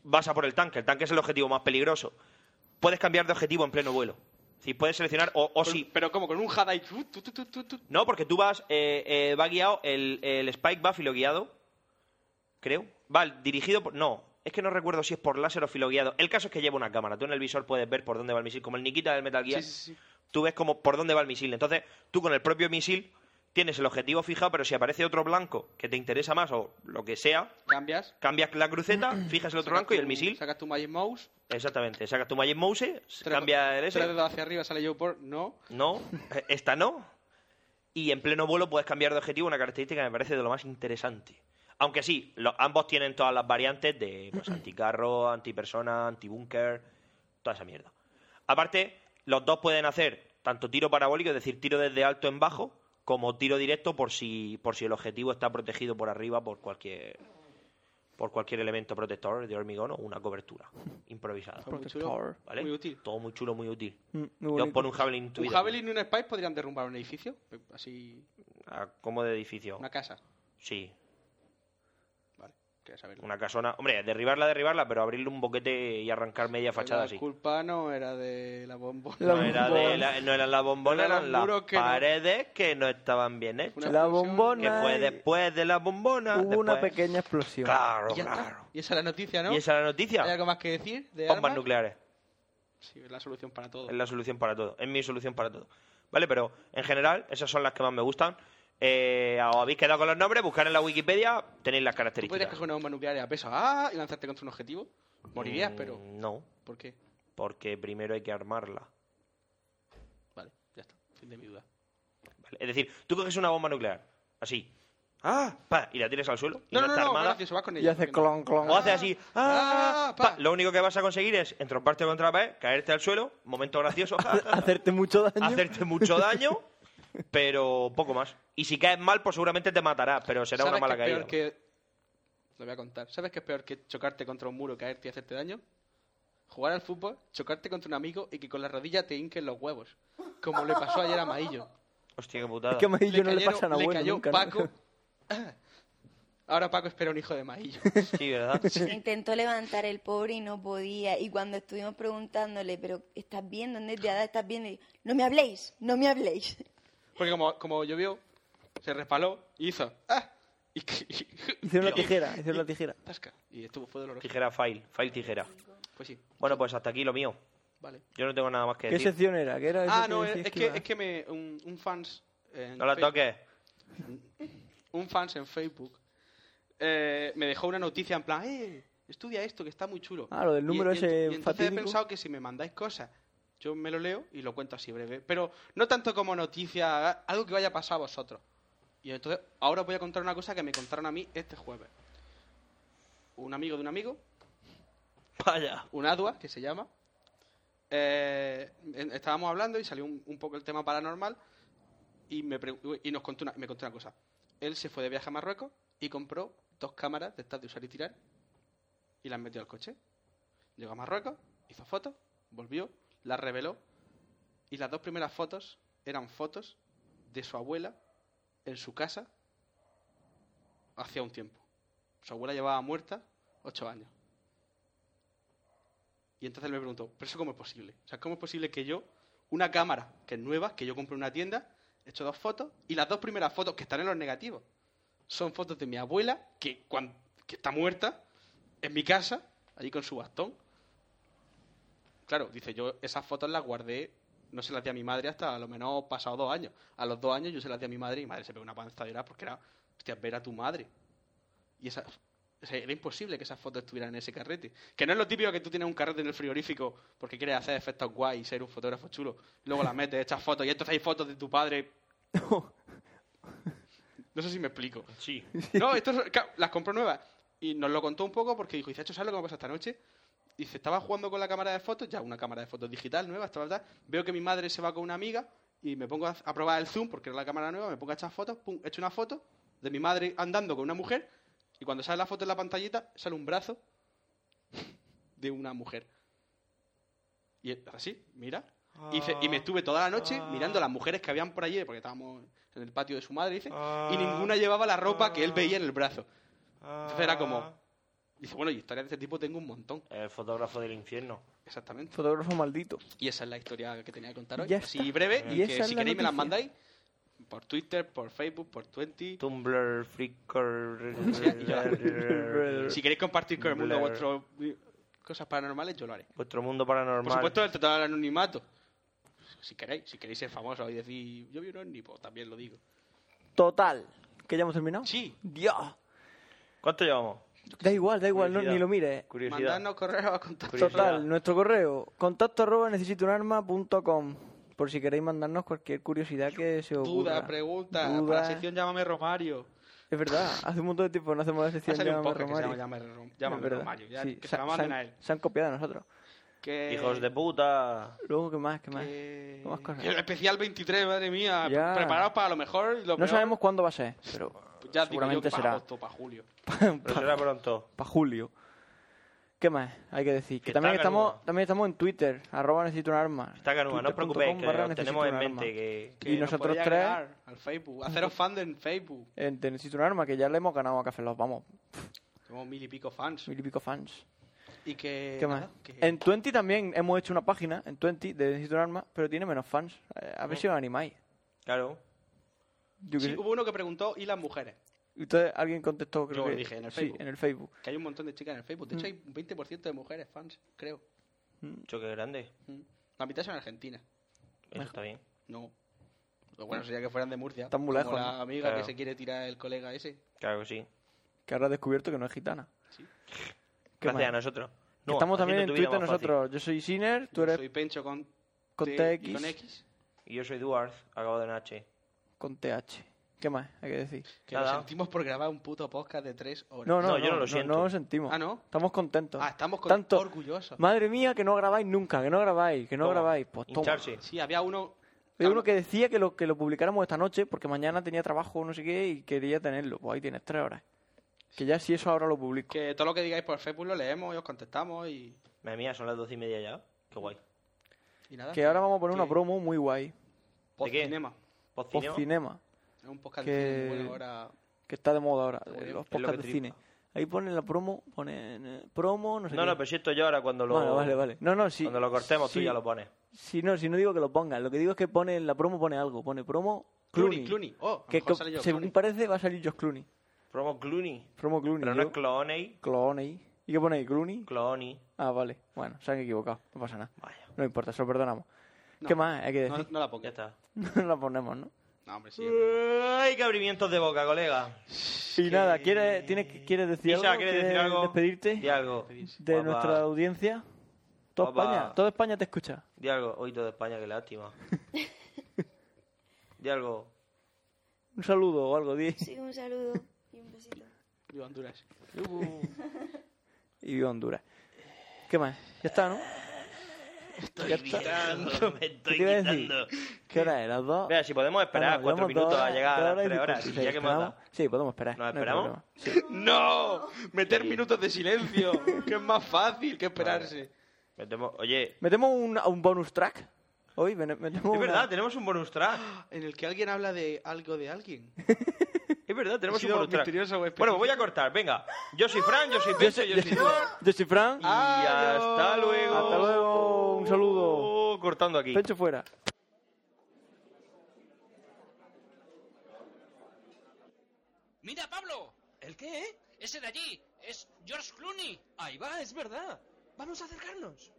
[SPEAKER 7] vas a por el tanque, el tanque es el objetivo más peligroso. Puedes cambiar de objetivo en pleno vuelo. Si puedes seleccionar, o, o si
[SPEAKER 10] Pero como con un uh, Jada y tú, tú, tú, tú, tú, tú.
[SPEAKER 7] no, porque tú vas, eh, eh, va guiado, el, el Spike va filoguiado, creo. Va dirigido por, no, Es que no recuerdo si es por láser o filoguiado. El caso es que lleva una cámara. Tú en el visor puedes ver por dónde va el misil. Como el Nikita del Metal Gear, tú ves como por dónde va el misil. Entonces, tú con el propio misil tienes el objetivo fijado, pero si aparece otro blanco que te interesa más o lo que sea,
[SPEAKER 10] cambias.
[SPEAKER 7] Cambias la cruceta, fijas el otro blanco y el misil.
[SPEAKER 10] Sacas tu Magic Mouse.
[SPEAKER 7] Exactamente. Sacas tu Magic Mouse, cambia el
[SPEAKER 10] Tres
[SPEAKER 7] ese.
[SPEAKER 10] dedos hacia arriba sale yo por. No.
[SPEAKER 7] No, esta no. Y en pleno vuelo puedes cambiar de objetivo, una característica que me parece de lo más interesante. Aunque sí, lo- ambos tienen todas las variantes de pues, anticarro, antipersona, antibúnker, toda esa mierda. Aparte, los dos pueden hacer tanto tiro parabólico, es decir, tiro desde alto en bajo, como tiro directo por si, por si el objetivo está protegido por arriba por cualquier por cualquier elemento protector de hormigón o una cobertura improvisada.
[SPEAKER 10] Muy chulo.
[SPEAKER 7] ¿Vale?
[SPEAKER 10] Muy útil.
[SPEAKER 7] Todo muy chulo, muy útil.
[SPEAKER 10] Mm, muy
[SPEAKER 7] Yo os
[SPEAKER 10] bonito.
[SPEAKER 7] pone un javelin en tu
[SPEAKER 10] Un
[SPEAKER 7] vida.
[SPEAKER 10] Javelin y un Spice podrían derrumbar un edificio. Así.
[SPEAKER 7] Ah, ¿Cómo de edificio?
[SPEAKER 10] Una casa.
[SPEAKER 7] Sí,
[SPEAKER 10] Quería saberlo.
[SPEAKER 7] una casona. Hombre, derribarla, derribarla, pero abrirle un boquete y arrancar media fachada
[SPEAKER 10] la
[SPEAKER 7] así.
[SPEAKER 10] culpa no era de la bombona.
[SPEAKER 7] No, era de la- no eran las bombonas,
[SPEAKER 10] Eran
[SPEAKER 7] eran
[SPEAKER 10] los
[SPEAKER 7] las
[SPEAKER 10] muros que no-
[SPEAKER 7] paredes que no estaban bien hechas.
[SPEAKER 9] La bombona.
[SPEAKER 7] Que fue después de la bombona.
[SPEAKER 9] Hubo una
[SPEAKER 7] después-
[SPEAKER 9] pequeña explosión.
[SPEAKER 7] Claro,
[SPEAKER 10] Y ya está.
[SPEAKER 7] claro.
[SPEAKER 10] Y esa es la noticia, ¿no?
[SPEAKER 7] Y esa es la noticia.
[SPEAKER 10] ¿Hay algo más que decir? De
[SPEAKER 7] Bombas
[SPEAKER 10] armas?
[SPEAKER 7] nucleares.
[SPEAKER 10] Sí, es la solución para todo.
[SPEAKER 7] Es la solución para todo. Es mi solución para todo. ¿Vale? Pero en general, esas son las que más me gustan. Eh, ¿Os habéis quedado con los nombres? Buscar en la Wikipedia, tenéis las
[SPEAKER 10] Tú podrías
[SPEAKER 7] características.
[SPEAKER 10] coger una bomba nuclear a peso A y lanzarte contra un objetivo. Morirías,
[SPEAKER 7] Mm,
[SPEAKER 10] pero.
[SPEAKER 7] No,
[SPEAKER 10] ¿Por qué?
[SPEAKER 7] porque primero hay que armarla.
[SPEAKER 10] Vale, ya está. Fin de mi duda.
[SPEAKER 7] ¿vale? Es decir, tú coges una bomba nuclear, así. ¡Ah! pa, y la tiras al suelo. Y no,
[SPEAKER 10] No, no, no,
[SPEAKER 7] está
[SPEAKER 10] no,
[SPEAKER 7] armada.
[SPEAKER 10] gracias, vas con
[SPEAKER 9] Y
[SPEAKER 10] ella.
[SPEAKER 9] hace clon, clon.
[SPEAKER 7] O hace así.
[SPEAKER 10] Ah,
[SPEAKER 7] pa. Lo único que vas a conseguir es entromparte contra la pared, caerte al suelo, momento gracioso, ja, ja, ja,
[SPEAKER 9] Hacerte mucho daño.
[SPEAKER 7] hacerte mucho daño, pero poco más. Y si caes mal, pues seguramente te matará, pero será
[SPEAKER 10] ¿Sabes
[SPEAKER 7] una mala
[SPEAKER 10] qué es
[SPEAKER 7] caída.
[SPEAKER 10] peor que... Lo voy a contar. ¿Sabes qué es peor que chocarte contra un muro, caerte y hacerte daño? Jugar al fútbol, chocarte contra un amigo y que con la rodilla te hinquen los huevos. Como le pasó ayer a Maillo.
[SPEAKER 7] Hostia, qué putada.
[SPEAKER 9] Es que a Maillo no le
[SPEAKER 10] cayeron-
[SPEAKER 9] pasan a
[SPEAKER 10] le
[SPEAKER 9] bueno
[SPEAKER 10] cayó
[SPEAKER 9] nunca, ¿no?
[SPEAKER 10] Paco. Ahora Paco espera un hijo de Maillo.
[SPEAKER 7] Sí, ¿verdad?
[SPEAKER 11] Intentó levantar el pobre y no podía. Y cuando estuvimos preguntándole, pero ¿estás bien? ¿Dónde te ha dado? ¿Estás bien? Y, no me habléis, no me habléis.
[SPEAKER 10] Porque como, como llovió, se resbaló y hizo... ¡Ah! Y,
[SPEAKER 9] Hicieron la tijera, hicieron la tijera.
[SPEAKER 10] Tasca. Y estuvo, fue doloroso.
[SPEAKER 7] Tijera file, file tijera.
[SPEAKER 10] Pues sí,
[SPEAKER 7] Bueno, pues hasta aquí lo mío.
[SPEAKER 10] vale.
[SPEAKER 7] Yo no tengo nada más que
[SPEAKER 9] ¿Qué
[SPEAKER 7] decir.
[SPEAKER 9] sección era? ¿Qué era eso
[SPEAKER 10] Ah, no,
[SPEAKER 9] decías
[SPEAKER 10] es es que,
[SPEAKER 9] iba?
[SPEAKER 10] es que me, un, un fans... eh, en
[SPEAKER 7] No la
[SPEAKER 10] Facebook-
[SPEAKER 7] toques.
[SPEAKER 10] un fans en Facebook eh, me dejó una noticia en plan, eh, estudia esto que está muy chulo.
[SPEAKER 9] Ah, lo del número
[SPEAKER 10] ent-
[SPEAKER 9] ese
[SPEAKER 10] y entonces he
[SPEAKER 9] fatídico.
[SPEAKER 10] pensado que si me mandáis cosas, yo me lo leo y lo cuento así breve, pero no tanto como noticia, algo que vaya a pasar a vosotros. Y entonces ahora os voy a contar una cosa que me contaron a mí este jueves. Un amigo de un amigo,
[SPEAKER 7] Vaya.
[SPEAKER 10] un adua que se llama, eh, en- estábamos hablando y salió un, un poco el tema paranormal y me, pre- y nos contó una, me contó una cosa. Él se fue de viaje a Marruecos y compró dos cámaras de estas de usar y tirar y las metió al coche. Llegó a Marruecos, hizo fotos, volvió, las reveló y las dos primeras fotos eran fotos de su abuela en su casa hacía un tiempo. Su abuela llevaba muerta ocho años. Y entonces él me preguntó, ¿pero eso cómo es posible? O sea, ¿cómo es posible que yo, una cámara que es nueva, que yo compré en una tienda, he hecho dos fotos y las dos primeras fotos que están en los negativos son fotos de mi abuela, que, cuan- que está muerta, en mi casa, allí con su bastón? Claro, dice, yo esas fotos las guardé, no se las di a mi madre hasta a lo menos pasado dos años. A los dos años yo se las di a mi madre y mi madre se pegó una panza de llorar porque era, hostia, ver a tu madre. Y esa, o sea, era imposible que esas fotos estuvieran en ese carrete. Que no es lo típico que tú tienes un carrete en el frigorífico porque quieres hacer efectos guay y ser un fotógrafo chulo. Luego las metes, echas fotos y entonces hay fotos de tu padre. No sé si me explico.
[SPEAKER 7] Sí.
[SPEAKER 10] No, esto es- claro, las compró nuevas. Y nos lo contó un poco porque dijo, dice, "Hacho, ¿sabes lo que me pasa esta noche? Dice, estaba jugando con la cámara de fotos, ya una cámara de fotos digital nueva, estaba tal. Veo que mi madre se va con una amiga y me pongo a, a probar el zoom porque era la cámara nueva, me pongo a echar fotos, pum, echo una foto de mi madre andando con una mujer y cuando sale la foto en la pantallita sale un brazo de una mujer. Y así, mira. Y, dice- y me estuve toda la noche mirando a las mujeres que habían por allí, porque estábamos en el patio de su madre, dice,
[SPEAKER 9] Ah.
[SPEAKER 10] y ninguna llevaba la ropa que él veía en el brazo. Entonces era como... Dice, bueno, y historias de este tipo tengo un montón.
[SPEAKER 7] El fotógrafo del infierno.
[SPEAKER 10] Exactamente.
[SPEAKER 9] Fotógrafo maldito.
[SPEAKER 10] Y esa es la historia que tenía que contar hoy.
[SPEAKER 9] Ya
[SPEAKER 10] Así
[SPEAKER 9] está.
[SPEAKER 10] breve,
[SPEAKER 9] Y
[SPEAKER 10] y,
[SPEAKER 9] esa
[SPEAKER 10] que
[SPEAKER 9] es
[SPEAKER 10] si
[SPEAKER 9] la
[SPEAKER 10] queréis me las
[SPEAKER 9] noticia.
[SPEAKER 10] mandáis. Por Twitter, por Facebook, por Twenty.
[SPEAKER 7] Tumblr, Flickr.
[SPEAKER 10] si queréis compartir con el mundo
[SPEAKER 7] Blur.
[SPEAKER 10] vuestros cosas paranormales, yo lo haré.
[SPEAKER 7] Vuestro mundo
[SPEAKER 10] Por
[SPEAKER 7] paranormal.
[SPEAKER 10] supuesto, el total anonimato. Si queréis, si queréis ser famosos y decir, yo vi un ovni, pues también lo digo.
[SPEAKER 9] Total. ¿Que ya hemos terminado?
[SPEAKER 10] Sí.
[SPEAKER 9] Dios.
[SPEAKER 7] ¿Cuánto llevamos?
[SPEAKER 9] Da igual, da igual, no- ni lo mires.
[SPEAKER 10] Mandadnos correos a contacto.
[SPEAKER 9] Total, nuestro correo, contacto arroba necesitounarma.com, por si queréis mandarnos cualquier curiosidad que se os ocurra.
[SPEAKER 10] Duda, pregunta, para
[SPEAKER 9] Duda.
[SPEAKER 10] la sección llámame Romario.
[SPEAKER 9] Es verdad, hace un montón de tiempo no hacemos la
[SPEAKER 10] Ha
[SPEAKER 9] sección
[SPEAKER 10] salido un
[SPEAKER 9] Llámame
[SPEAKER 10] podcast que se llama
[SPEAKER 9] Romario.
[SPEAKER 10] Llámame, Rom-
[SPEAKER 9] Es
[SPEAKER 10] Llámame
[SPEAKER 9] verdad,
[SPEAKER 10] Romario. ya,
[SPEAKER 9] sí,
[SPEAKER 10] que
[SPEAKER 9] se,
[SPEAKER 10] se la
[SPEAKER 9] se
[SPEAKER 10] manden
[SPEAKER 9] han,
[SPEAKER 10] a él.
[SPEAKER 9] se han copiado de nosotros.
[SPEAKER 10] Que-
[SPEAKER 7] Hijos de puta.
[SPEAKER 9] Luego, ¿qué más? ¿Qué más?
[SPEAKER 10] Eh,
[SPEAKER 9] ¿Qué más cosas?
[SPEAKER 10] El especial 23, madre mía.
[SPEAKER 9] Ya.
[SPEAKER 10] Preparados para lo mejor y lo
[SPEAKER 9] No
[SPEAKER 10] peor.
[SPEAKER 9] sabemos cuándo va a ser, pero
[SPEAKER 10] Pues ya digo yo
[SPEAKER 9] seguramente
[SPEAKER 10] que para
[SPEAKER 9] será
[SPEAKER 10] agosto, para julio.
[SPEAKER 7] Pero será pronto.
[SPEAKER 9] para julio. ¿Qué más hay que decir? Que
[SPEAKER 7] Está
[SPEAKER 9] también
[SPEAKER 7] ganudo.
[SPEAKER 9] estamos, también estamos en Twitter, arroba necesito un arma.
[SPEAKER 7] Está canuda, no os preocupéis, que
[SPEAKER 9] Twitter.com barra
[SPEAKER 7] os tenemos en
[SPEAKER 9] necesito un
[SPEAKER 7] mente
[SPEAKER 9] arma.
[SPEAKER 7] que-
[SPEAKER 9] Y
[SPEAKER 10] nos
[SPEAKER 9] nosotros
[SPEAKER 10] podéis
[SPEAKER 9] tres,
[SPEAKER 10] agregar Al Facebook. Haceros fan en Facebook.
[SPEAKER 9] en Te Necesito un arma, que ya le hemos ganado a Café Los, vamos,
[SPEAKER 10] Somos mil y pico fans.
[SPEAKER 9] mil y pico fans.
[SPEAKER 10] Y que.
[SPEAKER 9] ¿Qué más?
[SPEAKER 10] Eh, nada, que-
[SPEAKER 9] En Twenty también hemos hecho una página, en Twenty, de Necesito un arma, pero tiene menos fans. Eh, A ver si os animáis.
[SPEAKER 7] Claro.
[SPEAKER 9] Yo qué
[SPEAKER 10] Ah. Sí,
[SPEAKER 9] sé.
[SPEAKER 10] hubo uno que preguntó, ¿y las mujeres?
[SPEAKER 9] Entonces alguien contestó, creo
[SPEAKER 10] Yo
[SPEAKER 9] que...
[SPEAKER 10] lo dije en el
[SPEAKER 9] sí,
[SPEAKER 10] Facebook.
[SPEAKER 9] en el Facebook.
[SPEAKER 10] Que hay un montón de chicas en el Facebook. De hecho,
[SPEAKER 9] Mm.
[SPEAKER 10] hay un 20% de mujeres fans, creo. Mm.
[SPEAKER 7] Choque grande.
[SPEAKER 10] La mitad son argentinas.
[SPEAKER 7] Eso está bien.
[SPEAKER 10] No. Lo bueno sería que fueran de Murcia.
[SPEAKER 9] Están muy lejos,
[SPEAKER 10] Como la
[SPEAKER 9] ¿no?
[SPEAKER 10] amiga
[SPEAKER 9] Claro.
[SPEAKER 10] que se quiere tirar el colega ese.
[SPEAKER 7] Claro que sí.
[SPEAKER 9] Que ahora ha descubierto que no es gitana. ¿Qué
[SPEAKER 7] Gracias
[SPEAKER 9] más?
[SPEAKER 7] a nosotros.
[SPEAKER 9] Que
[SPEAKER 7] No,
[SPEAKER 9] estamos también en
[SPEAKER 7] haciendo tu vida
[SPEAKER 9] Twitter
[SPEAKER 7] más fácil.
[SPEAKER 9] nosotros. Yo soy Siner, tú eres
[SPEAKER 10] Soy Pencho con,
[SPEAKER 9] con
[SPEAKER 10] T
[SPEAKER 9] TX.
[SPEAKER 10] y con X.
[SPEAKER 7] Y yo soy Duarte, acabado en H.
[SPEAKER 9] con TH. ¿Qué más hay que decir?
[SPEAKER 10] Que lo sentimos por grabar un puto podcast de tres horas.
[SPEAKER 9] No, no, No lo sentimos.
[SPEAKER 10] Ah, ¿no?
[SPEAKER 9] Estamos contentos.
[SPEAKER 10] Ah, estamos con-
[SPEAKER 9] Tanto...
[SPEAKER 10] orgullosos.
[SPEAKER 9] Madre mía, que no grabáis nunca, que no grabáis, que no
[SPEAKER 10] Toma,
[SPEAKER 9] grabáis. Pues toma.
[SPEAKER 10] Sí, había uno...
[SPEAKER 9] Hay uno que decía que lo, que lo publicáramos esta noche porque mañana tenía trabajo no sé qué y quería tenerlo. Pues ahí tienes tres horas. Que ya si eso ahora lo publico.
[SPEAKER 10] Que todo lo que digáis por Facebook lo leemos y os contestamos y,
[SPEAKER 7] Madre mía, son las doce y media ya. Qué guay.
[SPEAKER 10] y nada.
[SPEAKER 9] Que ahora vamos a poner una promo muy guay.
[SPEAKER 10] ¿De qué? Cinema.
[SPEAKER 9] Post cinema.
[SPEAKER 10] Es un podcast de cine muy
[SPEAKER 9] que,
[SPEAKER 10] bueno ahora.
[SPEAKER 9] que está de moda ahora. eh,
[SPEAKER 10] bueno.
[SPEAKER 9] Los
[SPEAKER 10] Es lo que
[SPEAKER 9] podcasts de cine.
[SPEAKER 10] triunfa.
[SPEAKER 9] Ahí ponen la promo, ponen eh, promo, no sé
[SPEAKER 7] No,
[SPEAKER 9] qué.
[SPEAKER 7] no, pero si esto yo ahora cuando lo.
[SPEAKER 9] Vale, vale, vale. No, no, sí.
[SPEAKER 7] Cuando lo cortemos tú
[SPEAKER 9] sí.
[SPEAKER 7] ya lo pones.
[SPEAKER 9] Si no, si no digo que lo pongan, lo que digo es que pone en la promo pone algo, pone promo Clooney.
[SPEAKER 10] Clooney. Oh, a lo
[SPEAKER 9] que
[SPEAKER 10] mejor
[SPEAKER 9] co-
[SPEAKER 10] sale George
[SPEAKER 9] según
[SPEAKER 10] Clooney.
[SPEAKER 9] parece va a salir Josh Clooney.
[SPEAKER 7] Promo Clooney.
[SPEAKER 9] Promo Clooney.
[SPEAKER 7] Pero no
[SPEAKER 9] yo-
[SPEAKER 7] es Clooney.
[SPEAKER 9] Clooney. ¿Y qué pone ahí? Clooney.
[SPEAKER 7] Clooney.
[SPEAKER 9] Ah, vale. Bueno, se han equivocado, no pasa nada. No importa, se lo perdonamos.
[SPEAKER 7] No,
[SPEAKER 9] ¿Qué más hay que
[SPEAKER 7] no-
[SPEAKER 9] decir?
[SPEAKER 10] No la pongo.
[SPEAKER 7] Ya está.
[SPEAKER 9] No la ponemos, ¿no?
[SPEAKER 10] No, hombre, sí.
[SPEAKER 7] Ay, qué abrimientos de boca, colega.
[SPEAKER 9] Y nada, ¿quieres, tienes, que- ¿quieres decir
[SPEAKER 7] Isa,
[SPEAKER 9] algo?
[SPEAKER 7] ¿quieres decir algo?
[SPEAKER 9] despedirte
[SPEAKER 7] Di algo.
[SPEAKER 9] de
[SPEAKER 7] Guapa.
[SPEAKER 9] nuestra audiencia? Toda
[SPEAKER 7] Guapa.
[SPEAKER 9] España, toda España te escucha.
[SPEAKER 7] Di algo. Hoy todo España, qué lástima. Di algo.
[SPEAKER 9] Un saludo o algo, di.
[SPEAKER 11] Sí, un saludo y un besito.
[SPEAKER 10] Viva Honduras.
[SPEAKER 9] Uh. Y viva Honduras. ¿Qué más? Ya está, ¿no?
[SPEAKER 7] Estoy
[SPEAKER 9] Ya está.
[SPEAKER 7] gritando, me
[SPEAKER 9] ¿Qué
[SPEAKER 7] estoy
[SPEAKER 9] te iba a decir?
[SPEAKER 7] gritando.
[SPEAKER 9] ¿Qué hora es? ¿Las dos?
[SPEAKER 7] Vea, si podemos esperar
[SPEAKER 9] Ah, no,
[SPEAKER 7] cuatro
[SPEAKER 9] llevamos dos
[SPEAKER 7] minutos a
[SPEAKER 9] horas,
[SPEAKER 7] llegar
[SPEAKER 9] dos
[SPEAKER 7] a las
[SPEAKER 9] y
[SPEAKER 7] tres horas.
[SPEAKER 9] poquito.
[SPEAKER 7] ya que hemos
[SPEAKER 9] ¿Esperamos?
[SPEAKER 7] dado.
[SPEAKER 9] Sí, podemos esperar. ¿Nos
[SPEAKER 7] esperamos?
[SPEAKER 10] ¡No! Meter minutos de silencio. que es más fácil que esperarse.
[SPEAKER 7] Metemos- Oye,
[SPEAKER 9] ¿Metemos un, un bonus track? Hoy mete- metemos
[SPEAKER 7] es
[SPEAKER 9] una-
[SPEAKER 7] verdad, tenemos un bonus track.
[SPEAKER 10] En el que alguien habla de algo de alguien.
[SPEAKER 7] Es verdad, tenemos
[SPEAKER 10] Ha
[SPEAKER 7] un
[SPEAKER 10] sido
[SPEAKER 7] bonus track.
[SPEAKER 10] misterioso o
[SPEAKER 7] Bueno, pues voy a cortar, venga. Yo soy Fran, yo soy
[SPEAKER 9] Yo
[SPEAKER 7] Pecho,
[SPEAKER 9] soy,
[SPEAKER 7] yo
[SPEAKER 9] yo
[SPEAKER 7] soy
[SPEAKER 9] soy-
[SPEAKER 7] Duarte.
[SPEAKER 9] yo soy Fran.
[SPEAKER 7] Y hasta luego.
[SPEAKER 9] Hasta luego. Un saludo.
[SPEAKER 7] Oh, Cortando aquí.
[SPEAKER 9] Pecho fuera.
[SPEAKER 20] ¡Mira, Pablo! ¿El qué, eh? Ese de allí. Es George Clooney. Ahí va, es verdad. Vamos a acercarnos.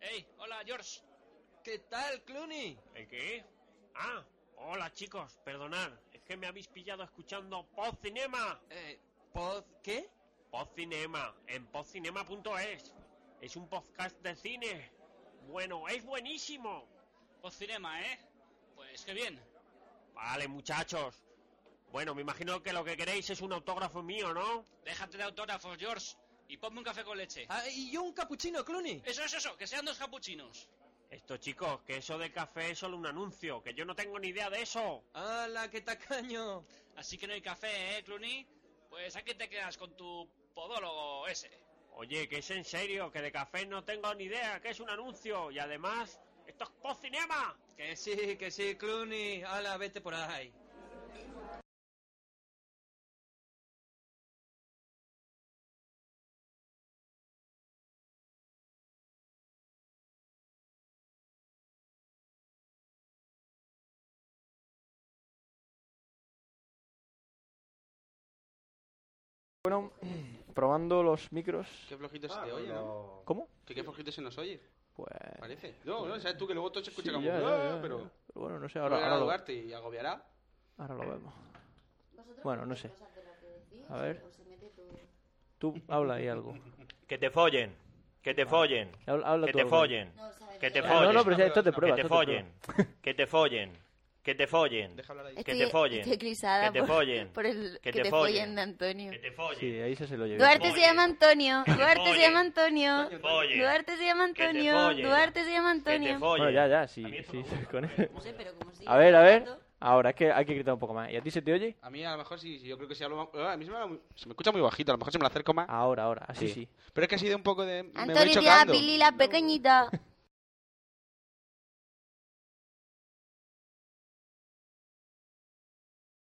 [SPEAKER 20] ¡Ey! Hola, George. ¿Qué tal, Clooney?
[SPEAKER 21] ¿El qué? Ah, hola chicos, perdonad, es que me habéis pillado escuchando Poz Cinema.
[SPEAKER 20] Eh, ¿Pod qué?
[SPEAKER 21] Poz Cinema, en podcinema.es. Es un podcast de cine. Bueno, es buenísimo.
[SPEAKER 20] Poz Cinema, ¿eh? Pues qué bien.
[SPEAKER 21] Vale, muchachos. Bueno, me imagino que lo que queréis es un autógrafo mío, ¿no?
[SPEAKER 20] Déjate de autógrafos, George. Y ponme un café con leche. Ah, y yo un capuchino, Clooney. Eso, eso, eso. Que sean dos capuchinos.
[SPEAKER 21] Esto, chicos, que eso de café es solo un anuncio, que yo no tengo ni idea de eso.
[SPEAKER 20] ¡Hala, qué tacaño! Así que no hay café, ¿eh, Clooney? Pues aquí te quedas con tu podólogo ese.
[SPEAKER 21] Oye, que es en serio, que de café no tengo ni idea, que es un anuncio. Y además, esto es Poz Cinema.
[SPEAKER 20] Que sí, que sí, Clooney. ¡Hala, vete por ahí!
[SPEAKER 9] Bueno, probando los micros.
[SPEAKER 10] Qué flojito se
[SPEAKER 9] Ah,
[SPEAKER 10] te oye, ¿no?
[SPEAKER 9] ¿Cómo?
[SPEAKER 10] Que qué flojito se nos oye.
[SPEAKER 9] Pues.
[SPEAKER 10] Parece. No, no, sabes tú que luego todo se escucha
[SPEAKER 9] eh, Sí,
[SPEAKER 10] como.
[SPEAKER 9] ya, ya,
[SPEAKER 10] "Ah",
[SPEAKER 9] ya,
[SPEAKER 10] pero.
[SPEAKER 9] ya. Pero bueno, no sé, ahora-
[SPEAKER 10] Volverá
[SPEAKER 9] ahora
[SPEAKER 10] a
[SPEAKER 9] lo-
[SPEAKER 10] ahogarte y agobiará.
[SPEAKER 9] Ahora lo vemos. Bueno, no sé. A ver. Tú habla ahí algo.
[SPEAKER 7] Que te follen. Que te follen.
[SPEAKER 9] Habla- habla
[SPEAKER 7] que
[SPEAKER 9] tú
[SPEAKER 7] te
[SPEAKER 9] algo.
[SPEAKER 7] follen. que te
[SPEAKER 9] Ah,
[SPEAKER 7] follen.
[SPEAKER 9] no, no, pero ya esto es de prueba,
[SPEAKER 7] Que te
[SPEAKER 9] esto es de
[SPEAKER 7] follen. Que te follen. Que te follen. Que
[SPEAKER 13] Estoy,
[SPEAKER 7] te follen.
[SPEAKER 13] estoy eclipsada
[SPEAKER 7] Que te
[SPEAKER 13] por,
[SPEAKER 7] follen.
[SPEAKER 13] por el
[SPEAKER 7] Que te follen.
[SPEAKER 13] de Antonio.
[SPEAKER 9] Sí, eh. ahí se se lo llevé.
[SPEAKER 13] Duarte se llama Antonio. Duarte
[SPEAKER 9] follen.
[SPEAKER 13] se llama Antonio.
[SPEAKER 9] follen.
[SPEAKER 13] Duarte se llama
[SPEAKER 9] Que te
[SPEAKER 13] Antonio.
[SPEAKER 9] follen.
[SPEAKER 13] Duarte se llama
[SPEAKER 9] Bueno,
[SPEAKER 13] eh. Antonio.
[SPEAKER 9] ya, ya, sí. sí, con él.
[SPEAKER 13] sé, pero como sigue
[SPEAKER 9] a ver, a ver.
[SPEAKER 13] hablando-
[SPEAKER 9] Ahora, es que hay que gritar un poco más. ¿Y a ti se te oye?
[SPEAKER 10] A mí a lo mejor sí, sí, yo creo que si hablo más... Ah, A mí se me, habla muy- se me escucha muy bajito, a lo mejor se me la acerco más.
[SPEAKER 9] Ahora, ahora, así sí.
[SPEAKER 10] Pero es que ha sido un poco de... me voy
[SPEAKER 13] Antonio tiene la
[SPEAKER 10] chocando.
[SPEAKER 13] pilila pequeñita.